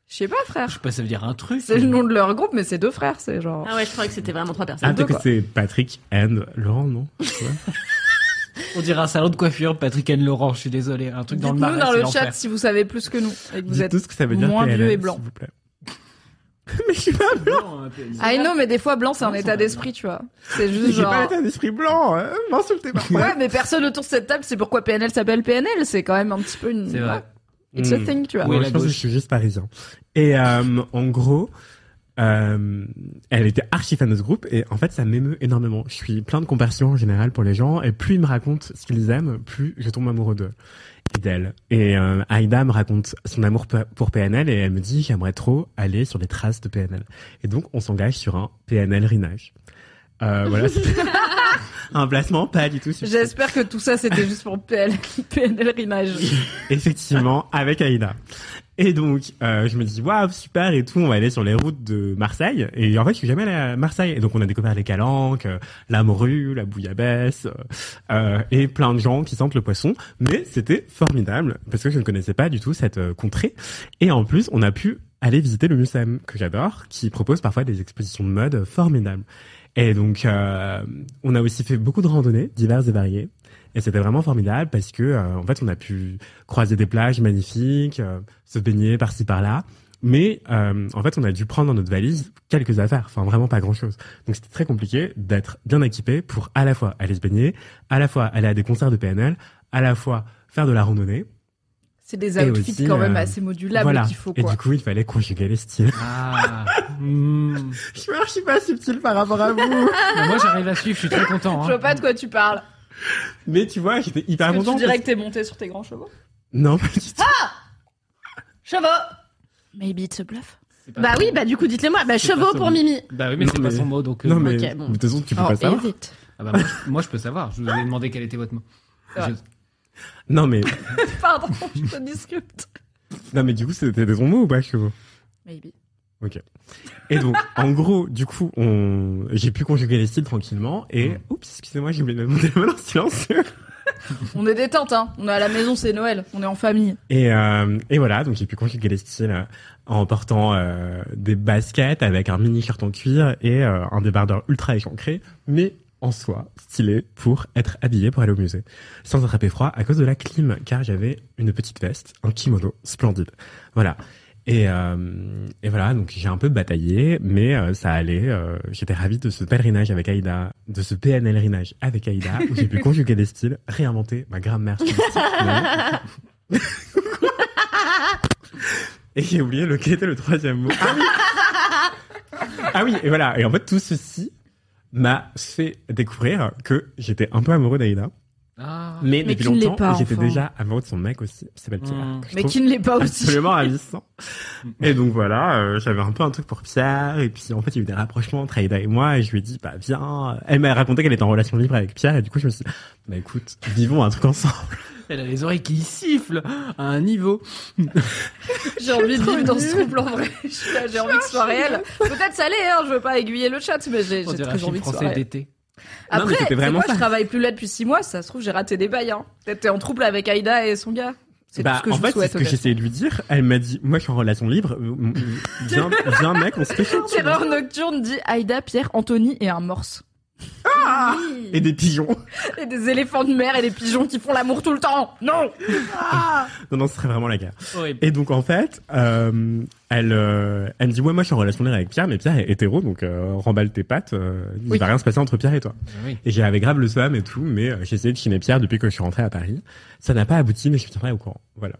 Speaker 1: Je sais pas
Speaker 3: Je
Speaker 1: frère.
Speaker 3: sais pas, Bah, ça veut dire un truc.
Speaker 1: C'est le nom de leur groupe, mais c'est deux frères, c'est genre.
Speaker 2: Ah ouais, je croyais que c'était vraiment trois personnes.
Speaker 4: Ah,
Speaker 1: deux, quoi.
Speaker 4: peut-être que c'est Patrick and Laurent, non Ouais.
Speaker 3: On dirait un salon de coiffure, Patrick and Laurent, je suis désolé. Un truc dans le
Speaker 1: Dites-nous
Speaker 3: marais,
Speaker 1: dans
Speaker 3: c'est
Speaker 1: le
Speaker 3: l'enfer.
Speaker 1: chat si vous savez plus que nous et que vous êtes.
Speaker 4: Dites-nous ce que ça veut dire
Speaker 1: moins
Speaker 4: PNL,
Speaker 1: vieux et blanc.
Speaker 4: S'il vous plaît. mais je suis pas
Speaker 3: Non, un peu.
Speaker 1: Ah non, mais des fois blanc c'est un
Speaker 3: Non, c'est
Speaker 1: état
Speaker 3: pas
Speaker 1: d'esprit, tu vois. C'est
Speaker 4: J'ai
Speaker 1: juste
Speaker 4: pas
Speaker 1: genre.
Speaker 4: l'état d'esprit blanc, hein, m'insultez pas.
Speaker 1: Ouais, mais personne autour de cette table, c'est pourquoi PNL s'appelle PNL. C'est quand même un petit peu une.
Speaker 3: C'est vrai.
Speaker 1: It's a
Speaker 4: Hmm.
Speaker 1: thing, tu vois.
Speaker 3: Oui,
Speaker 4: Ouais,
Speaker 3: la
Speaker 4: je pense que
Speaker 3: gauche.
Speaker 4: je suis juste parisien. Et euh, en gros, Euh, elle était archi fan de ce groupe et en fait ça m'émeut énormément. Je suis plein de compassion en général pour les gens et plus ils me racontent ce qu'ils aiment, plus je tombe amoureux d'eux et d'elle. Et euh, Aïda me raconte son amour pe- pour PNL et elle me dit j'aimerais trop aller sur les traces de PNL. Et donc on s'engage sur un PNL rinage. Euh, voilà, c'était un placement pas du tout. subtil.
Speaker 1: J'espère que tout ça c'était juste pour PL, PNL Rinage.
Speaker 4: Effectivement, avec Aïda. Et donc, euh, je me dis, waouh, super et tout, on va aller sur les routes de Marseille. Et en fait, je suis jamais allé à Marseille. Et donc, on a découvert les calanques, euh, la morue, la bouillabaisse, euh, euh, et plein de gens qui sentent le poisson. Mais c'était formidable, parce que je ne connaissais pas du tout cette euh, contrée. Et en plus, on a pu aller visiter le Mucem, que j'adore, qui propose parfois des expositions de mode euh, formidables. Et donc, euh, on a aussi fait beaucoup de randonnées, diverses et variées. Et c'était vraiment formidable parce que, euh, en fait, on a pu croiser des plages magnifiques, euh, se baigner par-ci par-là. Mais euh, en fait, on a dû prendre dans notre valise quelques affaires, enfin vraiment pas grand-chose. Donc c'était très compliqué d'être bien équipé pour à la fois aller se baigner, à la fois aller à des concerts de PNL, à la fois faire de la randonnée.
Speaker 1: C'est des
Speaker 4: Et
Speaker 1: outfits
Speaker 4: aussi,
Speaker 1: quand même
Speaker 4: euh,
Speaker 1: assez modulables
Speaker 4: voilà.
Speaker 1: qu'il faut
Speaker 4: Et
Speaker 1: quoi.
Speaker 4: du coup, il fallait conjuguer les styles.
Speaker 3: Ah. Hmm.
Speaker 4: Je suis- je suis pas subtil par rapport à vous.
Speaker 3: Mais Moi, j'arrive à suivre, je suis très content.
Speaker 1: Je
Speaker 3: hein.
Speaker 1: vois pas de quoi tu parles.
Speaker 4: Mais tu vois, j'étais
Speaker 3: Ah,
Speaker 4: hyper
Speaker 1: Est-ce que
Speaker 4: content.
Speaker 1: tu dirais
Speaker 4: parce-
Speaker 1: que t'es monté sur tes grands chevaux
Speaker 4: Non, pas du tout.
Speaker 2: Chevaux
Speaker 1: Maybe it's a bluff.
Speaker 3: C'est pas
Speaker 2: Bah
Speaker 3: son-
Speaker 2: oui, bah du coup, dites-les moi. Bah
Speaker 3: C'est pas
Speaker 2: chevaux
Speaker 3: son-
Speaker 2: pour Mimi.
Speaker 3: Bah oui, mais
Speaker 4: Non,
Speaker 3: c'est pas
Speaker 4: mais-
Speaker 3: son mot, donc. euh,
Speaker 4: Non mais
Speaker 2: ok, bon.
Speaker 4: de toute façon, tu peux
Speaker 2: Oh,
Speaker 4: pas
Speaker 2: et
Speaker 4: savoir.
Speaker 2: vite.
Speaker 3: Ah bah, moi, je- moi, je peux savoir. Je vous ai demandé quel était votre mot.
Speaker 1: C'est vrai.
Speaker 3: Je-
Speaker 4: Non mais,
Speaker 1: Pardon, je te discute.
Speaker 4: non mais du coup, c'était des bons mots ou pas, chevaux
Speaker 1: Maybe.
Speaker 4: Et donc, en gros, du coup, on... j'ai pu conjuguer les styles tranquillement et, oups, excusez-moi, j'ai oublié de mettre mon téléphone en silence.
Speaker 1: On est détente, hein. On est à la maison, c'est Noël. On est en famille.
Speaker 4: Et, euh, et voilà, donc j'ai pu conjuguer les styles euh, en portant euh, des baskets avec un mini shirt en cuir et euh, un débardeur ultra échancré, mais en soi stylé pour être habillé pour aller au musée, sans attraper froid à cause de la clim, car j'avais une petite veste, un kimono splendide. Voilà. Et, euh, et voilà, donc j'ai un peu bataillé, mais euh, ça allait. euh, J'étais ravi de ce pèlerinage avec Aïda, de ce PNL-rinage avec Aïda, où j'ai pu conjuguer des styles, réinventer ma grammaire. stylistique, finalement. Et j'ai oublié le, quel était le troisième mot. Ah oui. ah oui, et voilà. Et en fait, tout ceci m'a fait découvrir que j'étais un peu amoureux d'Aïda.
Speaker 3: Ah.
Speaker 4: Mais,
Speaker 1: Mais
Speaker 4: depuis
Speaker 1: qui ne l'est
Speaker 4: longtemps,
Speaker 1: pas,
Speaker 4: et j'étais
Speaker 1: enfin.
Speaker 4: déjà amoureux de son mec aussi. C'est s'appelle Pierre.
Speaker 3: Mm.
Speaker 4: que je
Speaker 1: Mais
Speaker 4: trouve
Speaker 1: qui ne l'est pas aussi.
Speaker 4: Absolument ravissant. Et donc voilà, euh, j'avais un peu un truc pour Pierre. Et puis en fait, il y a eu des rapprochements entre Aïda et moi. Et je lui ai dit, bah viens. Elle m'a raconté qu'elle était en relation libre avec Pierre. Et du coup, je me suis dit, bah écoute, vivons un truc ensemble.
Speaker 3: Elle a les oreilles qui sifflent à un niveau.
Speaker 1: J'ai envie de vivre dans ce couple en vrai. Je suis là, J'ai envie que ce soit réel. Peut-être ça l'est, hein. Je veux pas aiguiller le chat, mais j'ai
Speaker 3: On
Speaker 1: j'ai
Speaker 3: dirait un
Speaker 1: très
Speaker 3: film
Speaker 1: envie que ce soit
Speaker 3: français
Speaker 1: réel.
Speaker 3: d'été.
Speaker 4: mais
Speaker 1: Après,
Speaker 4: c'était
Speaker 1: c'est
Speaker 4: vraiment
Speaker 1: quoi,
Speaker 4: ça.
Speaker 1: je travaille plus là depuis six mois. Ça se trouve, j'ai raté des bails, hein. Peut-être t'es en trouble avec Aïda et son gars. C'est
Speaker 4: Bah,
Speaker 1: tout ce que
Speaker 4: en
Speaker 1: je
Speaker 4: fait,
Speaker 1: vous souhaite.
Speaker 4: c'est ce que
Speaker 1: honnêtement.
Speaker 4: j'essayais de lui dire. Elle m'a dit, moi, je suis en relation libre. euh, m- m- Viens, viens, mec, on se fait chier. hein.
Speaker 1: Terreur nocturne dit Aïda, Pierre, Anthony et un morse.
Speaker 4: Et des pigeons.
Speaker 1: Et des éléphants de mer et des pigeons qui font l'amour tout le temps. Non.
Speaker 4: Non, non, ce serait vraiment la guerre.
Speaker 3: Horrible.
Speaker 4: Et donc, en fait, euh, elle, euh, elle me dit, ouais, moi, je suis en relation libre avec Pierre, mais Pierre est hétéro, donc euh, remballe tes pattes. euh,
Speaker 1: Oui.
Speaker 4: Il va rien se passer entre Pierre et toi.
Speaker 3: Ah Oui.
Speaker 4: Et j'avais grave le somme et tout, mais euh, j'ai essayé de chiner Pierre depuis que je suis rentré à Paris. Ça n'a pas abouti, mais je tiendrai au courant. Voilà.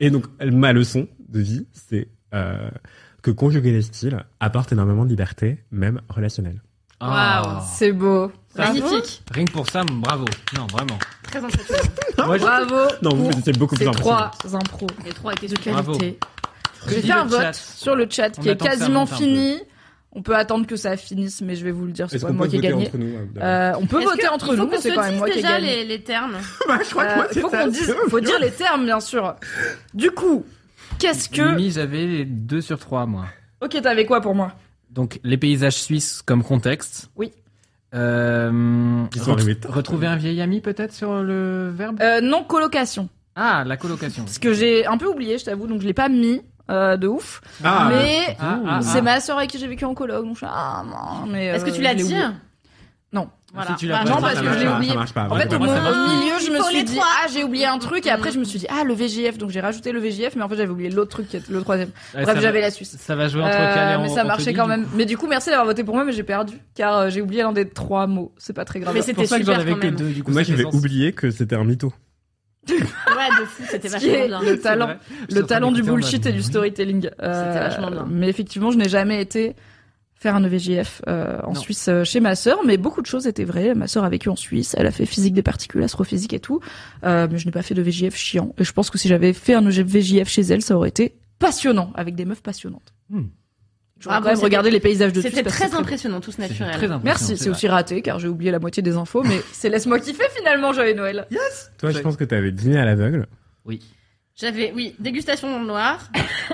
Speaker 4: Et donc, ma leçon de vie, c'est euh, que conjuguer les styles apporte énormément de liberté, même relationnelle. Oh.
Speaker 3: Ah.
Speaker 1: C'est beau.
Speaker 3: Bravo.
Speaker 2: Magnifique.
Speaker 3: Rien que pour ça, bravo. Non, vraiment.
Speaker 2: Très impressionnant.
Speaker 4: Moi, je-
Speaker 1: Bravo.
Speaker 4: Non, vous,
Speaker 1: pour
Speaker 4: vous étiez beaucoup plus
Speaker 1: ces
Speaker 4: impressionnant.
Speaker 1: trois impros.
Speaker 2: Les trois étaient
Speaker 1: de
Speaker 2: super.
Speaker 3: Bravo.
Speaker 1: qualité.
Speaker 3: Je
Speaker 1: J'ai
Speaker 3: dis
Speaker 1: fait un
Speaker 3: le
Speaker 1: vote
Speaker 3: chat.
Speaker 1: sur le chat
Speaker 3: On
Speaker 1: qui est
Speaker 3: attend que ça
Speaker 1: quasiment
Speaker 3: monte un peu.
Speaker 1: fini. On peut attendre que ça finisse, mais je vais vous le dire, c'est
Speaker 4: Est-ce
Speaker 1: pas
Speaker 4: qu'on
Speaker 1: moi
Speaker 4: peut
Speaker 1: qui ai
Speaker 4: voter
Speaker 1: gagné.
Speaker 4: entre nous euh, d'abord
Speaker 1: Euh, on peut
Speaker 2: Est-ce
Speaker 1: voter
Speaker 2: que-
Speaker 1: entre
Speaker 2: il faut
Speaker 1: nous,
Speaker 2: qu'on
Speaker 1: mais
Speaker 2: se
Speaker 1: c'est quand même
Speaker 2: dise
Speaker 1: moi qui ai
Speaker 2: déjà
Speaker 1: gagné.
Speaker 2: les, les termes.
Speaker 4: Bah, Je crois que moi,
Speaker 1: Euh, faut
Speaker 4: c'était
Speaker 1: qu'on dise,
Speaker 4: assez
Speaker 1: faut dire
Speaker 4: violent.
Speaker 1: les termes, bien sûr. Du coup, qu'est-ce que.
Speaker 3: Mimi, j'avais les deux sur trois, moi.
Speaker 1: Ok, t'avais quoi pour moi
Speaker 3: Donc, les paysages suisses comme contexte.
Speaker 1: Oui.
Speaker 3: Euh,
Speaker 4: Ils sont
Speaker 3: ret-
Speaker 4: arrivés tard.
Speaker 3: retrouver un vieil ami, peut-être, sur le verbe
Speaker 1: euh, Non colocation,
Speaker 3: Ah, la colocation.
Speaker 1: parce que j'ai un peu oublié, je t'avoue, donc je l'ai pas mis euh, de ouf.
Speaker 4: Ah,
Speaker 1: mais
Speaker 3: Ah, ah,
Speaker 1: c'est
Speaker 3: ah.
Speaker 1: ma sœur avec qui j'ai vécu en coloc, donc je suis là, ah, non, mais.
Speaker 2: Est-ce que
Speaker 1: euh,
Speaker 2: tu l'as
Speaker 1: je l'ai
Speaker 2: dit
Speaker 1: oublié. Non.
Speaker 2: Voilà.
Speaker 3: Si tu l'as
Speaker 2: Bah,
Speaker 3: pas
Speaker 1: Non,
Speaker 3: dit,
Speaker 1: parce
Speaker 3: ça
Speaker 1: que
Speaker 3: marche
Speaker 1: je l'ai
Speaker 3: pas.
Speaker 1: oublié.
Speaker 4: Ça marche pas.
Speaker 1: En fait, au,
Speaker 3: moi,
Speaker 1: mo-
Speaker 3: ça marche
Speaker 1: au
Speaker 2: plus.
Speaker 1: milieu, je
Speaker 2: Il
Speaker 1: me
Speaker 2: faut
Speaker 1: suis
Speaker 2: les
Speaker 1: dit,
Speaker 2: trois.
Speaker 1: ah, j'ai oublié un truc, et après, je me suis dit, ah, le VGF, donc j'ai rajouté le VGF, mais en fait, j'avais oublié l'autre truc, qui était le troisième.
Speaker 3: Ouais,
Speaker 1: Bref,
Speaker 3: ça
Speaker 1: j'avais
Speaker 3: va-
Speaker 1: la Suisse.
Speaker 3: Ça va jouer entre
Speaker 1: Euh,
Speaker 3: Calais et
Speaker 1: mais ça marchait quand même. Mais du coup, merci d'avoir voté pour moi, mais j'ai perdu, car euh, j'ai oublié l'un des trois mots. C'est pas très grave.
Speaker 2: Mais
Speaker 3: C'est
Speaker 2: c'était
Speaker 3: pour ça que j'en
Speaker 2: super
Speaker 3: avais
Speaker 2: quand
Speaker 3: que
Speaker 2: même.
Speaker 3: deux, du coup.
Speaker 4: Moi,
Speaker 3: ça fait
Speaker 4: j'avais
Speaker 3: sens.
Speaker 4: oublié que c'était un mytho.
Speaker 2: Ouais, de fou, c'était
Speaker 1: Ce qui est
Speaker 2: vachement hein. bien.
Speaker 1: le
Speaker 3: C'est
Speaker 1: talent,
Speaker 3: vrai. Je suis en
Speaker 1: le
Speaker 3: train
Speaker 1: talent du
Speaker 3: d'écouter en
Speaker 1: bullshit
Speaker 3: mode,
Speaker 1: et du storytelling. Euh,
Speaker 2: C'était vachement bien.
Speaker 1: Mais effectivement, je n'ai jamais été faire un EVJF euh, en
Speaker 3: Non.
Speaker 1: Suisse euh, chez ma sœur, mais beaucoup de choses étaient vraies. Ma sœur a vécu en Suisse, elle a fait physique des particules, astrophysique et tout, euh, mais je n'ai pas fait de VJF chiant. Et je pense que si j'avais fait un E VJF chez elle, ça aurait été passionnant, avec des meufs passionnantes.
Speaker 4: Hmm.
Speaker 1: J'aurais
Speaker 2: Ah,
Speaker 1: quand même
Speaker 2: c'était-
Speaker 1: regardé les paysages de Suisse.
Speaker 2: C'était
Speaker 1: parce que
Speaker 2: très
Speaker 1: c'est beau.
Speaker 2: impressionnant, tout ce
Speaker 3: C'est
Speaker 2: naturel.
Speaker 3: très impressionnant,
Speaker 1: Merci, c'est
Speaker 3: vrai.
Speaker 1: aussi raté car j'ai oublié la moitié des infos, mais c'est laisse-moi kiffer finalement, Joyeux Noël.
Speaker 4: Toi, je pense que t'avais dîné à l'aveugle.
Speaker 3: Oui.
Speaker 2: J'avais, oui, dégustation dans le noir.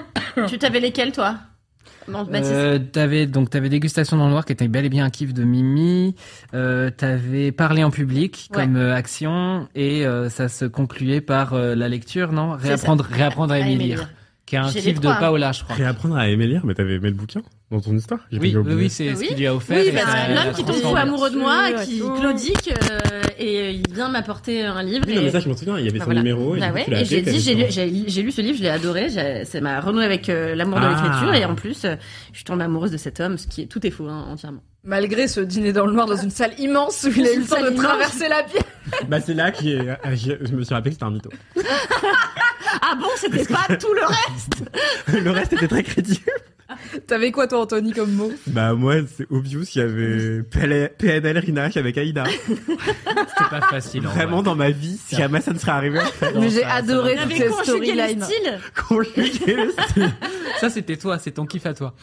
Speaker 2: tu t'avais lesquels, toi Non, Baptiste.
Speaker 3: Euh, t'avais donc t'avais dégustation dans le noir qui était bel et bien un kiff de Mimi. Euh, t'avais parlé en public
Speaker 2: Ouais.
Speaker 3: comme euh, action et euh, ça se concluait par euh, la lecture, non
Speaker 2: C'est
Speaker 3: Réapprendre, réapprendre à
Speaker 2: Ah,
Speaker 3: aimer
Speaker 2: Émilie.
Speaker 3: lire, qui est un
Speaker 2: J'ai les
Speaker 3: kiff de
Speaker 2: trois, hein.
Speaker 3: Paola, je crois.
Speaker 4: Réapprendre à aimer lire, mais t'avais aimé le bouquin dans ton histoire J'ai
Speaker 3: Oui,
Speaker 4: pas
Speaker 3: oui,
Speaker 4: oublié.
Speaker 3: oui, c'est
Speaker 2: Oui.
Speaker 3: ce qu'il lui a offert.
Speaker 2: Oui,
Speaker 3: et
Speaker 2: parce
Speaker 3: ça
Speaker 2: que
Speaker 3: l'a
Speaker 2: l'homme qui tombe fou
Speaker 3: transformé.
Speaker 2: amoureux de moi,
Speaker 1: Absolument.
Speaker 2: qui claudique, euh, et il vient m'apporter un livre.
Speaker 4: Oui, non, mais
Speaker 2: et-
Speaker 4: ça, je m'en souviens, il y avait
Speaker 2: Bah
Speaker 4: son
Speaker 2: voilà.
Speaker 4: numéro. Et
Speaker 2: Bah
Speaker 4: du coup,
Speaker 2: ouais,
Speaker 4: tu l'as
Speaker 2: et j'ai
Speaker 4: appelé,
Speaker 2: dit, j'ai
Speaker 4: t'avais
Speaker 2: lu,
Speaker 4: son-
Speaker 2: j'ai- j'ai lu ce livre, je l'ai adoré, j'ai- ça m'a renoué avec euh, l'amour de
Speaker 4: Ah.
Speaker 2: l'écriture, et en plus, euh, je suis tombée amoureuse de cet homme, ce qui est, tout est faux, hein, entièrement.
Speaker 1: Malgré ce dîner dans le noir dans une salle immense où il a eu le temps de
Speaker 2: Ah. Salle immense.
Speaker 1: traverser la pièce.
Speaker 4: Bah, c'est là que j'ai- ah, j'ai- je me suis rappelé que c'était un mytho.
Speaker 2: Ah bon, c'était pas tout le reste
Speaker 4: le reste était très crédible.
Speaker 1: T'avais quoi toi Anthony comme mot
Speaker 4: Bah, moi, c'est obvious, il y avait PL- PNL Rinach avec Aïda.
Speaker 3: C'était pas facile. en
Speaker 4: Vraiment,
Speaker 3: vrai.
Speaker 4: dans ma vie, si jamais ça ne serait arrivé,
Speaker 3: Non,
Speaker 1: Mais j'ai
Speaker 3: ça- ça
Speaker 1: adoré
Speaker 3: m'a-
Speaker 1: toutes
Speaker 2: Avec
Speaker 1: ces
Speaker 2: conjugué le
Speaker 1: storylines.
Speaker 2: style
Speaker 4: conjuguer le style.
Speaker 3: Ça, c'était toi, c'est ton kiff à toi.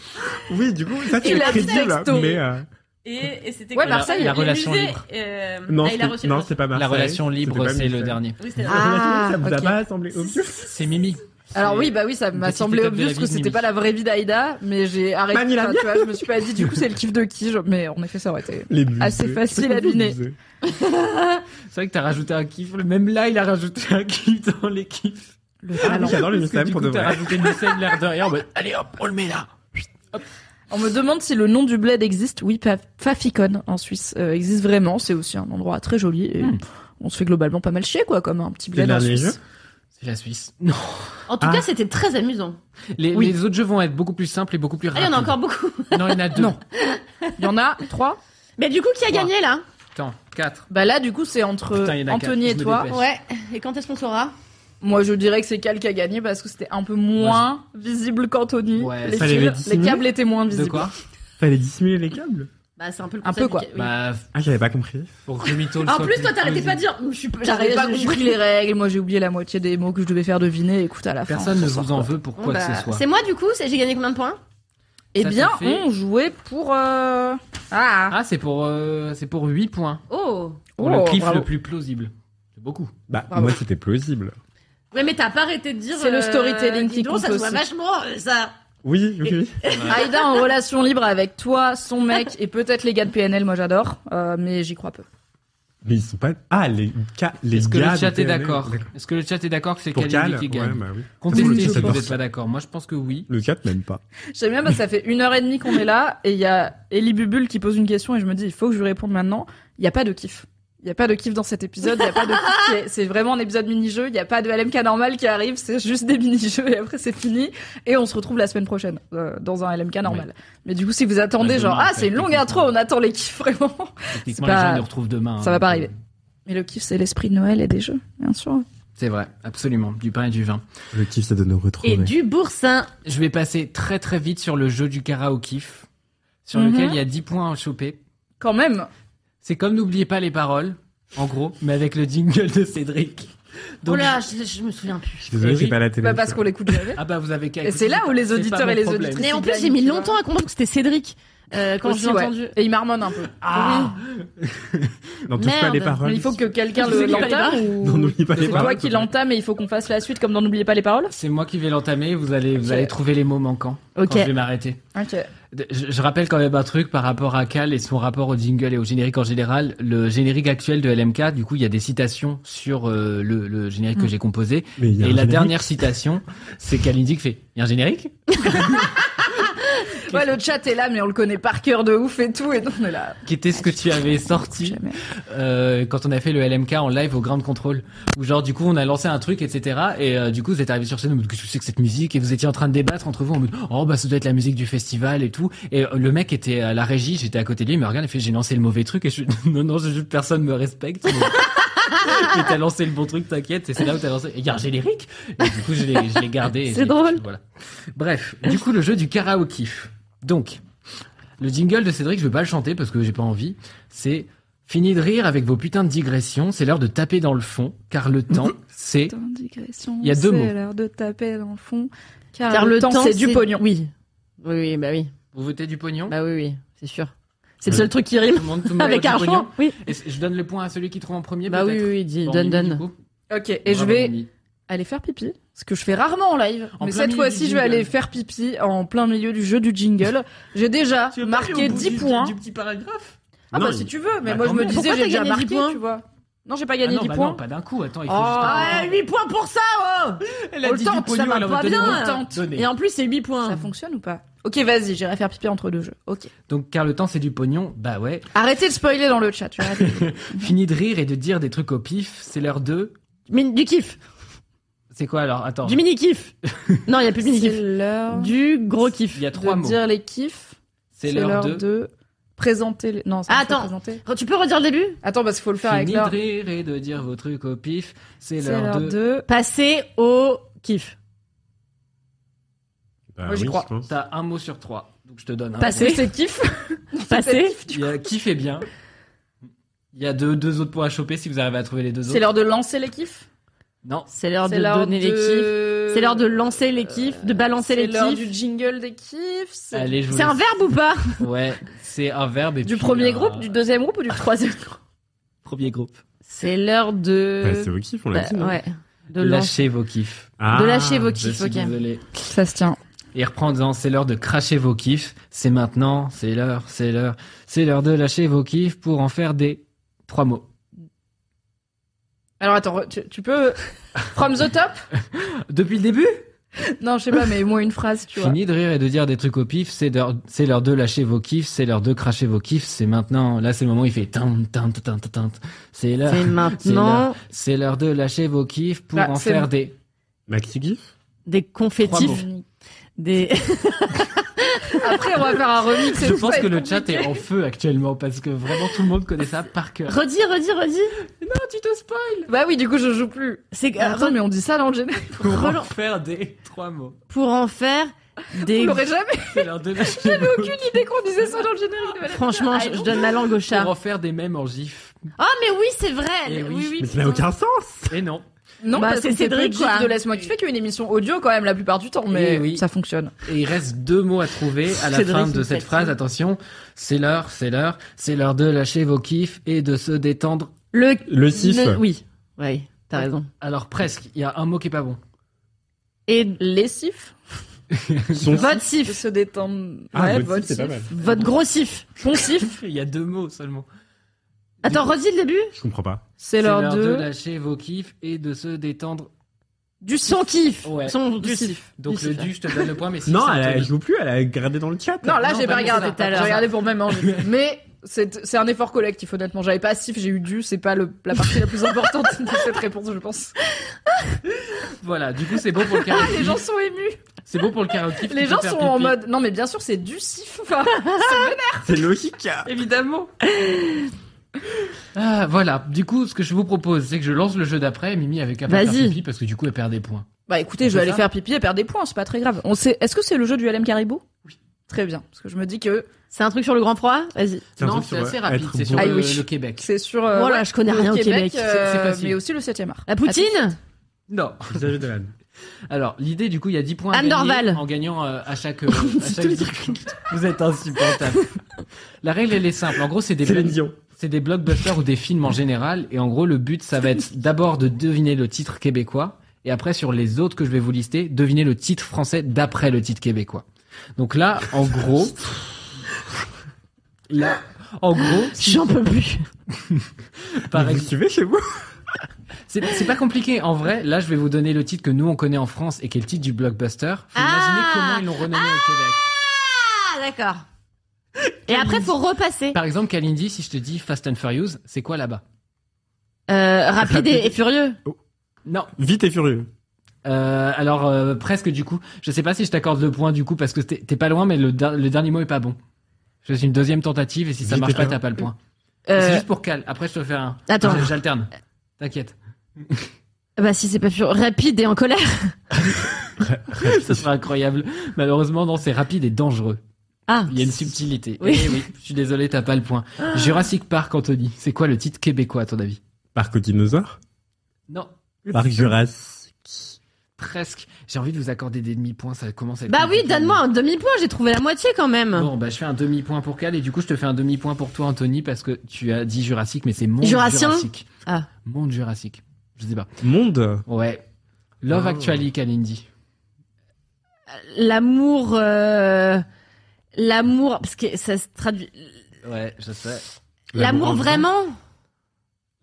Speaker 4: Oui, du coup, ça,
Speaker 1: Il
Speaker 4: c'est
Speaker 1: a dit
Speaker 4: crédible.
Speaker 1: texto.
Speaker 4: Mais, euh,
Speaker 2: Et, et c'était quoi
Speaker 1: Ouais, Marseille,
Speaker 2: Les
Speaker 3: la relation
Speaker 2: musées,
Speaker 3: libre.
Speaker 2: euh,
Speaker 4: non,
Speaker 2: ah, il a
Speaker 4: c'était-
Speaker 2: reçu.
Speaker 4: non, c'est pas Marseille.
Speaker 3: La relation libre,
Speaker 4: C'était pas
Speaker 3: c'est le
Speaker 4: Marseille.
Speaker 3: dernier.
Speaker 2: Oui, c'était-
Speaker 1: Ah.
Speaker 4: ça vous a
Speaker 1: ok.
Speaker 4: pas semblé obvious
Speaker 3: C'est Mimi.
Speaker 1: Alors
Speaker 3: C'est-
Speaker 1: oui, bah oui, ça m'a
Speaker 3: petite
Speaker 1: semblé
Speaker 3: étape de la
Speaker 1: obvious
Speaker 3: vie
Speaker 1: que
Speaker 3: de
Speaker 1: c'était
Speaker 3: Mimi.
Speaker 1: pas la vraie vie d'Aïda, mais j'ai arrêté.
Speaker 4: Mani la
Speaker 1: enfin, tu vois, je me suis pas dit du coup c'est le kiff de qui, je- mais en effet ça aurait été.
Speaker 4: Les musées.
Speaker 1: Assez facile à deviner.
Speaker 3: C'est vrai que t'as rajouté un kiff. Même là, il a rajouté un kiff dans les kiffs.
Speaker 1: Le
Speaker 4: Ah oui,
Speaker 1: talent.
Speaker 4: J'adore le
Speaker 3: Parce que
Speaker 4: Mucem
Speaker 3: du
Speaker 4: pour
Speaker 3: coup,
Speaker 4: de
Speaker 3: T'as
Speaker 4: vrai.
Speaker 3: rajouté le Mucem l'air de rien. en mode, Allez hop, on le met là.
Speaker 1: On me demande si le nom du bled existe. Oui, Paf- Faficon en Suisse euh, existe vraiment. C'est aussi un endroit très joli. Et
Speaker 3: Hmm.
Speaker 1: On se fait globalement pas mal chier quoi, comme un petit bled
Speaker 4: le
Speaker 1: en
Speaker 4: dernier
Speaker 1: Suisse.
Speaker 4: jeu
Speaker 3: C'est la Suisse. Non.
Speaker 2: En tout
Speaker 4: Ah.
Speaker 2: cas, c'était très amusant.
Speaker 3: Les,
Speaker 1: Oui.
Speaker 3: les autres jeux vont être beaucoup plus simples et beaucoup plus
Speaker 2: Ah,
Speaker 3: rapides.
Speaker 2: il y en a encore beaucoup.
Speaker 3: Non, il y en a deux.
Speaker 1: Non. Il y en a trois.
Speaker 2: Mais du coup, qui a
Speaker 3: Trois.
Speaker 2: gagné là
Speaker 3: Attends, quatre.
Speaker 1: Bah là, du coup, c'est entre
Speaker 3: Putain, il y en a quatre.
Speaker 1: Anthony
Speaker 3: Je
Speaker 1: et
Speaker 3: me
Speaker 1: toi.
Speaker 3: dépêche.
Speaker 2: Ouais. Et quand est-ce qu'on saura
Speaker 1: Moi, je dirais que c'est Cal qui a gagné parce que c'était un peu moins visible qu'Anthony.
Speaker 3: Ouais,
Speaker 1: les,
Speaker 4: fallait
Speaker 1: fils,
Speaker 4: les
Speaker 1: les
Speaker 4: dissimuler.
Speaker 1: câbles étaient moins
Speaker 3: De
Speaker 1: visibles.
Speaker 3: quoi
Speaker 4: Fallait dissimuler les câbles.
Speaker 2: Bah, c'est un peu le
Speaker 1: Un
Speaker 2: concept
Speaker 1: peu, quoi.
Speaker 2: du- oui.
Speaker 3: Bah,
Speaker 4: Ah, j'avais pas compris.
Speaker 3: pour que Mito le Ah,
Speaker 2: en
Speaker 3: soit
Speaker 2: plus, toi, t'arrêtais
Speaker 3: plus-
Speaker 2: pas de dire. Je suis pas-
Speaker 1: J'avais
Speaker 2: j'arrête
Speaker 1: pas
Speaker 2: de-
Speaker 1: compris les règles. Moi, j'ai oublié la moitié des mots que je devais faire deviner. Écoute, à la fin.
Speaker 3: Personne
Speaker 1: on
Speaker 3: ne
Speaker 1: s'en sort,
Speaker 3: vous en
Speaker 1: quoi.
Speaker 3: veut pour
Speaker 2: Bon,
Speaker 3: quoi
Speaker 2: bah,
Speaker 3: que ce soit.
Speaker 2: C'est moi, du coup, c'est- j'ai gagné combien de points
Speaker 1: Eh
Speaker 3: Ça
Speaker 1: bien,
Speaker 3: te fait-
Speaker 1: on jouait pour. euh, Ah.
Speaker 3: Ah, c'est pour, euh, c'est pour 8 points.
Speaker 2: Oh
Speaker 3: Pour
Speaker 1: Oh,
Speaker 3: le kiff
Speaker 1: bravo.
Speaker 3: le plus plausible. C'est beaucoup.
Speaker 4: Bah,
Speaker 1: Bravo.
Speaker 4: moi, c'était plausible.
Speaker 2: Ouais, mais t'as pas arrêté de dire.
Speaker 1: C'est le
Speaker 2: euh,
Speaker 1: storytelling
Speaker 2: dis
Speaker 1: qui
Speaker 2: donc,
Speaker 1: compte
Speaker 2: ça se voit
Speaker 1: aussi.
Speaker 2: vachement, euh, ça.
Speaker 4: Oui, oui, oui.
Speaker 1: Aïda en relation libre avec toi, son mec et peut-être les gars de PNL. Moi, j'adore, euh, mais j'y crois peu.
Speaker 4: Mais ils sont pas. Ah, les, ca- les
Speaker 3: Est-ce que
Speaker 4: gars.
Speaker 3: le chat
Speaker 4: de
Speaker 3: est
Speaker 4: PNL.
Speaker 3: d'accord Est-ce que le chat est d'accord que c'est
Speaker 4: Pour Cal,
Speaker 3: Kalindi qui
Speaker 4: ouais,
Speaker 3: gagne
Speaker 4: bah oui.
Speaker 3: Contestez
Speaker 4: Oui, je
Speaker 3: si vous
Speaker 4: pense.
Speaker 3: n'êtes pas d'accord. Moi, je pense que oui.
Speaker 4: Le 4, même pas.
Speaker 1: J'aime bien parce que ça fait une heure et demie qu'on est là et il y a Ellie Bubule qui pose une question et je me dis il faut que je lui réponde maintenant. Il n'y a pas de kiff. Il n'y a pas de kiff dans cet épisode. Il y a pas de kiff. Il y a- C'est vraiment un épisode mini-jeu. Il n'y a pas de LMK normal qui arrive. C'est juste des mini-jeux et après c'est fini. Et on se retrouve la semaine prochaine euh, dans un LMK normal. Mais du coup, si vous attendez,
Speaker 3: Bah,
Speaker 1: genre,
Speaker 3: demain,
Speaker 1: ah, c'est une longue intro, on attend les kiffs vraiment.
Speaker 3: Techniquement,
Speaker 1: C'est
Speaker 3: les
Speaker 1: pas-
Speaker 3: gens nous retrouvent demain.
Speaker 1: Ça
Speaker 3: hein,
Speaker 1: va pas
Speaker 3: donc,
Speaker 1: arriver.
Speaker 3: euh,
Speaker 1: Mais le kiff, c'est l'esprit de Noël et des jeux, bien sûr.
Speaker 3: C'est vrai, absolument. Du pain et du vin.
Speaker 4: Le kiff, c'est de nous retrouver.
Speaker 2: Et du boursin.
Speaker 3: Je vais passer très très vite sur le jeu du karaokif, sur
Speaker 1: Mhm.
Speaker 3: lequel il y a 10 points à choper.
Speaker 1: Quand même.
Speaker 3: C'est comme n'oubliez pas les paroles, en gros, mais avec le jingle de Cédric.
Speaker 2: oh
Speaker 3: Donc,
Speaker 2: là, je, je me souviens
Speaker 4: Je
Speaker 2: plus.
Speaker 4: suis désolé,
Speaker 3: Et
Speaker 4: j'ai
Speaker 3: oui.
Speaker 4: pas la télé.
Speaker 1: Bah, parce qu'on l'écoute jamais.
Speaker 3: ah bah vous avez qu'à
Speaker 1: Et c'est là où les
Speaker 3: C'est pas
Speaker 1: auditeurs
Speaker 3: mon
Speaker 1: et les
Speaker 3: problème.
Speaker 1: auditrices.
Speaker 2: Mais en
Speaker 1: C'est
Speaker 2: plus,
Speaker 1: dingue,
Speaker 2: j'ai mis
Speaker 1: tu vois.
Speaker 2: longtemps à comprendre que c'était Cédric. euh, quand
Speaker 1: Aussi,
Speaker 2: j'ai
Speaker 1: ouais.
Speaker 2: entendu.
Speaker 1: Et il marmonne un peu.
Speaker 3: Ah,
Speaker 4: N'en touche pas
Speaker 2: Merde.
Speaker 4: les paroles.
Speaker 1: Mais il faut que quelqu'un
Speaker 2: Tu
Speaker 1: le
Speaker 2: sais qu'il fallait
Speaker 1: l'entame ou
Speaker 4: Non, n'oublie pas les
Speaker 1: c'est
Speaker 4: paroles.
Speaker 1: toi qui l'entame et il faut qu'on fasse la suite comme dans N'oubliez pas les paroles
Speaker 3: c'est moi qui vais l'entamer, vous allez, vous
Speaker 1: Ok.
Speaker 3: allez trouver les mots manquants
Speaker 1: Ok.
Speaker 3: quand je vais m'arrêter.
Speaker 1: Ok.
Speaker 3: De- Je, je rappelle quand même un truc par rapport à Cal et son rapport au jingle et au générique en général. Le générique actuel de LMK, du coup, il y a des citations sur euh, le, le générique
Speaker 1: Mm.
Speaker 3: que j'ai composé.
Speaker 4: Mais il
Speaker 3: Et
Speaker 4: y a un
Speaker 3: la
Speaker 4: générique.
Speaker 3: dernière citation, c'est Kalindi qui fait « Il y a un générique
Speaker 1: Ouais, le chat est là, mais on le connaît par cœur de ouf et tout, et donc on est là. ?»
Speaker 3: qui était ce que tu avais sorti
Speaker 1: Jamais.
Speaker 3: euh, quand on a fait le LMK en live au Grand Control où genre du coup on a lancé un truc etc et euh, du coup vous êtes arrivé sur scène en mode qu'est-ce que c'est que cette musique et vous étiez en train de débattre entre vous en mode oh bah ça doit être la musique du festival et tout et euh, le mec était à la régie j'étais à côté de lui il me regarde il fait j'ai lancé le mauvais truc et je non non je, personne me respecte mais mais t'as lancé le bon truc t'inquiète et c'est là où t'as lancé il y a un générique et du coup je l'ai je l'ai gardé et
Speaker 1: C'est
Speaker 3: je l'ai-
Speaker 1: drôle.
Speaker 3: voilà bref du coup le jeu du karaoke donc Le jingle de Cédric, je vais pas le chanter parce que j'ai pas envie. C'est fini de rire avec vos putains de digressions. C'est l'heure de taper dans le fond, car le temps, c'est
Speaker 1: Putain, digression.
Speaker 3: Il y a deux mots.
Speaker 1: C'est l'heure de taper dans le fond. Car,
Speaker 2: Car
Speaker 1: le, temps, c'est du pognon.
Speaker 2: Oui. Oui, oui, bah oui.
Speaker 3: Vous votez du pognon
Speaker 2: Bah oui, oui, c'est sûr. C'est
Speaker 3: Oui.
Speaker 2: le seul truc qui
Speaker 3: Tout
Speaker 2: rime
Speaker 3: le monde, tout le monde vote
Speaker 2: avec
Speaker 3: du pognon
Speaker 2: argent. Oui.
Speaker 3: Et c- je donne le point à celui qui trouve en premier.
Speaker 2: Bah oui,
Speaker 3: peut-être.
Speaker 2: oui, oui, dis,
Speaker 3: Bon,
Speaker 2: donne,
Speaker 3: Mimi, du
Speaker 2: donne. Oh,
Speaker 3: coup.
Speaker 1: Ok, et je
Speaker 3: Bravo,
Speaker 1: vais
Speaker 3: Mimi.
Speaker 1: aller faire pipi, ce que je fais rarement en live.
Speaker 3: En
Speaker 1: mais
Speaker 3: plein milieu
Speaker 1: cette
Speaker 3: du
Speaker 1: fois-ci, je vais aller
Speaker 3: jingle.
Speaker 1: faire pipi en plein milieu du jeu du jingle. J'ai déjà marqué 10 points.
Speaker 3: petit paragraphe.
Speaker 1: Ah
Speaker 4: Non,
Speaker 1: bah si tu veux, mais
Speaker 3: Bah,
Speaker 1: moi
Speaker 3: quand
Speaker 1: je me
Speaker 3: même.
Speaker 1: disais
Speaker 2: Pourquoi
Speaker 1: j'ai
Speaker 2: t'as
Speaker 1: déjà
Speaker 2: gagné
Speaker 1: marqué,
Speaker 2: dix points
Speaker 1: tu vois. Non, j'ai pas gagné
Speaker 3: non,
Speaker 1: 10
Speaker 3: bah
Speaker 1: points.
Speaker 3: non, pas d'un coup. Attends, il faut
Speaker 2: Oh,
Speaker 1: Ah,
Speaker 3: juste.
Speaker 1: 8 points pour ça, oh
Speaker 3: Elle
Speaker 1: a on dit le du tente, pognon, ça va elle a pas retenu bien. le tente.
Speaker 2: Et en plus, c'est 8 points.
Speaker 1: Ça fonctionne ou pas Ok, vas-y, j'irai faire pipi entre deux jeux. Ok.
Speaker 3: Donc, car le temps, c'est du pognon. Bah ouais.
Speaker 1: Arrêtez de spoiler dans le chat. tu vois.
Speaker 3: Fini de rire et de dire des trucs au pif. C'est l'heure de.
Speaker 2: Mais du kiff.
Speaker 3: C'est quoi alors Attends.
Speaker 2: Du mini-kiff. non, il n'y a plus de
Speaker 1: C'est
Speaker 2: mini-kiff.
Speaker 1: l'heure
Speaker 2: Du gros kiff.
Speaker 3: Il y a trois
Speaker 1: de
Speaker 3: mots.
Speaker 1: dire les kiffs.
Speaker 3: C'est l'heure de.
Speaker 1: présenter. Les... Non, c'est
Speaker 2: Ah,
Speaker 1: pas
Speaker 2: attends.
Speaker 1: présenter.
Speaker 2: Tu peux redire le début
Speaker 1: Attends, parce qu'il faut le faire
Speaker 3: Fini
Speaker 1: avec l'heure.
Speaker 3: de rire et de dire vos trucs au pif. C'est
Speaker 1: C'est
Speaker 3: l'heure de.
Speaker 2: Passer au kiff.
Speaker 4: Bah
Speaker 1: Moi, j'y
Speaker 4: oui,
Speaker 1: crois.
Speaker 4: je pense.
Speaker 3: T'as un mot sur trois. Donc, je te donne un.
Speaker 2: Passer. C'est kiff. Passer.
Speaker 3: Il y a qui fait bien. Il y a deux, deux autres points à choper si vous arrivez à trouver les deux
Speaker 1: C'est
Speaker 3: autres.
Speaker 1: l'heure de lancer les kiffs.
Speaker 3: Non.
Speaker 2: C'est l'heure de
Speaker 1: C'est l'heure
Speaker 2: donner les kiffs. C'est l'heure de lancer les kiffs, de balancer
Speaker 1: C'est
Speaker 2: les
Speaker 1: l'heure
Speaker 2: kiffs.
Speaker 1: du jingle des kiffs. c'est-
Speaker 3: Allez, je vous
Speaker 2: C'est un
Speaker 3: laisse.
Speaker 2: verbe ou pas
Speaker 3: Ouais, c'est un verbe. Et
Speaker 1: Du
Speaker 3: puis,
Speaker 1: premier
Speaker 3: euh,
Speaker 1: groupe, du deuxième groupe ou
Speaker 3: Ah.
Speaker 1: du troisième groupe
Speaker 3: Premier groupe.
Speaker 2: C'est l'heure
Speaker 4: Bah,
Speaker 2: de.
Speaker 4: c'est au kiff, on l'a
Speaker 2: Bah,
Speaker 4: dit. non
Speaker 2: ouais. De lancer.
Speaker 3: Lâchez vos kiffs.
Speaker 4: Ah,
Speaker 2: de lâcher vos
Speaker 3: Je
Speaker 2: kiffs,
Speaker 3: suis
Speaker 2: ok.
Speaker 3: désolé.
Speaker 1: Ça se tient.
Speaker 3: Et reprends-en, c'est l'heure de cracher vos kiffs. C'est maintenant, c'est l'heure, c'est l'heure. C'est l'heure de lâcher vos kiffs pour en faire des trois mots.
Speaker 1: Alors attends, tu, tu peux from the top
Speaker 3: Depuis le début
Speaker 1: Non, je sais pas, mais au moins une phrase, tu vois.
Speaker 3: Fini de rire et de dire des trucs au pif. C'est l'heure, c'est l'heure de lâcher vos kiffs. C'est l'heure de cracher vos kiffs. C'est maintenant. Là, c'est le moment où il fait tin, tin, tin, tin, tin. C'est l'heure.
Speaker 2: C'est maintenant
Speaker 3: C'est l'heure de lâcher vos kiffs pour
Speaker 1: Bah,
Speaker 3: en
Speaker 1: c'est-
Speaker 3: faire des.
Speaker 4: Maxi Gif
Speaker 2: des
Speaker 3: Trois mots.
Speaker 2: confettifs, des.
Speaker 1: Après, on va faire un remix. et
Speaker 3: Je
Speaker 1: tout
Speaker 3: pense
Speaker 1: ça
Speaker 3: que
Speaker 1: va
Speaker 3: le
Speaker 1: être
Speaker 3: chat est en feu actuellement parce que vraiment tout le monde connaît ça par cœur.
Speaker 2: redis, redis, redis.
Speaker 3: Non, tu te spoil.
Speaker 1: compliqué. Bah oui, du coup, je joue plus.
Speaker 2: C'est
Speaker 1: Attends, mais on dit ça là en générique.
Speaker 3: Pour en
Speaker 2: Relan-
Speaker 3: faire des trois mots.
Speaker 2: pour en faire
Speaker 1: Vous
Speaker 2: des.
Speaker 1: l'aurez jamais
Speaker 3: C'est l'heure de lâcher vos kiffs.
Speaker 1: dit dès qu'on disait ça dans le générique. voilà.
Speaker 2: Franchement, je, je donne ma langue au chat.
Speaker 3: Pour en faire des mêmes en gif.
Speaker 2: Ah mais oui, c'est
Speaker 3: Eh
Speaker 2: vrai.
Speaker 3: oui.
Speaker 2: Oui, oui.
Speaker 4: Mais ça n'a aucun sens
Speaker 3: Et non.
Speaker 1: Non,
Speaker 2: Bah,
Speaker 1: parce
Speaker 2: c'est
Speaker 1: qu'on fait peu
Speaker 2: Cédric,
Speaker 1: de gifs
Speaker 2: quoi.
Speaker 1: de Laisse-moi kiffer qui est une émission audio quand même la plupart du temps, mais
Speaker 3: Eh oui.
Speaker 1: ça fonctionne.
Speaker 3: Et il reste deux mots à trouver à la
Speaker 2: Cédric,
Speaker 3: fin
Speaker 2: il
Speaker 3: de
Speaker 2: me
Speaker 3: cette
Speaker 2: fatigue.
Speaker 3: phrase. Attention, c'est l'heure, c'est l'heure, c'est l'heure de lâcher vos kiffs et de se détendre.
Speaker 2: Le.
Speaker 4: Le kiff.
Speaker 2: le- Oui. Oui. T'as raison.
Speaker 3: Alors presque, il y a un mot qui est pas bon.
Speaker 2: Et
Speaker 1: Lessif
Speaker 4: Son
Speaker 2: votre sif,
Speaker 1: se détendre.
Speaker 4: Ah,
Speaker 1: ouais,
Speaker 4: votre sif, c'est pas mal.
Speaker 2: votre gros sif, poncif.
Speaker 3: Il y a deux mots seulement.
Speaker 2: Attends, redis le début.
Speaker 4: Je comprends pas.
Speaker 1: C'est l'heure de.
Speaker 3: lâcher vos kiffs et de se détendre.
Speaker 2: Du son kiff.
Speaker 3: Ouais.
Speaker 2: Son
Speaker 3: Du sif. Donc
Speaker 2: Du
Speaker 3: le
Speaker 2: sif.
Speaker 3: du, je te donne le point, mais si
Speaker 4: Non,
Speaker 3: ça
Speaker 4: elle,
Speaker 3: te-
Speaker 4: elle joue plus, elle a regardé dans le chat.
Speaker 1: Non, là,
Speaker 3: Non,
Speaker 1: j'ai
Speaker 3: bah
Speaker 1: pas
Speaker 3: non,
Speaker 1: regardé.
Speaker 3: c'était tout à
Speaker 1: J'ai
Speaker 3: l'heure.
Speaker 1: regardé pour même hein, manger. Mais c'est c'est un effort collectif, honnêtement. J'avais pas sif, j'ai eu dû. C'est pas le- la partie la plus importante de cette réponse, je pense.
Speaker 3: Voilà, du coup c'est bon pour le
Speaker 1: Ah,
Speaker 3: karaoke.
Speaker 1: les gens sont émus.
Speaker 3: C'est bon pour le karaoke.
Speaker 1: Les
Speaker 3: tu
Speaker 1: gens
Speaker 3: peux faire
Speaker 1: sont en
Speaker 3: pipi.
Speaker 1: mode. Non, mais bien sûr, c'est du sif. enfin.
Speaker 4: C'est logique.
Speaker 1: Évidemment.
Speaker 3: Ah, voilà. Du coup, ce que je vous propose, c'est que je lance le jeu d'après. et Mimi avec un peu
Speaker 2: Vas-y.
Speaker 3: faire pipi parce que du coup elle perd des points.
Speaker 1: Bah écoutez,
Speaker 3: On
Speaker 1: je vais
Speaker 3: fait
Speaker 1: aller
Speaker 3: ça
Speaker 1: faire pipi et perdre des points, c'est pas très grave. On sait. Est-ce que c'est le jeu du LM Caribou Oui. Très bien, parce que je me dis que
Speaker 2: C'est un truc sur le grand froid. Vas-y.
Speaker 4: C'est un
Speaker 3: non,
Speaker 4: truc
Speaker 3: c'est
Speaker 4: sur,
Speaker 3: assez
Speaker 4: euh,
Speaker 3: rapide.
Speaker 4: être
Speaker 3: C'est sur
Speaker 4: bourré.
Speaker 3: le,
Speaker 1: Ah oui.
Speaker 3: le Québec.
Speaker 1: c'est sur. euh,
Speaker 2: Voilà, je connais rien au Québec.
Speaker 1: euh,
Speaker 3: C'est- c'est facile.
Speaker 1: mais aussi le 7 e art.
Speaker 2: La poutine.
Speaker 3: Non.
Speaker 4: Visage de l'âne.
Speaker 3: Alors, l'idée, du coup, il y a 10 points à
Speaker 2: Anne
Speaker 3: gagner
Speaker 2: Dorval.
Speaker 3: en gagnant euh, à chaque... euh,
Speaker 2: dit
Speaker 3: à chaque
Speaker 2: tous les
Speaker 3: dix points. Vous êtes insupportable. La règle, elle est simple. En gros, c'est des,
Speaker 4: C'est le
Speaker 3: block-
Speaker 4: Dion.
Speaker 3: c'est des blockbusters ou des films en général. Et en gros, le but, ça va être d'abord de deviner le titre québécois. Et après, sur les autres que je vais vous lister, deviner le titre français d'après le titre québécois. Donc là, en gros... là, en gros, si-
Speaker 2: J'en peux plus.
Speaker 3: par
Speaker 4: Vous
Speaker 3: exemple...
Speaker 4: suivez chez vous
Speaker 3: C'est c'est pas compliqué. En vrai, là, je vais vous donner le titre que nous, on connaît en France et qui est le titre du blockbuster. Faut imaginer
Speaker 2: Ah
Speaker 3: comment ils l'ont renommé au Québec.
Speaker 2: Ah d'accord. Et après, faut repasser.
Speaker 3: Par exemple, Kalindi, si je te dis Fast and Furious, c'est quoi là-bas
Speaker 2: Euh, rapide et, et furieux.
Speaker 3: Non.
Speaker 4: Vite et furieux.
Speaker 3: Euh, alors, euh, presque du coup. Je sais pas si je t'accorde le point du coup, parce que t'es t'es pas loin, mais le, der- le dernier mot est pas bon. Je fais une deuxième tentative et si ça
Speaker 4: Vite
Speaker 3: marche
Speaker 4: et
Speaker 3: pas,
Speaker 4: furieux.
Speaker 3: t'as pas le point. C'est
Speaker 2: Euh,
Speaker 3: juste pour Cal. Après, je te fais un.
Speaker 2: Attends.
Speaker 3: Je- J'alterne. T'inquiète.
Speaker 2: bah si c'est pas furieux, rapide et en colère.
Speaker 3: Ce sera incroyable. Malheureusement, non, c'est rapide et dangereux.
Speaker 2: Ah.
Speaker 3: Il y a une subtilité.
Speaker 2: Oui.
Speaker 3: Eh oui, je suis désolé, t'as pas le point. Jurassic Park, Anthony. C'est quoi le titre québécois, à ton avis
Speaker 4: Parc aux dinosaures
Speaker 3: Non,
Speaker 4: Parc Jurassic
Speaker 3: presque. J'ai envie de vous accorder des demi-points, ça commence à être
Speaker 2: Bah oui,
Speaker 3: compliqué.
Speaker 2: donne-moi un demi-point, j'ai trouvé la moitié quand même.
Speaker 3: Bon, bah je fais un demi-point pour Cal et du coup je te fais un demi-point pour toi, Anthony, parce que tu as dit Jurassic, mais c'est Monde
Speaker 2: Jurassien
Speaker 3: Jurassic.
Speaker 2: Ah.
Speaker 3: Monde Jurassic. Je sais pas.
Speaker 4: Monde
Speaker 3: Ouais. Love
Speaker 4: Oh.
Speaker 3: Actually, Kalindi.
Speaker 2: L'amour, euh, l'amour, parce que ça se traduit.
Speaker 3: Ouais, je sais.
Speaker 2: L'amour
Speaker 4: en vrai.
Speaker 2: vraiment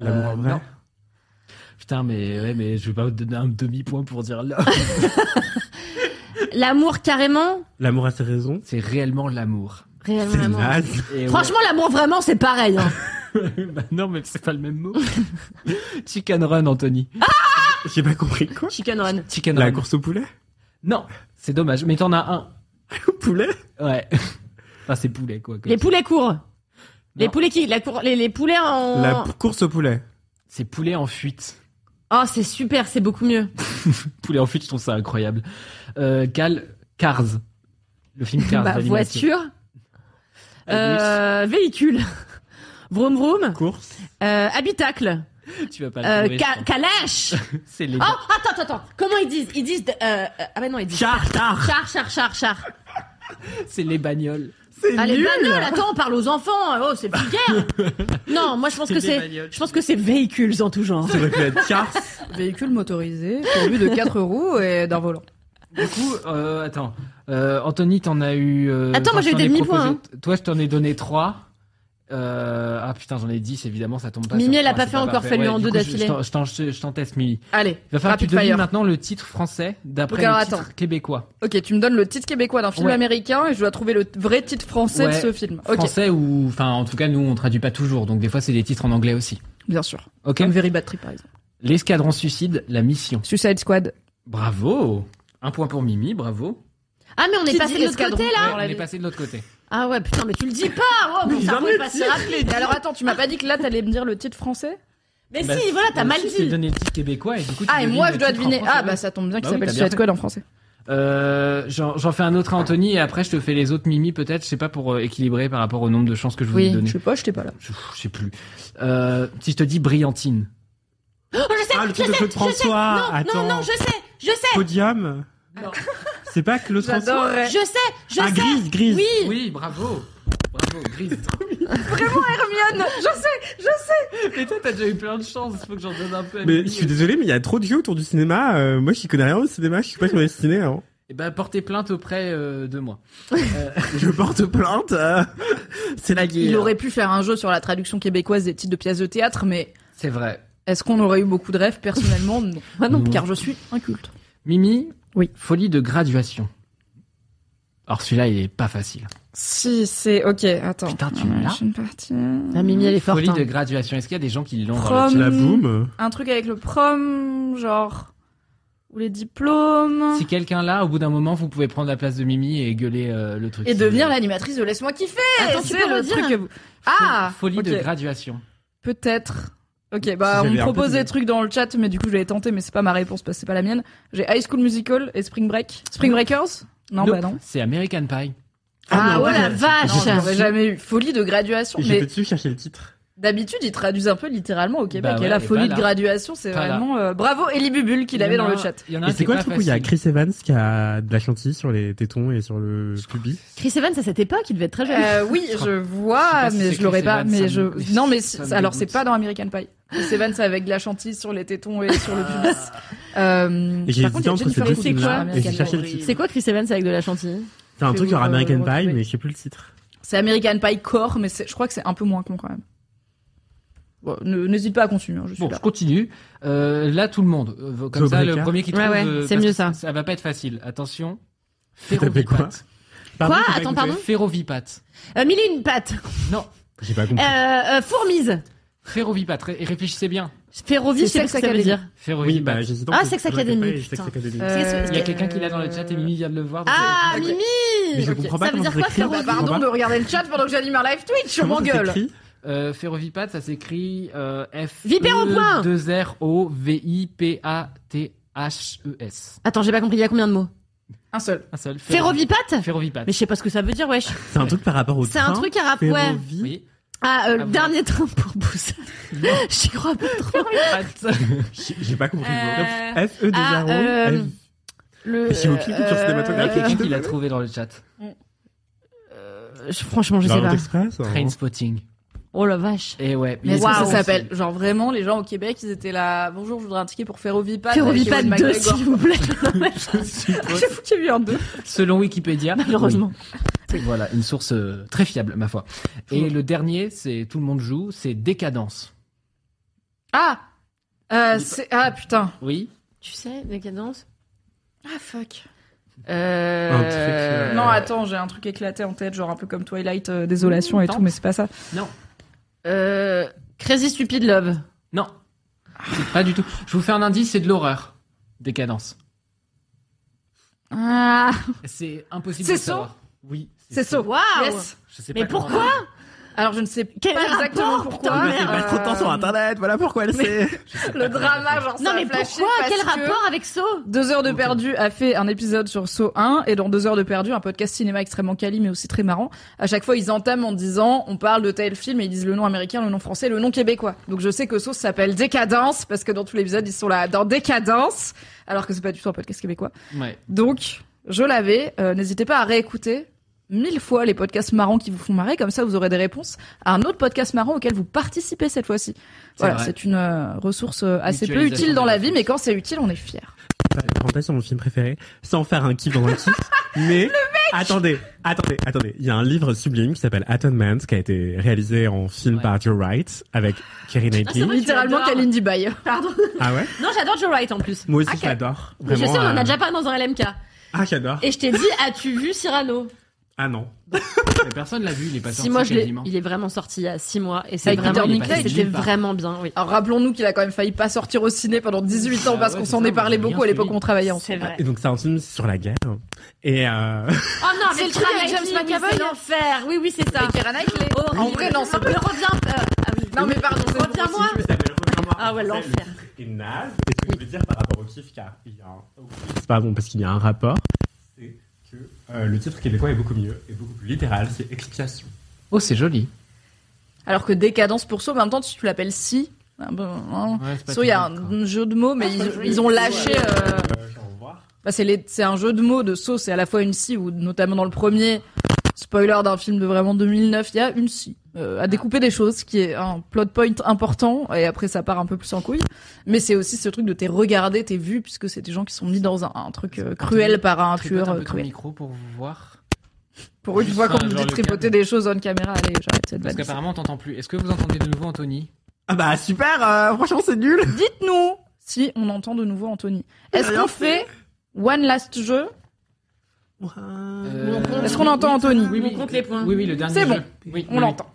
Speaker 4: L'amour en
Speaker 3: Euh,
Speaker 4: vrai
Speaker 3: non. Putain, mais ouais, mais je vais pas vous donner un demi-point pour dire Love.
Speaker 2: L'amour carrément
Speaker 4: L'amour a ses raisons
Speaker 3: c'est réellement l'amour.
Speaker 2: Réellement
Speaker 4: C'est
Speaker 2: l'amour.
Speaker 4: naze
Speaker 3: Et ouais.
Speaker 2: Franchement, l'amour vraiment, c'est pareil. hein.
Speaker 3: bah non, mais c'est pas le même mot. Chicken Run, Anthony.
Speaker 4: J'ai pas compris quoi
Speaker 2: Chicken Run.
Speaker 3: Chicken
Speaker 4: La
Speaker 3: Run.
Speaker 4: course au poulet
Speaker 3: Non, c'est dommage, mais t'en as un.
Speaker 4: Au poulet
Speaker 3: Ouais. Enfin, c'est poulet, quoi. comme
Speaker 2: Les
Speaker 3: ça.
Speaker 2: poulets courent. Les poulets qui, la cour, les, les poulets en.
Speaker 4: La p- course au poulet
Speaker 3: C'est poulet en fuite.
Speaker 2: Oh, c'est super, c'est beaucoup mieux.
Speaker 3: Poulet en fuite, je trouve ça incroyable. Euh, Cal, Cars. Le film Cars.
Speaker 2: bah,
Speaker 3: d'animation.
Speaker 2: voiture, euh, véhicule, vroom vroom,
Speaker 4: Course
Speaker 2: euh, habitacle,
Speaker 3: Oui, tu vas pas
Speaker 2: euh,
Speaker 3: le trouver,
Speaker 2: ca-
Speaker 3: je pense.
Speaker 2: calèche.
Speaker 3: C'est les
Speaker 2: Oh, attends, attends, attends. Comment ils disent Ils disent. de- euh, euh, ah, mais non, ils disent.
Speaker 4: Char, char
Speaker 2: Char, char, char, char.
Speaker 3: c'est les bagnoles.
Speaker 4: C'est
Speaker 2: Ah, les
Speaker 4: nul
Speaker 2: bagnoles, attends, on parle aux enfants. Oh, c'est vulgaire. non, moi, je pense que c'est. Je pense que c'est véhicules en tout genre.
Speaker 4: Ça aurait pu être Cars
Speaker 1: Véhicule motorisé, pourvu de 4 roues et d'un volant.
Speaker 3: Du coup, euh, attends. Euh, Anthony, t'en as eu. euh,
Speaker 2: Attends, moi,
Speaker 3: t'en
Speaker 2: j'ai eu des
Speaker 3: ai
Speaker 2: demi-points, hein.
Speaker 3: proposé- Toi, je t'en ai donné trois. Euh, ah putain, j'en ai 10, évidemment, ça tombe pas.
Speaker 2: Mimi,
Speaker 3: sur
Speaker 2: elle a pas
Speaker 3: trois, c'est
Speaker 2: fait encore,
Speaker 3: parfait.
Speaker 2: fais-lui
Speaker 3: Ouais,
Speaker 2: en
Speaker 3: du
Speaker 2: deux
Speaker 3: coup, je-
Speaker 2: d'affilée.
Speaker 3: je t'en- Je t'en- je t'en teste, Mimi.
Speaker 1: Allez,
Speaker 3: Il va falloir que tu
Speaker 1: Rapid
Speaker 3: devines
Speaker 1: fire.
Speaker 3: maintenant le titre français d'après
Speaker 1: Donc,
Speaker 3: le
Speaker 1: alors,
Speaker 3: titre
Speaker 1: attends.
Speaker 3: québécois.
Speaker 1: ok, tu me donnes le titre québécois d'un film
Speaker 3: Ouais.
Speaker 1: américain et je dois trouver le vrai titre français
Speaker 3: Ouais.
Speaker 1: de ce film. Ok,
Speaker 3: Français ou, enfin, en tout cas, nous, on traduit pas toujours, donc des fois, c'est des titres en anglais aussi.
Speaker 1: bien sûr.
Speaker 3: Ok.
Speaker 1: Comme Very Bad Trip, par exemple.
Speaker 3: L'escadron suicide, la mission.
Speaker 1: Suicide Squad.
Speaker 3: Bravo. Un point pour Mimi, bravo.
Speaker 2: Ah, mais on est
Speaker 1: Qui
Speaker 2: passé
Speaker 1: dit
Speaker 2: de l'autre
Speaker 1: l'escadron
Speaker 2: côté là.
Speaker 3: Ouais, on est passé de l'autre côté.
Speaker 2: Ah ouais, putain, mais tu le dis pas.
Speaker 1: Ah,
Speaker 2: Oh, mon cerveau est passé rapide.
Speaker 1: Et alors attends, tu m'as pas dit que là t'allais me dire le titre français
Speaker 2: Mais
Speaker 3: Bah,
Speaker 2: si, voilà, t'as
Speaker 3: Bah,
Speaker 2: mal
Speaker 3: si, Je t'ai
Speaker 2: dit.
Speaker 3: donné le titre québécois et du coup. tu
Speaker 1: Ah et
Speaker 3: devines
Speaker 1: moi
Speaker 3: le
Speaker 1: je dois
Speaker 3: titre en
Speaker 1: deviner.
Speaker 3: français.
Speaker 1: Ah bah ça tombe bien qu'il
Speaker 3: Bah oui,
Speaker 1: s'appelle
Speaker 3: t'as bien
Speaker 1: Suicide
Speaker 3: fait.
Speaker 1: Squad en français.
Speaker 3: Euh, j'en j'en fais un autre à Anthony et après je te fais les autres Mimi peut-être, je sais pas pour euh, équilibrer par rapport au nombre de chances que je vous ai
Speaker 1: Je
Speaker 3: donné.
Speaker 1: sais pas, j'étais pas là.
Speaker 3: Je, je sais plus. Euh, si je te dis brillantine.
Speaker 2: Oh, je sais,
Speaker 4: Ah, le
Speaker 2: je
Speaker 4: truc de
Speaker 2: sais,
Speaker 4: Claude
Speaker 2: je sais. Non,
Speaker 4: François
Speaker 2: non,
Speaker 4: Attends
Speaker 2: non, je sais, je sais,
Speaker 4: Podium C'est pas que le François
Speaker 1: J'adorerais.
Speaker 2: je sais, je
Speaker 4: Ah,
Speaker 2: sais.
Speaker 4: grise, grise
Speaker 2: Oui.
Speaker 3: Oui, bravo. Bravo, grise.
Speaker 1: Hermione, je sais.
Speaker 3: Mais toi, t'as déjà eu plein de chance, faut que j'en donne un peu. à
Speaker 4: Mais
Speaker 3: Mimi
Speaker 4: je suis désolé, mais il y a trop de jeux autour du cinéma. Euh, moi, j'y connais rien au cinéma. Je suis pas sur les ciné. Hein.
Speaker 3: Eh ben, portez plainte auprès euh, de moi.
Speaker 4: Je porte plainte. euh, C'est la guerre.
Speaker 1: Il aurait pu faire un jeu sur la traduction québécoise des titres de pièces de théâtre, mais
Speaker 3: C'est vrai.
Speaker 1: est-ce qu'on aurait eu beaucoup de rêves personnellement Non. Ah non,
Speaker 3: Non.
Speaker 1: car je suis inculte.
Speaker 3: Mimi
Speaker 1: Oui.
Speaker 3: Folie de graduation. Alors celui-là, il est pas facile.
Speaker 1: Si, c'est ok. Attends.
Speaker 3: Putain, tu l'as
Speaker 1: partie.
Speaker 2: La Mimi, elle est forte.
Speaker 3: Folie
Speaker 2: hein.
Speaker 3: de graduation. Est-ce qu'il y a des gens qui l'ont dans
Speaker 1: Prom.
Speaker 2: Oh,
Speaker 3: leur-
Speaker 4: Tu la boum.
Speaker 1: Un truc avec le prom, genre ou les diplômes.
Speaker 3: Si quelqu'un là, au bout d'un moment, vous pouvez prendre la place de Mimi et gueuler euh, le truc.
Speaker 1: Et
Speaker 3: Si-
Speaker 1: devenir l'animatrice de Laisse-moi kiffer.
Speaker 2: Attends, tu
Speaker 1: c'est
Speaker 2: peux
Speaker 1: le
Speaker 2: redire
Speaker 1: truc que vous.
Speaker 3: Fo-
Speaker 1: Ah.
Speaker 3: Folie
Speaker 1: ok.
Speaker 3: de graduation.
Speaker 1: Peut-être. Ok, bah
Speaker 4: Si
Speaker 1: on me
Speaker 4: j'avais un peu
Speaker 1: propose
Speaker 4: de-
Speaker 1: des trucs dans le chat, mais du coup je l'avais tenté, mais c'est pas ma réponse parce que c'est pas la mienne. J'ai High School Musical et Spring Break. Spring Breakers Non,
Speaker 3: Nope.
Speaker 1: bah non.
Speaker 3: C'est American Pie.
Speaker 2: Ah,
Speaker 4: non,
Speaker 2: ouais, la
Speaker 1: Non,
Speaker 4: j'ai-
Speaker 1: je l'aurais
Speaker 2: vache.
Speaker 1: jamais eu. Folie de graduation.
Speaker 4: J'étais
Speaker 1: Mais
Speaker 4: dessus chercher le titre.
Speaker 1: d'habitude ils traduisent un peu littéralement au Québec.
Speaker 3: Bah ouais,
Speaker 1: et la
Speaker 3: et
Speaker 1: folie
Speaker 3: pas
Speaker 1: de
Speaker 3: là.
Speaker 1: graduation, c'est
Speaker 3: Pas là.
Speaker 1: vraiment euh, bravo Eli Bubule qu'il avait dans le chat.
Speaker 3: Il y en a un
Speaker 4: Et
Speaker 3: qui
Speaker 4: c'est
Speaker 3: est
Speaker 4: quoi
Speaker 3: pas
Speaker 4: le truc où il y a
Speaker 3: facile.
Speaker 4: Chris Evans qui a de la chantilly sur les tétons et sur le pubis
Speaker 2: Chris Evans, à cette époque, il devait être très jeune.
Speaker 1: Euh, oui,
Speaker 3: Je crois-
Speaker 1: je
Speaker 3: je sais pas
Speaker 1: vois,
Speaker 3: si
Speaker 1: mais
Speaker 3: c'est
Speaker 1: je l'aurais
Speaker 3: Chris
Speaker 1: pas.
Speaker 3: Evans,
Speaker 1: Mais
Speaker 3: ça me-
Speaker 1: je non, mais
Speaker 3: ça
Speaker 1: c'est-
Speaker 3: me
Speaker 1: alors c'est
Speaker 3: dégoûte.
Speaker 1: pas dans American Pie. Chris Evans avec de la chantilly sur les tétons et sur le pubis. Euh,
Speaker 4: Et j'ai
Speaker 1: par contre,
Speaker 4: hésité entre ces
Speaker 1: Jennifer
Speaker 4: deux
Speaker 2: Lawrence, c'est quoi,
Speaker 4: films-là et j'ai
Speaker 2: American
Speaker 4: cherché le
Speaker 1: Pie
Speaker 4: titre.
Speaker 2: C'est quoi Chris Evans avec de la chantilly
Speaker 4: C'est un
Speaker 1: Je
Speaker 4: truc
Speaker 1: vais
Speaker 4: genre
Speaker 1: vous, euh,
Speaker 4: American Pie,
Speaker 1: retrouver.
Speaker 4: mais je sais plus le titre.
Speaker 1: C'est American Pie Core, mais c'est- je crois que c'est un peu moins con quand même. Bon, ne- N'hésite pas à continuer, hein, je suis
Speaker 3: Bon, je
Speaker 1: là.
Speaker 3: continue. Euh, là, tout le monde. Euh, Comme
Speaker 4: Joe
Speaker 3: ça, le
Speaker 4: Brecker.
Speaker 3: premier qui
Speaker 2: Ouais,
Speaker 3: trouve.
Speaker 2: ouais,
Speaker 3: euh,
Speaker 2: c'est
Speaker 3: parce
Speaker 2: mieux,
Speaker 3: que
Speaker 2: ça.
Speaker 3: Ça va pas être facile. Attention.
Speaker 4: tapé quoi
Speaker 3: Ferrovipat.
Speaker 4: Pardon,
Speaker 2: Quoi
Speaker 4: j'ai pas
Speaker 2: Attends,
Speaker 4: écouté.
Speaker 2: pardon
Speaker 3: Ferrovipat.
Speaker 2: euh, Mille et une pattes.
Speaker 3: Non.
Speaker 4: J'ai pas compris.
Speaker 2: Euh, euh, fourmise.
Speaker 3: Ferrovipat. Ré- Et réfléchissez bien.
Speaker 2: Ferrovie, je sais
Speaker 1: C'est
Speaker 2: pas ce que
Speaker 1: Sex
Speaker 2: ça veut
Speaker 1: Academy.
Speaker 2: dire.
Speaker 4: Oui,
Speaker 3: Ferrovipat.
Speaker 4: bah j'hésite
Speaker 2: Ah,
Speaker 4: entre
Speaker 2: Sex
Speaker 4: American
Speaker 2: Academy,
Speaker 4: Pie et Sex
Speaker 2: putain.
Speaker 4: Academy.
Speaker 1: Euh,
Speaker 3: Il y a quelqu'un qui l'a dans le chat et Mimi vient de le voir. donc
Speaker 2: Euh, Ah,
Speaker 3: je-
Speaker 2: Mimi
Speaker 4: Mais je
Speaker 2: Ok.
Speaker 4: comprends pas
Speaker 2: Ça veut
Speaker 4: comment
Speaker 2: dire
Speaker 4: ça
Speaker 2: quoi,
Speaker 4: s'écrit.
Speaker 2: Ferrovie
Speaker 4: Je comprends
Speaker 1: Pardon
Speaker 4: pas.
Speaker 1: de regarder le chat pendant que j'anime un live Twitch, je
Speaker 4: Comment ça
Speaker 1: m'engueule.
Speaker 4: s'écrit
Speaker 3: Euh, Ferrovipat, ça s'écrit euh, F.
Speaker 2: Vipère au point
Speaker 3: 2 R O V I P A T H E S.
Speaker 2: Attends, j'ai pas compris, il y a combien de mots
Speaker 1: Un seul.
Speaker 3: Un seul. Ferrovipat
Speaker 2: Ferrovipat
Speaker 3: Ferrovipat.
Speaker 2: Mais je sais pas ce que ça veut dire, wesh.
Speaker 4: C'est un truc par rapport au
Speaker 2: C'est un
Speaker 4: train,
Speaker 2: truc à rap- ouais.
Speaker 4: ferrovie.
Speaker 3: Oui.
Speaker 2: Ah, euh,
Speaker 3: Ah,
Speaker 2: le
Speaker 3: vous-
Speaker 2: dernier train pour Busan. J'y crois Euh, pas trop.
Speaker 3: Pat.
Speaker 4: J'ai j'ai pas compris le
Speaker 2: Euh,
Speaker 4: mot. F E des
Speaker 2: ah,
Speaker 4: arrows.
Speaker 2: euh,
Speaker 4: F-
Speaker 2: Le,
Speaker 4: Mais j'ai aucune culture
Speaker 1: Euh,
Speaker 3: Il y a
Speaker 4: cinématographique.
Speaker 3: quelqu'un qui l'a trouvé dans le chat.
Speaker 2: je- franchement, je sais
Speaker 4: Orient
Speaker 2: pas.
Speaker 4: Express. hein.
Speaker 3: Train spotting.
Speaker 2: Oh la vache.
Speaker 3: Et ouais.
Speaker 1: Mais est-ce
Speaker 2: Wow.
Speaker 1: que ça s'appelle Genre vraiment, les gens au Québec, ils étaient là. Bonjour, je voudrais un ticket pour Ferrovipat.
Speaker 2: Ferrovipat
Speaker 1: Avec Ewan
Speaker 2: 2,
Speaker 1: McGregor.
Speaker 2: s'il vous plaît. Non, mais-
Speaker 1: J'avoue qu'il y a eu un 2.
Speaker 3: Selon Wikipédia.
Speaker 2: Malheureusement.
Speaker 3: Oui. Voilà, une source euh, très fiable, ma foi. Et le dernier, c'est tout le monde joue, c'est décadence.
Speaker 1: Ah euh, c'est... Ah putain.
Speaker 3: Oui.
Speaker 2: Tu sais, décadence
Speaker 1: Ah fuck.
Speaker 2: euh...
Speaker 4: Un truc, euh,
Speaker 1: Non, attends, j'ai un truc éclaté en tête, genre un peu comme Twilight, euh, Désolation et
Speaker 3: Non.
Speaker 1: tout, mais c'est pas ça.
Speaker 3: Non.
Speaker 2: Euh... Crazy Stupid Love.
Speaker 3: Non. C'est pas du tout. Je vous fais un indice, c'est de l'horreur. Décadence.
Speaker 1: Ah,
Speaker 3: C'est impossible
Speaker 1: C'est
Speaker 3: de
Speaker 1: Saw
Speaker 3: savoir. Oui.
Speaker 1: c'est ça.
Speaker 2: Waouh
Speaker 1: Yes.
Speaker 3: Je sais
Speaker 2: Mais
Speaker 3: pas comment-
Speaker 2: pourquoi
Speaker 1: Alors je ne sais pas
Speaker 2: Quel rapport
Speaker 1: exactement pourquoi.
Speaker 4: Elle met Ah, pas trop de temps sur internet, voilà pourquoi elle sait.
Speaker 1: Le drama, genre ça
Speaker 2: Non,
Speaker 1: a
Speaker 2: mais
Speaker 1: flashé
Speaker 2: pourquoi
Speaker 1: parce
Speaker 2: Quel
Speaker 1: que
Speaker 2: rapport avec So
Speaker 1: Deux heures de perdu a fait un épisode sur Saw 1 et dans Deux heures de perdu, un podcast cinéma extrêmement quali mais aussi très marrant. À chaque fois, ils entament en disant, on parle de tel film et ils disent le nom américain, le nom français, le nom québécois. Donc je sais que Saw s'appelle Décadence parce que dans tous les épisodes, ils sont là dans Décadence, alors que c'est pas du tout un podcast québécois.
Speaker 3: Ouais.
Speaker 1: Donc, je l'avais. Euh, N'hésitez pas à réécouter mille fois les podcasts marrants qui vous font marrer. Comme ça, vous aurez des réponses à un autre podcast marrant auquel vous participez cette fois-ci.
Speaker 3: C'est
Speaker 1: Voilà,
Speaker 3: vrai.
Speaker 1: c'est une euh, ressource euh, assez peu
Speaker 3: Mutualisation
Speaker 1: utile dans
Speaker 3: des
Speaker 1: la vie,
Speaker 3: ressources.
Speaker 1: mais quand c'est utile, on est fier.
Speaker 4: Parenthèse sur mon film préféré, sans faire un kiff dans un kiff, mais attendez, attendez, attendez. Il y a un livre sublime qui s'appelle Atonement qui a été réalisé en film
Speaker 3: Ouais.
Speaker 4: par Joe Wright avec Kerry Knightley.
Speaker 2: vrai. Oui, Ah, tu
Speaker 1: Littéralement,
Speaker 2: l'adores.
Speaker 1: Kalindi Baye. Pardon.
Speaker 4: Ah ouais
Speaker 2: Non, j'adore Joe Wright en plus.
Speaker 4: Moi aussi
Speaker 2: Ah,
Speaker 4: je l'adore.
Speaker 2: Mais je
Speaker 4: Vraiment,
Speaker 2: sais, on en
Speaker 4: euh,
Speaker 2: a déjà parlé dans un LMK.
Speaker 4: Ah j'adore.
Speaker 2: Et je t'ai dit, as-tu vu Cyrano
Speaker 4: Ah non.
Speaker 3: Mais personne l'a vu, il est pas
Speaker 2: Si
Speaker 3: sorti
Speaker 2: moi, je l'ai.
Speaker 3: quasiment.
Speaker 2: Il est vraiment sorti il y a 6 mois. Et c'est
Speaker 1: Avec
Speaker 2: vraiment,
Speaker 1: Peter
Speaker 2: il est
Speaker 1: Dinklage,
Speaker 2: passé
Speaker 3: il est
Speaker 2: c'était
Speaker 3: pas.
Speaker 2: vraiment bien, oui.
Speaker 1: Alors, rappelons-nous qu'il a quand même failli pas sortir au ciné pendant 18 ans
Speaker 3: Ah
Speaker 1: parce
Speaker 3: ouais,
Speaker 1: qu'on
Speaker 3: c'est
Speaker 1: s'en
Speaker 3: ça,
Speaker 1: est
Speaker 3: on
Speaker 1: parlé
Speaker 3: avait
Speaker 1: beaucoup
Speaker 3: bien
Speaker 1: à l'époque où
Speaker 3: suivi.
Speaker 1: on travaillait
Speaker 2: C'est
Speaker 1: ensemble.
Speaker 2: vrai.
Speaker 4: Et donc c'est un film sur la guerre. Et euh...
Speaker 2: Oh non,
Speaker 1: C'est
Speaker 2: mais
Speaker 1: le truc avec James
Speaker 2: James
Speaker 1: McAvoy,
Speaker 2: C'est
Speaker 1: là.
Speaker 2: l'enfer. Oui, oui, c'est ça.
Speaker 1: Avec Keira Knightley.
Speaker 2: Horrible.
Speaker 1: En vrai, non, c'est
Speaker 2: Mais reviens. euh, ah oui.
Speaker 1: Non, mais pardon, c'est bon,
Speaker 2: Reviens-moi.
Speaker 4: si tu veux, ça s'appelle Reviens-moi.
Speaker 2: Ah ouais,
Speaker 4: C'est-
Speaker 2: l'enfer.
Speaker 4: le titre est naze. Et ce que je veux dire par rapport au kiff, car il y a un... C'est pas bon parce qu'il y a un rapport, c'est que euh, le titre québécois est beaucoup mieux, et beaucoup plus littéral, c'est Expiation.
Speaker 3: Oh, c'est joli.
Speaker 1: Alors que Décadence pour Saw, mais en même temps, tu l'appelles Si. Ah, bon, hein.
Speaker 3: Ouais, c'est pas
Speaker 1: Saw, il y a
Speaker 3: tout
Speaker 1: un
Speaker 3: bête,
Speaker 1: un jeu de mots, mais
Speaker 2: Ah,
Speaker 1: ils, ils ont lâché. euh,
Speaker 4: Euh, je vais en voir.
Speaker 1: Bah, c'est, les- c'est un jeu de mots de sauce, c'est à la fois une scie ou notamment dans le premier spoiler d'un film de vraiment 2009, il y a une scie euh, à découper des choses, qui est un plot point important et après ça part un peu plus en couille. Mais c'est aussi ce truc de t'es regardé, t'es vu puisque c'est des gens qui sont mis dans un, un truc euh, cruel par un
Speaker 3: Tripote
Speaker 1: tueur Bah,
Speaker 3: un
Speaker 1: euh,
Speaker 3: peu ton
Speaker 1: cruel.
Speaker 3: micro pour vous voir.
Speaker 1: Pour une fois
Speaker 3: Enfin,
Speaker 1: qu'on me
Speaker 3: genre
Speaker 1: dit
Speaker 3: le
Speaker 1: tripoter
Speaker 3: câble.
Speaker 1: des choses on caméra, allez j'arrête cette
Speaker 3: Parce
Speaker 1: blague.
Speaker 3: qu'apparemment, on t'entend plus. Est-ce que vous entendez de nouveau Anthony
Speaker 4: Ah bah super, euh, franchement c'est nul.
Speaker 1: Dites-nous si on entend de nouveau Anthony. Est-ce
Speaker 4: Rien
Speaker 1: qu'on
Speaker 4: fait.
Speaker 1: fait one last jeu
Speaker 3: Euh,
Speaker 1: Est-ce qu'on entend Anthony
Speaker 3: Oui,
Speaker 2: On
Speaker 3: oui.
Speaker 2: compte les points.
Speaker 3: Oui, oui, le dernier.
Speaker 1: C'est bon.
Speaker 3: jeu. Oui,
Speaker 1: On
Speaker 3: oui,
Speaker 1: l'entend.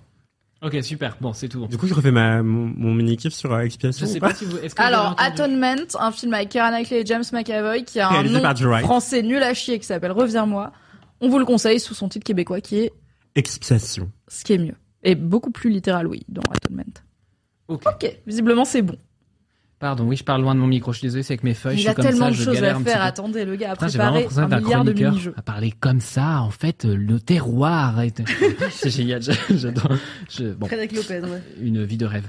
Speaker 3: oui. Ok, super. Bon, c'est tout. bon.
Speaker 4: Du coup, je refais ma, mon, mini kiff sur euh,
Speaker 3: Je
Speaker 4: Expiation. ou
Speaker 3: sais
Speaker 4: pas
Speaker 3: pas si vous. est-ce que vous
Speaker 1: Alors,
Speaker 3: avez entendu
Speaker 1: Atonement, un film avec Keira Knightley et James McAvoy qui a un
Speaker 4: Réalisé
Speaker 1: nom
Speaker 4: par Joe Wright.
Speaker 1: français nul à chier qui s'appelle Reviens-moi. On vous le conseille sous son titre québécois qui est
Speaker 4: Expiation.
Speaker 1: Ce qui est mieux. Et beaucoup plus littéral, oui, dans Atonement.
Speaker 3: Ok.
Speaker 1: Ok, visiblement c'est bon.
Speaker 3: Pardon, oui, je parle loin de mon micro. Je suis désolé, c'est avec mes feuilles.
Speaker 1: Il
Speaker 3: je
Speaker 1: a
Speaker 3: suis comme ça,
Speaker 1: tellement de
Speaker 3: je
Speaker 1: choses
Speaker 3: galère
Speaker 1: à
Speaker 3: un petit
Speaker 1: faire.
Speaker 3: peu.
Speaker 1: Attendez, le gars a
Speaker 3: Putain, j'ai vraiment
Speaker 1: préparé
Speaker 3: l'impression
Speaker 1: un
Speaker 3: d'être un
Speaker 1: milliard de
Speaker 3: chroniqueur
Speaker 1: mini-jeux.
Speaker 3: à parler comme ça, en fait, euh, le terroir. est- c'est génial, j'a- j'adore. Je- Bon,
Speaker 2: Frédéric Lopez, ouais.
Speaker 3: une vie de rêve.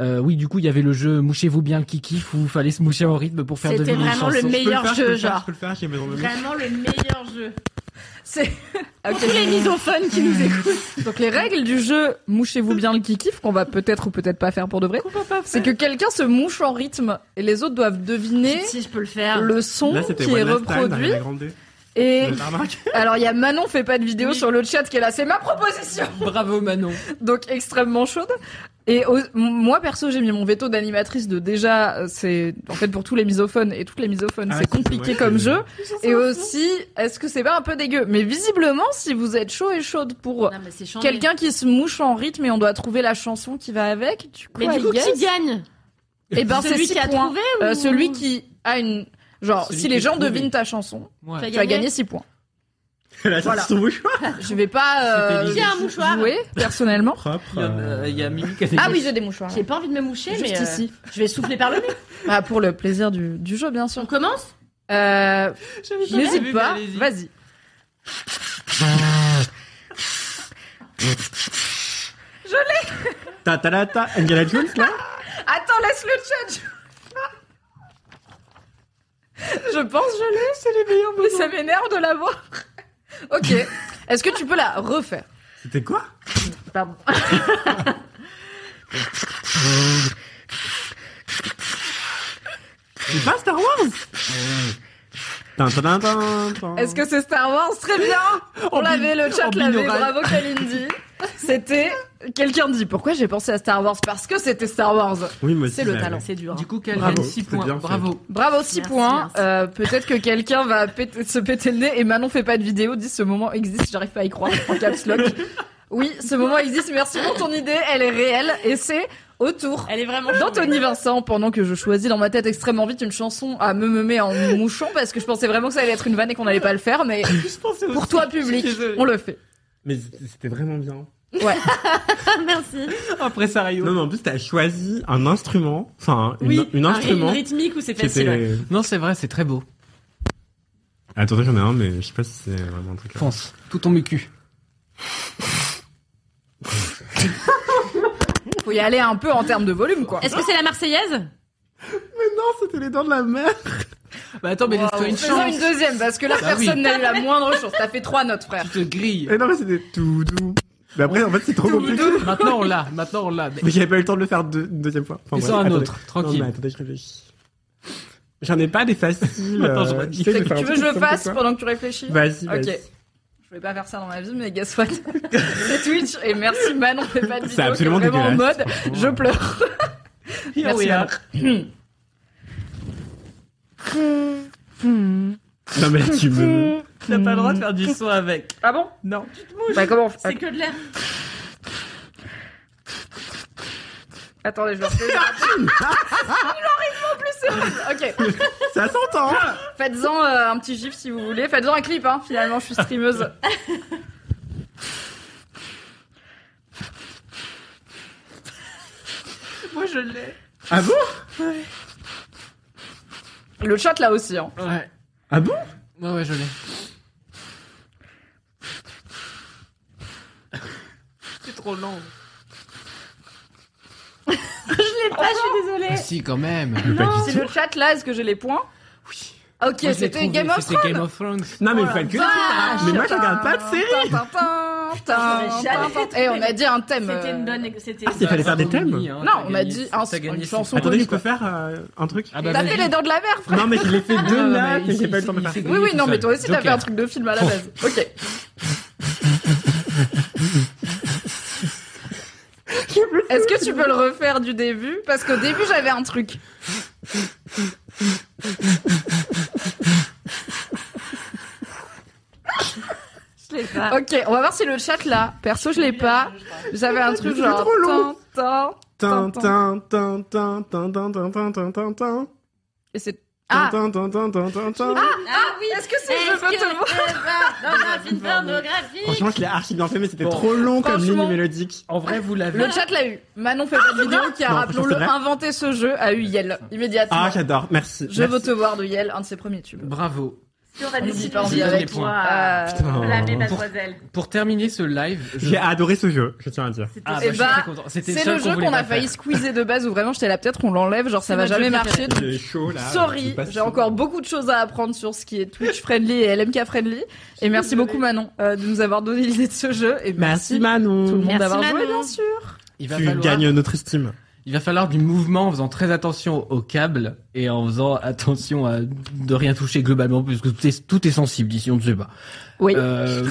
Speaker 3: Euh, oui, du coup, il y avait le jeu Mouchez-vous bien le kiki où il fallait se moucher en rythme pour faire
Speaker 2: C'était
Speaker 3: deviner une
Speaker 2: vraiment le
Speaker 3: chanson.
Speaker 2: me- Meilleur
Speaker 4: je peux
Speaker 2: jeu,
Speaker 4: le faire,
Speaker 2: genre.
Speaker 4: Je peux le faire, j'ai besoin de
Speaker 2: Vraiment le meilleur jeu.
Speaker 1: C'est
Speaker 2: Pour tous les misophones qui nous écoutent.
Speaker 1: Donc les règles du jeu mouchez-vous bien le kikif qu'on va peut-être ou peut-être pas faire pour de vrai, c'est que quelqu'un se mouche en rythme et les autres doivent deviner
Speaker 2: Si je peux le faire.
Speaker 1: le son
Speaker 4: Là, c'était
Speaker 1: qui est
Speaker 4: One Last Time
Speaker 1: reproduit
Speaker 4: d'Ariana Grande.
Speaker 1: et
Speaker 4: Vous avez remarqué
Speaker 1: Alors il y a Manon fait pas de vidéo
Speaker 3: Oui.
Speaker 1: sur le chat qui est là, c'est ma proposition.
Speaker 3: Bravo Manon.
Speaker 1: Donc extrêmement chaude. Et au- m- moi perso j'ai mis mon veto d'animatrice de déjà euh, c'est en fait pour tous les misophones et toutes les misophones
Speaker 4: Ah,
Speaker 1: c'est
Speaker 4: c'est
Speaker 1: compliqué
Speaker 4: dommage,
Speaker 1: comme
Speaker 4: c'est-
Speaker 1: jeu et aussi est-ce que c'est pas un peu dégueu mais visiblement si vous êtes chaud et chaude pour
Speaker 2: Non, mais c'est chiant.
Speaker 1: quelqu'un qui se mouche en rythme et on doit trouver la chanson qui va avec du coup,
Speaker 2: Mais
Speaker 1: I
Speaker 2: du coup,
Speaker 1: guess,
Speaker 2: qui gagne
Speaker 1: eh ben c'est
Speaker 2: Celui
Speaker 1: six
Speaker 2: qui a
Speaker 1: points.
Speaker 2: trouvé ou
Speaker 1: Euh, celui qui a une genre
Speaker 3: Celui
Speaker 1: si les
Speaker 3: qui
Speaker 1: gens
Speaker 3: trouve,
Speaker 1: devinent
Speaker 3: oui.
Speaker 1: ta chanson
Speaker 3: Ouais.
Speaker 2: T'as
Speaker 1: tu
Speaker 2: gagné
Speaker 1: vas gagner 6 points
Speaker 4: Elle a sorti son mouchoir
Speaker 1: je vais pas euh,
Speaker 3: C'était Lily. Qui
Speaker 2: a un mouchoir
Speaker 1: jouer personnellement
Speaker 4: propre. euh,
Speaker 3: Il y, en a- il y a Mimi qui a des-
Speaker 1: Ah oui, j'ai des mouchoirs.
Speaker 2: J'ai pas envie de me moucher,
Speaker 1: Juste
Speaker 2: mais euh,
Speaker 1: ici.
Speaker 2: je vais souffler par le nez.
Speaker 1: Bah, pour le plaisir du, du jeu, bien
Speaker 2: On
Speaker 1: sûr.
Speaker 2: commence
Speaker 1: Euh,
Speaker 3: vu,
Speaker 1: N'hésite pas,
Speaker 3: mais allez-y.
Speaker 1: vas-y.
Speaker 4: Ta ta la ta, Angela Jones là
Speaker 1: Attends, laisse-le chat. je- Je pense je l'ai. C'est les meilleurs Mais ça m'énerve de l'avoir. ok. Est-ce que tu peux la refaire
Speaker 4: C'était quoi
Speaker 1: Pardon.
Speaker 4: C'est pas Star Wars Tin, tin, tin, tin, tin.
Speaker 1: Est-ce que c'est Star Wars Très bien On l'avait, le chat
Speaker 4: en
Speaker 1: l'avait,
Speaker 4: binaural.
Speaker 1: bravo Kalindi C'était... Quelqu'un dit, pourquoi j'ai pensé à Star Wars Parce que c'était Star Wars
Speaker 4: Oui, moi aussi,
Speaker 1: C'est le
Speaker 4: j'avais.
Speaker 1: talent, c'est dur.
Speaker 2: hein.
Speaker 3: Du coup, Calvin,
Speaker 4: Bravo,
Speaker 3: 6
Speaker 4: c'était
Speaker 3: points.
Speaker 4: bien fait.
Speaker 3: Bravo.
Speaker 1: Bravo, 6
Speaker 8: Merci,
Speaker 1: points.
Speaker 8: merci.
Speaker 1: Euh, Peut-être que quelqu'un va péter- se péter le nez et Manon fait pas de vidéo, dit ce moment existe, j'arrive pas à y croire, en caps lock. Oui, ce moment existe, merci pour ton idée, elle est réelle et c'est au tour
Speaker 8: Elle est vraiment
Speaker 1: d'Anthony Vincent pendant que je choisis dans ma tête extrêmement vite une chanson à me meumer en mouchant parce que je pensais vraiment que ça allait être une vanne et qu'on allait pas le faire, mais
Speaker 3: Je pensais
Speaker 1: pour toi public, on le fait.
Speaker 4: Mais c'était vraiment bien.
Speaker 8: Merci.
Speaker 3: Après Sario.
Speaker 4: Non, mais en plus, t'as choisi un instrument, enfin, une,
Speaker 8: Oui,
Speaker 4: une
Speaker 8: un
Speaker 4: instrument
Speaker 8: rythme rythmique où c'est
Speaker 4: qui
Speaker 8: facile. ouais.
Speaker 4: était...
Speaker 3: Non, c'est vrai, c'est très beau.
Speaker 4: Attendez, j'en ai un, mais je sais pas si c'est vraiment un truc.
Speaker 3: Fonce. Tout ton mucu.
Speaker 1: Faut y aller un peu en termes de volume quoi.
Speaker 8: Est-ce que c'est la Marseillaise
Speaker 4: Mais non, c'était les dents de la mer
Speaker 3: Bah attends, mais
Speaker 1: Wow.
Speaker 3: laisse-toi une
Speaker 1: Faisons
Speaker 3: chance.
Speaker 1: une deuxième parce que là
Speaker 3: Bah oui.
Speaker 1: personne n'a eu la moindre chose. T'as fait trois notes frère.
Speaker 3: Tu te grilles.
Speaker 4: Et non, mais c'était tout doux. Mais après, en fait, c'est trop compliqué.
Speaker 3: Maintenant, on l'a. Maintenant, on l'a. Mais-
Speaker 4: Mais j'avais pas eu le temps de le faire deux- une deuxième fois. Enfin,
Speaker 3: Et
Speaker 4: bref,
Speaker 3: sors un
Speaker 4: attendez.
Speaker 3: autre, tranquille.
Speaker 4: Non, mais attendez, je réfléchis. J'en ai pas des faciles.
Speaker 3: Attends, je
Speaker 4: euh,
Speaker 3: réfléchis.
Speaker 4: j'essaie de faire
Speaker 1: Tu
Speaker 4: un
Speaker 1: veux que
Speaker 4: truc
Speaker 1: je le
Speaker 4: simple,
Speaker 1: fasse
Speaker 4: quoi. Bah
Speaker 1: pendant que tu réfléchis
Speaker 4: Vas-y,
Speaker 1: Ok.
Speaker 4: vas-y.
Speaker 1: Je vais pas faire ça dans ma vie, mais guess what C'est Twitch et merci Manon, fait pas de vidéo.
Speaker 4: C'est absolument
Speaker 1: qui est vraiment en
Speaker 4: dégueulasse,
Speaker 1: mode, je pleure. merci
Speaker 3: we are.
Speaker 1: Manon.
Speaker 4: Non, mais là, tu me.
Speaker 3: T'as pas le droit de faire du son avec.
Speaker 1: Ah bon
Speaker 3: Non.
Speaker 1: Bah comment on fait
Speaker 8: C'est que de l'air.
Speaker 1: Attendez, je le refais. Le rythme en plus, c'est horrible. Ok,
Speaker 4: Ça s'entend hein.
Speaker 1: faites-en euh, un petit gif si vous voulez. Faites-en un clip, hein. finalement, je suis streameuse.
Speaker 3: Moi, je l'ai.
Speaker 4: Ah bon
Speaker 1: Le chat là aussi. Hein.
Speaker 3: Ouais.
Speaker 4: Ah bon
Speaker 3: Ouais, ouais, je l'ai. C'est trop lent.
Speaker 8: Je l'ai pas, je suis désolée.
Speaker 3: Mais Ah, si, quand même.
Speaker 4: Le paquet.
Speaker 1: Ah, C'est le chat là, est-ce que j'ai les points Ah,
Speaker 3: Oui.
Speaker 1: Ok,
Speaker 3: Moi, je l'ai
Speaker 1: c'était
Speaker 3: trouvé,
Speaker 1: Game of Ah,
Speaker 3: c'était
Speaker 1: Thrones.
Speaker 3: Game of Thrones.
Speaker 4: Non, mais il faut le
Speaker 1: Vache.
Speaker 4: que. Mais moi, je regarde pas de série
Speaker 1: Tin, tin,
Speaker 8: Putain,
Speaker 1: tin,
Speaker 8: j'aurais jamais
Speaker 1: tin, tin.
Speaker 8: trouvé.
Speaker 1: Eh, on a dit un thème.
Speaker 8: C'était une
Speaker 1: euh,
Speaker 8: bonne. C'était.
Speaker 4: Ah, c'est fallait faire des thèmes
Speaker 3: Hein,
Speaker 1: Non,
Speaker 3: t'as
Speaker 1: on a
Speaker 3: gagné-
Speaker 1: dit un-
Speaker 3: t'as gagné
Speaker 1: une
Speaker 3: six
Speaker 1: chanson
Speaker 3: points.
Speaker 4: Attendez,
Speaker 1: connue,
Speaker 4: je peux faire euh, un truc
Speaker 3: Ah bah
Speaker 1: T'as
Speaker 3: vas-y.
Speaker 1: fait les dents de la mer, frère
Speaker 4: Non, mais je l'ai fait
Speaker 3: Ah,
Speaker 4: deux
Speaker 3: mais
Speaker 4: notes
Speaker 3: il
Speaker 4: et j'ai
Speaker 3: s'est-
Speaker 4: pas eu le temps de
Speaker 3: il
Speaker 4: faire.
Speaker 3: s'est
Speaker 1: Oui,
Speaker 3: grillé
Speaker 1: oui,
Speaker 3: tout
Speaker 1: non, mais
Speaker 3: seul.
Speaker 1: toi aussi, t'as
Speaker 3: Joker.
Speaker 1: fait un truc de film à la base. Ok. Est-ce que tu peux le refaire du début Parce qu'au début, j'avais un truc.
Speaker 8: Je l'ai pas.
Speaker 1: Ok, on va voir si le chat là. Perso, je l'ai pas. J'avais un truc genre.
Speaker 4: trop long.
Speaker 1: tin, tin.
Speaker 4: Tin, tin, tin, tin, tin, tin, tin, tin, tin, tin, tin.
Speaker 1: Et c'est. Ah,
Speaker 4: Ah. Tin, tin, tin, tin, tin, tin.
Speaker 8: Ah oui.
Speaker 1: est-ce que c'est je veux te voir
Speaker 8: dans la film pornographique
Speaker 4: Franchement, je l'ai archi bien fait, mais c'était
Speaker 3: Bon,
Speaker 4: trop long comme
Speaker 1: franchement.
Speaker 4: ligne mélodique.
Speaker 3: En vrai, vous l'avez.
Speaker 1: Le chat l'a eu. Manon fait pas de vidéo qui a,
Speaker 4: Ah, Non,
Speaker 1: rappelons-le,
Speaker 4: c'est vrai.
Speaker 1: inventé ce jeu, a eu Yel immédiatement.
Speaker 4: Ah, j'adore, merci.
Speaker 1: je
Speaker 4: merci.
Speaker 1: veux te voir de Yel, un de ses premiers tubes.
Speaker 3: Bravo.
Speaker 8: J'aurais
Speaker 1: On
Speaker 8: décidé
Speaker 1: dit pas, on
Speaker 8: de
Speaker 1: dit
Speaker 8: jouer
Speaker 1: avec.
Speaker 8: avec
Speaker 3: Point.
Speaker 8: toi.
Speaker 1: Euh,
Speaker 4: Putain.
Speaker 8: La mais mademoiselle.
Speaker 3: Pour terminer ce live, je...
Speaker 4: Oh. J'ai adoré ce jeu, je tiens à dire.
Speaker 8: C'était-
Speaker 3: Ah,
Speaker 1: Eh
Speaker 3: bah, je suis
Speaker 1: bah,
Speaker 3: très content. C'était
Speaker 1: C'est
Speaker 3: seul
Speaker 1: le jeu
Speaker 3: voulait
Speaker 1: qu'on a
Speaker 3: pas
Speaker 1: failli
Speaker 3: faire.
Speaker 1: squeezer de base où vraiment j'étais là peut-être on l'enlève genre ça
Speaker 8: C'est
Speaker 1: va
Speaker 8: notre
Speaker 1: jamais
Speaker 8: jeu
Speaker 1: marcher.
Speaker 8: préféré.
Speaker 4: J'ai chaud là. Ah, je
Speaker 1: Sorry,
Speaker 4: peux pas
Speaker 1: j'ai
Speaker 4: suivre.
Speaker 1: encore beaucoup de choses à apprendre sur ce qui est Twitch friendly et LMK friendly et merci beaucoup Manon euh, de nous avoir donné l'idée de ce jeu et
Speaker 4: Merci
Speaker 1: merci tout le
Speaker 4: Manon.
Speaker 1: monde
Speaker 8: Merci,
Speaker 1: d'avoir joué
Speaker 8: Manon.
Speaker 1: bien sûr.
Speaker 3: Il va,
Speaker 4: Tu
Speaker 3: falloir,
Speaker 4: gagnes notre estime.
Speaker 3: il va falloir du mouvement en faisant très attention au câble et en faisant attention à de rien toucher globalement parce que tout est, tout est sensible ici, on ne sait pas.
Speaker 1: Oui.
Speaker 8: Ah,
Speaker 3: Euh,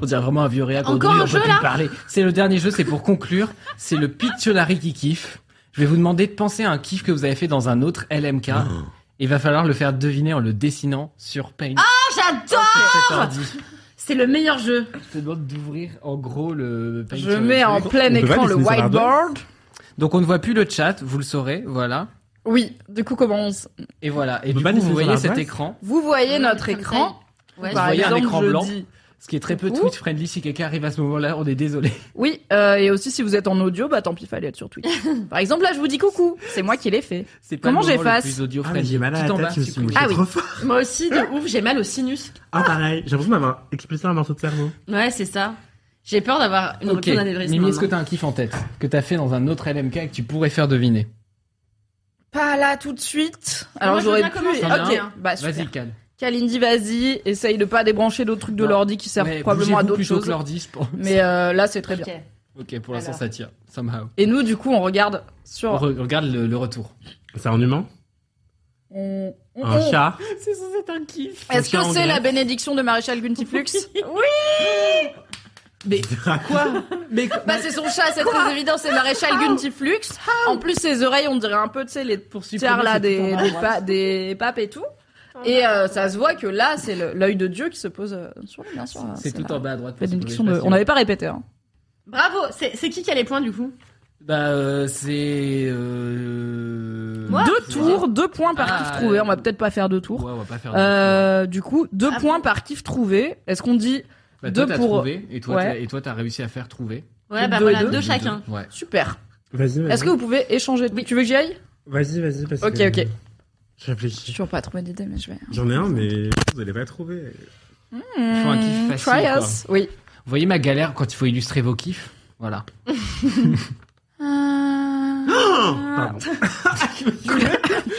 Speaker 3: on dirait vraiment un vieux réac.
Speaker 8: Encore
Speaker 3: aujourd'hui,
Speaker 8: un
Speaker 3: on peut
Speaker 8: jeu,
Speaker 3: plus
Speaker 8: là
Speaker 3: parler. C'est le dernier jeu, c'est pour conclure. C'est le Pictionary qui kiffe. Je vais vous demander de penser à un kiff que vous avez fait dans un autre LMK.
Speaker 4: Ah.
Speaker 3: Il va falloir le faire deviner en le dessinant sur Paint.
Speaker 8: Ah, j'adore. C'est le meilleur jeu.
Speaker 3: Je te demande d'ouvrir en gros le Paint.
Speaker 1: Je
Speaker 3: euh,
Speaker 1: mets en
Speaker 3: truc.
Speaker 1: plein
Speaker 4: On peut pas
Speaker 1: écran le
Speaker 4: dessiner sur l'ardoise
Speaker 1: whiteboard.
Speaker 3: Donc on ne voit plus le chat, vous le saurez, voilà.
Speaker 1: Oui, du coup comment on s-
Speaker 3: Et voilà. Et
Speaker 4: On peut
Speaker 3: du
Speaker 4: pas
Speaker 3: coup, vous
Speaker 4: dessiner sur
Speaker 3: voyez
Speaker 4: la
Speaker 3: cet
Speaker 4: presse
Speaker 3: écran.
Speaker 1: Vous voyez
Speaker 8: Oui,
Speaker 1: notre
Speaker 8: comme
Speaker 1: écran
Speaker 8: ça, Ouais,
Speaker 3: Vous voyez un écran
Speaker 1: je
Speaker 3: blanc.
Speaker 1: dis
Speaker 3: Ce qui est très peu
Speaker 1: Ouh.
Speaker 3: Twitch friendly. Si quelqu'un arrive à ce moment-là, on est désolé.
Speaker 1: Oui, euh, et aussi si vous êtes en audio, bah tant pis, fallait être sur Twitch. Par exemple, là, je vous dis coucou, c'est moi qui l'ai fait.
Speaker 3: C'est pas
Speaker 1: Comment
Speaker 3: le moment
Speaker 1: j'efface
Speaker 3: le plus audio
Speaker 4: Ah, mais
Speaker 3: friendly.
Speaker 4: j'ai mal à
Speaker 3: Tout
Speaker 4: la
Speaker 3: en
Speaker 4: tête,
Speaker 3: bas,
Speaker 4: je me suis
Speaker 3: supprime.
Speaker 4: mouillé
Speaker 2: Ah oui.
Speaker 4: trop fort.
Speaker 2: Moi aussi, de ouf, j'ai mal au sinus.
Speaker 4: Ah, pareil. J'ai l'impression de m'avoir explosé un morceau de cerveau.
Speaker 2: Ouais, c'est ça. J'ai peur d'avoir une
Speaker 3: Ok.
Speaker 2: rupture d'anévrisme.
Speaker 3: Mimi,
Speaker 1: hein.
Speaker 3: est-ce que
Speaker 2: maintenant.
Speaker 3: t'as un kiff en tête que t'as fait dans un autre LMK et que tu pourrais faire deviner
Speaker 1: Pas là tout de suite.
Speaker 2: Moi,
Speaker 1: Alors
Speaker 2: je veux
Speaker 1: j'aurais
Speaker 2: bien
Speaker 1: pu.
Speaker 2: commencer.
Speaker 1: Ok,
Speaker 2: Hein.
Speaker 1: bah super.
Speaker 3: Vas-y, Cal.
Speaker 1: Kalindi, vas-y, essaye de pas débrancher d'autres trucs de
Speaker 3: Non.
Speaker 1: l'ordi qui servent
Speaker 3: Mais
Speaker 1: probablement à
Speaker 3: bougez-vous
Speaker 1: d'autres
Speaker 3: plutôt que
Speaker 1: choses.
Speaker 3: l'ordi, je pense.
Speaker 1: Mais euh, là, c'est très bien.
Speaker 2: Ok.
Speaker 3: Ok, pour l'instant,
Speaker 2: Alors.
Speaker 3: ça tire. Somehow.
Speaker 1: Et nous, du coup, on regarde sur.
Speaker 3: On re- regarde le, le retour.
Speaker 1: Ah,
Speaker 4: C'est un humain
Speaker 1: on- on-
Speaker 4: Un
Speaker 1: on-
Speaker 4: chat
Speaker 3: Oh. C'est censé être un kiff.
Speaker 1: Est-ce
Speaker 4: un
Speaker 1: que
Speaker 4: chat
Speaker 1: c'est
Speaker 4: anglais.
Speaker 1: la bénédiction de Maréchal Guntiflux
Speaker 4: À quoi
Speaker 3: Mais
Speaker 1: Bah c'est son chat, c'est très évident, c'est Maréchal Guntiflux. En plus, ses oreilles, on dirait un peu, tu sais, les
Speaker 3: pour
Speaker 1: tiers là,
Speaker 3: cette
Speaker 1: des,
Speaker 3: tombe à
Speaker 1: des,
Speaker 3: droite.
Speaker 1: pa- des papes et tout.
Speaker 2: Oh
Speaker 1: Et euh, ça se voit que là, c'est le- l'œil de Dieu qui se pose euh, sur lui, bien sûr.
Speaker 3: C'est tout
Speaker 1: la
Speaker 3: en bas à droite. pour
Speaker 1: bénédiction
Speaker 3: supprimer,
Speaker 1: de-
Speaker 3: je sais
Speaker 1: On n'avait pas répété. Hein.
Speaker 2: Bravo. C'est c'est qui qui a les points du coup
Speaker 3: Bah, euh, c'est. Euh...
Speaker 2: Moi
Speaker 1: deux tours, deux points par
Speaker 3: Ah,
Speaker 1: kiff trouvé. On va
Speaker 3: euh,
Speaker 1: peut-être pas faire deux
Speaker 3: Ouais,
Speaker 1: tours.
Speaker 3: on va pas faire
Speaker 1: Euh, du coup, deux
Speaker 2: Ah
Speaker 1: points
Speaker 2: bon
Speaker 1: par kiff trouvé. Est-ce qu'on dit
Speaker 3: Bah,
Speaker 1: deux
Speaker 3: toi, t'as
Speaker 1: pour-
Speaker 3: trouvé, et toi,
Speaker 1: Ouais.
Speaker 3: t'as- et toi, t'as réussi à faire trouver.
Speaker 2: Ouais, bah
Speaker 1: Deux et
Speaker 2: voilà,
Speaker 1: deux.
Speaker 2: deux, chacun.
Speaker 3: Deux. Ouais.
Speaker 1: super
Speaker 4: Vas-y, vas-y.
Speaker 1: Est-ce que vous pouvez échanger de- Tu veux que j'y aille
Speaker 4: Vas-y, vas-y. parce
Speaker 1: Ok,
Speaker 4: que-
Speaker 1: ok.
Speaker 4: Je
Speaker 1: J'ai
Speaker 4: réfléchis.
Speaker 1: toujours pas trouvé d'idée, mais je vais.
Speaker 4: J'en ai un, mais vous allez pas trouver.
Speaker 3: faut un kiff
Speaker 1: Hmm,
Speaker 3: facile,
Speaker 1: Try
Speaker 3: quoi.
Speaker 1: us. Oui.
Speaker 3: Vous voyez ma galère quand il faut illustrer vos kiffs Voilà.
Speaker 1: Ah,
Speaker 4: Pardon.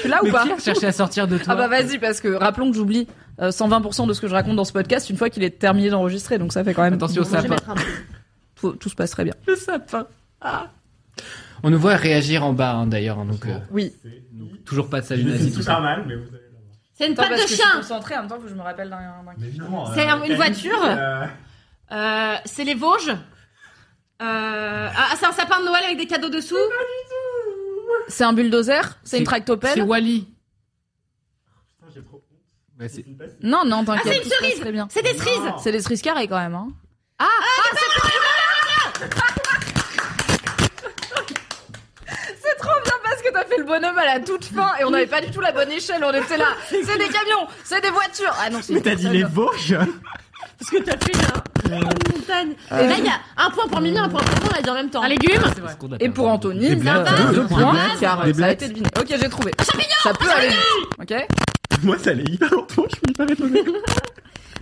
Speaker 1: Tu l'as ou
Speaker 3: Le
Speaker 1: pas
Speaker 3: kiff, chercher à sortir de toi.
Speaker 1: Ah bah vas-y parce que rappelons que j'oublie euh, 120% de ce que je raconte dans ce podcast une fois qu'il est terminé d'enregistrer donc ça fait quand même
Speaker 3: Attention au
Speaker 1: Bon, j'ai-
Speaker 3: sapin.
Speaker 1: tout, tout se passe très bien.
Speaker 3: Le sapin. Ah. On nous voit réagir en bas, hein, d'ailleurs. hein, donc, euh,
Speaker 1: Oui.
Speaker 3: donc, toujours pas de salut nazi, tout ça.
Speaker 4: mal, mais vous allez l'avoir.
Speaker 2: C'est une patte de chien.
Speaker 1: concentrée en même temps que je me rappelle d'un
Speaker 4: évidemment.
Speaker 2: C'est un- une voiture Euh, c'est les Vosges. Euh, Ah, c'est un sapin de Noël avec des cadeaux dessous.
Speaker 1: C'est un bulldozer C'est une
Speaker 3: C'est
Speaker 1: tractopelle
Speaker 3: Wally. Bah, c'est-
Speaker 1: Non non
Speaker 2: Ah, c'est une
Speaker 1: t'inquiète tout se passe
Speaker 2: cerise
Speaker 1: très bien.
Speaker 2: C'est des cerises.
Speaker 1: C'est des cerises carrées quand même hein. C'est trop bien parce que t'as fait le bonhomme à la toute fin et on n'avait pas du tout la bonne échelle, on était là. C'est des camions, c'est des voitures. Ah non, c'est
Speaker 4: Mais t'as dit les Vosges
Speaker 2: Parce que t'as fait là, une montagne.
Speaker 4: Ah,
Speaker 2: Et là, il y a un point pour Mimi, un point pour moi, on l'a dit en même temps. Un légume
Speaker 3: c'est ce qu'on a
Speaker 1: Et
Speaker 3: perdu.
Speaker 1: pour Anthony,
Speaker 4: Des
Speaker 1: il y a
Speaker 4: blagues,
Speaker 1: deux,
Speaker 4: des
Speaker 1: deux
Speaker 4: blagues,
Speaker 1: points,
Speaker 4: des
Speaker 1: car
Speaker 4: blagues.
Speaker 1: ça a été deviné. Ok, j'ai trouvé. ça peut aller vite. Ok
Speaker 4: Moi, ça allait hyper longtemps, je suis hyper étonnée.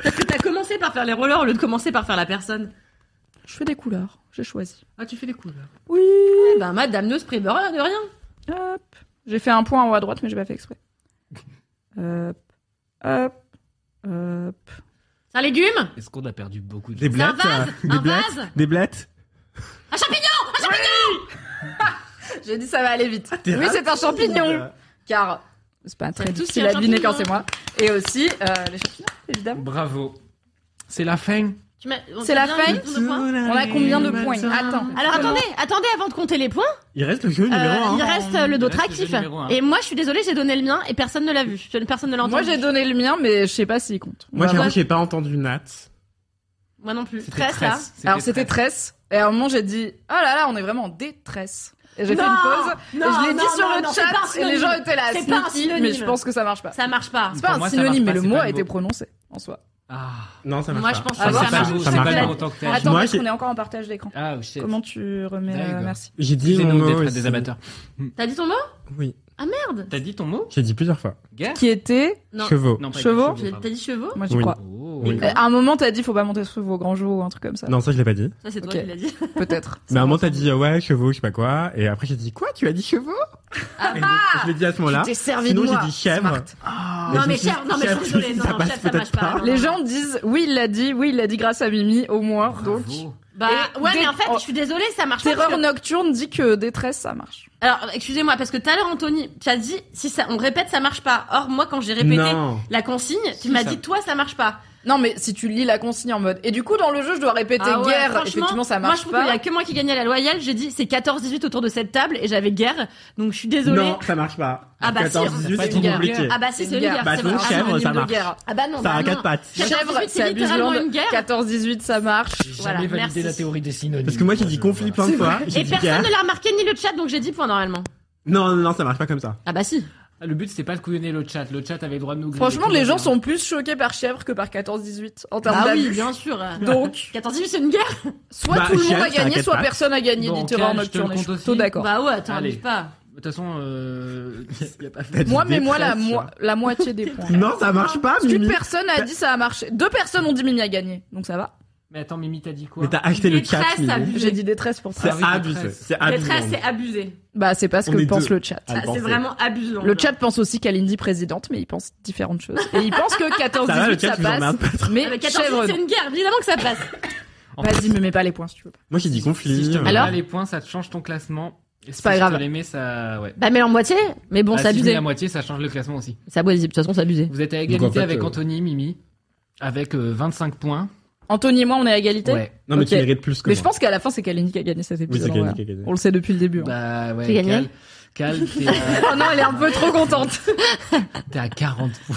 Speaker 2: Parce que t'as commencé par faire les rollers au lieu de commencer par faire la personne.
Speaker 1: Je fais des couleurs, j'ai choisi.
Speaker 3: Ah, tu fais des coups, là.
Speaker 1: Oui
Speaker 2: Eh ben, madame ne se prépare rien de rien.
Speaker 1: Hop J'ai fait un point en haut à droite, mais j'ai pas fait exprès. Hop, hop, hop.
Speaker 2: C'est un légume
Speaker 3: Est-ce qu'on a perdu beaucoup de
Speaker 4: Des
Speaker 2: C'est un
Speaker 4: blattes
Speaker 2: vase
Speaker 4: euh, Des
Speaker 2: Un
Speaker 4: blattes
Speaker 2: vase
Speaker 4: Des blattes
Speaker 2: Un champignon
Speaker 1: J'ai dit ça va aller
Speaker 3: Ah,
Speaker 1: vite.
Speaker 4: Des
Speaker 1: Oui, c'est un champignon
Speaker 4: rats.
Speaker 1: Car c'est pas très
Speaker 2: tout ce qui
Speaker 1: difficile
Speaker 2: est
Speaker 1: à deviner
Speaker 2: champignon.
Speaker 1: quand c'est moi. Et aussi, euh, les champignons, évidemment.
Speaker 3: Bravo. C'est la fin.
Speaker 2: Tu m'as- on
Speaker 1: C'est
Speaker 2: t'a
Speaker 1: la
Speaker 2: bien
Speaker 1: fin
Speaker 2: mis ton de points
Speaker 1: On a combien de points Attends.
Speaker 2: Alors attendez, attendez avant de compter les points,
Speaker 4: Il reste le jeu
Speaker 2: euh,
Speaker 4: numéro
Speaker 2: il
Speaker 4: 1.
Speaker 2: reste euh, le d'autres
Speaker 3: reste le jeu
Speaker 2: actif.
Speaker 3: numéro un.
Speaker 2: Et moi je suis désolée, j'ai donné le mien et personne ne l'a vu. Personne ne l'a
Speaker 1: Moi
Speaker 2: entendu.
Speaker 1: j'ai donné le mien, mais je sais pas s'il compte.
Speaker 4: Moi,
Speaker 1: Voilà.
Speaker 4: j'avoue, j'ai pas entendu Nat.
Speaker 2: Moi non plus.
Speaker 3: C'était
Speaker 2: Très ça.
Speaker 3: tresse.
Speaker 1: Alors c'était tresse. Et à un moment j'ai dit oh là là on est vraiment en détresse. Et j'ai fait
Speaker 2: Non
Speaker 1: une pause. et
Speaker 2: Non,
Speaker 1: je l'ai dit
Speaker 2: non,
Speaker 1: sur
Speaker 2: non,
Speaker 1: le
Speaker 2: non, c'est pas un
Speaker 1: chat et les
Speaker 2: synonyme.
Speaker 1: gens étaient là.
Speaker 2: C'est pas un
Speaker 1: sneaky, Mais je
Speaker 2: synonyme.
Speaker 1: pense que ça marche pas.
Speaker 2: Ça marche pas.
Speaker 1: C'est
Speaker 3: Pour
Speaker 1: pas
Speaker 3: moi,
Speaker 1: un
Speaker 3: ça marche
Speaker 1: synonyme, mais
Speaker 3: pas,
Speaker 1: le
Speaker 3: c'est
Speaker 1: mot
Speaker 3: pas
Speaker 1: a
Speaker 3: le
Speaker 1: été
Speaker 3: mot.
Speaker 1: prononcé en soi.
Speaker 3: Ah.
Speaker 4: Non, ça marche
Speaker 2: Moi,
Speaker 4: pas.
Speaker 2: je pense
Speaker 4: Ça
Speaker 1: que
Speaker 4: marche
Speaker 1: ça
Speaker 4: pas,
Speaker 1: marche.
Speaker 4: Ça
Speaker 1: Ça
Speaker 4: marche
Speaker 1: marche.
Speaker 4: pas.
Speaker 3: en tant que tel.
Speaker 1: Attends
Speaker 4: Moi,
Speaker 1: parce
Speaker 4: j'ai-
Speaker 1: qu'on est encore en partage d'écran.
Speaker 3: Ah, shit.
Speaker 1: Comment tu remets euh,
Speaker 3: D'accord.
Speaker 1: Merci.
Speaker 4: J'ai dit mon
Speaker 3: Excusez-nous
Speaker 4: mot
Speaker 3: d'être
Speaker 4: aussi.
Speaker 3: des amateurs.
Speaker 2: T'as dit ton mot
Speaker 4: Oui,
Speaker 2: Ah merde
Speaker 3: T'as dit ton mot
Speaker 4: j'ai dit plusieurs fois.
Speaker 3: Guerre
Speaker 1: Qui était
Speaker 2: Non.
Speaker 4: Chevaux.
Speaker 3: Non, pas
Speaker 1: Chevaux
Speaker 3: des
Speaker 2: J'ai-
Speaker 3: pardon.
Speaker 2: T'as dit chevaux
Speaker 1: Moi j'y
Speaker 4: Oui.
Speaker 1: crois.
Speaker 3: Oh.
Speaker 4: Oui.
Speaker 1: Euh, À un moment t'as dit faut pas monter sur vos grands jeux ou un truc comme ça.
Speaker 4: Non, ça, je l'ai pas dit.
Speaker 2: Ça c'est toi
Speaker 1: Ok.
Speaker 2: qui l'as dit.
Speaker 1: Peut-être.
Speaker 4: Mais à un moment, t'as dit euh, ouais, chevaux, je sais pas quoi. Et après, j'ai dit quoi Tu as dit chevaux Et donc, Je l'ai dit à ce moment-là.
Speaker 1: Tu t'es servi de
Speaker 4: Sinon,
Speaker 1: moi,
Speaker 4: j'ai dit chèvre.
Speaker 2: Non
Speaker 4: je me
Speaker 2: mais
Speaker 4: suis dit,
Speaker 2: cher, non mais je suis
Speaker 4: chèvre,
Speaker 2: désolée, non,
Speaker 4: me suis dit,
Speaker 2: non,
Speaker 4: ça
Speaker 2: chef,
Speaker 4: passe
Speaker 2: ça marche
Speaker 4: peut-être
Speaker 2: pas.
Speaker 4: pas.
Speaker 2: non,
Speaker 1: Les
Speaker 2: non.
Speaker 1: gens disent oui il l'a dit, oui il l'a dit grâce à Mimi au moins. Donc
Speaker 3: Bravo.
Speaker 2: Bah
Speaker 1: Et
Speaker 2: ouais
Speaker 1: dès-
Speaker 2: mais en fait
Speaker 1: oh.
Speaker 2: je suis désolée, ça marche pas. parce
Speaker 1: Terreur
Speaker 2: que-
Speaker 1: nocturne dit que détresse ça marche.
Speaker 2: Alors excusez-moi parce que tout à l'heure Anthony, tu as dit si ça on répète ça marche pas. Or moi quand j'ai répété
Speaker 4: Non.
Speaker 2: la consigne, tu
Speaker 3: Si,
Speaker 2: m'as
Speaker 3: ça-
Speaker 2: dit toi ça marche pas.
Speaker 1: Non, mais si tu lis la consigne en mode. Et du coup, dans le jeu, je dois répéter
Speaker 2: Ah ouais,
Speaker 1: guerre.
Speaker 2: franchement,
Speaker 1: Effectivement, ça
Speaker 2: Moi,
Speaker 1: marche
Speaker 2: je trouve
Speaker 1: pas.
Speaker 2: qu'il y a que moi qui gagnais la loyale. J'ai dit, c'est 14-18 autour de cette table et j'avais guerre. Donc, je suis désolée.
Speaker 4: Non, ça marche pas.
Speaker 2: Ah bah si,
Speaker 4: 14,
Speaker 2: on-
Speaker 4: 18,
Speaker 3: c'est
Speaker 4: c'est
Speaker 3: une guerre.
Speaker 4: compliqué.
Speaker 2: Ah bah, si, c'est une guerre.
Speaker 4: Bah,
Speaker 2: c'est
Speaker 4: sinon,
Speaker 2: vrai.
Speaker 4: Donc,
Speaker 1: Ah,
Speaker 4: chèvre,
Speaker 1: synonyme
Speaker 4: ça
Speaker 1: de
Speaker 4: marche.
Speaker 1: guerre.
Speaker 2: Ah bah non,
Speaker 4: Ça
Speaker 2: bah
Speaker 4: a
Speaker 2: non.
Speaker 4: quatre pattes.
Speaker 2: 14-18,
Speaker 1: Chèvre,
Speaker 2: c'est
Speaker 1: c'est
Speaker 2: littéralement
Speaker 1: abuseland.
Speaker 2: une guerre.
Speaker 1: 14-18, ça marche.
Speaker 3: J'ai
Speaker 2: Voilà,
Speaker 3: jamais validé
Speaker 2: merci.
Speaker 3: la théorie des synonymes.
Speaker 4: Parce que moi, j'ai dit conflit plein de fois. j'ai
Speaker 2: Et
Speaker 4: dit
Speaker 2: personne
Speaker 4: guerre.
Speaker 2: ne l'a remarqué ni le chat, donc j'ai 10 points normalement.
Speaker 4: Non, non, non, ça marche pas comme ça.
Speaker 2: Ah bah si.
Speaker 3: Ah, Le but, c'était pas de couillonner le chat. Le chat avait le droit de nous griller,
Speaker 1: Franchement,
Speaker 3: tout
Speaker 1: les
Speaker 3: va
Speaker 1: gens
Speaker 3: bien.
Speaker 1: sont plus choqués par Chèvre que par 14-18 en termes
Speaker 2: Ah oui,
Speaker 1: d'abus.
Speaker 2: bien sûr.
Speaker 1: Donc,
Speaker 2: 14 c'est une guerre
Speaker 1: soit
Speaker 4: Bah,
Speaker 1: tout le monde
Speaker 4: Chèvre,
Speaker 1: a gagné,
Speaker 4: t'inquiète
Speaker 1: soit
Speaker 4: pas.
Speaker 1: personne a gagné,
Speaker 3: Bon,
Speaker 1: dit Terreur
Speaker 3: Cal, je te le
Speaker 1: Nocturne. et Je suis
Speaker 3: compte
Speaker 1: plutôt
Speaker 3: aussi.
Speaker 1: d'accord.
Speaker 2: Bah ouais, t'en
Speaker 3: Allez.
Speaker 2: abuse pas.
Speaker 3: De toute façon, euh... y a pas
Speaker 4: T'as dit
Speaker 1: Moi, mais moi, la,
Speaker 4: détresse,
Speaker 1: moi- la moitié des points.
Speaker 4: tu vois. Non, ça marche pas,
Speaker 1: Parce qu'une
Speaker 4: Mimi. Bah
Speaker 1: personne a dit ça a marché. Deux personnes ont dit Mimi a gagné, donc ça va.
Speaker 3: Mais attends, Mimi, t'as dit quoi
Speaker 4: Mais t'as acheté le chat,
Speaker 8: Détresse,
Speaker 4: Mimi.
Speaker 8: abusé.
Speaker 1: J'ai dit détresse pour
Speaker 4: C'est
Speaker 1: ça.
Speaker 3: Ah oui,
Speaker 4: abusé.
Speaker 3: détresse.
Speaker 4: C'est abusé.
Speaker 8: Détresse, c'est abusé.
Speaker 1: Bah, c'est pas ce
Speaker 4: On
Speaker 1: que
Speaker 4: est
Speaker 1: pense
Speaker 4: deux.
Speaker 1: le chat.
Speaker 4: Ah,
Speaker 8: Ah, c'est
Speaker 4: pensez.
Speaker 8: vraiment abusant.
Speaker 1: Le chat pense aussi qu'Alindy présidente, mais il pense différentes choses. Et il pense que
Speaker 4: Ça va, le
Speaker 1: 14-18
Speaker 4: chat,
Speaker 1: ça,
Speaker 4: tu
Speaker 1: passe.
Speaker 4: m'emmerdes pas trop.
Speaker 1: Mais
Speaker 8: Ah, mais 14
Speaker 1: chèvre,
Speaker 8: c'est une guerre, évidemment que ça passe.
Speaker 1: vas-y, me mets pas les points si tu veux. pas.
Speaker 4: Moi, j'ai dit conflit.
Speaker 3: Si je te mets
Speaker 1: Alors
Speaker 3: pas les points, ça te change ton classement. Et si
Speaker 1: pas
Speaker 3: je
Speaker 1: grave.
Speaker 3: te les mets, ça... Ouais.
Speaker 2: Bah, mais en moitié Mais bon,
Speaker 3: Ah,
Speaker 2: c'est
Speaker 3: si je mets
Speaker 2: abusé.
Speaker 3: la moitié, ça change le classement aussi.
Speaker 2: C'est abusé, de toute façon, c'est abusé.
Speaker 3: Vous êtes à
Speaker 4: en
Speaker 3: égalité
Speaker 4: fait,
Speaker 3: avec
Speaker 4: euh,
Speaker 3: Anthony, Mimi, avec euh, 25 points.
Speaker 1: Anthony et moi, on est à égalité.
Speaker 3: Ouais.
Speaker 4: Non, mais tu
Speaker 1: Ok.
Speaker 4: mérites plus que
Speaker 1: Mais
Speaker 4: moi.
Speaker 1: je pense qu'à la fin, c'est Kalindi qui a gagné cet
Speaker 4: Oui,
Speaker 1: épisode.
Speaker 4: c'est
Speaker 1: en vrai.
Speaker 4: gagné, qui a gagné.
Speaker 1: On le sait depuis le début. hein.
Speaker 3: Bah ouais,
Speaker 2: J'ai gagné.
Speaker 3: Cal, Cal, t'es à,
Speaker 1: Oh non, elle est un peu trop contente.
Speaker 3: t'es à 40 points.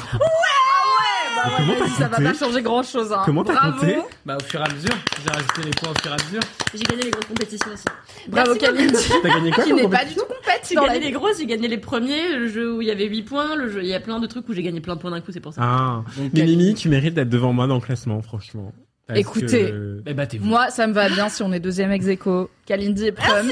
Speaker 4: Mais comment t'as
Speaker 1: ça va
Speaker 4: compté
Speaker 1: pas changer grand chose. Hein.
Speaker 4: Comment t'as
Speaker 1: Bravo.
Speaker 4: compté
Speaker 3: Bah au fur et à mesure, j'ai rajouté les points au fur et à mesure.
Speaker 8: J'ai gagné les grosses compétitions aussi.
Speaker 1: Bravo
Speaker 8: Merci beaucoup.
Speaker 1: Kalindi.
Speaker 4: T'as gagné quoi
Speaker 1: Qui
Speaker 4: comme
Speaker 1: n'est pas
Speaker 4: compétition
Speaker 1: du tout compète
Speaker 8: J'ai
Speaker 1: dans la
Speaker 8: gagné les grosses, j'ai gagné les premiers, le jeu où il y avait 8 points, le jeu, il y a plein de trucs où j'ai gagné plein de points d'un coup, c'est pour ça.
Speaker 4: Ah,
Speaker 3: Donc,
Speaker 4: mais
Speaker 3: Cal-
Speaker 4: Mimi, tu mérites d'être devant moi dans le classement, franchement. Parce
Speaker 1: Écoutez.
Speaker 4: que-
Speaker 3: Eh bah t'es vous.
Speaker 1: Moi, ça me va bien si on est deuxième ex aequo. Kalindi et Prums.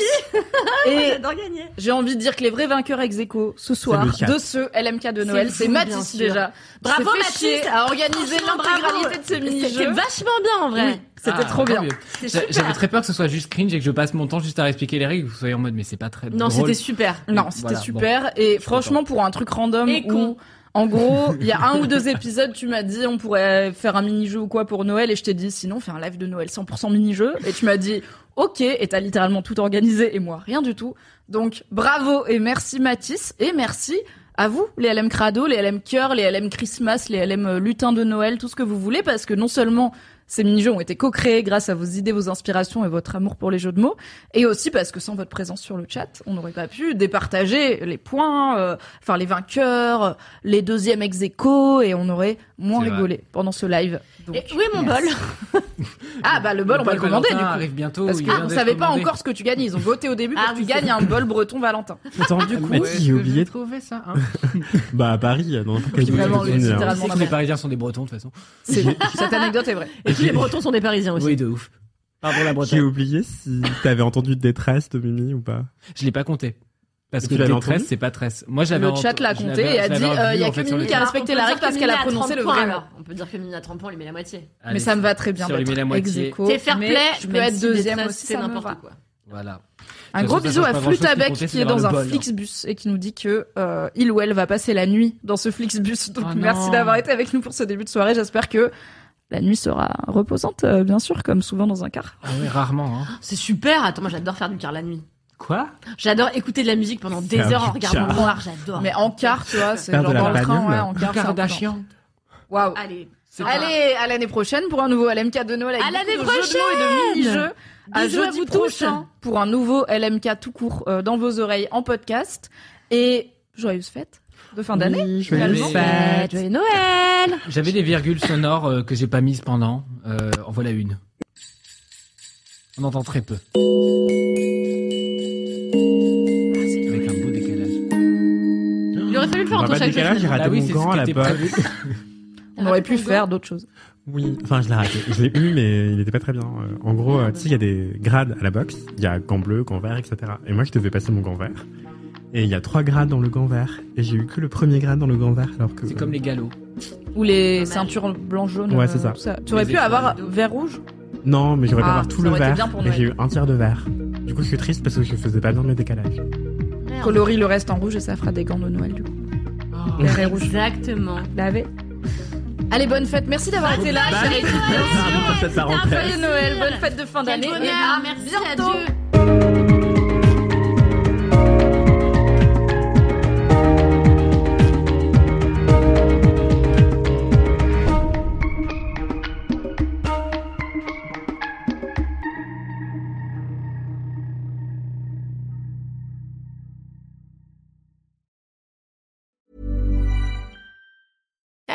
Speaker 1: Et
Speaker 8: J'adore gagner.
Speaker 1: j'ai envie de dire que les vrais vainqueurs ex aequo ce soir
Speaker 4: le chat.
Speaker 1: de ce LMK de
Speaker 8: C'est
Speaker 1: Noël,
Speaker 8: vous,
Speaker 1: c'est
Speaker 8: bien
Speaker 1: Mathis
Speaker 8: sûr.
Speaker 1: déjà.
Speaker 8: Bravo,
Speaker 1: Qui s'est fait
Speaker 8: Mathis.
Speaker 1: chier à organiser
Speaker 8: Franchement,
Speaker 1: l'intégralité
Speaker 8: bravo.
Speaker 1: de ces
Speaker 8: C'était
Speaker 1: mini-jeux.
Speaker 8: vachement bien en vrai.
Speaker 1: Oui, c'était
Speaker 3: Ah,
Speaker 1: trop
Speaker 3: tant
Speaker 1: bien.
Speaker 3: mieux.
Speaker 8: C'était
Speaker 3: J'a-
Speaker 8: super.
Speaker 3: J'avais très peur que ce soit juste cringe et que je passe mon temps juste à expliquer les règles. Vous soyez en mode, mais c'est pas très
Speaker 8: Non,
Speaker 3: drôle.
Speaker 8: c'était super.
Speaker 1: Non, c'était
Speaker 3: Voilà,
Speaker 1: super. Et
Speaker 3: suis
Speaker 1: franchement, pour un truc random
Speaker 8: Et
Speaker 1: où,
Speaker 8: con.
Speaker 1: en gros, il y a un ou deux épisodes, tu m'as dit on pourrait faire un mini-jeu ou quoi pour Noël, et je t'ai dit sinon on fait un live de Noël 100% mini-jeu, et tu m'as dit ok, et t'as littéralement tout organisé et moi rien du tout. Donc bravo et merci Mathis et merci à vous les LM Crado, les LM Cœur, les LM Christmas, les LM Lutin de Noël, tout ce que vous voulez, parce que non seulement ces mini-jeux ont été co-créés grâce à vos idées, vos inspirations et votre amour pour les jeux de mots, et aussi parce que sans votre présence sur le chat, on n'aurait pas pu départager les points, euh, enfin les vainqueurs, euh, les deuxièmes ex aequo, et on aurait moins
Speaker 3: C'est vrai.
Speaker 1: rigolé pendant ce live. Donc,
Speaker 8: Et où est mon
Speaker 1: merci.
Speaker 8: bol
Speaker 1: Ah bah le bol, on va le commander du
Speaker 3: Valentin
Speaker 1: coup.
Speaker 3: arrive bientôt.
Speaker 1: Parce
Speaker 3: il
Speaker 1: qu'on
Speaker 3: vient
Speaker 1: ne
Speaker 3: d'être
Speaker 1: savait pas
Speaker 3: commandé.
Speaker 1: encore ce que tu gagnais. Ils ont voté au début pour
Speaker 8: Ah
Speaker 1: que tu
Speaker 8: oui,
Speaker 1: gagnes un bol breton Valentin.
Speaker 4: Attends, du
Speaker 3: Mais
Speaker 4: coup,
Speaker 1: euh,
Speaker 3: est-ce
Speaker 4: Ah, j'ai
Speaker 3: que je
Speaker 4: oublié. de-
Speaker 3: trouvais ça. hein
Speaker 4: Bah, à Paris, dans n'importe quel
Speaker 1: Oui, vraiment,
Speaker 4: bout du
Speaker 1: le
Speaker 4: monde,
Speaker 1: littéralement.
Speaker 4: hein.
Speaker 3: On sait que les Parisiens sont des Bretons de toute façon.
Speaker 1: C'est vrai. Cette anecdote est vraie.
Speaker 2: Et puis les Bretons sont des Parisiens aussi.
Speaker 3: Oui, de ouf. Pardon la
Speaker 4: J'ai
Speaker 3: Bretagne.
Speaker 4: oublié si t'avais entendu détresse de Mimi ou pas.
Speaker 3: Je l'ai pas compté. Parce
Speaker 4: Et
Speaker 3: que
Speaker 4: tu l'avais
Speaker 3: détresse,
Speaker 4: entendu
Speaker 3: c'est pas tresse. Moi, j'avais
Speaker 1: Le chat l'a
Speaker 3: je
Speaker 1: compté
Speaker 3: l'avais-
Speaker 1: et a
Speaker 3: je l'avais
Speaker 1: dit,
Speaker 3: revu,
Speaker 1: euh, il y a
Speaker 3: en fait,
Speaker 1: que
Speaker 3: sur les-
Speaker 1: Mimi qui a respecté la règle parce qu'elle a prononcé le vrai mot.
Speaker 8: On peut dire que Mimi a 30 points, on lui met la moitié.
Speaker 3: Allez,
Speaker 1: mais ça me va très bien.
Speaker 3: si on lui
Speaker 1: d'être
Speaker 3: met la moitié.
Speaker 1: ex aequo,
Speaker 8: C'est fair
Speaker 1: mais
Speaker 8: play,
Speaker 1: Je peux
Speaker 8: même
Speaker 1: être
Speaker 8: si
Speaker 1: deuxième
Speaker 8: détresse,
Speaker 1: aussi,
Speaker 8: c'est
Speaker 1: ça me
Speaker 8: n'importe
Speaker 1: va.
Speaker 8: quoi.
Speaker 3: Voilà. De
Speaker 1: Un
Speaker 3: toute
Speaker 1: gros
Speaker 3: façon,
Speaker 1: bisou
Speaker 3: ça
Speaker 1: à
Speaker 3: change pas grand-chose, ce qui
Speaker 1: Flutabec
Speaker 3: comptait,
Speaker 1: qui
Speaker 3: c'est
Speaker 1: est
Speaker 3: d'avoir
Speaker 1: dans
Speaker 3: le
Speaker 1: un
Speaker 3: bol.
Speaker 1: Flixbus et qui nous dit que euh, il ou elle va passer la nuit dans ce Flixbus. Donc
Speaker 3: Oh
Speaker 1: merci
Speaker 3: non.
Speaker 1: d'avoir été avec nous pour ce début de soirée. J'espère que la nuit sera reposante, euh, bien sûr, comme souvent dans un car.
Speaker 3: Ah ouais, rarement. Hein.
Speaker 8: C'est super. Attends, moi j'adore faire du car la nuit.
Speaker 3: Quoi
Speaker 8: J'adore écouter de la musique pendant des
Speaker 4: Faire
Speaker 8: heures en
Speaker 4: du
Speaker 8: regardant
Speaker 4: car.
Speaker 8: le noir, j'adore.
Speaker 1: Mais en car, tu vois, c'est
Speaker 4: Faire
Speaker 1: genre
Speaker 4: de la
Speaker 1: dans le train,
Speaker 4: bagnole.
Speaker 1: ouais, en car. c'est important.
Speaker 3: Kardashian.
Speaker 1: Waouh.
Speaker 8: Allez,
Speaker 1: Allez, à l'année prochaine pour un nouveau LMK de Noël. Avec
Speaker 8: À l'année
Speaker 1: beaucoup de jeux de mots et de mini-jeux. À
Speaker 8: Bisous à
Speaker 1: jeudi
Speaker 8: vous tous.
Speaker 1: prochain pour un nouveau LMK tout court euh, dans vos oreilles en podcast. Et joyeuses fêtes de fin d'année.
Speaker 3: finalement.
Speaker 2: Fête, joyeux Noël
Speaker 3: J'avais des virgules sonores euh, que j'ai pas mises pendant. Euh, en voilà une. On entend très peu. Ah, c'est avec un beau décalage. Bah
Speaker 8: il aurait fallu le faire entre chaque
Speaker 4: décalage, j'ai
Speaker 8: jeu.
Speaker 4: raté
Speaker 3: oui,
Speaker 4: mon
Speaker 3: c'est ce
Speaker 4: gant
Speaker 3: qui
Speaker 4: à la
Speaker 3: était
Speaker 4: base.
Speaker 3: prévu.
Speaker 1: On aurait pu faire d'autres choses.
Speaker 4: Oui, enfin je l'ai raté. Je l'ai eu, mais il était pas très bien. Euh, En gros, euh, tu sais, il y a des grades à la boxe. Il y a gant bleu, gant vert, etc. Et moi, je devais passer mon gant vert. Et il y a trois grades dans le gant vert. Et j'ai eu que le premier grade dans le gant vert, alors que.
Speaker 3: C'est comme les galops.
Speaker 1: Ou les ceintures blanc jaune. euh,
Speaker 4: Ouais, c'est ça.
Speaker 1: Tu aurais
Speaker 3: Les
Speaker 1: pu
Speaker 3: étoiles.
Speaker 1: avoir vert rouge.
Speaker 4: Non, mais j'aurais pu
Speaker 1: Ah,
Speaker 4: avoir tout
Speaker 1: ça
Speaker 4: le
Speaker 1: aurait été
Speaker 4: vert.
Speaker 1: bien pour
Speaker 4: Et
Speaker 1: Noël.
Speaker 4: j'ai eu un tiers de vert. Du coup, je suis triste parce que je faisais pas bien mes décalages.
Speaker 1: Bah, Colorie le reste en rouge et ça fera des gants de Noël du coup. Vert et rouge.
Speaker 8: Exactement.
Speaker 1: Lavé. Allez, bonne fête. Merci d'avoir été là. chère équipe.
Speaker 4: Bravo Bah, pour cette parenthèse.
Speaker 1: Joyeux Noël, bonne fête de fin d'année. et à
Speaker 8: bonheur, merci,
Speaker 1: bientôt.
Speaker 8: adieu.